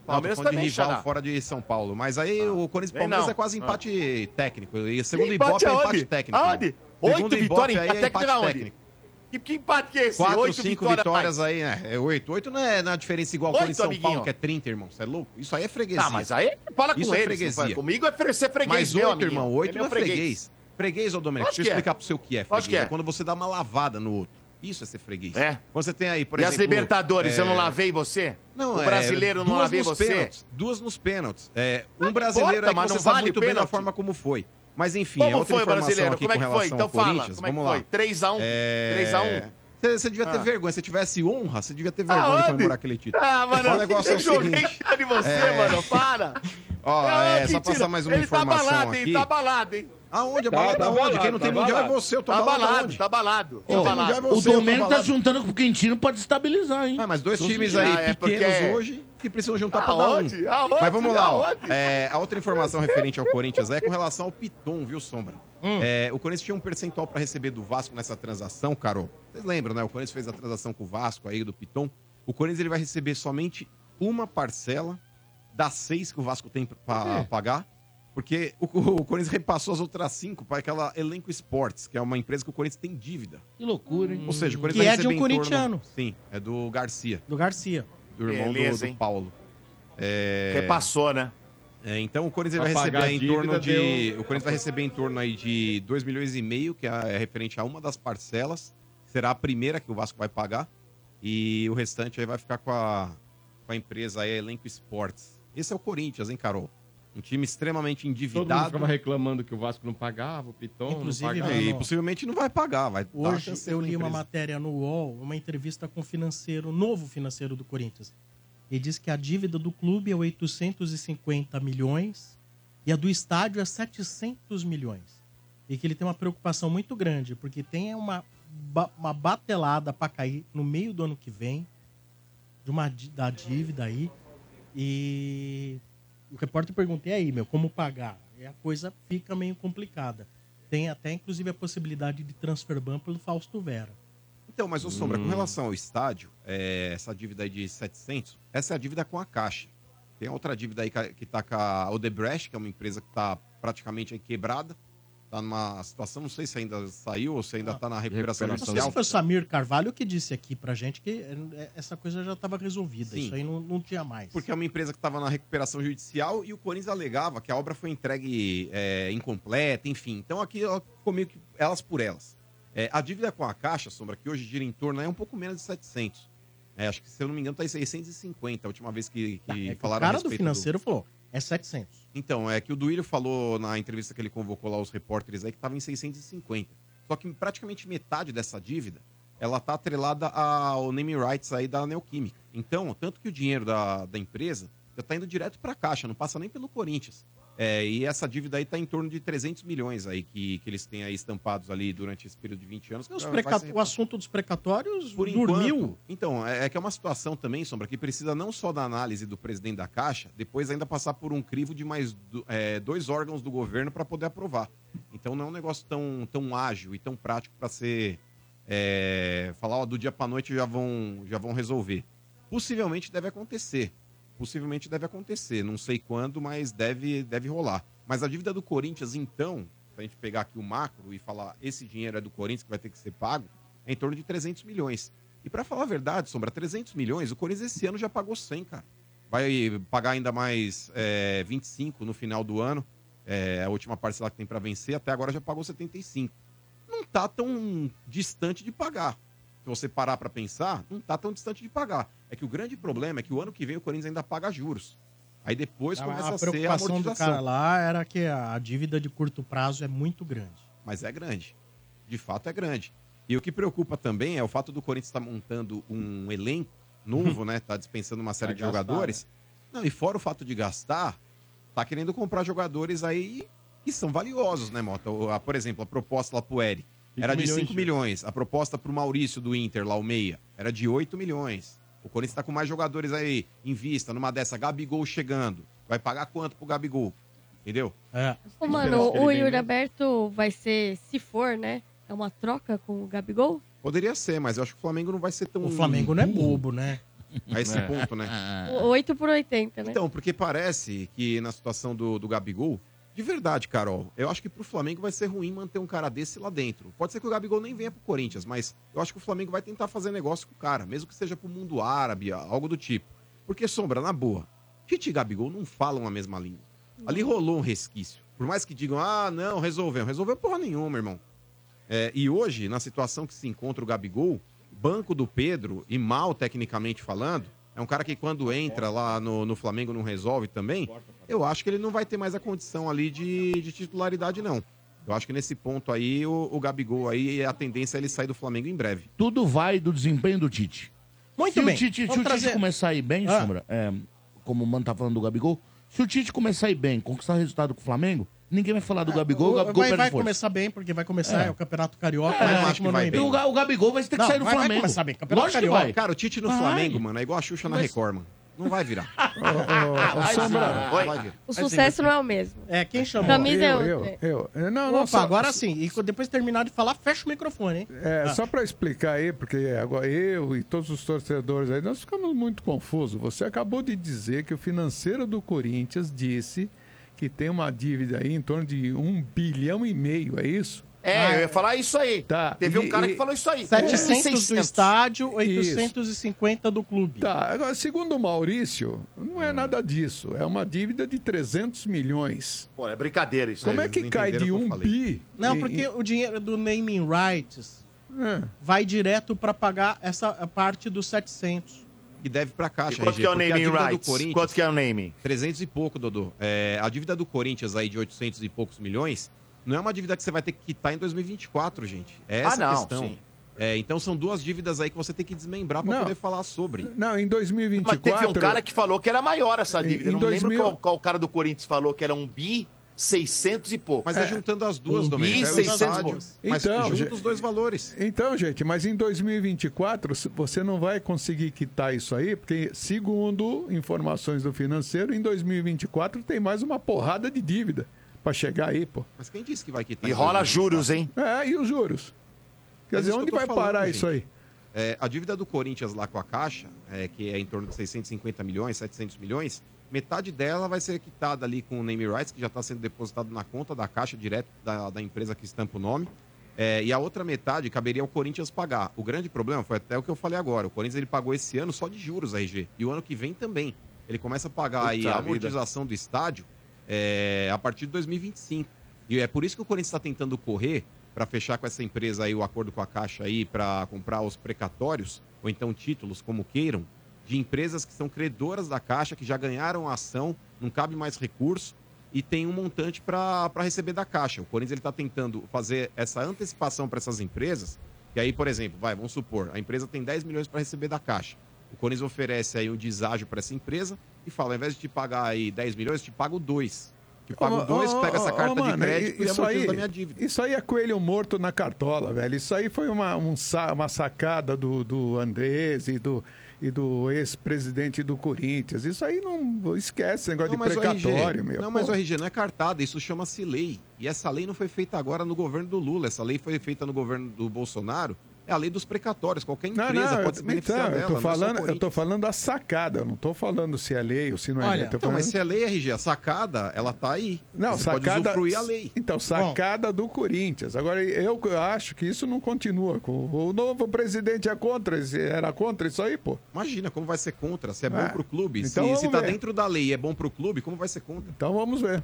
[SPEAKER 3] Não,
[SPEAKER 7] Palmeiras
[SPEAKER 3] tô falando
[SPEAKER 7] também,
[SPEAKER 3] de rival
[SPEAKER 7] Xará.
[SPEAKER 3] fora de São Paulo. Mas aí
[SPEAKER 5] Ah,
[SPEAKER 3] o Corinthians e
[SPEAKER 7] Vem
[SPEAKER 3] Palmeiras
[SPEAKER 7] não.
[SPEAKER 3] é quase
[SPEAKER 7] Ah.
[SPEAKER 3] empate técnico. E segundo
[SPEAKER 7] Empate
[SPEAKER 3] Ibope é
[SPEAKER 7] aonde?
[SPEAKER 3] empate técnico.
[SPEAKER 7] Aonde?
[SPEAKER 3] Segundo
[SPEAKER 7] Oito
[SPEAKER 3] Ibope
[SPEAKER 7] vitórias,
[SPEAKER 3] aí é
[SPEAKER 7] empate técnico aonde? Que, que empate que é esse?
[SPEAKER 3] Quatro,
[SPEAKER 7] Oito
[SPEAKER 3] cinco
[SPEAKER 7] vitórias,
[SPEAKER 3] vitórias
[SPEAKER 7] pai.
[SPEAKER 3] aí, né? É oito. Oito não é na diferença igual
[SPEAKER 7] Oito,
[SPEAKER 3] quando em São
[SPEAKER 7] amiguinho.
[SPEAKER 3] Paulo, que é 30, irmão. Você é louco? Isso aí é freguesia.
[SPEAKER 7] Ah, mas aí fala com
[SPEAKER 3] Isso
[SPEAKER 7] eles,
[SPEAKER 3] é freguesia.
[SPEAKER 7] não fala comigo, é fre- ser freguês,
[SPEAKER 3] Mas
[SPEAKER 7] meu
[SPEAKER 3] oito,
[SPEAKER 7] amiguinho.
[SPEAKER 3] irmão,
[SPEAKER 7] É
[SPEAKER 3] oito
[SPEAKER 7] meu
[SPEAKER 3] não é
[SPEAKER 7] freguês.
[SPEAKER 3] freguês. Freguês, ô Domênico,
[SPEAKER 7] Lógico que
[SPEAKER 3] deixa eu
[SPEAKER 7] é.
[SPEAKER 3] explicar pro seu o que é freguês.
[SPEAKER 7] Lógico que é.
[SPEAKER 3] é quando você dá uma lavada no outro. Isso é ser freguês. É. Quando você tem aí, por
[SPEAKER 7] e
[SPEAKER 3] exemplo...
[SPEAKER 7] as Libertadores,
[SPEAKER 3] é,
[SPEAKER 7] eu não lavei você?
[SPEAKER 3] Não,
[SPEAKER 7] o
[SPEAKER 3] é,
[SPEAKER 7] brasileiro eu não
[SPEAKER 3] duas
[SPEAKER 7] lavei
[SPEAKER 3] nos
[SPEAKER 7] você?
[SPEAKER 3] pênaltis, duas nos pênaltis. É, um
[SPEAKER 7] não
[SPEAKER 3] brasileiro
[SPEAKER 7] importa,
[SPEAKER 3] aí que
[SPEAKER 7] mas
[SPEAKER 3] você
[SPEAKER 7] não
[SPEAKER 3] sabe
[SPEAKER 7] vale
[SPEAKER 3] muito bem da
[SPEAKER 7] pênalti.
[SPEAKER 3] forma como foi. Mas enfim, é
[SPEAKER 7] Como
[SPEAKER 3] outra
[SPEAKER 7] foi,
[SPEAKER 3] informação
[SPEAKER 7] brasileiro?
[SPEAKER 3] aqui
[SPEAKER 7] Como é
[SPEAKER 3] com
[SPEAKER 7] que foi?
[SPEAKER 3] relação
[SPEAKER 7] Então
[SPEAKER 3] ao
[SPEAKER 7] fala,
[SPEAKER 3] Corinthians.
[SPEAKER 7] como é que
[SPEAKER 3] Vamos lá.
[SPEAKER 7] foi? 3x1? 3x1?
[SPEAKER 3] Você você devia ter
[SPEAKER 7] Ah.
[SPEAKER 3] vergonha. Se tivesse honra, você devia ter vergonha de
[SPEAKER 7] Aonde?
[SPEAKER 3] comemorar aquele título.
[SPEAKER 7] Ah, mano,
[SPEAKER 3] o negócio é
[SPEAKER 7] eu
[SPEAKER 3] o
[SPEAKER 7] joguei
[SPEAKER 3] seguinte.
[SPEAKER 7] cara de você,
[SPEAKER 3] É.
[SPEAKER 7] mano, para.
[SPEAKER 3] Ó,
[SPEAKER 7] Ah,
[SPEAKER 3] é,
[SPEAKER 7] que
[SPEAKER 3] só
[SPEAKER 7] tira.
[SPEAKER 3] passar mais
[SPEAKER 11] um
[SPEAKER 3] uma
[SPEAKER 7] Ele
[SPEAKER 3] informação
[SPEAKER 7] tá balado,
[SPEAKER 3] aqui.
[SPEAKER 7] Ele tá balado, hein?
[SPEAKER 3] Aonde?
[SPEAKER 7] Tá,
[SPEAKER 3] Abalado
[SPEAKER 7] tá
[SPEAKER 3] aonde? Quem
[SPEAKER 7] balado,
[SPEAKER 3] não tem
[SPEAKER 7] tá
[SPEAKER 3] mundial
[SPEAKER 7] balado.
[SPEAKER 3] é você, eu tô
[SPEAKER 7] Tá
[SPEAKER 3] balado
[SPEAKER 7] balado,
[SPEAKER 3] aonde?
[SPEAKER 7] tá balado.
[SPEAKER 3] Ô,
[SPEAKER 7] Tá
[SPEAKER 2] é
[SPEAKER 7] balado.
[SPEAKER 3] você,
[SPEAKER 5] o Domênico
[SPEAKER 3] eu tô
[SPEAKER 5] tá se juntando com o Quintino pra destabilizar, hein?
[SPEAKER 3] Ah, mas dois times aí
[SPEAKER 7] é
[SPEAKER 3] pequenos hoje que precisam juntar pra dar um.
[SPEAKER 5] Aonde? Aonde?
[SPEAKER 3] Mas vamos lá, ó.
[SPEAKER 5] Aonde?
[SPEAKER 3] É, a outra informação referente ao Corinthians é com relação ao Piton, viu, Sombra? É, o Corinthians tinha um percentual pra receber do Vasco nessa transação, Carol. Vocês lembram, né? O Corinthians fez a transação com o Vasco aí do Piton. O Corinthians ele vai receber somente uma parcela das seis que o Vasco tem pra pagar. Porque o, o Corinthians repassou as outras cinco para aquela Elenco Esportes, que é uma empresa que o Corinthians tem dívida.
[SPEAKER 5] Que loucura, hein?
[SPEAKER 3] Ou seja, o
[SPEAKER 2] Que
[SPEAKER 3] Corinthians
[SPEAKER 2] é
[SPEAKER 3] vai
[SPEAKER 2] de um
[SPEAKER 3] receber em torno-
[SPEAKER 2] corintiano.
[SPEAKER 3] Sim, é do Garcia
[SPEAKER 2] Do Garcia.
[SPEAKER 3] do irmão
[SPEAKER 2] Beleza,
[SPEAKER 3] do, do
[SPEAKER 2] hein?
[SPEAKER 3] Paulo. É...
[SPEAKER 2] Repassou,
[SPEAKER 7] né?
[SPEAKER 3] então o Corinthians
[SPEAKER 6] Pra
[SPEAKER 3] vai
[SPEAKER 6] pagar a
[SPEAKER 3] receber em
[SPEAKER 6] dívida,
[SPEAKER 3] torno de.
[SPEAKER 6] deu-
[SPEAKER 3] O Corinthians vai receber em torno aí de 2 milhões e meio, que é referente a uma das parcelas. Será a primeira que o Vasco vai pagar. E o restante aí vai ficar com a, com a empresa aí, Elenco Esportes. Esse é o Corinthians, hein, Carol? Um time extremamente
[SPEAKER 6] Todo
[SPEAKER 3] endividado.
[SPEAKER 6] mundo ficava reclamando que o Vasco não pagava, o Piton
[SPEAKER 2] Inclusive,
[SPEAKER 6] não pagava.
[SPEAKER 3] E possivelmente não vai pagar, vai dar
[SPEAKER 2] Hoje
[SPEAKER 3] chance
[SPEAKER 2] eu
[SPEAKER 3] pra
[SPEAKER 2] li uma
[SPEAKER 3] Tá, empresa.
[SPEAKER 2] matéria no UOL, uma entrevista com o financeiro, novo financeiro do Corinthians. Ele diz que a dívida do clube é 850 milhões e a do estádio é 700 milhões. E que ele tem uma preocupação muito grande, porque tem uma, ba- uma batelada para cair no meio do ano que vem de uma, dí- da dívida aí. E o repórter perguntei aí, meu, como pagar? E a coisa fica meio complicada. Tem até, inclusive, a possibilidade de transfer ban pelo Fausto Vera.
[SPEAKER 3] Então, mas, ô Sombra,
[SPEAKER 2] Hum.
[SPEAKER 3] com relação ao estádio, é, essa dívida aí de 700, essa é a dívida com a Caixa. Tem a outra dívida aí que que tá com a Odebrecht, que é uma empresa que tá praticamente aí quebrada. Tá numa situação, não sei se ainda saiu ou se ainda tá na recuperação
[SPEAKER 2] Não sei se
[SPEAKER 3] judicial.
[SPEAKER 2] foi o Samir Carvalho que disse aqui pra gente que eh, essa coisa já estava resolvida.
[SPEAKER 3] Sim.
[SPEAKER 2] Isso aí não, não tinha mais.
[SPEAKER 3] Porque é uma empresa que estava na recuperação judicial e o Corinthians alegava que a obra foi entregue é, incompleta, enfim. Então aqui ó, ficou meio que elas por elas. É, a dívida com a Caixa, Sombra, que hoje gira em torno, é um pouco menos de 700. É, acho que, se eu não me engano, está em 650, a última vez que, que
[SPEAKER 2] É que o
[SPEAKER 3] falaram a
[SPEAKER 2] cara do
[SPEAKER 3] respeito
[SPEAKER 2] financeiro falou, é 700.
[SPEAKER 3] Então, é que o Duílio falou na entrevista que ele convocou lá os repórteres aí que estava em 650. Só que praticamente metade dessa dívida, ela está atrelada ao naming rights aí da Neoquímica. Então, tanto que o dinheiro da, da empresa já está indo direto para a Caixa, não passa nem pelo Corinthians. É, e essa dívida aí está em torno de 300 milhões aí que, que eles têm aí estampados ali durante esse período de 20 anos. é
[SPEAKER 2] Os
[SPEAKER 3] Não, vai
[SPEAKER 2] preca-
[SPEAKER 3] ser-
[SPEAKER 2] O assunto dos precatórios
[SPEAKER 3] por
[SPEAKER 2] dormiu.
[SPEAKER 3] enquanto. Então, é, é que é uma situação também, Sombra, que precisa não só da análise do presidente da Caixa, depois ainda passar por um crivo de mais do- é, dois órgãos do governo para poder aprovar. Então não é um negócio tão, tão ágil e tão prático para ser. é, falar ó, do dia para noite já vão, já vão resolver. Possivelmente deve acontecer. Possivelmente deve acontecer. Não sei quando, mas deve, deve rolar. Mas a dívida do Corinthians, então, se a gente pegar aqui o macro e falar esse dinheiro é do Corinthians que vai ter que ser pago, é em torno de 300 milhões. E para falar a verdade, Sombra, 300 milhões, o Corinthians esse ano já pagou 100, cara. Vai pagar ainda mais é, 25 no final do ano. É, a última parcela que tem para vencer, até agora já pagou 75. Não tá tão distante de pagar. Se você parar para pensar, não tá tão distante de pagar. É que o grande problema é que o ano que vem o Corinthians ainda paga juros. Aí depois
[SPEAKER 2] A-
[SPEAKER 3] começa a,
[SPEAKER 2] a
[SPEAKER 3] ser a
[SPEAKER 2] preocupação do
[SPEAKER 3] amortização.
[SPEAKER 2] cara lá era que a dívida de curto prazo é muito grande.
[SPEAKER 3] mas é grande. De fato, é grande. E o que preocupa também é o fato do Corinthians estar montando um elenco novo, né? Tá dispensando uma série
[SPEAKER 6] Vai
[SPEAKER 3] de
[SPEAKER 6] gastar, né?
[SPEAKER 3] jogadores. Não, e fora o fato de gastar, tá querendo comprar jogadores aí que são valiosos, né, Mota? O- a- Por exemplo, a proposta lá pro Eric
[SPEAKER 6] Cinco
[SPEAKER 3] era de
[SPEAKER 6] milhões,
[SPEAKER 3] 5
[SPEAKER 6] né?
[SPEAKER 3] milhões. A proposta pro Maurício do Inter, lá o meia, era de 8 milhões. O Corinthians tá com mais jogadores aí em vista, numa dessa, Gabigol chegando. Vai pagar quanto pro Gabigol? Entendeu?
[SPEAKER 2] É.
[SPEAKER 4] Ô, mano, o Yuri Alberto vai ser, se for, né? É uma troca com o Gabigol?
[SPEAKER 3] Poderia ser, mas eu acho que o Flamengo não vai ser tão.
[SPEAKER 2] O Flamengo não é bobo, né?
[SPEAKER 3] A esse
[SPEAKER 2] É.
[SPEAKER 3] ponto, né?
[SPEAKER 4] O 8 por 80, né?
[SPEAKER 3] Então, porque parece que na situação do, do Gabigol, de verdade, Carol, eu acho que pro Flamengo vai ser ruim manter um cara desse lá dentro. Pode ser que o Gabigol nem venha pro Corinthians, mas eu acho que o Flamengo vai tentar fazer negócio com o cara, mesmo que seja pro mundo árabe, algo do tipo. Porque, Sombra, na boa, Tite e Gabigol não falam a mesma língua. Ali rolou um resquício. Por mais que digam, ah, não, resolveu. Resolveu porra nenhuma, irmão. É, e hoje, na situação que se encontra o Gabigol, banco do Pedro, e mal tecnicamente falando, é um cara que quando entra lá no, no Flamengo não resolve também, eu acho que ele não vai ter mais a condição ali de, de titularidade, não. Eu acho que nesse ponto aí, o, o Gabigol aí, a tendência é ele sair do Flamengo em breve.
[SPEAKER 5] Tudo vai do desempenho do Tite.
[SPEAKER 2] Muito
[SPEAKER 5] se
[SPEAKER 2] bem,
[SPEAKER 5] O Tite, se
[SPEAKER 2] vamos
[SPEAKER 5] o
[SPEAKER 2] trazer-
[SPEAKER 5] Tite começar a ir bem,
[SPEAKER 2] Ah.
[SPEAKER 5] Sombra, é, como o Mano tá falando do Gabigol, se o Tite começar a ir bem, conquistar resultado com o Flamengo, ninguém vai falar do Gabigol, o Gabigol
[SPEAKER 2] É, vai
[SPEAKER 5] perde
[SPEAKER 2] vai
[SPEAKER 5] força.
[SPEAKER 2] começar bem, porque vai começar
[SPEAKER 5] É.
[SPEAKER 2] é, o Campeonato Carioca.
[SPEAKER 5] É,
[SPEAKER 2] mas
[SPEAKER 5] acho que vai bem. O Ga- o Gabigol vai ter que sair do
[SPEAKER 2] Vai
[SPEAKER 5] Flamengo.
[SPEAKER 2] começar bem. Campeonato
[SPEAKER 5] Lógico que
[SPEAKER 2] Carioca.
[SPEAKER 5] vai.
[SPEAKER 3] Cara, o Tite no
[SPEAKER 5] Vai.
[SPEAKER 3] Flamengo, mano, é igual a Xuxa na
[SPEAKER 2] Mas-
[SPEAKER 3] Record, mano. Não vai virar.
[SPEAKER 10] ô, Sombra.
[SPEAKER 3] Não vai virar.
[SPEAKER 4] O sucesso não é o mesmo.
[SPEAKER 2] É, quem chamou?
[SPEAKER 4] Camisa é
[SPEAKER 10] eu,
[SPEAKER 4] outra.
[SPEAKER 10] eu, eu, eu. Não, não,
[SPEAKER 2] Opa, agora sim. E co- depois de terminar de falar, fecha o microfone, hein?
[SPEAKER 10] É,
[SPEAKER 2] Ah.
[SPEAKER 10] só para explicar aí, porque agora eu e todos os torcedores aí, nós ficamos muito confusos. Você acabou de dizer que o financeiro do Corinthians disse que tem uma dívida aí em torno de um bilhão e meio, é isso?
[SPEAKER 11] É,
[SPEAKER 2] Ah,
[SPEAKER 11] eu ia falar isso aí.
[SPEAKER 10] Tá.
[SPEAKER 11] Teve um
[SPEAKER 10] E-
[SPEAKER 11] cara
[SPEAKER 10] e-
[SPEAKER 11] que falou isso aí.
[SPEAKER 2] 700 do
[SPEAKER 10] 1.600.
[SPEAKER 2] estádio,
[SPEAKER 10] Isso.
[SPEAKER 2] 850 do clube.
[SPEAKER 10] Tá, agora, segundo o Maurício, não
[SPEAKER 3] Ah.
[SPEAKER 10] é nada disso. É uma dívida de 300 milhões.
[SPEAKER 11] Pô, é brincadeira isso
[SPEAKER 10] Como
[SPEAKER 11] aí.
[SPEAKER 10] é que cai de um bi?
[SPEAKER 2] Não,
[SPEAKER 10] em-
[SPEAKER 2] porque
[SPEAKER 10] em-
[SPEAKER 2] o dinheiro do naming rights
[SPEAKER 10] É.
[SPEAKER 2] vai direto pra pagar essa parte dos 700.
[SPEAKER 3] E deve pra
[SPEAKER 11] E
[SPEAKER 3] Caixa,
[SPEAKER 11] quanto
[SPEAKER 3] RG,
[SPEAKER 11] que é o
[SPEAKER 3] porque a
[SPEAKER 11] naming
[SPEAKER 3] dívida do
[SPEAKER 11] rights?
[SPEAKER 3] Corinthians-
[SPEAKER 11] Quanto que é o naming?
[SPEAKER 3] 300 e pouco, Dodô. É, a dívida do Corinthians aí de 800 e poucos milhões não é uma dívida que você vai ter que quitar em 2024, gente. É essa
[SPEAKER 10] Ah, não,
[SPEAKER 3] a questão.
[SPEAKER 10] sim.
[SPEAKER 3] É, então são duas dívidas aí que você tem que desmembrar pra
[SPEAKER 10] Não.
[SPEAKER 3] poder falar sobre.
[SPEAKER 10] Não, em
[SPEAKER 11] Mas
[SPEAKER 10] 2024.
[SPEAKER 11] teve um cara que falou que era maior essa dívida.
[SPEAKER 10] Em
[SPEAKER 11] Eu não
[SPEAKER 10] 2000.
[SPEAKER 11] lembro qual, qual cara do Corinthians falou que era um bi 600 e pouco.
[SPEAKER 3] Mas é, juntando as duas,
[SPEAKER 11] um
[SPEAKER 3] Domênico.
[SPEAKER 11] bi
[SPEAKER 3] É o
[SPEAKER 11] 600 e
[SPEAKER 3] estádio,
[SPEAKER 11] pouco.
[SPEAKER 3] mas
[SPEAKER 6] Então,
[SPEAKER 3] junta
[SPEAKER 10] Então, gente-
[SPEAKER 3] os dois valores.
[SPEAKER 10] Então, gente, mas em 2024 se- você não vai conseguir quitar isso aí, porque, segundo informações do financeiro, em 2024 tem mais uma porrada de dívida pra chegar aí, pô.
[SPEAKER 3] Mas quem disse que vai quitar?
[SPEAKER 11] E
[SPEAKER 3] em
[SPEAKER 11] rola
[SPEAKER 3] 2024?
[SPEAKER 11] juros, hein?
[SPEAKER 10] É, e os juros? Quer
[SPEAKER 3] Mas
[SPEAKER 10] dizer,
[SPEAKER 3] isso que
[SPEAKER 10] onde
[SPEAKER 3] eu
[SPEAKER 10] vai
[SPEAKER 3] tô falando,
[SPEAKER 10] parar
[SPEAKER 3] gente.
[SPEAKER 10] isso aí?
[SPEAKER 3] É, a dívida do Corinthians lá com a Caixa, é, que é em torno de 650 milhões, 700 milhões, metade dela vai ser quitada ali com o name rights, que já está sendo depositado na conta da Caixa, direto da, da empresa que estampa o nome. É, e a outra metade caberia ao Corinthians pagar. O grande problema foi até o que eu falei agora. O Corinthians ele pagou esse ano só de juros, RG. E o ano que vem também. Ele começa a pagar aí
[SPEAKER 11] Puta
[SPEAKER 3] a
[SPEAKER 11] vida.
[SPEAKER 3] amortização do estádio é, a partir de 2025. E é por isso que o Corinthians está tentando correr para fechar com essa empresa aí o acordo com a Caixa aí para comprar os precatórios ou então títulos, como queiram, de empresas que são credoras da Caixa, que já ganharam a ação, não cabe mais recurso. e tem um montante para receber da Caixa. O Corinthians está tentando fazer essa antecipação para essas empresas. E aí, por exemplo, vai, vamos supor, a empresa tem 10 milhões para receber da Caixa. O Corinthians oferece aí um deságio para essa empresa e fala, ao invés de te pagar aí 10 milhões, te pago 2. Te pago 2, pega essa carta de crédito e
[SPEAKER 10] isso
[SPEAKER 3] amortiza
[SPEAKER 10] aí,
[SPEAKER 3] da minha dívida.
[SPEAKER 10] Isso aí é coelho morto na cartola, velho. Isso aí foi uma, um sa- uma sacada do, do Andrés e do, e do ex-presidente do Corinthians. Isso aí não esquece, esse negócio
[SPEAKER 3] Não, mas
[SPEAKER 10] de
[SPEAKER 3] o RG,
[SPEAKER 10] precatório, meu.
[SPEAKER 3] Não, mas
[SPEAKER 10] Pô.
[SPEAKER 3] o RG não é cartada, isso chama-se lei. E essa lei não foi feita agora no governo do Lula, essa lei foi feita no governo do Bolsonaro. É a lei dos precatórios, qualquer
[SPEAKER 10] Não,
[SPEAKER 3] empresa
[SPEAKER 10] não, eu,
[SPEAKER 3] pode se beneficiar
[SPEAKER 10] então, eu
[SPEAKER 3] dela.
[SPEAKER 10] tô,
[SPEAKER 3] não é só o
[SPEAKER 10] falando, eu
[SPEAKER 3] Corinthians.
[SPEAKER 10] tô falando da sacada, eu não tô falando se é lei ou se não é lei.
[SPEAKER 3] Olha,
[SPEAKER 10] eu tô
[SPEAKER 3] então, mas
[SPEAKER 10] falando-
[SPEAKER 3] se é lei, RG, a sacada, ela tá aí.
[SPEAKER 10] Não,
[SPEAKER 3] Você pode
[SPEAKER 10] sacada.
[SPEAKER 3] usufruir a lei.
[SPEAKER 10] Então, sacada do Corinthians. Agora, eu acho que isso não continua. O novo presidente é contra, esse- era contra isso aí, pô.
[SPEAKER 3] Imagina como vai ser contra, se é bom
[SPEAKER 10] É.
[SPEAKER 3] pro clube.
[SPEAKER 10] Então
[SPEAKER 3] se,
[SPEAKER 10] vamos
[SPEAKER 3] se tá
[SPEAKER 10] ver.
[SPEAKER 3] dentro da lei e é bom pro clube, como vai ser contra?
[SPEAKER 10] Então vamos ver.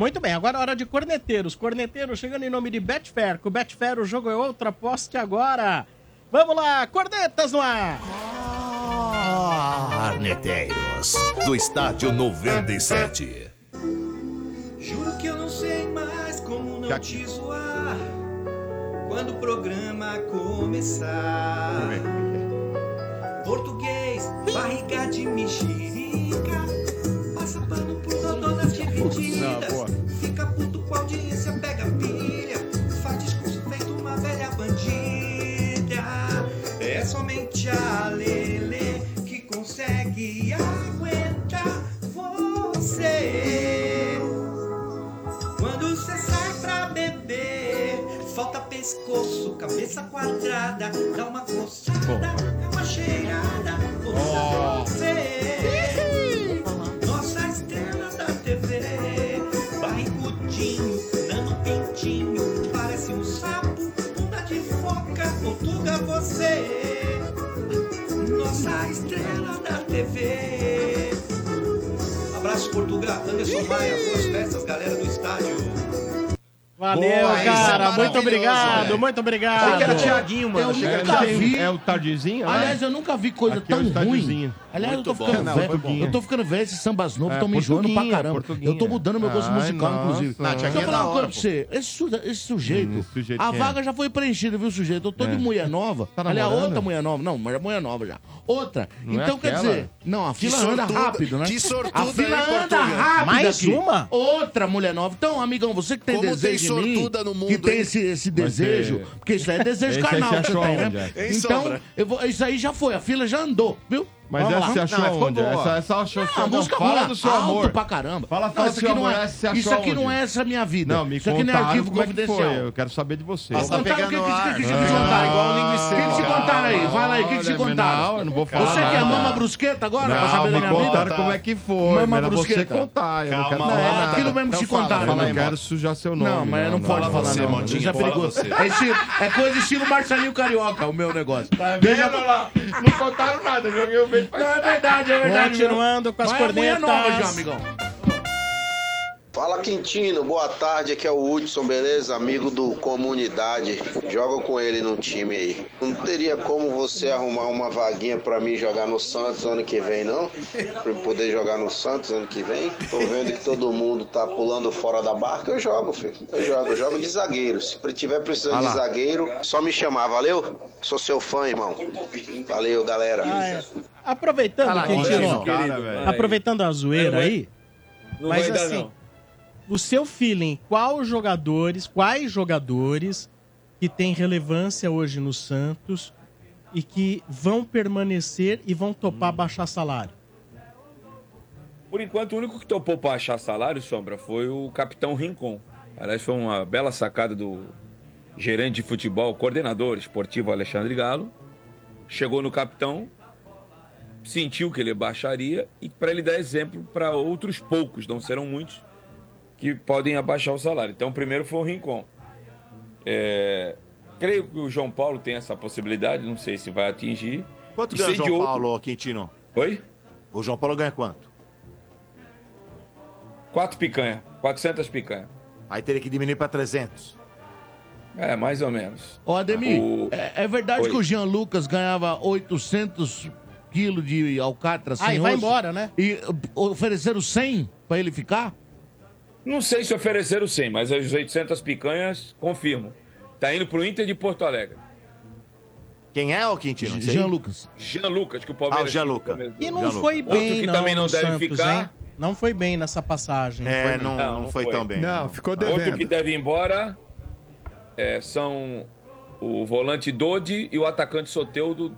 [SPEAKER 2] Muito bem, agora é hora de corneteiros. Corneteiros chegando em nome de Betfair. Com Betfair o jogo é outra, aposte agora. Vamos lá, cornetas no ar.
[SPEAKER 7] Arneteiros, do estádio 97.
[SPEAKER 1] Juro que eu não sei mais como não te zoar quando o programa começar. Português, barriga de mexerica, passa pano pro dodô nas divididas. Fica puto com a audiência, pega pilha, faz discurso feito uma velha bandida. É somente a Lele que consegue aguentar você. Quando você sai pra beber, falta pescoço, cabeça quadrada, dá uma coçada, é uma cheirada, força você. Nossa estrela da TV, barrigudinho, dando pintinho, parece um sapo, bunda de foca, contuga você. Nossa estrela da TV. Abraço Portugal, Anderson Maia, boas festas, galera do estádio.
[SPEAKER 2] Valeu,
[SPEAKER 1] Boa, isso é
[SPEAKER 2] cara. muito
[SPEAKER 1] maravilhoso,
[SPEAKER 2] obrigado,
[SPEAKER 1] velho.
[SPEAKER 2] muito obrigado.
[SPEAKER 1] Achei que era
[SPEAKER 6] Thiaguinho, mano. Achei que era Thiaguinho. É o Tardezinho, né?
[SPEAKER 5] um Aliás, eu nunca vi coisa
[SPEAKER 6] Aqui é o
[SPEAKER 5] tão ruim.
[SPEAKER 6] Tardezinho.
[SPEAKER 5] Aliás,
[SPEAKER 6] Muito
[SPEAKER 5] eu tô ficando
[SPEAKER 6] bom. Não,
[SPEAKER 5] velho.
[SPEAKER 6] foi bom.
[SPEAKER 5] eu tô ficando velho, esses sambas novos
[SPEAKER 6] É,
[SPEAKER 5] estão me enjoando pra
[SPEAKER 6] Portuguinha,
[SPEAKER 5] caramba.
[SPEAKER 6] Portuguinha.
[SPEAKER 5] Eu tô mudando meu gosto
[SPEAKER 6] Ai,
[SPEAKER 5] musical,
[SPEAKER 6] nossa.
[SPEAKER 5] inclusive.
[SPEAKER 6] Não,
[SPEAKER 5] Só
[SPEAKER 6] Thiaguinho é
[SPEAKER 5] falar
[SPEAKER 6] da
[SPEAKER 5] uma
[SPEAKER 6] hora,
[SPEAKER 5] coisa pra você. Esse, su- esse sujeito,
[SPEAKER 6] Hum, esse sujeito
[SPEAKER 5] a
[SPEAKER 6] quem é?
[SPEAKER 5] vaga já foi preenchida, viu, sujeito? Eu tô de
[SPEAKER 6] É.
[SPEAKER 5] mulher nova.
[SPEAKER 6] Tá
[SPEAKER 5] Aliás,
[SPEAKER 6] namorando?
[SPEAKER 5] outra mulher nova. Não, mas é mulher nova já. Outra.
[SPEAKER 6] Não é
[SPEAKER 5] então, quer
[SPEAKER 6] aquela?
[SPEAKER 5] dizer... Não, a
[SPEAKER 6] Que
[SPEAKER 5] fila anda
[SPEAKER 6] sortuda-
[SPEAKER 5] rápido, né?
[SPEAKER 6] que sortuda,
[SPEAKER 5] A fila
[SPEAKER 6] hein,
[SPEAKER 5] anda
[SPEAKER 6] Portugal?
[SPEAKER 5] rápido
[SPEAKER 6] Mais
[SPEAKER 5] aqui.
[SPEAKER 6] uma?
[SPEAKER 5] Outra mulher nova. Então, amigão, você que tem
[SPEAKER 6] Como tem
[SPEAKER 5] desejo em mim,
[SPEAKER 6] sortuda no
[SPEAKER 5] que
[SPEAKER 6] mundo,
[SPEAKER 5] tem
[SPEAKER 6] hein?
[SPEAKER 5] esse, esse
[SPEAKER 6] Mas,
[SPEAKER 5] desejo,
[SPEAKER 6] é,
[SPEAKER 5] porque isso aí é desejo
[SPEAKER 6] esse aí
[SPEAKER 5] carnal
[SPEAKER 6] você
[SPEAKER 5] que você
[SPEAKER 6] achou
[SPEAKER 5] tem,
[SPEAKER 6] onde,
[SPEAKER 5] né?
[SPEAKER 6] é? Hein,
[SPEAKER 5] Então,
[SPEAKER 6] Sombra?
[SPEAKER 5] eu vou- isso aí já foi, a fila já andou, viu?
[SPEAKER 6] Mas
[SPEAKER 5] Vamos
[SPEAKER 6] essa
[SPEAKER 5] lá.
[SPEAKER 6] você achou
[SPEAKER 5] ficou
[SPEAKER 6] onde?
[SPEAKER 5] boa.
[SPEAKER 6] Essa- essa achou-
[SPEAKER 5] Ah, a música
[SPEAKER 6] Fala
[SPEAKER 5] boa,
[SPEAKER 6] do seu
[SPEAKER 5] alto
[SPEAKER 6] amor.
[SPEAKER 5] pra caramba.
[SPEAKER 6] Fala,
[SPEAKER 5] Não,
[SPEAKER 6] fala do
[SPEAKER 5] isso
[SPEAKER 6] seu
[SPEAKER 5] aqui não
[SPEAKER 6] amor,
[SPEAKER 5] é-
[SPEAKER 6] essa você achou
[SPEAKER 5] Isso aqui não
[SPEAKER 6] onde?
[SPEAKER 5] é essa minha vida.
[SPEAKER 6] Não, me
[SPEAKER 5] Isso aqui não é
[SPEAKER 6] contaram
[SPEAKER 5] arquivo
[SPEAKER 6] como é que foi,
[SPEAKER 5] confidencial.
[SPEAKER 6] Eu quero saber de você. tá
[SPEAKER 5] Vou contar o que- que- que- que- que- que- que- que- contaram. O que que te contaram aí? Vai lá aí, o que que te
[SPEAKER 6] Olha,
[SPEAKER 5] contaram?
[SPEAKER 6] não, eu não vou falar
[SPEAKER 5] Você quer
[SPEAKER 6] nada.
[SPEAKER 5] mama brusqueta agora? pra
[SPEAKER 6] Não,
[SPEAKER 5] saber da
[SPEAKER 6] me
[SPEAKER 5] minha vida?
[SPEAKER 6] contaram como é que foi.
[SPEAKER 5] Mama
[SPEAKER 6] mas era você
[SPEAKER 5] brusqueta.
[SPEAKER 6] contar. Eu não
[SPEAKER 5] Calma
[SPEAKER 6] quero
[SPEAKER 5] lá,
[SPEAKER 6] falar
[SPEAKER 5] é
[SPEAKER 6] nada.
[SPEAKER 5] aquilo mesmo que
[SPEAKER 6] Então
[SPEAKER 5] te
[SPEAKER 6] fala,
[SPEAKER 5] contaram,
[SPEAKER 6] fala,
[SPEAKER 5] né,
[SPEAKER 6] Eu
[SPEAKER 5] Mota?
[SPEAKER 6] quero sujar seu nome.
[SPEAKER 5] Não, mas não, pode falar não, não, isso é perigoso. É, estilo- é coisa estilo Marcelinho Carioca, o meu negócio. Tá
[SPEAKER 6] lá? Não contaram nada, joguei o beijo pra
[SPEAKER 5] Não, é verdade, é verdade.
[SPEAKER 2] Continuando
[SPEAKER 5] meu.
[SPEAKER 2] com as
[SPEAKER 5] Vai a mulher nova
[SPEAKER 2] cornetas.
[SPEAKER 5] já, amigão.
[SPEAKER 14] Fala Quintino, boa tarde, aqui é o Hudson, beleza? Amigo do Comunidade, joga com ele no time aí. Não teria como você arrumar uma vaguinha pra mim jogar no Santos ano que vem, não? Pra eu poder jogar no Santos ano que vem? Tô vendo que todo mundo tá pulando fora da barca, eu jogo, filho. Eu jogo, eu jogo de zagueiro. Se tiver precisando
[SPEAKER 3] Ah lá.
[SPEAKER 14] de zagueiro, só me chamar, valeu? Sou seu fã, irmão. Valeu, galera.
[SPEAKER 2] Ah, é. Aproveitando,
[SPEAKER 14] Ah lá,
[SPEAKER 2] Quintino,
[SPEAKER 14] isso, cara, velho.
[SPEAKER 2] aproveitando a zoeira
[SPEAKER 14] Não vai-
[SPEAKER 2] aí,
[SPEAKER 14] não
[SPEAKER 2] mas
[SPEAKER 14] vai dar,
[SPEAKER 2] assim,
[SPEAKER 14] não.
[SPEAKER 2] o seu feeling, qual jogadores, quais jogadores que têm relevância hoje no Santos e que vão permanecer e vão topar baixar salário?
[SPEAKER 8] Por enquanto, o único que topou pra achar salário, Sombra, foi o capitão Rincon. Aliás, foi uma bela sacada do gerente de futebol, coordenador esportivo Alexandre Galo. Chegou no capitão, sentiu que ele baixaria e para ele dar exemplo para outros poucos, não serão muitos, que podem abaixar o salário. Então, o primeiro foi o Rincon. É, Creio que o João Paulo tem essa possibilidade, não sei se vai atingir.
[SPEAKER 7] Quanto
[SPEAKER 8] E
[SPEAKER 7] ganha o
[SPEAKER 8] sei de
[SPEAKER 7] João
[SPEAKER 8] outro-
[SPEAKER 7] Paulo, Quintino?
[SPEAKER 8] Oi?
[SPEAKER 7] O João Paulo ganha quanto?
[SPEAKER 8] Quatro picanha, 400 picanha.
[SPEAKER 7] Aí teria que diminuir pra 300.
[SPEAKER 8] É, mais ou menos.
[SPEAKER 5] Ô, Ademir,
[SPEAKER 8] Ah, O-
[SPEAKER 5] é, é verdade
[SPEAKER 8] Oi.
[SPEAKER 5] que o Jean Lucas ganhava 800 quilos de alcatra sem
[SPEAKER 2] Ah, e vai
[SPEAKER 5] osso?
[SPEAKER 2] embora, né?
[SPEAKER 5] E uh, ofereceram 100 pra ele ficar?
[SPEAKER 8] Não sei se ofereceram 100, mas as 800 picanhas, confirmo. Tá indo pro Inter de Porto Alegre.
[SPEAKER 7] Quem é o Quintino?
[SPEAKER 5] Jean Lucas.
[SPEAKER 8] Jean Lucas, que o Palmeiras...
[SPEAKER 7] Ah, o Jean Lucas.
[SPEAKER 8] tem no começo.
[SPEAKER 2] E não foi bem,
[SPEAKER 8] Outro que
[SPEAKER 2] não,
[SPEAKER 8] também não
[SPEAKER 2] no
[SPEAKER 8] deve
[SPEAKER 2] Santos,
[SPEAKER 8] ficar.
[SPEAKER 2] hein? Não foi bem nessa passagem.
[SPEAKER 7] É,
[SPEAKER 2] bem.
[SPEAKER 7] não, não, foi, tão bem.
[SPEAKER 8] Outro que deve ir embora é, são o volante Dodi e o atacante Soteudo.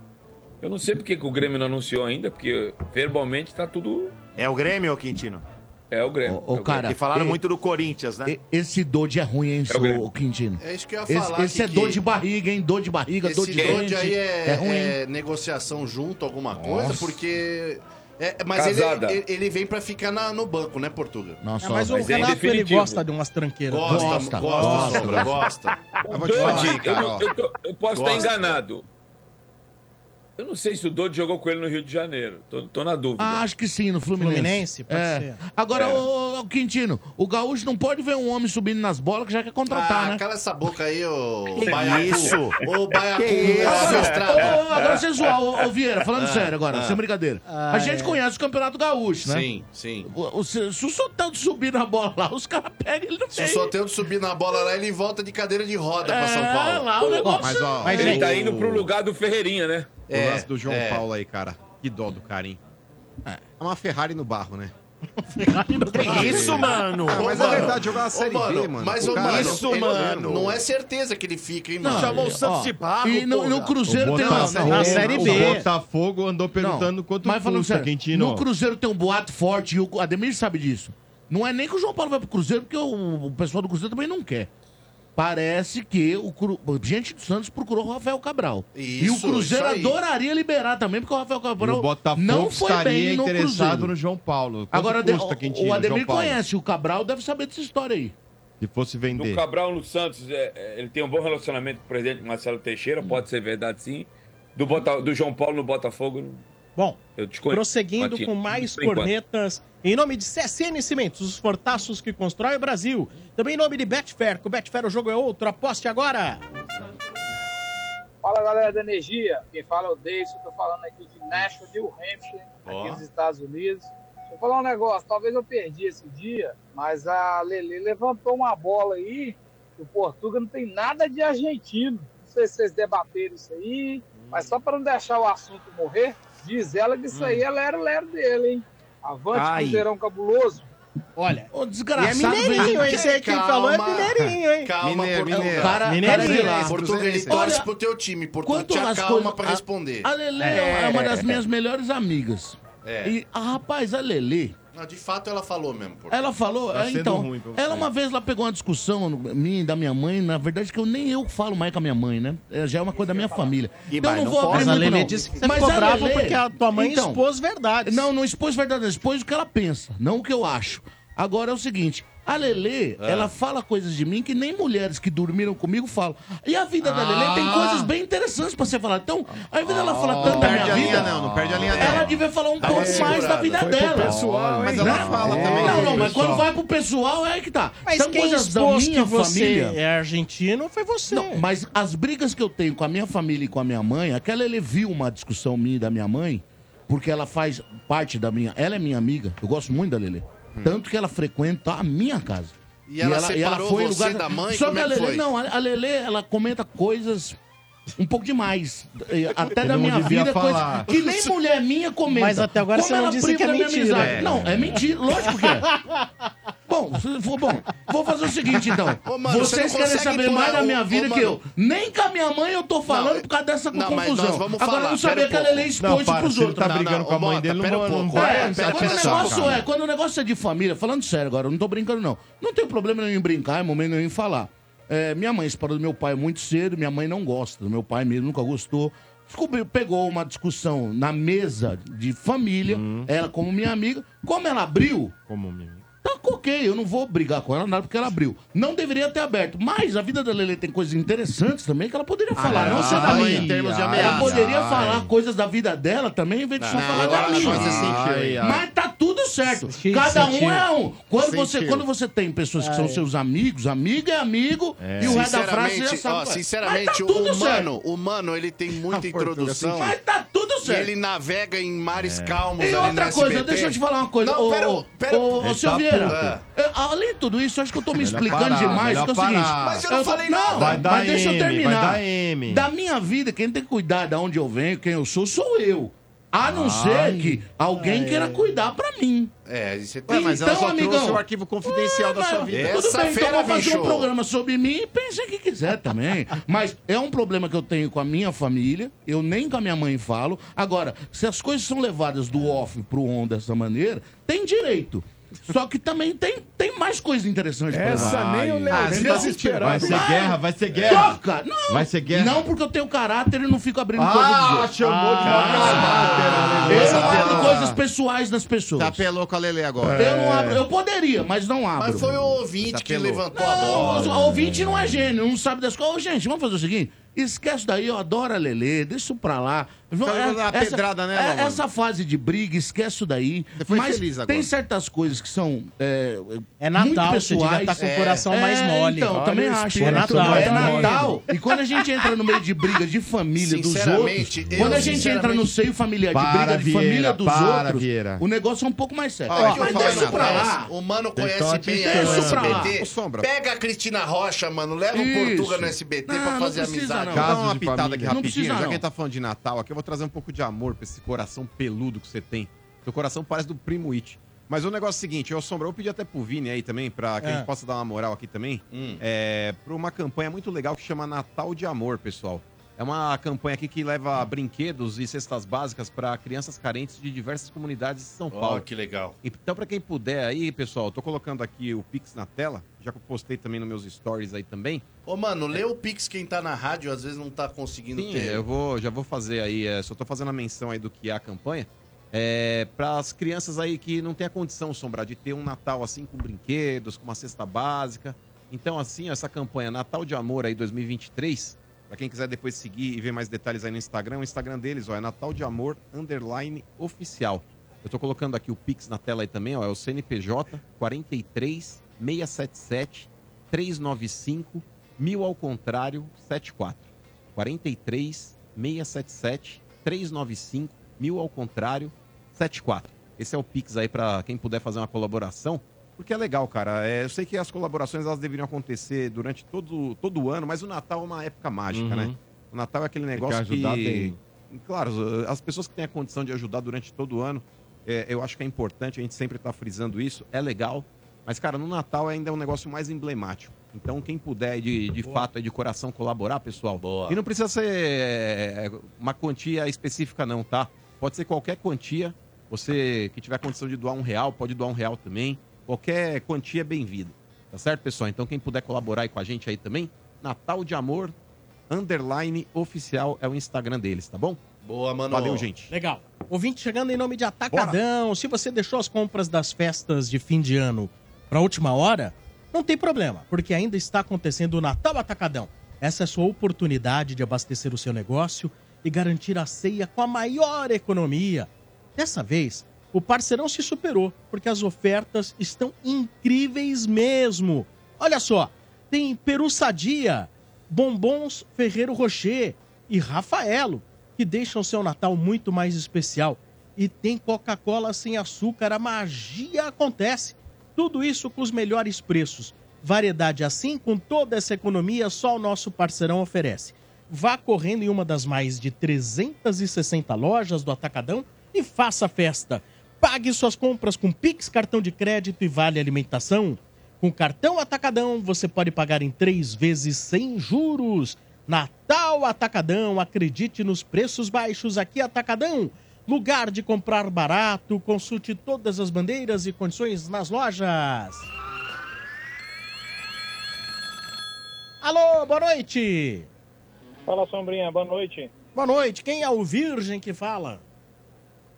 [SPEAKER 8] Eu não sei porque que o Grêmio não anunciou ainda, porque verbalmente tá tudo...
[SPEAKER 7] É o Grêmio, Quintino?
[SPEAKER 8] É o Grêmio.
[SPEAKER 5] Ô, cara,
[SPEAKER 7] que falaram
[SPEAKER 5] e-
[SPEAKER 7] muito do Corinthians, né?
[SPEAKER 5] E- Esse Dodge é ruim, hein,
[SPEAKER 7] É o Grêmio.
[SPEAKER 5] seu Quintino?
[SPEAKER 11] É isso que eu ia
[SPEAKER 5] Esse-
[SPEAKER 11] falar,
[SPEAKER 5] Esse, é
[SPEAKER 11] Kiki.
[SPEAKER 5] dor de barriga, hein? Dor de barriga,
[SPEAKER 11] Esse
[SPEAKER 5] dor de
[SPEAKER 11] doide
[SPEAKER 5] dente.
[SPEAKER 11] aí é,
[SPEAKER 5] ruim.
[SPEAKER 11] é negociação junto, alguma coisa,
[SPEAKER 5] Nossa.
[SPEAKER 11] porque. é, mas ele,
[SPEAKER 5] Casada.
[SPEAKER 11] ele- ele vem pra ficar na- no banco, né, Portuga?
[SPEAKER 2] É, mas o Renato, ele gosta de umas tranqueiras.
[SPEAKER 11] Gosta, gosta, gosta, Sombra, gosta.
[SPEAKER 8] O
[SPEAKER 2] Eu vou te falar,
[SPEAKER 8] Dodi, eu,
[SPEAKER 2] cara,
[SPEAKER 8] não-
[SPEAKER 2] ó.
[SPEAKER 8] eu tô- eu posso estar
[SPEAKER 2] Gosta.
[SPEAKER 8] enganado. Eu não sei se o Dodi jogou com ele no Rio de Janeiro. Tô, tô na dúvida.
[SPEAKER 5] Ah, acho que sim, no Fluminense.
[SPEAKER 8] Fluminense? Pode
[SPEAKER 5] é.
[SPEAKER 8] ser.
[SPEAKER 5] Agora,
[SPEAKER 8] É.
[SPEAKER 5] ô, ô, Quintino, o Gaúcho não pode ver um homem subindo nas bolas que já quer contratar,
[SPEAKER 11] Ah,
[SPEAKER 5] né?
[SPEAKER 11] cala essa boca aí, ô
[SPEAKER 5] Que
[SPEAKER 11] Baiacu.
[SPEAKER 5] isso?
[SPEAKER 11] Ô Baiacu,
[SPEAKER 5] Que isso?
[SPEAKER 11] seu
[SPEAKER 5] Ô, ô, agora você zoar, ô,
[SPEAKER 11] ô
[SPEAKER 5] ô, Vieira, falando sério agora, sem brincadeira.
[SPEAKER 6] Ah,
[SPEAKER 5] a gente
[SPEAKER 11] Ah, é.
[SPEAKER 5] conhece o Campeonato Gaúcho, né?
[SPEAKER 11] Sim, sim.
[SPEAKER 5] O, o, se, se o Soteldo subir na bola lá, os caras pegam ele no
[SPEAKER 11] Se o
[SPEAKER 5] meio.
[SPEAKER 11] Soteldo subir na bola lá, ele volta de cadeira de roda pra São
[SPEAKER 5] É,
[SPEAKER 11] Paulo.
[SPEAKER 5] lá o negócio-
[SPEAKER 3] Mas, ó,
[SPEAKER 11] Mas,
[SPEAKER 8] ele
[SPEAKER 11] gente,
[SPEAKER 8] tá
[SPEAKER 11] o-
[SPEAKER 8] indo pro lugar do Ferreirinha, né?
[SPEAKER 11] É,
[SPEAKER 3] o lance do João Paulo aí, cara. Que dó do cara, hein? É uma Ferrari no barro, né?
[SPEAKER 5] é
[SPEAKER 11] Que isso, mano?
[SPEAKER 3] Ah, mas
[SPEAKER 11] Ô,
[SPEAKER 3] é
[SPEAKER 11] mano.
[SPEAKER 3] verdade, jogar a
[SPEAKER 11] Ô,
[SPEAKER 3] Série B, mano.
[SPEAKER 11] Mas,
[SPEAKER 3] O
[SPEAKER 11] ô,
[SPEAKER 3] cara-
[SPEAKER 11] mano,
[SPEAKER 3] Isso,
[SPEAKER 11] ele-
[SPEAKER 3] mano.
[SPEAKER 11] Não é certeza que ele fica, hein, mano?
[SPEAKER 5] Não, ó, E no, no Cruzeiro
[SPEAKER 6] O
[SPEAKER 5] tem né? uma,
[SPEAKER 6] Botafogo- O Botafogo andou perguntando quanto
[SPEAKER 5] mas falando
[SPEAKER 6] custa,
[SPEAKER 5] sério,
[SPEAKER 6] Quintino.
[SPEAKER 5] No Cruzeiro tem um boato forte e o Ademir sabe disso. Não é nem que o João Paulo vai pro Cruzeiro, porque o, o pessoal do Cruzeiro também não quer. Parece que o Cru- gente do Santos procurou o Rafael Cabral. e o
[SPEAKER 11] Isso,
[SPEAKER 5] Cruzeiro
[SPEAKER 11] isso aí.
[SPEAKER 5] adoraria liberar também, porque o Rafael
[SPEAKER 6] E
[SPEAKER 5] Cabral
[SPEAKER 6] o Botafogo
[SPEAKER 5] não foi
[SPEAKER 6] estaria
[SPEAKER 5] bem no
[SPEAKER 6] interessado
[SPEAKER 5] Cruzeiro.
[SPEAKER 6] no João Paulo. Quanto
[SPEAKER 5] Agora, de-
[SPEAKER 6] custa, Quintino,
[SPEAKER 5] o, o
[SPEAKER 6] João
[SPEAKER 5] Ademir
[SPEAKER 6] Paulo?
[SPEAKER 5] conhece, o Cabral deve saber dessa história aí.
[SPEAKER 6] Se fosse
[SPEAKER 8] O
[SPEAKER 6] vender.
[SPEAKER 8] Cabral no Santos, é, é, ele tem um bom relacionamento com o presidente Marcelo Teixeira, pode ser verdade sim. Do, Bota- do João Paulo no Botafogo.
[SPEAKER 2] Bom,
[SPEAKER 8] eu desconheço.
[SPEAKER 2] Prosseguindo
[SPEAKER 8] Aqui,
[SPEAKER 2] com mais
[SPEAKER 8] por enquanto.
[SPEAKER 2] cornetas, em nome de CSN Cimentos, os fortaços que constrói o Brasil. Também em nome de Betfair, que o Betfair o jogo é outro, aposte agora.
[SPEAKER 15] Fala galera da energia, quem fala é o Deison, tô falando aqui de Nashville, New Hampshire,
[SPEAKER 16] Ó.
[SPEAKER 15] aqui nos Estados Unidos. Vou falar um negócio, talvez eu perdi esse dia, mas a Lele levantou uma bola aí, que o Portuga não tem nada de argentino. Não sei se vocês debateram isso aí, mas só para não deixar o assunto morrer, diz ela que isso aí é lero-lero dele, hein? Avante
[SPEAKER 2] Hum. Ai.
[SPEAKER 15] Cruzeirão Cabuloso.
[SPEAKER 2] Olha,
[SPEAKER 5] Ô,
[SPEAKER 2] desgraçado, E é mineirinho, vem de- hein? Esse aí quem Calma. falou é mineirinho, hein?
[SPEAKER 11] Calma,
[SPEAKER 2] Mineiro,
[SPEAKER 11] Portuga.
[SPEAKER 2] mineiro.
[SPEAKER 11] O cara,
[SPEAKER 2] Mineiro,
[SPEAKER 11] cara,
[SPEAKER 2] mineiro.
[SPEAKER 11] lá, Portuga, ele
[SPEAKER 2] Cruzeiro.
[SPEAKER 11] torce
[SPEAKER 2] Olha,
[SPEAKER 11] pro teu time, Portuga.
[SPEAKER 5] Quanto
[SPEAKER 11] Te
[SPEAKER 5] nas
[SPEAKER 11] acalma
[SPEAKER 5] coisas-
[SPEAKER 11] pra
[SPEAKER 5] a-
[SPEAKER 11] responder.
[SPEAKER 5] A Lele é. uma das minhas melhores amigas.
[SPEAKER 11] É.
[SPEAKER 5] E, ah, rapaz, a Lele,
[SPEAKER 11] Não, de fato, ela falou mesmo, Portuga.
[SPEAKER 5] ela falou,
[SPEAKER 11] Tá
[SPEAKER 5] é,
[SPEAKER 11] sendo
[SPEAKER 5] então,
[SPEAKER 11] ruim pra você.
[SPEAKER 5] ela uma vez lá pegou uma discussão no- minha e da minha mãe, na verdade que eu nem eu falo mais com a minha mãe, né? É, Já é uma coisa da minha família.
[SPEAKER 2] Ih,
[SPEAKER 5] Então eu
[SPEAKER 2] mas
[SPEAKER 5] não
[SPEAKER 2] não
[SPEAKER 5] vou
[SPEAKER 2] pode.
[SPEAKER 5] abrir
[SPEAKER 2] Mas a
[SPEAKER 5] muito,
[SPEAKER 2] Lelê
[SPEAKER 5] não.
[SPEAKER 2] disse que você ficou bravo porque a tua mãe expôs verdades.
[SPEAKER 5] Então, Não, não expôs verdades, ela expôs o que ela pensa, não o que eu acho. Agora é o seguinte, a Lelê,
[SPEAKER 2] Ah.
[SPEAKER 5] ela fala coisas de mim que nem mulheres que dormiram comigo falam. E a vida da Lelê
[SPEAKER 2] Ah.
[SPEAKER 5] tem coisas bem interessantes pra você falar. Então, ao invés dela falar tanto da
[SPEAKER 3] perde
[SPEAKER 5] minha
[SPEAKER 3] a linha
[SPEAKER 5] vida,
[SPEAKER 3] não, não perde a linha
[SPEAKER 5] ela
[SPEAKER 3] não.
[SPEAKER 5] devia falar um
[SPEAKER 3] Dá
[SPEAKER 5] pouco
[SPEAKER 3] uma
[SPEAKER 5] mais da
[SPEAKER 3] segurada.
[SPEAKER 5] vida
[SPEAKER 3] Foi pro
[SPEAKER 5] dela.
[SPEAKER 3] pessoal, Mas hein? ela
[SPEAKER 5] Né?
[SPEAKER 3] fala também
[SPEAKER 5] Não,
[SPEAKER 3] pro
[SPEAKER 5] não, mas
[SPEAKER 3] pessoal.
[SPEAKER 5] quando vai pro pessoal, é aí que tá.
[SPEAKER 2] Mas
[SPEAKER 5] São
[SPEAKER 2] quem
[SPEAKER 5] coisas da
[SPEAKER 2] expôs
[SPEAKER 5] minha
[SPEAKER 2] que você
[SPEAKER 5] família.
[SPEAKER 2] é argentino foi você.
[SPEAKER 5] Não, mas as brigas que eu tenho com a minha família e com a minha mãe, aquela ele viu uma discussão minha e da minha mãe, porque ela faz parte da minha. Ela é minha amiga, eu gosto muito da Lelê. Tanto que ela frequenta a minha casa.
[SPEAKER 11] Hum. E ela separou você da mãe?
[SPEAKER 5] Só
[SPEAKER 11] Como
[SPEAKER 5] que
[SPEAKER 11] é
[SPEAKER 5] a
[SPEAKER 11] que
[SPEAKER 5] Lelê,
[SPEAKER 11] foi?
[SPEAKER 5] não, a a Lelê, ela comenta coisas. Um pouco demais. Eh, Até
[SPEAKER 2] Eu
[SPEAKER 5] da
[SPEAKER 2] não
[SPEAKER 5] minha
[SPEAKER 2] devia
[SPEAKER 5] vida, coisa
[SPEAKER 2] falar.
[SPEAKER 5] que nem mulher minha comenta.
[SPEAKER 2] Mas até agora
[SPEAKER 5] Como
[SPEAKER 2] você não
[SPEAKER 5] ela
[SPEAKER 2] disse
[SPEAKER 5] priva
[SPEAKER 2] que é
[SPEAKER 5] da minha
[SPEAKER 2] mentira.
[SPEAKER 5] amizade.
[SPEAKER 2] É.
[SPEAKER 5] Não, é mentira, lógico que é. Bom, se for bom, vou fazer o seguinte então.
[SPEAKER 11] Ô, mano, você
[SPEAKER 5] Vocês
[SPEAKER 11] não
[SPEAKER 5] querem
[SPEAKER 11] consegue
[SPEAKER 5] saber
[SPEAKER 11] pôr
[SPEAKER 5] mais
[SPEAKER 11] a-
[SPEAKER 5] da minha
[SPEAKER 11] ô,
[SPEAKER 5] vida
[SPEAKER 11] ô,
[SPEAKER 5] que eu.
[SPEAKER 11] mano.
[SPEAKER 5] Nem com a minha mãe eu tô falando por causa dessa
[SPEAKER 11] Não, mas
[SPEAKER 5] confusão.
[SPEAKER 11] nós vamos
[SPEAKER 5] Agora
[SPEAKER 11] falar,
[SPEAKER 5] eu não
[SPEAKER 11] pera
[SPEAKER 5] sabia
[SPEAKER 11] um
[SPEAKER 5] que a
[SPEAKER 11] pouco.
[SPEAKER 5] Lelê
[SPEAKER 11] Não,
[SPEAKER 5] expôs
[SPEAKER 11] para,
[SPEAKER 5] pros
[SPEAKER 11] se ele
[SPEAKER 5] outros.
[SPEAKER 11] tá brigando Não, não, com a mãe bota, dele, pera não- um não- pouco. não-
[SPEAKER 5] É,
[SPEAKER 11] pera,
[SPEAKER 5] Quando o
[SPEAKER 11] pera só,
[SPEAKER 5] negócio
[SPEAKER 11] cara.
[SPEAKER 5] é, quando o negócio é de família, falando sério agora, eu não tô brincando não. Não tem problema nenhum em brincar, é momento nenhum em falar. É, minha mãe separou do meu pai muito cedo, minha mãe não gosta do meu pai mesmo, nunca gostou. Descobriu, pegou uma discussão na mesa de família,
[SPEAKER 11] Uhum.
[SPEAKER 5] ela como minha amiga. Como ela abriu,
[SPEAKER 6] Como minha
[SPEAKER 5] Tá ok, eu não vou brigar com ela nada porque ela abriu. Não deveria ter aberto. Mas a vida da Lele tem coisas interessantes também que ela poderia falar, não só da
[SPEAKER 11] Ah, ai,
[SPEAKER 5] minha.
[SPEAKER 11] em termos de
[SPEAKER 5] ela
[SPEAKER 11] ameaça.
[SPEAKER 5] poderia
[SPEAKER 11] Ai.
[SPEAKER 5] falar coisas da vida dela também, em vez de só falar da minha.
[SPEAKER 11] agora a coisa sentiu, hein?
[SPEAKER 5] Mas tá tudo certo.
[SPEAKER 2] Sim,
[SPEAKER 5] Cada um
[SPEAKER 2] sentiu.
[SPEAKER 5] é um. Quando você,
[SPEAKER 2] Sentiu.
[SPEAKER 5] quando você tem pessoas que
[SPEAKER 2] Ah,
[SPEAKER 5] são
[SPEAKER 2] é.
[SPEAKER 5] seus amigos, amigo é amigo, e o resto da frase você já sabe.
[SPEAKER 11] ó,
[SPEAKER 5] qual é. Mas
[SPEAKER 11] sinceramente,
[SPEAKER 5] tá
[SPEAKER 11] o
[SPEAKER 5] tudo
[SPEAKER 11] humano, o humano, ele tem
[SPEAKER 2] Tá
[SPEAKER 11] muita introdução.
[SPEAKER 5] assim. Mas tá tudo
[SPEAKER 11] E
[SPEAKER 5] certo.
[SPEAKER 11] ele navega em mares calmos
[SPEAKER 5] E
[SPEAKER 11] ali no
[SPEAKER 5] outra coisa,
[SPEAKER 11] SBT.
[SPEAKER 5] deixa eu te falar uma coisa.
[SPEAKER 11] Não,
[SPEAKER 5] ô,
[SPEAKER 11] pera,
[SPEAKER 5] ô,
[SPEAKER 11] pera.
[SPEAKER 5] ô, ô,
[SPEAKER 11] Ele
[SPEAKER 5] seu
[SPEAKER 11] tá
[SPEAKER 5] Vieira,
[SPEAKER 11] puto.
[SPEAKER 5] eu- além de tudo isso, eu acho que eu tô me
[SPEAKER 11] Melhor
[SPEAKER 5] explicando
[SPEAKER 11] parar,
[SPEAKER 5] demais,
[SPEAKER 11] melhor
[SPEAKER 5] que é o seguinte.
[SPEAKER 11] parar. Mas eu não
[SPEAKER 5] tô-
[SPEAKER 11] falei nada. Vai
[SPEAKER 5] mas
[SPEAKER 11] dar
[SPEAKER 5] deixa eu
[SPEAKER 11] M, vai
[SPEAKER 5] terminar.
[SPEAKER 6] dar M.
[SPEAKER 5] Da minha vida, quem tem que cuidar de onde eu venho, quem eu sou, sou eu. A não
[SPEAKER 3] Ai.
[SPEAKER 5] ser que alguém
[SPEAKER 3] Ai.
[SPEAKER 5] queira cuidar pra mim.
[SPEAKER 11] É, isso é Ah,
[SPEAKER 3] Ué, mas ela só trouxe o arquivo confidencial da
[SPEAKER 5] mas-
[SPEAKER 3] sua vida.
[SPEAKER 5] Ah, Tudo bem, então vou fazer um programa sobre mim e pense o que quiser também. Mas é um problema que eu tenho com a minha família, eu nem com a minha mãe falo. Agora, se as coisas são levadas do off pro on dessa maneira, tem direito. Só que também tem, tem mais coisa interessante pra
[SPEAKER 10] Essa
[SPEAKER 5] levar.
[SPEAKER 10] nem o Leandro
[SPEAKER 5] Ah, você tá
[SPEAKER 10] se esperava.
[SPEAKER 6] Vai ser
[SPEAKER 5] Ah,
[SPEAKER 6] guerra, vai ser guerra.
[SPEAKER 5] Toca! Não!
[SPEAKER 6] Vai ser guerra.
[SPEAKER 5] Não porque eu tenho caráter e não fico abrindo
[SPEAKER 6] Ah,
[SPEAKER 5] coisa dos outros.
[SPEAKER 6] chamou de
[SPEAKER 5] Ah, Eu
[SPEAKER 6] né?
[SPEAKER 3] Lelê.
[SPEAKER 5] não
[SPEAKER 3] Essa
[SPEAKER 5] abro
[SPEAKER 3] piada.
[SPEAKER 5] coisas pessoais das pessoas. Tá
[SPEAKER 3] pelou com a Lele agora.
[SPEAKER 5] Eu não abro. Eu poderia, mas não abro.
[SPEAKER 11] Mas foi o Tá ouvinte que
[SPEAKER 5] Apelou.
[SPEAKER 11] levantou a bola.
[SPEAKER 5] Não, o ouvinte não é gênio, não sabe das coisas. Ô, gente, vamos fazer o seguinte: esquece daí, eu adoro a Lelê, deixa isso pra lá.
[SPEAKER 11] Então
[SPEAKER 3] Tá dando uma pedrada nela,
[SPEAKER 5] é-
[SPEAKER 3] mano.
[SPEAKER 5] essa fase de briga, esquece isso daí.
[SPEAKER 3] Você foi
[SPEAKER 5] mas
[SPEAKER 3] feliz agora.
[SPEAKER 5] tem certas coisas que são. É,
[SPEAKER 2] É Natal,
[SPEAKER 5] muito
[SPEAKER 2] você devia
[SPEAKER 5] pessoais.
[SPEAKER 2] tá com o coração mais mole.
[SPEAKER 5] Então,
[SPEAKER 2] Olha
[SPEAKER 5] também
[SPEAKER 2] o
[SPEAKER 5] acho.
[SPEAKER 2] espírito
[SPEAKER 5] É Natal.
[SPEAKER 2] mais
[SPEAKER 5] É
[SPEAKER 2] mole.
[SPEAKER 5] Natal. E quando a gente entra no meio de briga de família dos
[SPEAKER 11] Sinceramente,
[SPEAKER 5] outros,
[SPEAKER 11] eu,
[SPEAKER 5] quando a gente entra no
[SPEAKER 11] sinceramente-
[SPEAKER 5] seio familiar de
[SPEAKER 11] Para,
[SPEAKER 5] briga de
[SPEAKER 11] Vieira,
[SPEAKER 5] família dos
[SPEAKER 11] para,
[SPEAKER 5] outros,
[SPEAKER 11] Vieira.
[SPEAKER 5] o negócio é um pouco mais sério.
[SPEAKER 11] Olha,
[SPEAKER 5] mas
[SPEAKER 11] eu um falo
[SPEAKER 5] deixa
[SPEAKER 11] na
[SPEAKER 5] pra
[SPEAKER 11] praça,
[SPEAKER 5] lá.
[SPEAKER 11] O mano
[SPEAKER 5] Tem
[SPEAKER 11] conhece
[SPEAKER 5] toque
[SPEAKER 11] bem
[SPEAKER 5] de
[SPEAKER 11] a
[SPEAKER 5] canto.
[SPEAKER 11] SBT.
[SPEAKER 5] né? Ô, Sombra.
[SPEAKER 11] Pega a Cristina Rocha, mano. Leva o
[SPEAKER 3] Isso.
[SPEAKER 11] Portuga no SBT
[SPEAKER 3] Não,
[SPEAKER 11] pra
[SPEAKER 3] não
[SPEAKER 11] fazer
[SPEAKER 3] precisa,
[SPEAKER 11] amizade.
[SPEAKER 3] não. Vou dar uma pitada aqui
[SPEAKER 11] Não
[SPEAKER 3] rapidinho.
[SPEAKER 11] precisa,
[SPEAKER 3] Já que a
[SPEAKER 11] não.
[SPEAKER 3] gente tá falando de Natal aqui, eu vou trazer um pouco de amor pra esse coração peludo que você tem. Seu coração parece do primo It. Mas o negócio é o seguinte, eu, Sombra, eu pedi até pro Vini aí também, pra que a
[SPEAKER 2] É.
[SPEAKER 3] gente possa dar uma moral aqui também,
[SPEAKER 11] Hum.
[SPEAKER 3] é, pra uma campanha muito legal que chama Natal de Amor, pessoal. É uma campanha aqui que leva brinquedos e cestas básicas pra crianças carentes de diversas comunidades de São Paulo.
[SPEAKER 11] que legal.
[SPEAKER 3] Então, pra quem puder aí, pessoal, eu tô colocando aqui o Pix na tela, já que eu postei também nos meus stories aí também.
[SPEAKER 11] Ô, mano, lê o Pix quem tá na rádio, às vezes não tá conseguindo
[SPEAKER 3] Sim, é,
[SPEAKER 11] ter.
[SPEAKER 3] eu vou, já vou fazer aí, é, só tô fazendo a menção aí do que é a campanha. É, para as crianças aí que não tem a condição, Sombra, de ter um Natal assim com brinquedos, com uma cesta básica. Então, assim, ó, essa campanha Natal de Amor aí 2023, para quem quiser depois seguir e ver mais detalhes aí no Instagram, o Instagram deles, ó, é Natal de Amor underline oficial. Eu tô colocando aqui o Pix na tela aí também, ó, é o CNPJ 43 677 395 1000 ao contrário 74. 43 677 395 1000 ao contrário 74. Esse é o Pix aí pra quem puder fazer uma colaboração, porque é legal, cara. É, eu sei que as colaborações elas deveriam acontecer durante todo todo o ano, mas o Natal é uma época
[SPEAKER 6] Uhum.
[SPEAKER 3] mágica, né? O Natal é aquele negócio que,
[SPEAKER 6] ajudar, tem.
[SPEAKER 3] claro, as pessoas que têm a condição de ajudar durante todo o ano, é, eu acho que é importante, a gente sempre tá frisando isso, é legal. Mas, cara, no Natal ainda é um negócio mais emblemático. Então, quem puder, de, de fato, aí, de coração, colaborar, pessoal. E não precisa ser é, uma quantia específica, não, tá? Pode ser qualquer quantia. Você que tiver condição de doar um real, pode doar um real também. Qualquer quantia é bem-vinda. Tá certo, pessoal? Então, quem puder colaborar aí com a gente aí também, Natal de Amor, underline oficial é o Instagram deles, tá bom?
[SPEAKER 11] Boa, mano.
[SPEAKER 3] Valeu, gente.
[SPEAKER 2] Legal. Ouvinte chegando em nome de Atacadão. Se você deixou as compras das festas de fim de ano para última hora, não tem problema, porque ainda está acontecendo o Natal Atacadão. Essa é a sua oportunidade de abastecer o seu negócio e garantir a ceia com a maior economia. Dessa vez, o parceirão se superou, porque as ofertas estão incríveis mesmo. Olha só, tem Peru Sadia, Bombons Ferreiro Rocher e Rafaelo, que deixam seu Natal muito mais especial. E tem Coca-Cola sem açúcar, a magia acontece. Tudo isso com os melhores preços. Variedade assim, com toda essa economia, só o nosso parceirão oferece. Vá correndo em uma das mais de 360 lojas do Atacadão e faça festa. Pague suas compras com Pix, cartão de crédito e vale alimentação. Com o cartão Atacadão, você pode pagar em três vezes sem juros. Natal Atacadão, acredite nos preços baixos aqui, Atacadão. Lugar de comprar barato, consulte todas as bandeiras e condições nas lojas. Alô, boa noite.
[SPEAKER 16] Fala, Sombrinha, boa noite.
[SPEAKER 2] Boa noite, quem é o virgem que fala?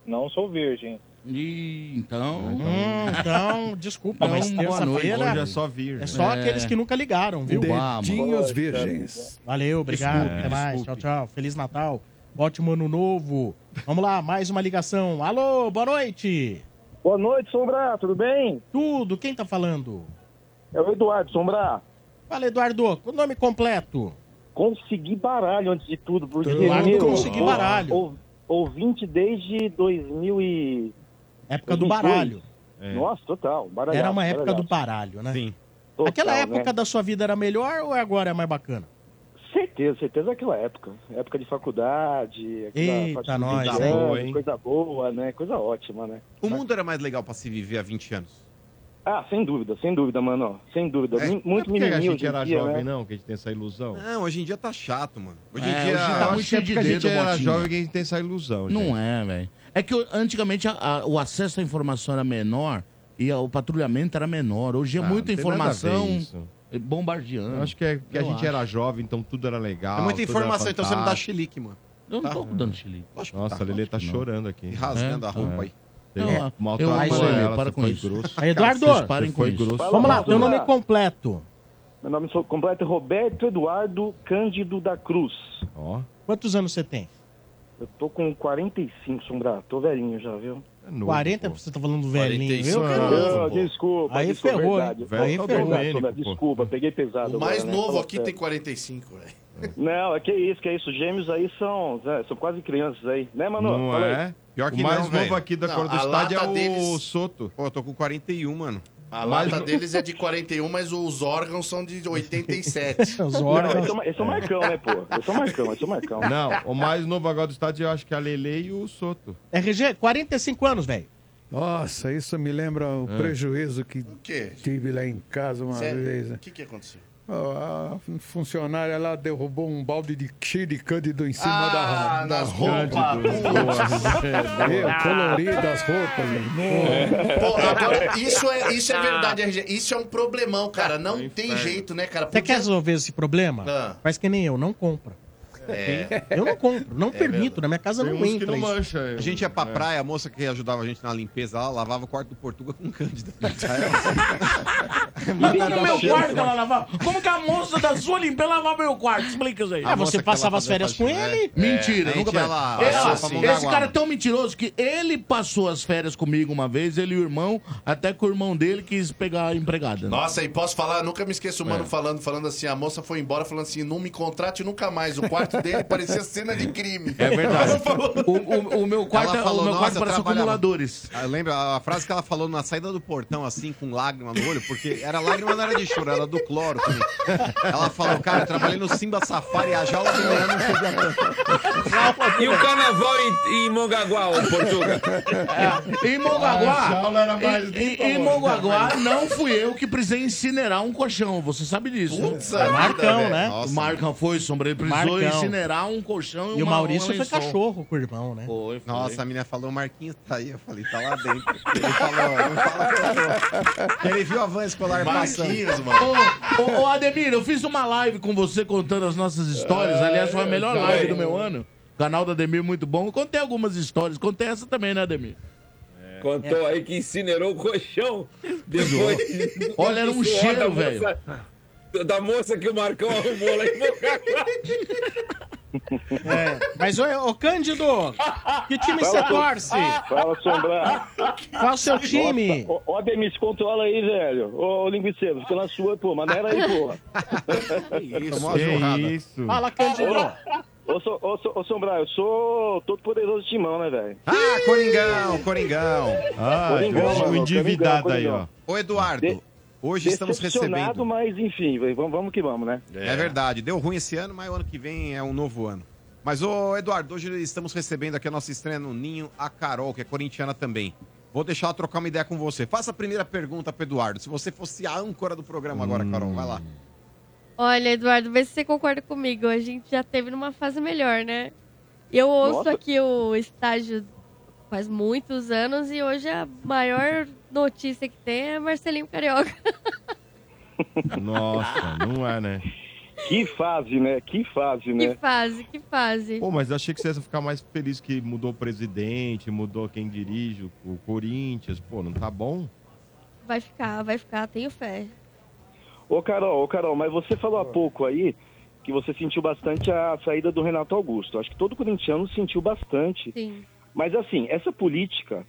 [SPEAKER 16] Não sou virgem.
[SPEAKER 5] Ih, então.
[SPEAKER 2] Hum, então, desculpa, mas
[SPEAKER 5] Então, boa noite.
[SPEAKER 2] terça-feira
[SPEAKER 5] Hoje é só virgem.
[SPEAKER 2] É só
[SPEAKER 5] É.
[SPEAKER 2] aqueles que nunca ligaram, viu?
[SPEAKER 10] Dedinhos virgens.
[SPEAKER 13] é.
[SPEAKER 2] Valeu, obrigado.
[SPEAKER 10] Desculpe,
[SPEAKER 2] Até mais. Tchau, tchau. Feliz Natal. Ótimo ano novo. Vamos lá, mais uma ligação. Alô, boa noite.
[SPEAKER 16] Boa noite, Sombra, tudo bem?
[SPEAKER 2] Tudo, quem tá falando?
[SPEAKER 16] É o Eduardo, Sombra.
[SPEAKER 2] Fala, Eduardo, com o nome completo.
[SPEAKER 16] Consegui baralho antes de tudo, porque
[SPEAKER 2] Eduardo,
[SPEAKER 16] meu,
[SPEAKER 2] consegui baralho.
[SPEAKER 16] ou- ouvinte desde 2000 e...
[SPEAKER 2] Época do
[SPEAKER 16] 2002.
[SPEAKER 2] baralho. É.
[SPEAKER 16] Nossa, total, baralho.
[SPEAKER 2] Era uma época do baralho, né? Sim.
[SPEAKER 16] Total,
[SPEAKER 2] Aquela época
[SPEAKER 16] né?
[SPEAKER 2] da sua vida era melhor ou agora é mais bacana?
[SPEAKER 16] Certeza, certeza aquela época. Época de faculdade, aquela
[SPEAKER 2] Eita,
[SPEAKER 16] parte de
[SPEAKER 2] nós,
[SPEAKER 16] exame,
[SPEAKER 3] hein? Boa, hein?
[SPEAKER 16] coisa boa, né? Coisa ótima, né?
[SPEAKER 3] O mundo era mais legal pra se viver há 20 anos.
[SPEAKER 16] Ah, sem dúvida, sem dúvida, mano. Sem dúvida.
[SPEAKER 3] É,
[SPEAKER 16] Mu-
[SPEAKER 3] não é
[SPEAKER 16] Muito
[SPEAKER 3] porque a
[SPEAKER 16] menininho
[SPEAKER 3] gente
[SPEAKER 16] hoje em
[SPEAKER 3] era
[SPEAKER 16] dia,
[SPEAKER 3] jovem,
[SPEAKER 16] né?
[SPEAKER 6] Não, que a gente tem essa ilusão.
[SPEAKER 3] Não, hoje em dia tá chato, mano. Hoje em
[SPEAKER 5] É,
[SPEAKER 3] dia...
[SPEAKER 5] hoje tá
[SPEAKER 3] Eu
[SPEAKER 5] muito
[SPEAKER 3] acho
[SPEAKER 5] cheio
[SPEAKER 3] que
[SPEAKER 5] de
[SPEAKER 3] a gente
[SPEAKER 5] dedo,
[SPEAKER 3] era
[SPEAKER 5] Botinha.
[SPEAKER 3] jovem
[SPEAKER 6] que a gente tem essa ilusão.
[SPEAKER 5] Não é, velho. É que o- antigamente a- a- o acesso à informação era menor e a- o patrulhamento era menor. Hoje é
[SPEAKER 6] Ah,
[SPEAKER 5] muita
[SPEAKER 6] não tem nada a ver
[SPEAKER 5] informação
[SPEAKER 6] isso.
[SPEAKER 5] bombardeando.
[SPEAKER 6] Eu acho que, é, que a
[SPEAKER 5] Eu
[SPEAKER 6] gente
[SPEAKER 5] acho.
[SPEAKER 6] era jovem, então tudo era legal.
[SPEAKER 5] É muita
[SPEAKER 6] tudo era
[SPEAKER 5] informação, então você não dá
[SPEAKER 6] fantástico.
[SPEAKER 3] chilique, mano.
[SPEAKER 5] Eu
[SPEAKER 6] Tá?
[SPEAKER 5] não tô Tá dando chilique.
[SPEAKER 6] Nossa, a Lelê tá chorando aqui.
[SPEAKER 5] rasgando a roupa aí.
[SPEAKER 6] Tem
[SPEAKER 5] Não, é.
[SPEAKER 6] um-
[SPEAKER 5] eu
[SPEAKER 6] maltratou
[SPEAKER 5] amo a
[SPEAKER 6] ela,
[SPEAKER 5] Lelê,
[SPEAKER 6] você
[SPEAKER 5] para com
[SPEAKER 6] foi
[SPEAKER 5] isso.
[SPEAKER 6] grosso.
[SPEAKER 16] é
[SPEAKER 2] Aí, Eduardo,
[SPEAKER 6] Você foi grosso.
[SPEAKER 2] vamos lá, teu nome completo.
[SPEAKER 16] Meu nome so- completo é Roberto Eduardo Cândido da Cruz.
[SPEAKER 6] Ó.
[SPEAKER 2] Quantos anos você tem?
[SPEAKER 16] Eu tô com 45, Sombra. Tô velhinho já, viu?
[SPEAKER 2] É 40? Você tá falando velhinho, viu?
[SPEAKER 16] Ah, não, desculpa.
[SPEAKER 2] Aí
[SPEAKER 16] desculpa, é
[SPEAKER 2] ferrou, hein?
[SPEAKER 16] verdade.
[SPEAKER 2] Aí
[SPEAKER 16] Pô,
[SPEAKER 2] ferrou.
[SPEAKER 16] verdade, Sombra, Desculpa, peguei pesado.
[SPEAKER 11] O mais
[SPEAKER 16] agora, né?
[SPEAKER 11] novo
[SPEAKER 16] Fala
[SPEAKER 11] aqui
[SPEAKER 16] sério.
[SPEAKER 11] tem 45, velho.
[SPEAKER 16] Não, é que isso, que isso. Gêmeos aí são, né, são quase crianças aí, né, Manu?
[SPEAKER 6] Não
[SPEAKER 16] Fala aí.
[SPEAKER 6] é? o mais novo aqui da cor do estádio é o
[SPEAKER 11] deles-
[SPEAKER 6] Soto.
[SPEAKER 3] Pô, eu tô com 41, mano.
[SPEAKER 11] A lata deles é de 41, mas os órgãos são de 87.
[SPEAKER 2] os
[SPEAKER 16] Não, esse é o- esse é o Marcão, né, pô? Esse é o Marcão, esse é o Marcão.
[SPEAKER 6] Não, o mais novo agora do estádio eu acho que é a Lele e o Soto.
[SPEAKER 5] É,
[SPEAKER 2] RG, 45 anos, velho.
[SPEAKER 10] Nossa, isso me lembra o
[SPEAKER 3] É.
[SPEAKER 6] Ah.
[SPEAKER 10] prejuízo que
[SPEAKER 11] quê?
[SPEAKER 10] tive lá em casa uma
[SPEAKER 11] Sério?
[SPEAKER 10] vez. né?
[SPEAKER 11] O que, que aconteceu?
[SPEAKER 10] A funcionária lá derrubou um balde de cheio de cândido em cima
[SPEAKER 11] Ah,
[SPEAKER 10] da, da
[SPEAKER 11] nas roupas.
[SPEAKER 10] Meu, colorido as roupas. meu.
[SPEAKER 11] Pô,
[SPEAKER 5] Tá
[SPEAKER 11] agora, isso é, isso é verdade, RG. Isso é um problemão,
[SPEAKER 5] Tá.
[SPEAKER 11] cara. Não
[SPEAKER 5] um
[SPEAKER 11] tem jeito, né, cara?
[SPEAKER 2] Você quer resolver esse problema?
[SPEAKER 11] Ah.
[SPEAKER 2] Faz que nem eu, não compra.
[SPEAKER 11] É.
[SPEAKER 2] Eu não compro, não permito, na minha casa não entra. isso.
[SPEAKER 3] A gente é ia pra praia, a moça que ajudava a gente na limpeza, ela lavava o quarto do Portuga com um cândida.
[SPEAKER 2] Ah,
[SPEAKER 5] Mas como
[SPEAKER 2] é
[SPEAKER 5] no meu quarto ela lavava? Como que a moça da sua limpeza lavava meu quarto? Explica isso aí.
[SPEAKER 2] Ah, você passava as férias com ele?
[SPEAKER 5] Mentira,
[SPEAKER 2] É,
[SPEAKER 5] nunca
[SPEAKER 2] a gente ia lá,
[SPEAKER 5] mais. Esse-
[SPEAKER 2] passava pra
[SPEAKER 5] Esse,
[SPEAKER 2] Mongaguá.
[SPEAKER 5] cara é tão mentiroso que ele passou as férias comigo uma vez, ele e o irmão, até que o irmão dele quis pegar a empregada.
[SPEAKER 11] Nossa, e posso falar? Nunca me esqueço o
[SPEAKER 5] É.
[SPEAKER 11] mano falando, falando assim, a moça foi embora falando assim, não me contrate nunca mais. O quarto dele parecia cena de crime.
[SPEAKER 5] É verdade.
[SPEAKER 11] Ela falou-
[SPEAKER 5] O, o- o meu quarto, é
[SPEAKER 3] Ela falou,
[SPEAKER 5] o meu quarto
[SPEAKER 3] "Nossa,
[SPEAKER 5] parece
[SPEAKER 3] eu trabalhava."
[SPEAKER 5] acumuladores.
[SPEAKER 3] Ah, Lembra a frase que ela falou na saída do portão, assim, com lágrima no olho? Porque era lágrima, não era de choro, era do cloro. também. Ela falou, cara, eu trabalhei no Simba Safari e a jaula do leão não subia
[SPEAKER 8] E o carnaval em, em Mongaguá, ô Portuga?
[SPEAKER 5] É. Em
[SPEAKER 8] Ah,
[SPEAKER 2] então
[SPEAKER 8] a jaula era
[SPEAKER 5] Mogaguá,
[SPEAKER 8] mais
[SPEAKER 5] em-
[SPEAKER 8] limpa,
[SPEAKER 5] em, em
[SPEAKER 8] mano.
[SPEAKER 5] Mogaguá, não fui eu que precisei incinerar um colchão, você sabe disso. né?
[SPEAKER 2] Putz, É Marcão, vida, né? velho.
[SPEAKER 5] O Marcão foi, sombra, ele precisou
[SPEAKER 2] Marcão.
[SPEAKER 5] incinerar um colchão e,
[SPEAKER 2] E o
[SPEAKER 5] uma-
[SPEAKER 2] Maurício
[SPEAKER 5] um
[SPEAKER 2] foi
[SPEAKER 5] lençol.
[SPEAKER 2] cachorro com o irmão, né?
[SPEAKER 5] Foi, foi.
[SPEAKER 3] Nossa, a menina falou, o Marquinhos tá aí. Eu falei, tá lá dentro. Ele falou, não fala que eu tô. Ele viu a van escolar passando.
[SPEAKER 5] Ô, ô, ô, Ademir, eu fiz uma live com você contando as nossas histórias.
[SPEAKER 3] É,
[SPEAKER 5] Aliás, foi a melhor
[SPEAKER 3] tá
[SPEAKER 5] live
[SPEAKER 3] aí.
[SPEAKER 5] do meu ano. Canal do Ademir, muito bom. Eu contei algumas histórias. Contei essa também, né, Ademir? É.
[SPEAKER 8] Contou aí que incinerou o colchão. Depois.
[SPEAKER 5] Olha, era um
[SPEAKER 8] do suor
[SPEAKER 5] cheiro,
[SPEAKER 8] da moça-
[SPEAKER 5] velho.
[SPEAKER 8] Da moça que o Marcão arrumou lá em Mongaguá.
[SPEAKER 2] É. Mas, ô, ô, Cândido, Ah, que
[SPEAKER 1] Ah,
[SPEAKER 2] time você
[SPEAKER 1] tá
[SPEAKER 16] Fala, Som-
[SPEAKER 2] torce?
[SPEAKER 16] Fala, Sombra.
[SPEAKER 2] Qual é o seu time?
[SPEAKER 16] Nossa, Ó, ó, Ademir, se controla aí, velho. Ô, ô Linguiceiro, fica na sua, pô. Maneira aí, porra.
[SPEAKER 6] Tomou uma jorrada. isso.
[SPEAKER 2] Fala, Cândido.
[SPEAKER 16] Ô, so, ô, so- ô, Sombra, eu sou todo poderoso timão, né, velho?
[SPEAKER 3] Ah, Coringão, Coringão.
[SPEAKER 6] Ah,
[SPEAKER 16] Coringão,
[SPEAKER 6] hoje o
[SPEAKER 16] mano,
[SPEAKER 6] endividado
[SPEAKER 16] Coringão,
[SPEAKER 6] aí, ó.
[SPEAKER 16] Coringão.
[SPEAKER 3] Ô, Eduardo,
[SPEAKER 16] De-
[SPEAKER 3] hoje estamos
[SPEAKER 16] decepcionado,
[SPEAKER 3] recebendo.
[SPEAKER 16] mas enfim, velho, vamos, vamos que vamos, né?
[SPEAKER 3] É verdade, deu ruim esse ano, mas o ano que vem é um novo ano. Mas, ô Eduardo, hoje estamos recebendo aqui a nossa estreia no Ninho, a Carol, que é corintiana também. Vou deixar ela trocar uma ideia com você. Faça a primeira pergunta pro Eduardo. Se você fosse a âncora do programa agora, Carol, vai lá.
[SPEAKER 4] Olha, Eduardo, vê se você concorda comigo. A gente já teve numa fase melhor, né? Eu ouço
[SPEAKER 17] Nossa.
[SPEAKER 4] aqui o estágio faz muitos anos e hoje a maior notícia que tem é Marcelinho Carioca.
[SPEAKER 6] Nossa, não é, né?
[SPEAKER 16] Que fase, né? Que fase,
[SPEAKER 4] Que fase, que fase.
[SPEAKER 6] Pô, mas eu achei que você ia ficar mais feliz que mudou o presidente, mudou quem dirige, o- o Corinthians. Pô, não tá bom?
[SPEAKER 4] Vai ficar, vai ficar, tenho fé.
[SPEAKER 16] Ô, Carol, ô, Carol, mas você falou há pouco aí que você sentiu bastante a saída do Renato Augusto. Acho que todo corintiano sentiu bastante.
[SPEAKER 4] Sim.
[SPEAKER 16] Mas assim, essa política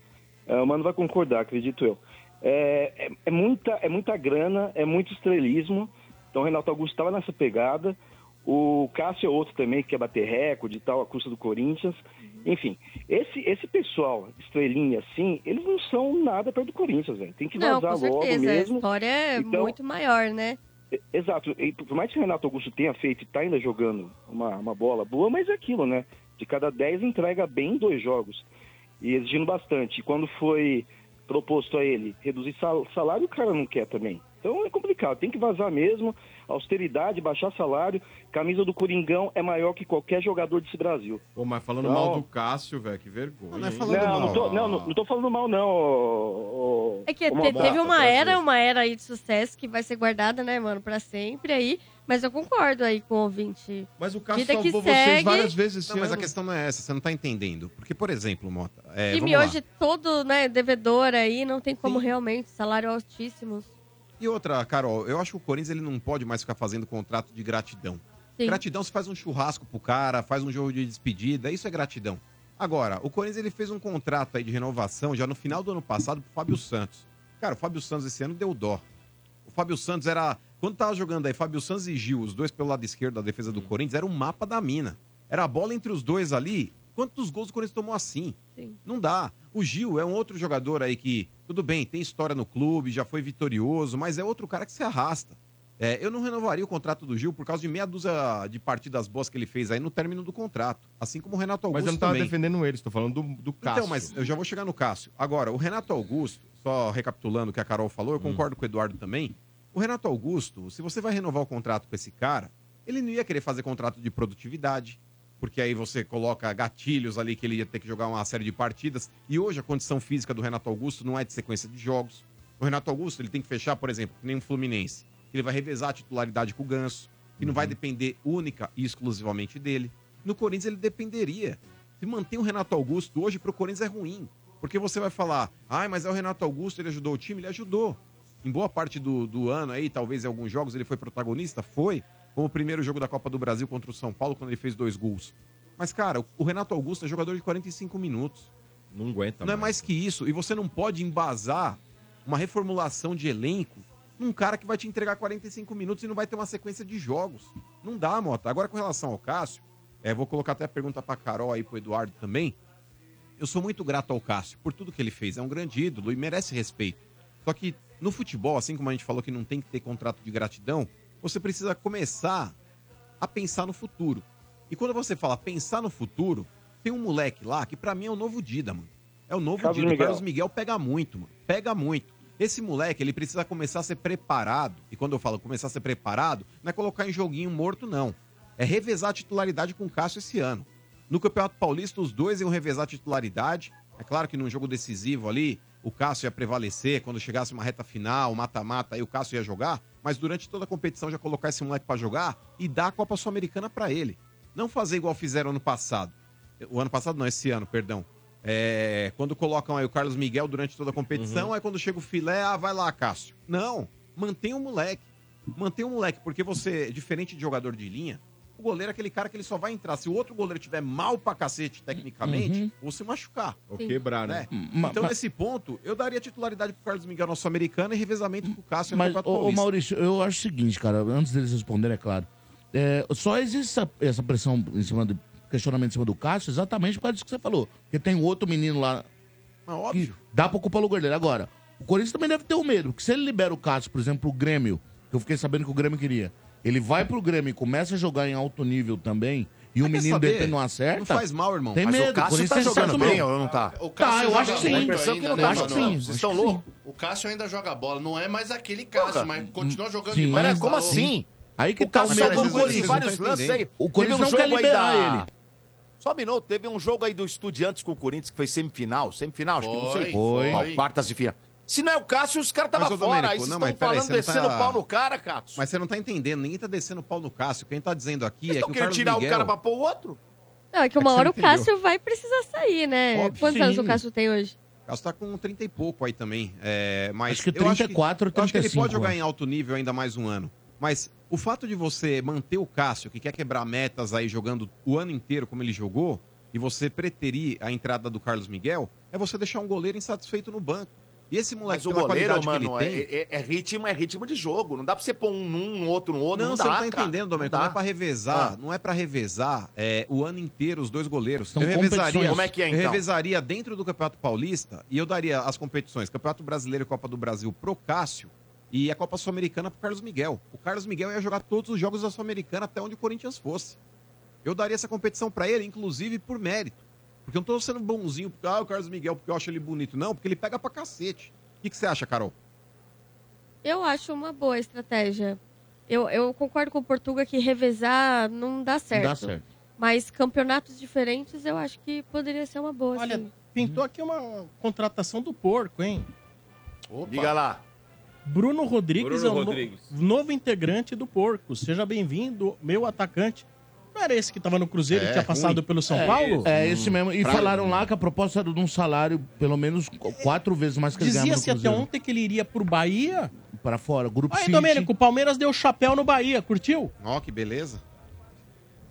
[SPEAKER 16] É, o Mano vai concordar, acredito eu. É, é- é muita, é muita grana, é muito estrelismo. Então o Renato Augusto estava nessa pegada. O Cássio é outro também que quer bater recorde e tal, a custa do Corinthians. Enfim, esse, esse pessoal, estrelinha assim, eles não são nada perto do Corinthians, velho. Tem que
[SPEAKER 4] Não,
[SPEAKER 16] vazar
[SPEAKER 4] com
[SPEAKER 16] logo
[SPEAKER 4] certeza. A
[SPEAKER 16] mesmo.
[SPEAKER 4] história é
[SPEAKER 16] Então-
[SPEAKER 4] muito maior, né?
[SPEAKER 16] E- Exato. E por mais que o Renato Augusto tenha feito e tá ainda jogando uma, uma bola boa, mas é aquilo, né? De cada 10 entrega bem dois jogos. E exigindo bastante. E quando foi proposto a ele reduzir sal- salário, o cara não quer também. Então é complicado, tem que vazar mesmo, austeridade, baixar salário. Camisa do Coringão é maior que qualquer jogador desse Brasil.
[SPEAKER 6] Pô, mas falando
[SPEAKER 16] Não.
[SPEAKER 6] mal do Cássio, velho, que vergonha.
[SPEAKER 16] Não,
[SPEAKER 6] hein?
[SPEAKER 16] não, tô, não, não- não tô falando mal, não. ô- ô-
[SPEAKER 4] É que
[SPEAKER 16] ô,
[SPEAKER 4] te-
[SPEAKER 16] Maldata,
[SPEAKER 4] teve uma
[SPEAKER 16] pode ir.
[SPEAKER 4] era, uma era aí de sucesso que vai ser guardada, né, mano, pra sempre aí. Mas eu concordo aí com o ouvinte.
[SPEAKER 6] Mas o
[SPEAKER 4] caso
[SPEAKER 3] Cássio salvou Não, mas a questão não é essa, você não tá entendendo. Porque, por exemplo, Mota. É,
[SPEAKER 4] time
[SPEAKER 3] vamos lá.
[SPEAKER 4] hoje todo, né, devedor aí, não tem como realmente, salário altíssimo.
[SPEAKER 3] E outra, Carol, eu acho que o Corinthians ele não pode mais ficar fazendo contrato de gratidão.
[SPEAKER 4] Sim.
[SPEAKER 3] Gratidão, você faz um churrasco pro cara, faz um jogo de despedida, isso é gratidão. Agora, o Corinthians ele fez um contrato aí de renovação já no final do ano passado pro Fábio Santos. Cara, o Fábio Santos esse ano deu dó. O Fábio Santos era. Quando tava jogando aí, Fábio Santos e Gil, os dois pelo lado esquerdo da defesa
[SPEAKER 6] Uhum.
[SPEAKER 3] do Corinthians, era o mapa da mina. Era a bola entre os dois ali. Quantos gols o Corinthians tomou assim?
[SPEAKER 4] Sim.
[SPEAKER 3] Não dá. O Gil é um outro jogador aí que, tudo bem, tem história no clube, já foi vitorioso, mas é outro cara que se arrasta. É, eu não renovaria o contrato do Gil por causa de meia dúzia de partidas boas que ele fez aí no término do contrato. Assim como o Renato Augusto
[SPEAKER 6] Mas eu não tava
[SPEAKER 3] também.
[SPEAKER 6] defendendo eles, tô falando do, do Cássio.
[SPEAKER 3] Então, mas eu já vou chegar no Cássio. Agora, o Renato Augusto, só recapitulando o que a Carol falou, eu concordo com o Eduardo também. O Renato Augusto, se você vai renovar o contrato com esse cara, ele não ia querer fazer contrato de produtividade, porque aí você coloca gatilhos ali que ele ia ter que jogar uma série de partidas. E hoje a condição física do Renato Augusto não é de sequência de jogos. O Renato Augusto, ele tem que fechar, por exemplo, que nem um Fluminense. Ele vai revezar a titularidade com o Ganso, que não vai depender única e exclusivamente dele. No Corinthians ele dependeria. Se manter o Renato Augusto hoje pro Corinthians é ruim. Porque você vai falar, ai, mas é o Renato Augusto, ele ajudou o time, ele ajudou. Em boa parte do, do ano aí, talvez em alguns jogos, ele foi protagonista, foi. Como o primeiro jogo da Copa do Brasil contra o São Paulo, quando ele fez dois gols. Mas, cara, o- o Renato Augusto é jogador de 45 minutos.
[SPEAKER 6] Não aguenta
[SPEAKER 3] Não é mais que isso. E você não pode embasar uma reformulação de elenco num cara que vai te entregar 45 minutos e não vai ter uma sequência de jogos. Não dá, Mota. Agora, com relação ao Cássio, é, vou colocar até a pergunta pra Carol aí, pro Eduardo também. Eu sou muito grato ao Cássio por tudo que ele fez. É um grande ídolo e merece respeito. Só que no futebol, assim como a gente falou que não tem que ter contrato de gratidão, você precisa começar a pensar no futuro. E quando você fala pensar no futuro, tem um moleque lá que pra mim é o novo Dida, mano. É o novo
[SPEAKER 16] Carlos
[SPEAKER 3] Dida. O
[SPEAKER 16] Miguel.
[SPEAKER 3] Carlos Miguel pega muito, mano. Pega muito. Esse moleque, ele precisa começar a ser preparado. E quando eu falo começar a ser preparado, não é colocar em joguinho morto, não. É revezar a titularidade com o Cássio esse ano. No Campeonato Paulista, os dois iam revezar a titularidade. É claro que num jogo decisivo ali, o Cássio ia prevalecer. Quando chegasse uma reta final, um mata-mata, aí o Cássio ia jogar. Mas durante toda a competição, já colocar esse moleque pra jogar e dar a Copa Sul-Americana pra ele. Não fazer igual fizeram ano passado. O ano passado não, esse ano, perdão. É, quando colocam aí o Carlos Miguel durante toda a competição, aí quando chega o filé, ah, vai lá, Cássio. Não, mantém o moleque. Mantém o moleque, porque você, diferente de jogador de linha, o goleiro é aquele cara que ele só vai entrar. Se o outro goleiro tiver mal pra cacete tecnicamente, ou se machucar.
[SPEAKER 6] Ou Sim. quebrar, né? Ma-
[SPEAKER 3] Então,
[SPEAKER 6] ma-
[SPEAKER 3] nesse ponto, eu daria titularidade pro Carlos Miguel nosso americano e revezamento pro Cássio é
[SPEAKER 5] Mas,
[SPEAKER 3] no Campeonato
[SPEAKER 5] ô, ô,
[SPEAKER 3] Paulista.
[SPEAKER 5] Maurício, eu acho o seguinte, cara, antes deles responderem, é claro. É, só existe essa, essa pressão em cima do questionamento em cima do Cássio exatamente por causa disso que você falou. Porque tem um outro menino lá.
[SPEAKER 3] Mas óbvio.
[SPEAKER 5] Dá pra culpar o lugar dele. Agora, o Corinthians também deve ter um medo, porque se ele libera o Cássio, por exemplo, pro Grêmio, que eu fiquei sabendo que o Grêmio queria, ele vai pro Grêmio e começa a jogar em alto nível também, e o
[SPEAKER 3] quer
[SPEAKER 5] menino
[SPEAKER 3] saber?
[SPEAKER 5] de repente não acerta.
[SPEAKER 3] Não faz mal, irmão.
[SPEAKER 5] Tem
[SPEAKER 3] Mas o
[SPEAKER 5] medo.
[SPEAKER 3] Cássio
[SPEAKER 5] Corinthians
[SPEAKER 3] tá
[SPEAKER 5] tem
[SPEAKER 3] jogando
[SPEAKER 5] certo
[SPEAKER 3] bem
[SPEAKER 5] medo.
[SPEAKER 3] ou não tá?
[SPEAKER 5] O Cássio tá, eu
[SPEAKER 11] joga bola.
[SPEAKER 5] acho que
[SPEAKER 11] Dá a
[SPEAKER 5] sim.
[SPEAKER 11] impressão que não
[SPEAKER 5] Eu
[SPEAKER 11] tá
[SPEAKER 5] acho que
[SPEAKER 11] jogando.
[SPEAKER 5] sim.
[SPEAKER 11] Vocês estão loucos? O Cássio ainda joga bola. Não é mais aquele Cássio,
[SPEAKER 5] Porra.
[SPEAKER 11] mas continua jogando
[SPEAKER 5] Sim,
[SPEAKER 11] demais.
[SPEAKER 5] mas como
[SPEAKER 11] tá louco.
[SPEAKER 5] assim? Aí que tá o
[SPEAKER 11] Cássio
[SPEAKER 5] medo
[SPEAKER 11] jogou
[SPEAKER 5] do
[SPEAKER 11] gol em
[SPEAKER 5] Corinthians.
[SPEAKER 11] vários
[SPEAKER 3] tá
[SPEAKER 11] lances aí.
[SPEAKER 5] O Corinthians não
[SPEAKER 11] Teve um
[SPEAKER 5] quer
[SPEAKER 11] jogo aí
[SPEAKER 5] liberar
[SPEAKER 11] da-
[SPEAKER 5] ele.
[SPEAKER 7] Só um minuto, teve um jogo aí do Estudiantes com o Corinthians que foi semifinal, semifinal, acho que não sei.
[SPEAKER 11] Foi, foi.
[SPEAKER 7] Não, quartas de final. Se não é o Cássio, os caras
[SPEAKER 3] Mas,
[SPEAKER 7] estavam
[SPEAKER 3] ô,
[SPEAKER 7] fora.
[SPEAKER 3] Domênico,
[SPEAKER 7] Aí vocês
[SPEAKER 3] não,
[SPEAKER 7] estão
[SPEAKER 3] mas peraí,
[SPEAKER 7] falando,
[SPEAKER 3] você não
[SPEAKER 7] descendo
[SPEAKER 3] tá-
[SPEAKER 7] o pau no cara, Cássio.
[SPEAKER 3] Mas você não tá entendendo, ninguém tá descendo o pau no Cássio. Quem tá dizendo aqui
[SPEAKER 7] Vocês
[SPEAKER 3] é
[SPEAKER 7] estão
[SPEAKER 3] que o
[SPEAKER 7] querendo
[SPEAKER 3] Carlos
[SPEAKER 7] tirar
[SPEAKER 3] Miguel...
[SPEAKER 7] o cara pra pôr o outro?
[SPEAKER 4] Não, é que
[SPEAKER 3] É que
[SPEAKER 4] uma
[SPEAKER 3] você
[SPEAKER 4] hora
[SPEAKER 3] não
[SPEAKER 4] o
[SPEAKER 3] entendeu.
[SPEAKER 4] Cássio vai precisar sair, né?
[SPEAKER 3] Óbvio,
[SPEAKER 4] Quantos anos
[SPEAKER 3] sim.
[SPEAKER 4] o Cássio tem hoje?
[SPEAKER 3] O Cássio tá com 30 e pouco aí também. É, mas
[SPEAKER 5] Acho que
[SPEAKER 3] eu
[SPEAKER 5] 34,
[SPEAKER 3] eu acho que ele
[SPEAKER 5] 35,
[SPEAKER 3] pode jogar
[SPEAKER 5] né?
[SPEAKER 3] em alto nível ainda mais um ano. Mas o fato de você manter o Cássio, que quer quebrar metas aí jogando o ano inteiro como ele jogou, e você preterir a entrada do Carlos Miguel, é você deixar um goleiro insatisfeito no banco. E esse
[SPEAKER 7] Mas
[SPEAKER 3] moleque,
[SPEAKER 7] o
[SPEAKER 3] pela
[SPEAKER 7] goleiro,
[SPEAKER 3] qualidade
[SPEAKER 7] mano,
[SPEAKER 3] que
[SPEAKER 7] é,
[SPEAKER 3] ele tem...
[SPEAKER 7] é- é ritmo, é ritmo de jogo. Não dá pra você pôr um num, um outro, um outro.
[SPEAKER 3] Não,
[SPEAKER 7] Não,
[SPEAKER 3] você
[SPEAKER 7] dá,
[SPEAKER 3] não tá
[SPEAKER 7] cara.
[SPEAKER 3] entendendo, Domenico.
[SPEAKER 7] dá.
[SPEAKER 3] Não é pra revezar,
[SPEAKER 7] Ah.
[SPEAKER 3] não é pra revezar é, o ano inteiro os dois goleiros.
[SPEAKER 7] São
[SPEAKER 3] eu revezaria,
[SPEAKER 7] competições. Como é que é,
[SPEAKER 3] Eu
[SPEAKER 7] então?
[SPEAKER 3] revezaria dentro do Campeonato Paulista e eu daria as competições Campeonato Brasileiro e Copa do Brasil pro Cássio e a Copa Sul-Americana pro Carlos Miguel. O Carlos Miguel ia jogar todos os jogos da Sul-Americana até onde o Corinthians fosse. Eu daria essa competição pra ele, inclusive por mérito. Porque eu não tô sendo bonzinho, porque ah, o Carlos Miguel, porque eu acho ele bonito. Não, porque ele pega pra cacete. O que, que você acha, Carol?
[SPEAKER 4] Eu acho uma boa estratégia. Eu, eu concordo com o Portuga que revezar não dá certo.
[SPEAKER 2] dá é certo.
[SPEAKER 4] Mas campeonatos diferentes eu acho que poderia ser uma boa.
[SPEAKER 2] Olha,
[SPEAKER 4] sim.
[SPEAKER 2] pintou aqui uma contratação do porco, hein?
[SPEAKER 7] Diga lá.
[SPEAKER 2] Bruno Rodrigues
[SPEAKER 8] Bruno
[SPEAKER 2] é o no-
[SPEAKER 8] Rodrigues.
[SPEAKER 2] novo integrante do Porco. Seja bem-vindo, meu atacante. Não era esse que estava no Cruzeiro e
[SPEAKER 5] É,
[SPEAKER 2] tinha passado
[SPEAKER 5] ruim.
[SPEAKER 2] pelo São
[SPEAKER 5] É,
[SPEAKER 2] Paulo?
[SPEAKER 5] É, esse mesmo. E
[SPEAKER 2] Pra-
[SPEAKER 5] falaram lá que a proposta era de um salário pelo menos qu- quatro vezes mais que eles ganhavam no
[SPEAKER 2] Dizia-se até
[SPEAKER 5] Cruzeiro.
[SPEAKER 2] ontem que ele iria pro Bahia.
[SPEAKER 5] Pra fora, grupo
[SPEAKER 2] Aí,
[SPEAKER 5] City.
[SPEAKER 2] Domênico, o Palmeiras deu chapéu no Bahia, curtiu?
[SPEAKER 3] Ó, que beleza.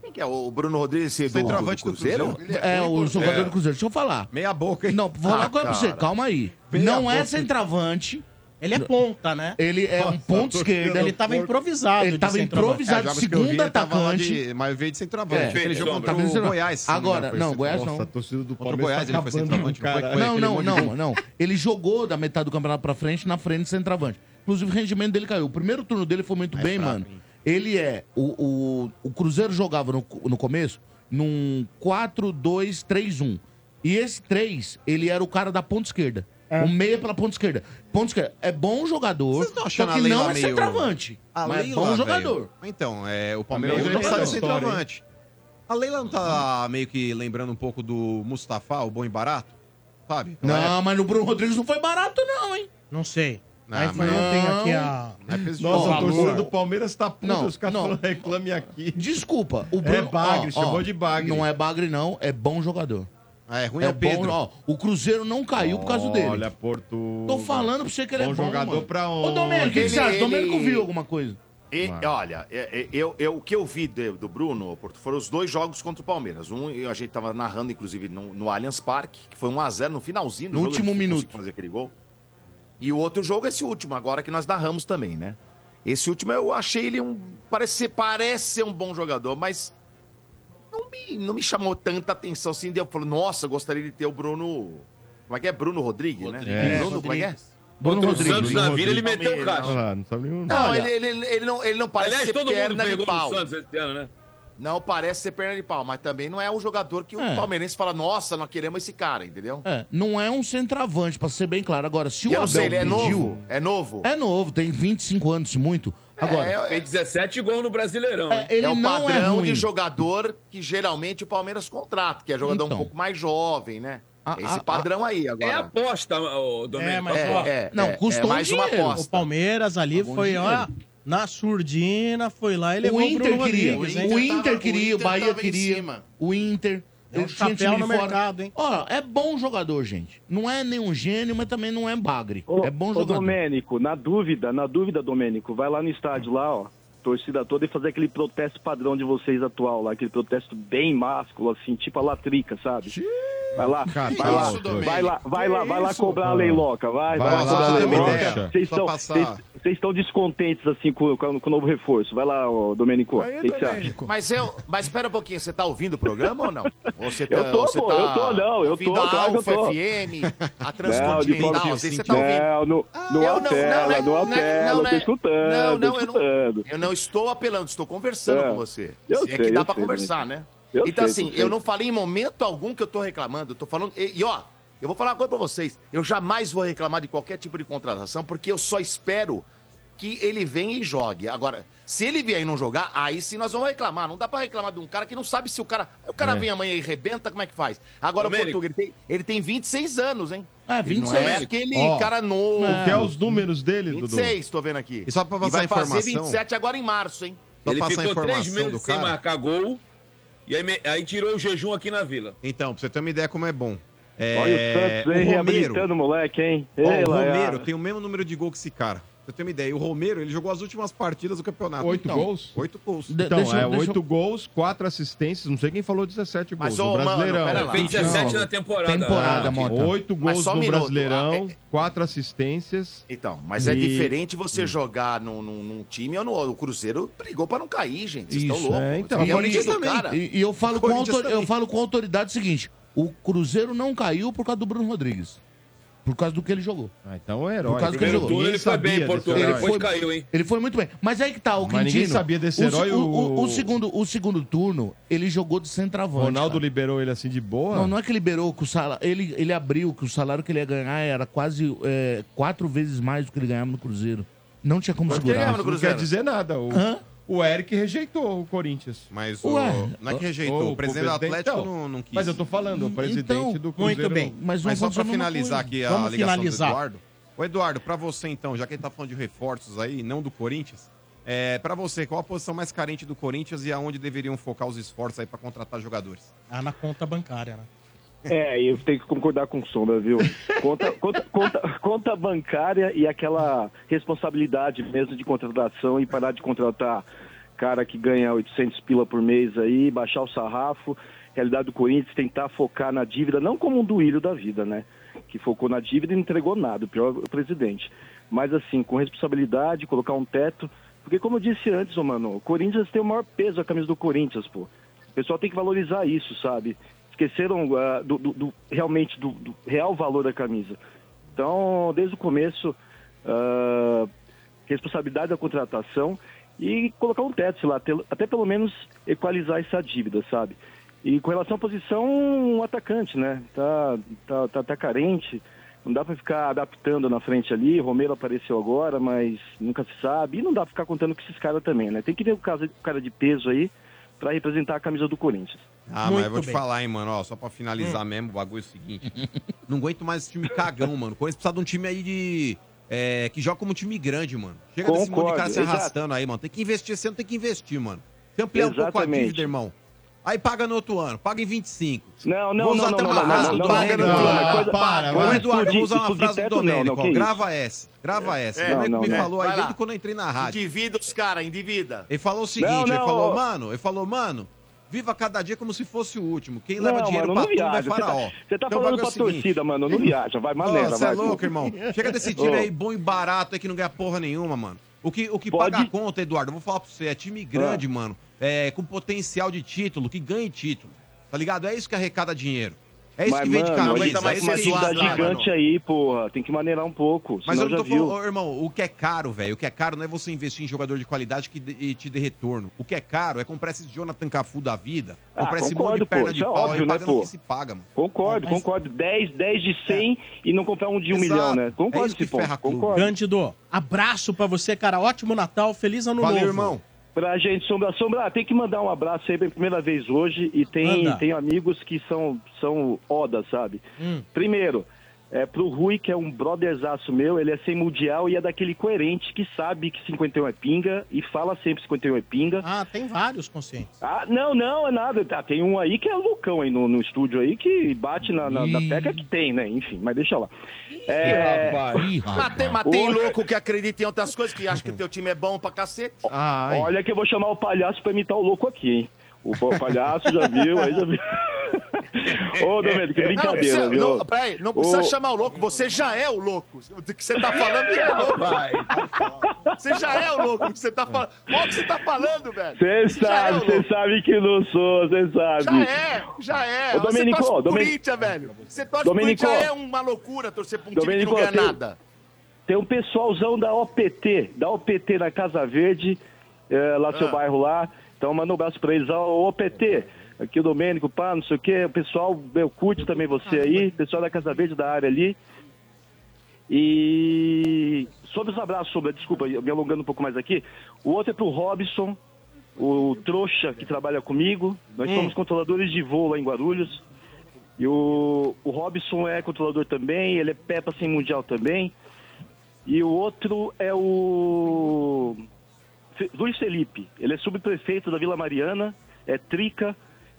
[SPEAKER 7] Quem que é? O Bruno Rodrigues esse do,
[SPEAKER 5] Centroavante do Cruzeiro? É, o jogador do Cruzeiro. Deixa eu falar.
[SPEAKER 3] Meia boca, hein?
[SPEAKER 5] Não, vou falar
[SPEAKER 7] Ah,
[SPEAKER 5] uma coisa pra você.
[SPEAKER 7] cara.
[SPEAKER 5] Calma aí.
[SPEAKER 7] Meia
[SPEAKER 5] não é
[SPEAKER 7] boca.
[SPEAKER 5] centroavante.
[SPEAKER 2] Ele é ponta, né?
[SPEAKER 5] Ele é um ponto esquerdo.
[SPEAKER 2] Ele tava improvisado
[SPEAKER 5] Ele
[SPEAKER 2] de
[SPEAKER 5] tava
[SPEAKER 2] centroavante.
[SPEAKER 5] improvisado,
[SPEAKER 3] É, jogos que eu vi,
[SPEAKER 5] segundo
[SPEAKER 3] ele tava lá
[SPEAKER 5] atacante.
[SPEAKER 3] de- mas eu vi de centroavante.
[SPEAKER 5] É.
[SPEAKER 3] Aquele jogo contra
[SPEAKER 5] Tava de
[SPEAKER 3] o
[SPEAKER 5] centroavante.
[SPEAKER 3] Goiás. se não me engano,
[SPEAKER 5] Agora,
[SPEAKER 3] foi
[SPEAKER 5] não,
[SPEAKER 3] esse.
[SPEAKER 5] Goiás
[SPEAKER 3] Nossa,
[SPEAKER 5] não.
[SPEAKER 3] a torcida do tá Contra o Goiás, ele foi centroavante. não foi? Foi
[SPEAKER 5] Não,
[SPEAKER 3] aquele
[SPEAKER 5] não,
[SPEAKER 3] monte de
[SPEAKER 5] não,
[SPEAKER 3] jogo.
[SPEAKER 5] não. Ele jogou da metade do campeonato pra frente, na frente, centroavante. Inclusive, o rendimento dele caiu. O primeiro turno dele foi muito
[SPEAKER 7] é
[SPEAKER 5] bem, mano. Ele é. O, o, o Cruzeiro jogava no, no começo num 4-2-3-1. E esse 3, ele era o cara da ponta esquerda. O meia pela ponta esquerda. Ponta esquerda. É bom jogador, só
[SPEAKER 3] achando
[SPEAKER 5] que
[SPEAKER 3] a Leila
[SPEAKER 5] não é
[SPEAKER 3] meio-
[SPEAKER 5] centroavante.
[SPEAKER 3] A
[SPEAKER 5] Mas é
[SPEAKER 3] Leila,
[SPEAKER 5] bom
[SPEAKER 3] velho.
[SPEAKER 5] jogador.
[SPEAKER 3] Então, é, o Palmeiras
[SPEAKER 5] Meio
[SPEAKER 3] não precisa de
[SPEAKER 5] jogador.
[SPEAKER 3] centroavante. A Leila não tá meio que lembrando um pouco do Mustafa, o bom e barato? Sabe?
[SPEAKER 5] Não, mas no Bruno Rodrigues não foi barato, não, hein?
[SPEAKER 2] Não sei.
[SPEAKER 3] Não,
[SPEAKER 6] Ah,
[SPEAKER 2] Aí foi
[SPEAKER 3] mas-
[SPEAKER 2] ontem aqui a...
[SPEAKER 3] Não é pra esse
[SPEAKER 6] Nossa,
[SPEAKER 3] jogo.
[SPEAKER 6] a torcida do Palmeiras tá puta,
[SPEAKER 5] Não,
[SPEAKER 6] os caras
[SPEAKER 5] não.
[SPEAKER 6] falam reclame aqui.
[SPEAKER 5] Desculpa, o
[SPEAKER 6] É
[SPEAKER 5] Bruno...
[SPEAKER 6] bagre, chamou de bagre.
[SPEAKER 5] Não é bagre, não. É bom jogador.
[SPEAKER 3] Ah, é ruim
[SPEAKER 5] é
[SPEAKER 3] é o Pedro.
[SPEAKER 5] Bom, ó, o Cruzeiro não caiu por causa dele.
[SPEAKER 6] Olha, Porto.
[SPEAKER 5] Tô falando pra você que ele é
[SPEAKER 6] Bom
[SPEAKER 5] bom,
[SPEAKER 6] jogador
[SPEAKER 5] mano.
[SPEAKER 6] pra
[SPEAKER 5] Ô, Domênico, o que, que você acha? Domênico viu alguma coisa.
[SPEAKER 7] E, olha, é, é, eu, eu- o que eu vi de- do Bruno Porto, foram os dois jogos contra o Palmeiras. Um eu- a gente tava narrando, inclusive, no, no Allianz Parque, que foi 1x0 no finalzinho do
[SPEAKER 5] No último
[SPEAKER 7] ele
[SPEAKER 5] minuto.
[SPEAKER 7] conseguiu fazer aquele gol. E o outro jogo, é esse último, agora que nós narramos também, né? Esse último eu achei ele um. Parece, ser- parece ser um bom jogador, mas não me, não me chamou tanta atenção assim. de Eu falo, nossa, gostaria de ter o Bruno. Como é que é? Bruno Rodrigues, né?
[SPEAKER 6] É,
[SPEAKER 7] Bruno, como é que é?
[SPEAKER 6] Bruno
[SPEAKER 7] Contra o
[SPEAKER 6] Rodrigues.
[SPEAKER 7] Santos na Vila, ele meteu o caixa.
[SPEAKER 6] Ah, não sabe nenhum.
[SPEAKER 7] Não, ele, ele, ele- ele não, ele não parece
[SPEAKER 8] Aliás,
[SPEAKER 7] ser
[SPEAKER 8] todo mundo
[SPEAKER 7] perna de
[SPEAKER 8] pegou
[SPEAKER 7] pau.
[SPEAKER 8] no Santos esse ano, né?
[SPEAKER 7] Não parece ser perna de pau, mas também não é um jogador que
[SPEAKER 5] É.
[SPEAKER 7] o palmeirense fala, nossa, nós queremos esse cara, entendeu?
[SPEAKER 5] É, não é um centroavante, pra ser bem claro. Agora, se
[SPEAKER 7] E
[SPEAKER 5] o
[SPEAKER 7] eu não
[SPEAKER 5] Abel
[SPEAKER 7] sei, ele é
[SPEAKER 5] pediu...
[SPEAKER 7] novo? É novo?
[SPEAKER 5] É novo, tem 25 anos, se muito. Agora,
[SPEAKER 8] Tem 17 gols no Brasileirão. hein?
[SPEAKER 5] ele
[SPEAKER 7] é o
[SPEAKER 5] não é
[SPEAKER 7] padrão
[SPEAKER 5] ruim.
[SPEAKER 7] de jogador que geralmente o Palmeiras contrata, que é jogador
[SPEAKER 5] Então.
[SPEAKER 7] um pouco mais jovem, né?
[SPEAKER 5] Ah,
[SPEAKER 7] É esse padrão aí agora.
[SPEAKER 8] É aposta, ô, Domênico.
[SPEAKER 2] É, mas ó,
[SPEAKER 7] é
[SPEAKER 5] um
[SPEAKER 2] O Palmeiras ali
[SPEAKER 7] Algum
[SPEAKER 2] foi, ó,
[SPEAKER 7] dinheiro.
[SPEAKER 2] na surdina, foi lá e levou
[SPEAKER 5] o Inter
[SPEAKER 2] Bruno
[SPEAKER 5] queria,
[SPEAKER 2] Rodrigues,
[SPEAKER 5] o
[SPEAKER 2] hein?
[SPEAKER 5] Inter queria, o Bahia
[SPEAKER 2] tava em
[SPEAKER 5] queria,
[SPEAKER 2] cima.
[SPEAKER 5] o Inter.
[SPEAKER 2] Deu um
[SPEAKER 5] ele tinha
[SPEAKER 2] chapéu
[SPEAKER 5] time
[SPEAKER 2] no
[SPEAKER 5] de fora.
[SPEAKER 2] mercado, hein?
[SPEAKER 5] Ó, é bom jogador, gente. Não é nenhum gênio, mas também não é bagre. é bom
[SPEAKER 16] Ô,
[SPEAKER 5] jogador.
[SPEAKER 16] Domênico, na dúvida, na dúvida, Domênico, vai lá no estádio lá, ó, torcida toda e fazer aquele protesto padrão de vocês atual lá, aquele protesto bem másculo, assim, tipo a latrica, sabe? Vai lá, vai lá,
[SPEAKER 12] isso, Domênico?
[SPEAKER 16] vai lá, vai lá,
[SPEAKER 12] Que
[SPEAKER 16] vai lá
[SPEAKER 12] isso?
[SPEAKER 16] cobrar a leiloca, vai, vai,
[SPEAKER 12] Vai lá,
[SPEAKER 16] lá cobrar a
[SPEAKER 12] dá uma
[SPEAKER 16] leiloca.
[SPEAKER 12] ideia.
[SPEAKER 16] Vocês
[SPEAKER 12] Só
[SPEAKER 16] estão-
[SPEAKER 12] passar.
[SPEAKER 16] vocês- Vocês estão descontentes, assim, com, com, com o novo reforço. Vai lá, ô, Domênico, o que que você acha?
[SPEAKER 7] Mas eu, mas espera um pouquinho, você tá ouvindo o programa ou não? Ou você tá,
[SPEAKER 16] Eu tô,
[SPEAKER 7] ou você
[SPEAKER 16] pô,
[SPEAKER 7] tá
[SPEAKER 16] eu tô, não, eu tô,
[SPEAKER 7] ouvindo a
[SPEAKER 16] claro que
[SPEAKER 7] Alfa
[SPEAKER 16] eu
[SPEAKER 7] FM,
[SPEAKER 16] tô.
[SPEAKER 7] a
[SPEAKER 16] de forma-
[SPEAKER 7] Transcontinental, assim, você tá ouvindo.
[SPEAKER 16] Não, não, não
[SPEAKER 7] eu não- não,
[SPEAKER 16] altera,
[SPEAKER 7] não,
[SPEAKER 16] não
[SPEAKER 7] não,
[SPEAKER 16] altera,
[SPEAKER 7] não,
[SPEAKER 16] eu
[SPEAKER 7] não,
[SPEAKER 16] tô escutando,
[SPEAKER 7] não,
[SPEAKER 16] tô
[SPEAKER 7] não, eu não-
[SPEAKER 16] escutando.
[SPEAKER 7] Eu não estou apelando, estou conversando
[SPEAKER 16] É.
[SPEAKER 7] com você.
[SPEAKER 16] Eu
[SPEAKER 7] é
[SPEAKER 16] sei,
[SPEAKER 7] que dá
[SPEAKER 16] eu
[SPEAKER 7] pra
[SPEAKER 16] sei,
[SPEAKER 7] conversar,
[SPEAKER 16] Domênico.
[SPEAKER 7] né?
[SPEAKER 16] Eu
[SPEAKER 7] então, assim,
[SPEAKER 16] sei, eu
[SPEAKER 7] eu,
[SPEAKER 16] sei.
[SPEAKER 7] não falei em momento algum que eu tô reclamando. Eu tô falando. E, e, ó, eu vou falar uma coisa pra vocês. Eu jamais vou reclamar de qualquer tipo de contratação, porque eu só espero que ele venha e jogue. Agora, se ele vier e não jogar, aí sim nós vamos reclamar. Não dá pra reclamar de um cara que não sabe se o cara. O cara
[SPEAKER 5] É.
[SPEAKER 7] vem amanhã e rebenta, como é que faz? Agora, o
[SPEAKER 5] Domênico.
[SPEAKER 7] Portuga, ele tem, ele tem 26 anos, hein?
[SPEAKER 6] Ah,
[SPEAKER 5] É,
[SPEAKER 7] Ele
[SPEAKER 5] 26.
[SPEAKER 7] Não é aquele
[SPEAKER 5] Ó,
[SPEAKER 7] cara novo.
[SPEAKER 6] O que é os números dele, Dudu?
[SPEAKER 7] 26, tô vendo aqui.
[SPEAKER 6] E só pra
[SPEAKER 7] E
[SPEAKER 6] passar
[SPEAKER 7] vai
[SPEAKER 6] a informação-
[SPEAKER 7] fazer 27 agora em março, hein?
[SPEAKER 8] ele ficou três
[SPEAKER 3] informação
[SPEAKER 8] meses
[SPEAKER 3] do
[SPEAKER 8] sem
[SPEAKER 3] cara.
[SPEAKER 8] marcar gol. E aí, me- aí tirou o jejum aqui na Vila.
[SPEAKER 3] Então, pra você ter uma ideia como é bom. É,
[SPEAKER 16] Olha o Santos, hein? Reabilitando o moleque, hein?
[SPEAKER 3] Ó,
[SPEAKER 16] Ei,
[SPEAKER 3] o
[SPEAKER 16] Laiara.
[SPEAKER 3] Romero tem o mesmo número de gol que esse cara. Pra Você tem uma ideia. O Romero, ele jogou as últimas partidas do campeonato.
[SPEAKER 6] Oito
[SPEAKER 3] Então,
[SPEAKER 6] gols?
[SPEAKER 3] Oito gols.
[SPEAKER 6] Então, é oito gols, quatro assistências. Não sei quem falou 17
[SPEAKER 3] Mas,
[SPEAKER 6] gols.
[SPEAKER 3] ô,
[SPEAKER 6] no
[SPEAKER 3] mano,
[SPEAKER 6] Brasileirão. Então, Ah,
[SPEAKER 3] pera lá. Fez 17 na temporada. Temporada, Mota.
[SPEAKER 6] Oito
[SPEAKER 7] Mas
[SPEAKER 6] gols
[SPEAKER 7] só um
[SPEAKER 6] no
[SPEAKER 7] minuto.
[SPEAKER 6] Brasileirão, quatro assistências.
[SPEAKER 7] Então, Mas é diferente você jogar num, num- num time ou no o Cruzeiro brigou pra não cair, gente. Vocês estão
[SPEAKER 5] Isso,
[SPEAKER 7] loucos.
[SPEAKER 5] é, então.
[SPEAKER 7] Vocês
[SPEAKER 5] E,
[SPEAKER 7] têm o nível do
[SPEAKER 5] também.
[SPEAKER 7] cara.
[SPEAKER 5] E- e eu, falo com
[SPEAKER 7] Corinthians
[SPEAKER 5] autor- eu
[SPEAKER 7] também.
[SPEAKER 5] falo com autoridade o seguinte: o Cruzeiro não caiu por causa do Bruno Rodrigues. Por causa do que ele jogou.
[SPEAKER 6] então é herói.
[SPEAKER 5] Por causa do que ele
[SPEAKER 6] Primeiro
[SPEAKER 5] jogou.
[SPEAKER 6] turno ele foi bem,
[SPEAKER 5] Ninguém sabia
[SPEAKER 6] Porto,
[SPEAKER 5] desse herói.
[SPEAKER 6] depois
[SPEAKER 5] Ele foi-
[SPEAKER 6] caiu, hein?
[SPEAKER 5] Ele foi muito bem. Mas aí que tá, o
[SPEAKER 6] Mas ninguém
[SPEAKER 5] Quintino,
[SPEAKER 6] sabia desse
[SPEAKER 5] o-
[SPEAKER 6] herói,
[SPEAKER 5] O, o-
[SPEAKER 6] o-
[SPEAKER 5] o segundo, o segundo turno, ele jogou de centroavante.
[SPEAKER 6] Ronaldo
[SPEAKER 5] cara.
[SPEAKER 6] liberou ele assim de boa.
[SPEAKER 5] Não, não é que liberou que o salário. Ele, ele abriu que o salário que ele ia ganhar era quase é, quatro vezes mais do que ele ganhava no Cruzeiro. Não tinha como
[SPEAKER 6] Mas
[SPEAKER 5] segurar.
[SPEAKER 6] ganhava no Cruzeiro. Não quer dizer nada. O,
[SPEAKER 5] Hã?
[SPEAKER 6] o Eric rejeitou o Corinthians.
[SPEAKER 3] Mas
[SPEAKER 5] o- Ué. não é que rejeitou, o
[SPEAKER 3] presidente do Atlético não- não
[SPEAKER 6] então,
[SPEAKER 3] quis. Então,
[SPEAKER 6] Mas eu tô falando, o presidente do Cruzeiro.
[SPEAKER 3] Muito bem.
[SPEAKER 6] não-
[SPEAKER 3] Mas, só para finalizar aqui a ligação do Eduardo. Ô, Eduardo, para você então, já que ele tá falando de reforços aí, não do Corinthians, é, para você, qual a posição mais carente do Corinthians e aonde deveriam focar os esforços aí para contratar jogadores?
[SPEAKER 2] Ah, na conta bancária, né?
[SPEAKER 16] É, e eu tenho que concordar com o Sombra, viu? Conta, conta, conta, conta bancária e aquela responsabilidade mesmo de contratação e parar de contratar cara que ganha 800 pila por mês aí, baixar o sarrafo. Realidade do Corinthians tentar focar na dívida, não como um duílio da vida, né? Que focou na dívida e não entregou nada, o pior é o presidente. Mas assim, com responsabilidade, colocar um teto. Porque como eu disse antes, ô mano, o Corinthians tem o maior peso a camisa do Corinthians, pô. O pessoal tem que valorizar isso, sabe? Esqueceram ah, do, do- do- realmente do, do real valor da camisa. Então, desde o começo, ah, responsabilidade da contratação e colocar um teto, sei lá, até, até pelo menos equalizar essa dívida, sabe? E com relação à posição, um atacante, né? Tá, tá, tá, tá carente, não dá pra ficar adaptando na frente ali. Romero apareceu agora, mas nunca se sabe. E não dá pra ficar contando com esses caras também, né? Tem que ver o caso- o cara de peso aí pra representar a camisa do Corinthians.
[SPEAKER 3] Ah, mas eu vou te falar, hein, mano, ó, só pra finalizar mesmo, o bagulho é o seguinte, não aguento mais esse time cagão, mano, o Corinthians precisa de um time aí de... é, que joga como um time grande, mano. Chega desse monte de
[SPEAKER 16] Concordo,
[SPEAKER 3] cara se
[SPEAKER 16] exato.
[SPEAKER 3] arrastando aí, mano. Tem que investir, você não tem que investir, mano. Você ampliar um pouco a
[SPEAKER 16] Exatamente.
[SPEAKER 3] dívida, irmão. Aí paga no outro ano, paga em 25.
[SPEAKER 16] Não, não,
[SPEAKER 3] Vou
[SPEAKER 16] não,
[SPEAKER 3] usar
[SPEAKER 16] não,
[SPEAKER 3] até
[SPEAKER 16] não,
[SPEAKER 3] uma
[SPEAKER 16] não,
[SPEAKER 3] frase
[SPEAKER 16] não,
[SPEAKER 3] do
[SPEAKER 16] não,
[SPEAKER 3] Domênico.
[SPEAKER 16] não, não,
[SPEAKER 3] Ah,
[SPEAKER 16] coisa-
[SPEAKER 3] para,
[SPEAKER 16] coisa
[SPEAKER 3] vai. Eduardo, eu vou usar uma
[SPEAKER 16] explodir
[SPEAKER 3] frase do
[SPEAKER 16] teto, não, não,
[SPEAKER 3] Domênico.
[SPEAKER 16] que
[SPEAKER 3] ó,
[SPEAKER 16] isso.
[SPEAKER 3] Grava essa, grava essa.
[SPEAKER 16] É,
[SPEAKER 3] o Domênico
[SPEAKER 16] não,
[SPEAKER 3] me
[SPEAKER 16] não.
[SPEAKER 3] falou aí
[SPEAKER 16] Vai
[SPEAKER 3] desde
[SPEAKER 16] lá.
[SPEAKER 3] quando eu entrei na rádio.
[SPEAKER 7] Endivida os caras, endivida.
[SPEAKER 3] Ele falou o seguinte,
[SPEAKER 7] Não,
[SPEAKER 3] ele
[SPEAKER 7] não,
[SPEAKER 3] falou,
[SPEAKER 7] ó.
[SPEAKER 3] mano, ele falou, mano, viva cada dia como se fosse o último. Quem
[SPEAKER 16] Não,
[SPEAKER 3] leva dinheiro
[SPEAKER 16] mano,
[SPEAKER 3] pra
[SPEAKER 16] não
[SPEAKER 3] tudo é
[SPEAKER 16] viaja. Você tá- você
[SPEAKER 3] faraó.
[SPEAKER 16] tá
[SPEAKER 3] Então, o
[SPEAKER 16] falando
[SPEAKER 3] bagulho é
[SPEAKER 16] pra
[SPEAKER 3] o seguinte.
[SPEAKER 16] torcida, mano, não viaja, vai, maneira,
[SPEAKER 3] Ô, Você é
[SPEAKER 16] vai, pô.
[SPEAKER 3] louco, irmão. Chega desse time
[SPEAKER 16] Ô.
[SPEAKER 3] aí bom e barato aí que não ganha porra nenhuma, mano. O que, o que
[SPEAKER 16] Pode- Ah.
[SPEAKER 3] paga a conta, Eduardo, eu vou falar pra você, é time grande, mano, é, com potencial de título, que ganhe título, tá ligado? É isso que arrecada dinheiro. É isso
[SPEAKER 16] Mas,
[SPEAKER 3] que vende
[SPEAKER 16] mano, a gente
[SPEAKER 3] camisa,
[SPEAKER 16] tá
[SPEAKER 3] é
[SPEAKER 16] com
[SPEAKER 3] isso
[SPEAKER 16] uma
[SPEAKER 3] que
[SPEAKER 16] dívida
[SPEAKER 3] lá, mano.
[SPEAKER 16] gigante aí, porra. Tem que maneirar um pouco,
[SPEAKER 3] Mas
[SPEAKER 16] senão
[SPEAKER 3] eu não
[SPEAKER 16] já
[SPEAKER 3] tô
[SPEAKER 16] viu.
[SPEAKER 3] falando, Ô, irmão, o que é caro, velho, o que é caro não é você investir em jogador de qualidade que de- e te dê retorno. O que é caro é comprar esse Jonathan Cafu da vida,
[SPEAKER 16] Ah,
[SPEAKER 3] comprar esse monte
[SPEAKER 16] concordo,
[SPEAKER 3] de perna
[SPEAKER 16] pô,
[SPEAKER 3] de
[SPEAKER 16] isso é
[SPEAKER 3] pau
[SPEAKER 16] óbvio,
[SPEAKER 3] aí
[SPEAKER 16] né,
[SPEAKER 3] pagando o
[SPEAKER 16] pô?
[SPEAKER 3] que se paga, mano.
[SPEAKER 16] Concordo, concordo. 10, 10 de 100 e não comprar um de 1 um milhão, né?
[SPEAKER 3] É
[SPEAKER 16] Concordo, esse ponto. Concordo.
[SPEAKER 2] Cândido, abraço pra você, cara. Ótimo Natal, feliz ano novo.
[SPEAKER 16] Pra gente, Sombra, Sombra, tem que mandar um abraço aí pela primeira vez hoje e tem,
[SPEAKER 2] Manda.
[SPEAKER 16] tem amigos que são, são oda, sabe?
[SPEAKER 2] Hum.
[SPEAKER 16] Primeiro, é pro Rui, que é um brotherzaço meu, ele é sem mundial e é daquele coerente que sabe que 51 é pinga e fala sempre 51 é pinga.
[SPEAKER 2] Ah, tem vários conscientes.
[SPEAKER 16] Ah, não, não, é nada. Tá, tem um aí que é loucão aí no, no estúdio aí que bate na, na, na teca que tem, né? Enfim, mas deixa lá. É...
[SPEAKER 7] Mas tem, mas tem
[SPEAKER 16] O-
[SPEAKER 7] louco que acredita em outras coisas, que acha que o teu time é bom pra cacete.
[SPEAKER 6] Ai.
[SPEAKER 16] Olha que eu vou chamar o palhaço pra imitar o louco aqui, hein? O pa- palhaço já viu, aí já viu. Ô, Domênico, que brincadeira,
[SPEAKER 7] não, precisa,
[SPEAKER 16] viu?
[SPEAKER 7] não, peraí, não precisa
[SPEAKER 16] Ô.
[SPEAKER 7] chamar o louco, você já é o louco. Do que você tá falando é o louco. Você já é o louco do que você tá falando. Olha o que você tá falando, velho.
[SPEAKER 16] Você
[SPEAKER 7] Já é o
[SPEAKER 16] sabe, você sabe que não sou, você
[SPEAKER 7] Já
[SPEAKER 16] sabe.
[SPEAKER 7] é, já é.
[SPEAKER 16] Ô, Domenico,
[SPEAKER 7] você torce pro
[SPEAKER 16] Domen-
[SPEAKER 7] Corinthians, velho. Você torce
[SPEAKER 16] Domenico.
[SPEAKER 7] pro Corinthians, já é uma loucura torcer pra um
[SPEAKER 16] Domênico,
[SPEAKER 7] time que não
[SPEAKER 16] tem-
[SPEAKER 7] ganha nada.
[SPEAKER 16] Tem um pessoalzão da OPT, da OPT na Casa Verde, é, lá
[SPEAKER 7] Ah.
[SPEAKER 16] seu bairro lá. Então manda um abraço pra eles. Ô, OPT, aqui o Domênico, pá, não sei o quê. O pessoal, eu curte também você aí. Pessoal da Casa Verde, da área ali. E sobre os abraços, sobre, desculpa, me alongando um pouco mais aqui. O outro é pro Robson, o trouxa que trabalha comigo. Nós
[SPEAKER 17] Hum.
[SPEAKER 16] somos controladores de voo lá em Guarulhos. E o, o Robson é controlador também, ele é Peppa sem mundial também. E o outro é o Fe- Luiz Felipe. Ele é subprefeito da Vila Mariana, é trica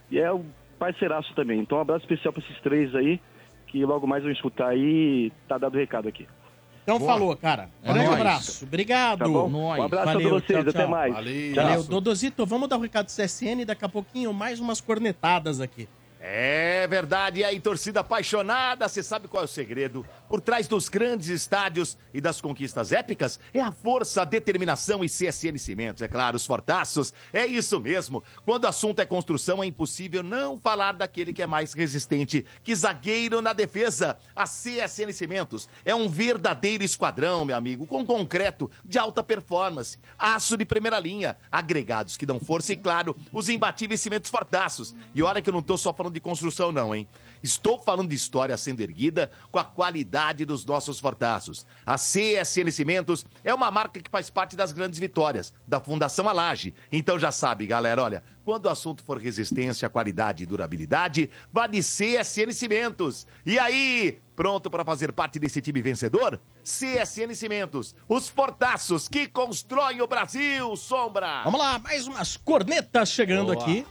[SPEAKER 16] e é um parceiraço também. Então, um abraço especial para esses três aí, que que logo mais eu escutar aí, tá dado o recado aqui.
[SPEAKER 2] Então
[SPEAKER 16] Boa.
[SPEAKER 2] falou, cara.
[SPEAKER 16] É
[SPEAKER 2] Grande
[SPEAKER 16] nóis.
[SPEAKER 2] abraço. Obrigado.
[SPEAKER 16] Tá bom? Nóis. Um abraço a todos vocês, até mais.
[SPEAKER 2] Valeu.
[SPEAKER 16] Valeu.
[SPEAKER 2] Valeu.
[SPEAKER 16] Tchau.
[SPEAKER 2] Dodozito, vamos dar o recado do CSN daqui a pouquinho, mais umas cornetadas aqui.
[SPEAKER 7] É verdade, e aí, torcida apaixonada, você sabe qual é o segredo? Por trás dos grandes estádios e das conquistas épicas é a força, a determinação e CSN Cimentos, é claro, os fortaços. É isso mesmo. Quando o assunto é construção, é impossível não falar daquele que é mais resistente que zagueiro na defesa. A CSN Cimentos é um verdadeiro esquadrão, meu amigo, com concreto de alta performance, aço de primeira linha, agregados que dão força e, claro, os imbatíveis cimentos fortaços. E olha que eu não tô só falando de construção, não, hein? Estou falando de história sendo erguida com a qualidade dos nossos fortaços. A CSN Cimentos é uma marca que faz parte das grandes vitórias da Fundação Alage. Então já sabe, galera, olha, quando o assunto for resistência, qualidade e durabilidade, vale CSN Cimentos. E aí, pronto para fazer parte desse time vencedor? CSN Cimentos, os fortaços que constroem o Brasil, Sombra!
[SPEAKER 2] Vamos lá, mais umas cornetas chegando
[SPEAKER 17] Boa.
[SPEAKER 2] aqui.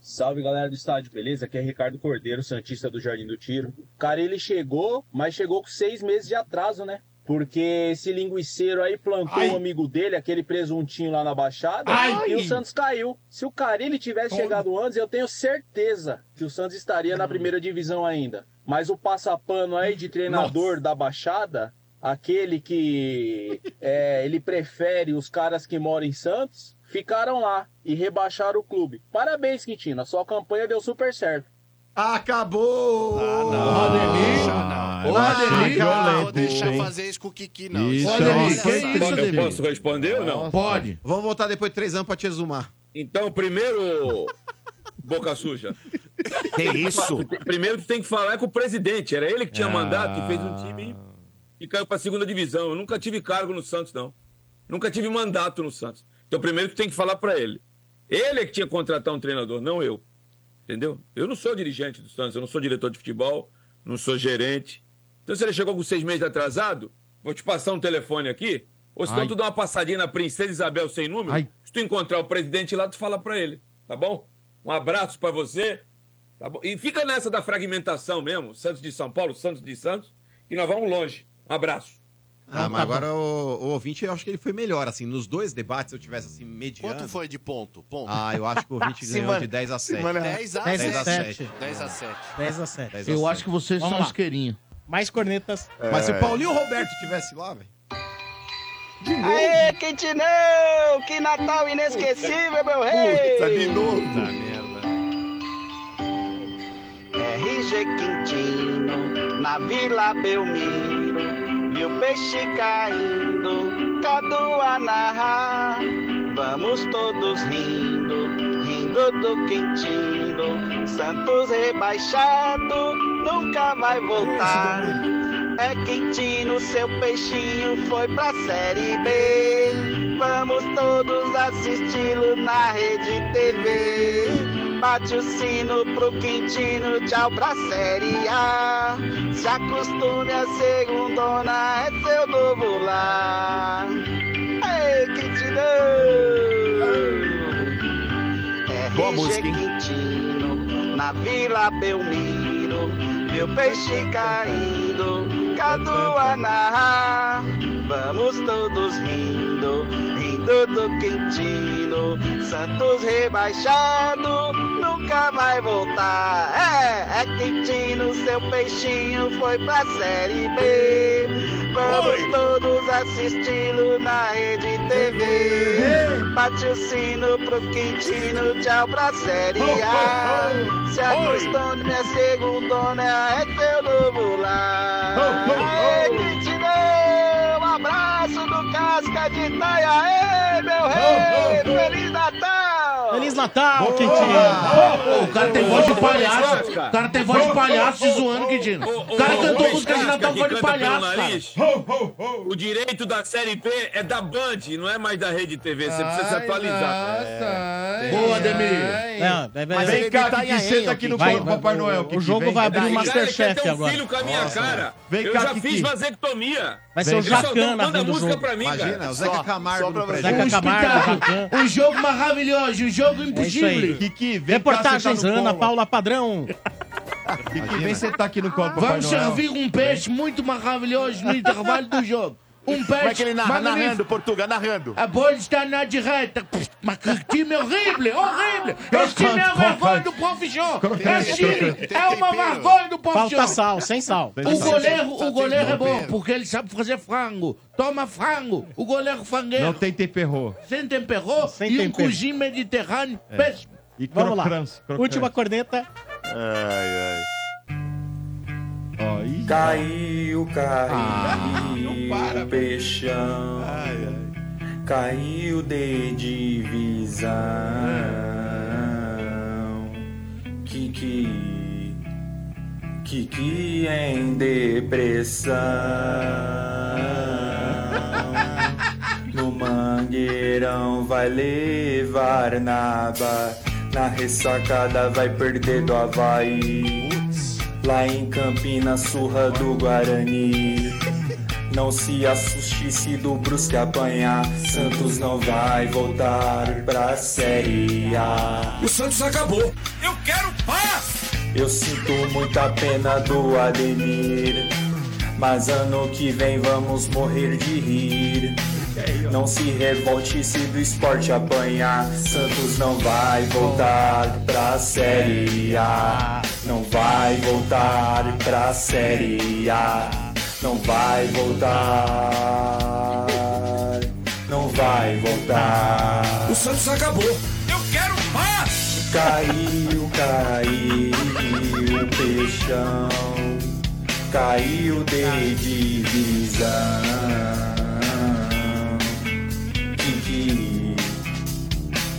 [SPEAKER 17] Salve galera do estádio, beleza? Aqui é Ricardo Cordeiro, Santista do Jardim do Tiro. Cara, ele chegou, mas chegou com seis meses de atraso, né? Porque esse linguiceiro aí plantou um amigo dele, aquele presuntinho lá na Baixada, e o Santos caiu. Se o Carilli tivesse chegado antes, eu tenho certeza que o Santos estaria na primeira divisão ainda. Mas o passapano aí de treinador da Baixada, aquele que é, ele prefere os caras que moram em Santos, ficaram lá e rebaixaram o clube. Parabéns, Quintino, a sua campanha deu super certo.
[SPEAKER 7] Acabou!
[SPEAKER 17] Ah, não.
[SPEAKER 11] vou deixar fazer isso com o Kiki, não.
[SPEAKER 8] Isso,
[SPEAKER 11] Olha
[SPEAKER 8] é um
[SPEAKER 11] isso,
[SPEAKER 8] escândalo.
[SPEAKER 11] isso,
[SPEAKER 8] Pode- eu
[SPEAKER 11] Ademir.
[SPEAKER 8] posso responder ou não?
[SPEAKER 5] Pode.
[SPEAKER 3] Vamos voltar depois de três anos pra te exumar.
[SPEAKER 8] Então, primeiro, boca suja.
[SPEAKER 7] Que isso?
[SPEAKER 8] Primeiro tu tem que falar com o presidente. Era ele que tinha
[SPEAKER 18] Ah.
[SPEAKER 8] mandato e fez um time que caiu pra segunda divisão. Eu nunca tive cargo no Santos, não. Nunca tive mandato no Santos. Então, primeiro tu tem que falar pra ele. Ele é que tinha que contratar um treinador, não eu. Entendeu? Eu não sou dirigente do Santos, eu não sou diretor de futebol, não sou gerente. Então, se ele chegou com seis meses atrasado, vou te passar um telefone aqui. Ou senão
[SPEAKER 18] Ai.
[SPEAKER 8] tu dá uma passadinha na Princesa Isabel sem número. Se tu encontrar o presidente lá, tu fala pra ele, tá bom? Um abraço pra você. Tá bom? E fica nessa da fragmentação mesmo. Santos de São Paulo, Santos de Santos. E nós vamos longe. Um abraço.
[SPEAKER 3] Ah, mas agora o, o ouvinte, eu acho que ele foi melhor, assim, nos dois debates, se eu tivesse, assim, mediano...
[SPEAKER 11] Quanto foi de ponto? ponto?
[SPEAKER 3] Ah, eu acho que o ouvinte ganhou
[SPEAKER 11] Semana-
[SPEAKER 3] de 10 é a 7.
[SPEAKER 11] Semana- 10 a 7.
[SPEAKER 3] 10 a
[SPEAKER 11] 7.
[SPEAKER 2] 10 a 7.
[SPEAKER 3] Eu acho que vocês são
[SPEAKER 5] isqueirinho.
[SPEAKER 2] Mais cornetas.
[SPEAKER 3] Mas se o Paulinho
[SPEAKER 2] Roberto
[SPEAKER 3] tivesse lá, velho.
[SPEAKER 1] Aê, Quintinão! Que Natal inesquecível, meu rei!
[SPEAKER 3] Puta, de novo.
[SPEAKER 1] Puta merda. RG Quintino, na Vila Belmiro, e o peixe caindo, Cadu narrar. Vamos todos rindo, rindo do Quintino, Santos rebaixado, nunca vai voltar. É Quintino, seu peixinho foi pra Série B. Vamos todos assisti-lo na Rede TV. Bate o sino pro Quintino, tchau pra Série A. Se acostume a segundona, é seu novo lar. Ei, Quintinão!
[SPEAKER 7] Boa
[SPEAKER 1] RG
[SPEAKER 7] música, hein?
[SPEAKER 1] Quintino, na Vila Belmiro, meu peixe caindo, Cadu a narrar. Vamos todos rindo, rindo do Quintino, Santos rebaixado, nunca vai voltar. É, é Quintino, seu peixinho foi pra Série B. Vamos todos assisti-lo na Rede TV. Bate o sino pro Quintino, tchau pra Série A. Se acostuma, é segundona, é teu novo lar. Aê, Quintinão, um abraço do Casca de Itaiaê, meu rei, Feliz Natal!
[SPEAKER 2] Feliz Natal,
[SPEAKER 1] Boa!
[SPEAKER 5] Quintino! O cara tem voz de palhaço. O cara tem voz de palhaço te zoando, Quintino. O cara cantou música de Natal voz de palhaço, cara.
[SPEAKER 8] O direito da Série B é da Band, não é mais da Rede TV. Você precisa se
[SPEAKER 2] Ai,
[SPEAKER 8] atualizar.
[SPEAKER 5] É. Boa, Ademir.
[SPEAKER 2] Não, é,
[SPEAKER 8] Mas vem cá, que senta aqui no colo do Papai Noel,
[SPEAKER 2] O
[SPEAKER 8] Kiki,
[SPEAKER 2] jogo
[SPEAKER 8] vem.
[SPEAKER 2] vai abrir
[SPEAKER 8] Cara,
[SPEAKER 2] o
[SPEAKER 8] ele quer
[SPEAKER 2] Masterchef
[SPEAKER 8] ter um
[SPEAKER 2] agora.
[SPEAKER 8] filho com a minha cara.
[SPEAKER 2] Vem
[SPEAKER 8] eu
[SPEAKER 2] cá,
[SPEAKER 8] já
[SPEAKER 2] Kiki.
[SPEAKER 8] fiz vasectomia.
[SPEAKER 2] Vai ser o
[SPEAKER 8] Eles só
[SPEAKER 2] Jacan
[SPEAKER 8] tão-
[SPEAKER 2] na
[SPEAKER 8] Manda
[SPEAKER 2] fim do
[SPEAKER 8] música
[SPEAKER 2] jogo.
[SPEAKER 8] pra mim,
[SPEAKER 3] Imagina,
[SPEAKER 8] cara.
[SPEAKER 3] o Zeca Camargo do Brasil.
[SPEAKER 5] Um espetáculo. Um jogo maravilhoso, um jogo
[SPEAKER 2] É isso aí.
[SPEAKER 5] impossível.
[SPEAKER 2] Reportagens Ana Paula Padrão.
[SPEAKER 6] Que bem você tá aqui no colo, Papai
[SPEAKER 5] Vamos
[SPEAKER 6] Noel.
[SPEAKER 5] servir um peixe muito maravilhoso no intervalo do jogo. Um peixe.
[SPEAKER 7] Como é que ele narra?
[SPEAKER 5] magnífico.
[SPEAKER 7] Narrando, Portuga, narrando.
[SPEAKER 5] A bola está na direita. Pff, Mas que time horrível, horrível. Esse time é uma vergonha do profissão. Esse time é uma vergonha do
[SPEAKER 2] Falta
[SPEAKER 5] profissão.
[SPEAKER 2] sal, sem sal.
[SPEAKER 5] O goleiro, o goleiro é bom, porque ele sabe fazer frango. Toma frango. O goleiro frangueiro.
[SPEAKER 6] Não tem temperro.
[SPEAKER 5] Sem temperou e um
[SPEAKER 2] tempero.
[SPEAKER 5] cozinho mediterrâneo.
[SPEAKER 6] É.
[SPEAKER 5] Péssimo.
[SPEAKER 6] E
[SPEAKER 2] Vamos lá.
[SPEAKER 6] crocrans, crocrans.
[SPEAKER 2] Última corneta.
[SPEAKER 7] Ai,
[SPEAKER 6] ai.
[SPEAKER 12] Caiu, caiu. o peixão. Caiu de divisão. Kiki. Kiki em depressão. No mangueirão vai levar na ba- Na ressacada vai perder do Havaí. Lá em Campinas, surra do Guarani. Não se assuste se do Brusque apanhar. Santos não vai voltar pra Série A. O Santos acabou. Eu quero paz! Eu sinto muita pena do Ademir. Mas ano que vem vamos morrer de rir. Não se revolte se do esporte apanhar. Santos não vai voltar pra Série A. Não vai voltar pra Série A. Não vai voltar. Não vai voltar. O Santos acabou. Eu quero paz! Caiu, caiu o peixão caiu de divisão. Kiki,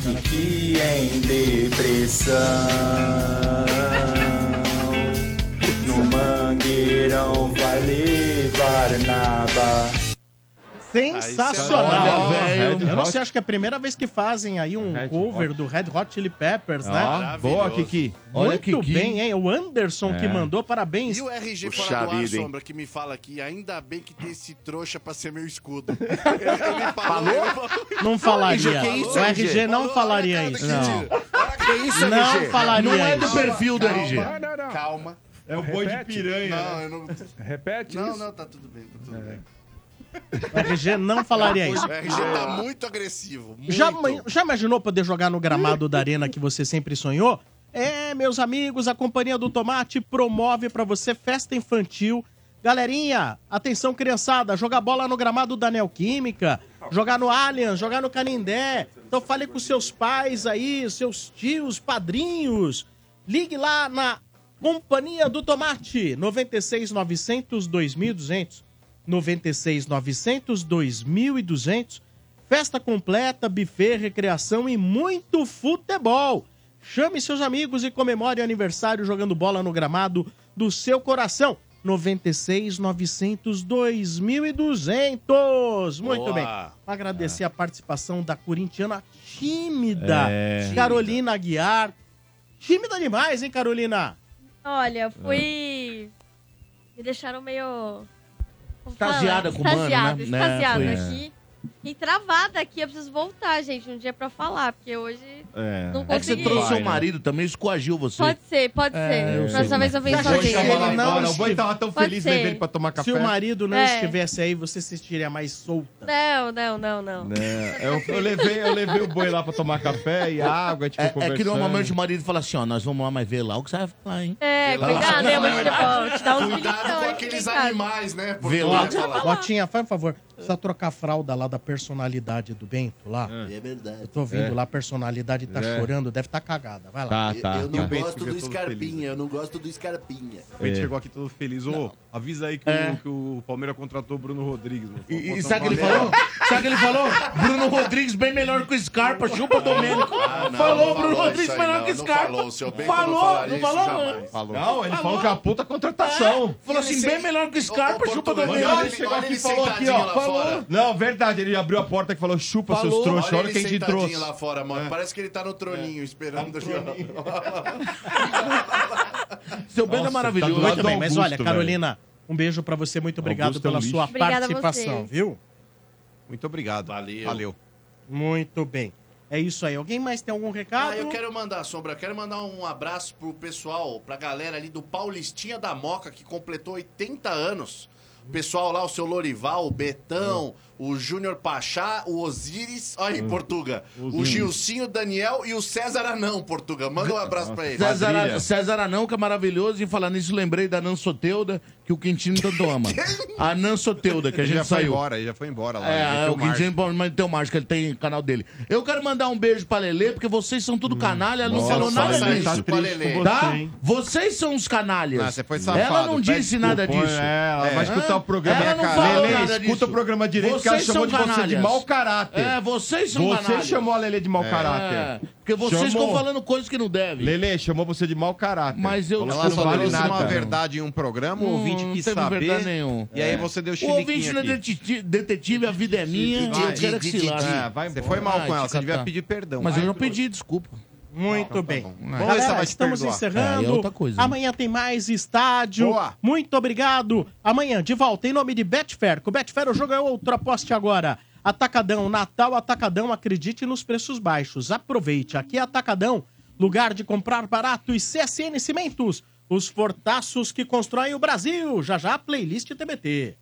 [SPEAKER 12] Kiki em depressão. No mangueirão vai levar na ba-
[SPEAKER 2] Sensacional.
[SPEAKER 12] Olha, velho.
[SPEAKER 2] Eu não sei, acho que é a primeira vez que fazem aí um cover do Red Hot Chili Peppers, né?
[SPEAKER 6] Ah, boa, Kiki. Olha,
[SPEAKER 2] Muito
[SPEAKER 6] Kiki.
[SPEAKER 2] bem, hein? O Anderson que
[SPEAKER 6] É.
[SPEAKER 2] mandou, parabéns.
[SPEAKER 11] E o RG
[SPEAKER 2] Puxa
[SPEAKER 11] fora do ar,
[SPEAKER 2] vida, hein?
[SPEAKER 11] Sombra, que me fala aqui, ainda bem que tem esse trouxa pra ser meu escudo. Ele falou?
[SPEAKER 2] Não falaria.
[SPEAKER 11] Que isso,
[SPEAKER 2] o RG não falaria isso. Não, não falaria
[SPEAKER 5] Não é do
[SPEAKER 2] isso.
[SPEAKER 5] perfil do
[SPEAKER 11] Calma.
[SPEAKER 5] RG.
[SPEAKER 11] Calma.
[SPEAKER 6] É o boi de piranha.
[SPEAKER 11] Não,
[SPEAKER 6] né? É.
[SPEAKER 11] eu não...
[SPEAKER 10] Repete
[SPEAKER 11] Não,
[SPEAKER 10] isso?
[SPEAKER 11] não, tá tudo bem, tá tudo bem.
[SPEAKER 2] O RG não falaria isso.
[SPEAKER 11] O RG tá muito agressivo. Muito.
[SPEAKER 2] Já, ma- já imaginou poder jogar no gramado da arena que você sempre sonhou? É, meus amigos, a Companhia do Tomate promove pra você festa infantil. Galerinha, atenção criançada, jogar bola no gramado da Neoquímica, jogar no Allianz, jogar no Canindé. Então fale com seus pais aí, seus tios, padrinhos. Ligue lá na Companhia do Tomate, 96 900 2200. 96 900 2200. Festa completa, buffet, recreação e muito futebol. Chame seus amigos e comemore aniversário jogando bola no gramado do seu coração. 96 900 2200. Muito
[SPEAKER 1] Boa.
[SPEAKER 2] bem. Agradecer
[SPEAKER 6] É.
[SPEAKER 2] a participação da corintiana tímida,
[SPEAKER 1] É.
[SPEAKER 2] Carolina Aguiar. Tímida demais, hein, Carolina?
[SPEAKER 4] Olha,
[SPEAKER 5] É.
[SPEAKER 4] eu fui. Me deixaram meio. como fala?
[SPEAKER 5] Extasiada com o mano, né?
[SPEAKER 4] Extasiada,
[SPEAKER 5] Né,
[SPEAKER 4] extasiada
[SPEAKER 5] foi.
[SPEAKER 4] aqui. E travada aqui, eu preciso voltar, gente, um dia pra falar, porque hoje.
[SPEAKER 5] É.
[SPEAKER 4] Não
[SPEAKER 5] que você
[SPEAKER 4] consegui.
[SPEAKER 5] trouxe
[SPEAKER 4] Vai,
[SPEAKER 5] seu
[SPEAKER 4] né?
[SPEAKER 5] marido também, isso coagiu você.
[SPEAKER 4] Pode ser, pode
[SPEAKER 5] É,
[SPEAKER 4] ser.
[SPEAKER 5] eu
[SPEAKER 4] Próxima
[SPEAKER 5] sei,
[SPEAKER 4] vez
[SPEAKER 5] mas-
[SPEAKER 4] eu venho
[SPEAKER 5] Você achou
[SPEAKER 4] sozinha.
[SPEAKER 5] que ela não
[SPEAKER 6] Olha, o boi tava tão
[SPEAKER 4] Pode
[SPEAKER 6] feliz,
[SPEAKER 4] ser.
[SPEAKER 6] levei ele pra tomar café.
[SPEAKER 2] Se o marido não
[SPEAKER 4] É.
[SPEAKER 2] estivesse aí, você se sentiria mais solta.
[SPEAKER 4] Não, não, não, não.
[SPEAKER 6] É, eu, eu levei, eu levei o boi lá pra tomar café e água, a gente
[SPEAKER 5] É,
[SPEAKER 6] ficou
[SPEAKER 5] é que
[SPEAKER 6] conversando.
[SPEAKER 5] normalmente o marido fala assim, ó, nós vamos lá, mas vê lá o que você vai falar, hein?
[SPEAKER 4] É,
[SPEAKER 5] Vê lá.
[SPEAKER 4] cuidado, né, mas tipo, te dá uns
[SPEAKER 11] Cuidado com aqueles animais, né? Porque
[SPEAKER 2] Vê
[SPEAKER 11] eu
[SPEAKER 2] lá.
[SPEAKER 11] ia falar.
[SPEAKER 2] Botinha, faz um favor. Precisa trocar a fralda lá da personalidade do Bento lá.
[SPEAKER 18] É verdade.
[SPEAKER 2] Eu tô vendo
[SPEAKER 18] É.
[SPEAKER 2] lá, a personalidade tá
[SPEAKER 18] É.
[SPEAKER 2] chorando, deve tá cagada. Vai lá.
[SPEAKER 18] Eu- eu não gosto do Scarpinha, eu não gosto do Scarpinha.
[SPEAKER 3] O
[SPEAKER 5] É.
[SPEAKER 2] É.
[SPEAKER 3] Pente chegou aqui todo feliz. Ô, avisa aí que,
[SPEAKER 18] É.
[SPEAKER 3] o, que o Palmeiras contratou o Bruno Rodrigues. mano.
[SPEAKER 5] E,
[SPEAKER 3] Pô,
[SPEAKER 5] e
[SPEAKER 3] São
[SPEAKER 5] sabe o que ele
[SPEAKER 3] Paulo-
[SPEAKER 5] falou? Sabe o que ele falou? Bruno Rodrigues bem melhor que o Scarpa, chupa Domênico. falou, Bruno Rodrigues melhor que o Scarpa.
[SPEAKER 11] Falou, seu bem,
[SPEAKER 5] falou, não falou?
[SPEAKER 6] Falou.
[SPEAKER 5] Não, ele falou
[SPEAKER 6] que é uma puta contratação.
[SPEAKER 5] Falou assim, bem melhor que o Scarpa, chupa
[SPEAKER 6] Olha,
[SPEAKER 5] Domênico.
[SPEAKER 6] ele chegou aqui e falou aqui, ó. Falou. Não, verdade, ele abriu a porta e falou: chupa seus trouxas, olha
[SPEAKER 11] ele
[SPEAKER 6] quem te
[SPEAKER 11] sentadinho
[SPEAKER 6] trouxe. É.
[SPEAKER 11] lá fora, mano. Parece que ele tá no troninho esperando.
[SPEAKER 5] Seu
[SPEAKER 11] Bento é maravilhoso.
[SPEAKER 2] Tá
[SPEAKER 11] Muito
[SPEAKER 2] Muito
[SPEAKER 11] bem,
[SPEAKER 2] bem, mas olha, Carolina, um beijo pra você, muito obrigado
[SPEAKER 3] Augusto é um
[SPEAKER 2] pela
[SPEAKER 3] lixo.
[SPEAKER 2] sua
[SPEAKER 3] Obrigada a
[SPEAKER 2] participação,
[SPEAKER 3] vocês.
[SPEAKER 2] viu?
[SPEAKER 3] Muito obrigado. Valeu. Valeu.
[SPEAKER 2] Muito bem. É, É isso aí. Alguém mais tem algum recado?
[SPEAKER 11] Ah, eu quero mandar, Sombra, eu quero mandar um abraço pro pessoal, pra galera ali do Paulistinha da Moca, que completou 80 anos. O pessoal lá, o seu Lorival, o Betão,
[SPEAKER 6] É.
[SPEAKER 11] o Júnior Pachá, o Osiris. Olha aí, Portuga. O
[SPEAKER 5] Osiris.
[SPEAKER 11] Gilcinho, o Daniel e o César Anão, Portuga. Manda um abraço pra ele.
[SPEAKER 5] César, A- César Anão, que é maravilhoso, e falar nisso, lembrei da Nan Soteuda, que o Quintino tanto ama. A Nan Soteuda, que a
[SPEAKER 3] Ele
[SPEAKER 5] gente
[SPEAKER 3] já foi
[SPEAKER 5] saiu.
[SPEAKER 3] embora, ele já foi embora lá. ele
[SPEAKER 5] É,
[SPEAKER 3] meteu
[SPEAKER 5] o Quintino
[SPEAKER 3] marcha.
[SPEAKER 5] mas tem o Mágico, ele tem canal dele. Eu quero mandar um beijo pra Lelê, porque vocês são tudo canalha, ela não
[SPEAKER 3] Nossa,
[SPEAKER 5] falou nada
[SPEAKER 3] Lelê, tá
[SPEAKER 5] disso.
[SPEAKER 3] triste com você,
[SPEAKER 5] tá?
[SPEAKER 3] hein?
[SPEAKER 5] Vocês são os canalhas.
[SPEAKER 3] Ah, você foi safado,
[SPEAKER 5] Ela não
[SPEAKER 3] pede
[SPEAKER 5] disse
[SPEAKER 3] desculpa.
[SPEAKER 5] nada disso.
[SPEAKER 3] É, ela vai escutar o programa,
[SPEAKER 5] Ela
[SPEAKER 3] minha
[SPEAKER 5] É, não
[SPEAKER 3] cara.
[SPEAKER 5] falou
[SPEAKER 3] Lelê,
[SPEAKER 5] nada
[SPEAKER 3] escuta
[SPEAKER 5] disso.
[SPEAKER 3] o programa direito, que ela
[SPEAKER 5] Vocês
[SPEAKER 3] chamou
[SPEAKER 5] são
[SPEAKER 3] de você de
[SPEAKER 5] canalhas.
[SPEAKER 3] mau caráter.
[SPEAKER 5] É, vocês são
[SPEAKER 6] Você
[SPEAKER 5] canalhas.
[SPEAKER 6] chamou a Lelê de mau caráter.
[SPEAKER 5] É, porque vocês
[SPEAKER 6] Chamou.
[SPEAKER 5] estão falando coisas que não devem.
[SPEAKER 6] Lele, chamou você de mau caráter.
[SPEAKER 5] Mas eu
[SPEAKER 6] Falou
[SPEAKER 5] desculpa,
[SPEAKER 6] que não vale
[SPEAKER 5] trouxe
[SPEAKER 6] nada.
[SPEAKER 5] uma
[SPEAKER 3] verdade em um programa,
[SPEAKER 5] Não,
[SPEAKER 3] o ouvinte quis
[SPEAKER 5] não teve
[SPEAKER 3] saber.
[SPEAKER 5] verdade nenhuma.
[SPEAKER 3] E
[SPEAKER 2] É.
[SPEAKER 3] aí você deu
[SPEAKER 5] O ouvinte não é
[SPEAKER 3] chiliquinho aqui.
[SPEAKER 5] detetive, detetive, a vida é minha.
[SPEAKER 3] Vai,
[SPEAKER 5] eu quero que se lasque.
[SPEAKER 3] É, vai Você embora. foi mal
[SPEAKER 5] Ai,
[SPEAKER 3] com ela,
[SPEAKER 5] te
[SPEAKER 3] você devia
[SPEAKER 5] catar.
[SPEAKER 3] pedir perdão. Ah,
[SPEAKER 5] Mas
[SPEAKER 3] Vai,
[SPEAKER 5] eu já
[SPEAKER 3] Bruno.
[SPEAKER 5] pedi desculpa.
[SPEAKER 2] Muito
[SPEAKER 3] Então tá
[SPEAKER 2] bem.
[SPEAKER 5] bom.
[SPEAKER 2] Galera,
[SPEAKER 5] Essa vai Né? te
[SPEAKER 2] estamos
[SPEAKER 5] perdoar.
[SPEAKER 2] encerrando.
[SPEAKER 5] É, é outra coisa, né?
[SPEAKER 2] Amanhã tem mais estádio.
[SPEAKER 5] Boa.
[SPEAKER 2] Muito obrigado. Amanhã, de volta, em nome de Betfair. Com Betfair, o jogo é outro. Aposte agora. Atacadão, Natal Atacadão, acredite nos preços baixos. Aproveite. Aqui é Atacadão, lugar de comprar barato e CSN Cimentos. Os fortaços que constroem o Brasil. Já já, playlist TBT.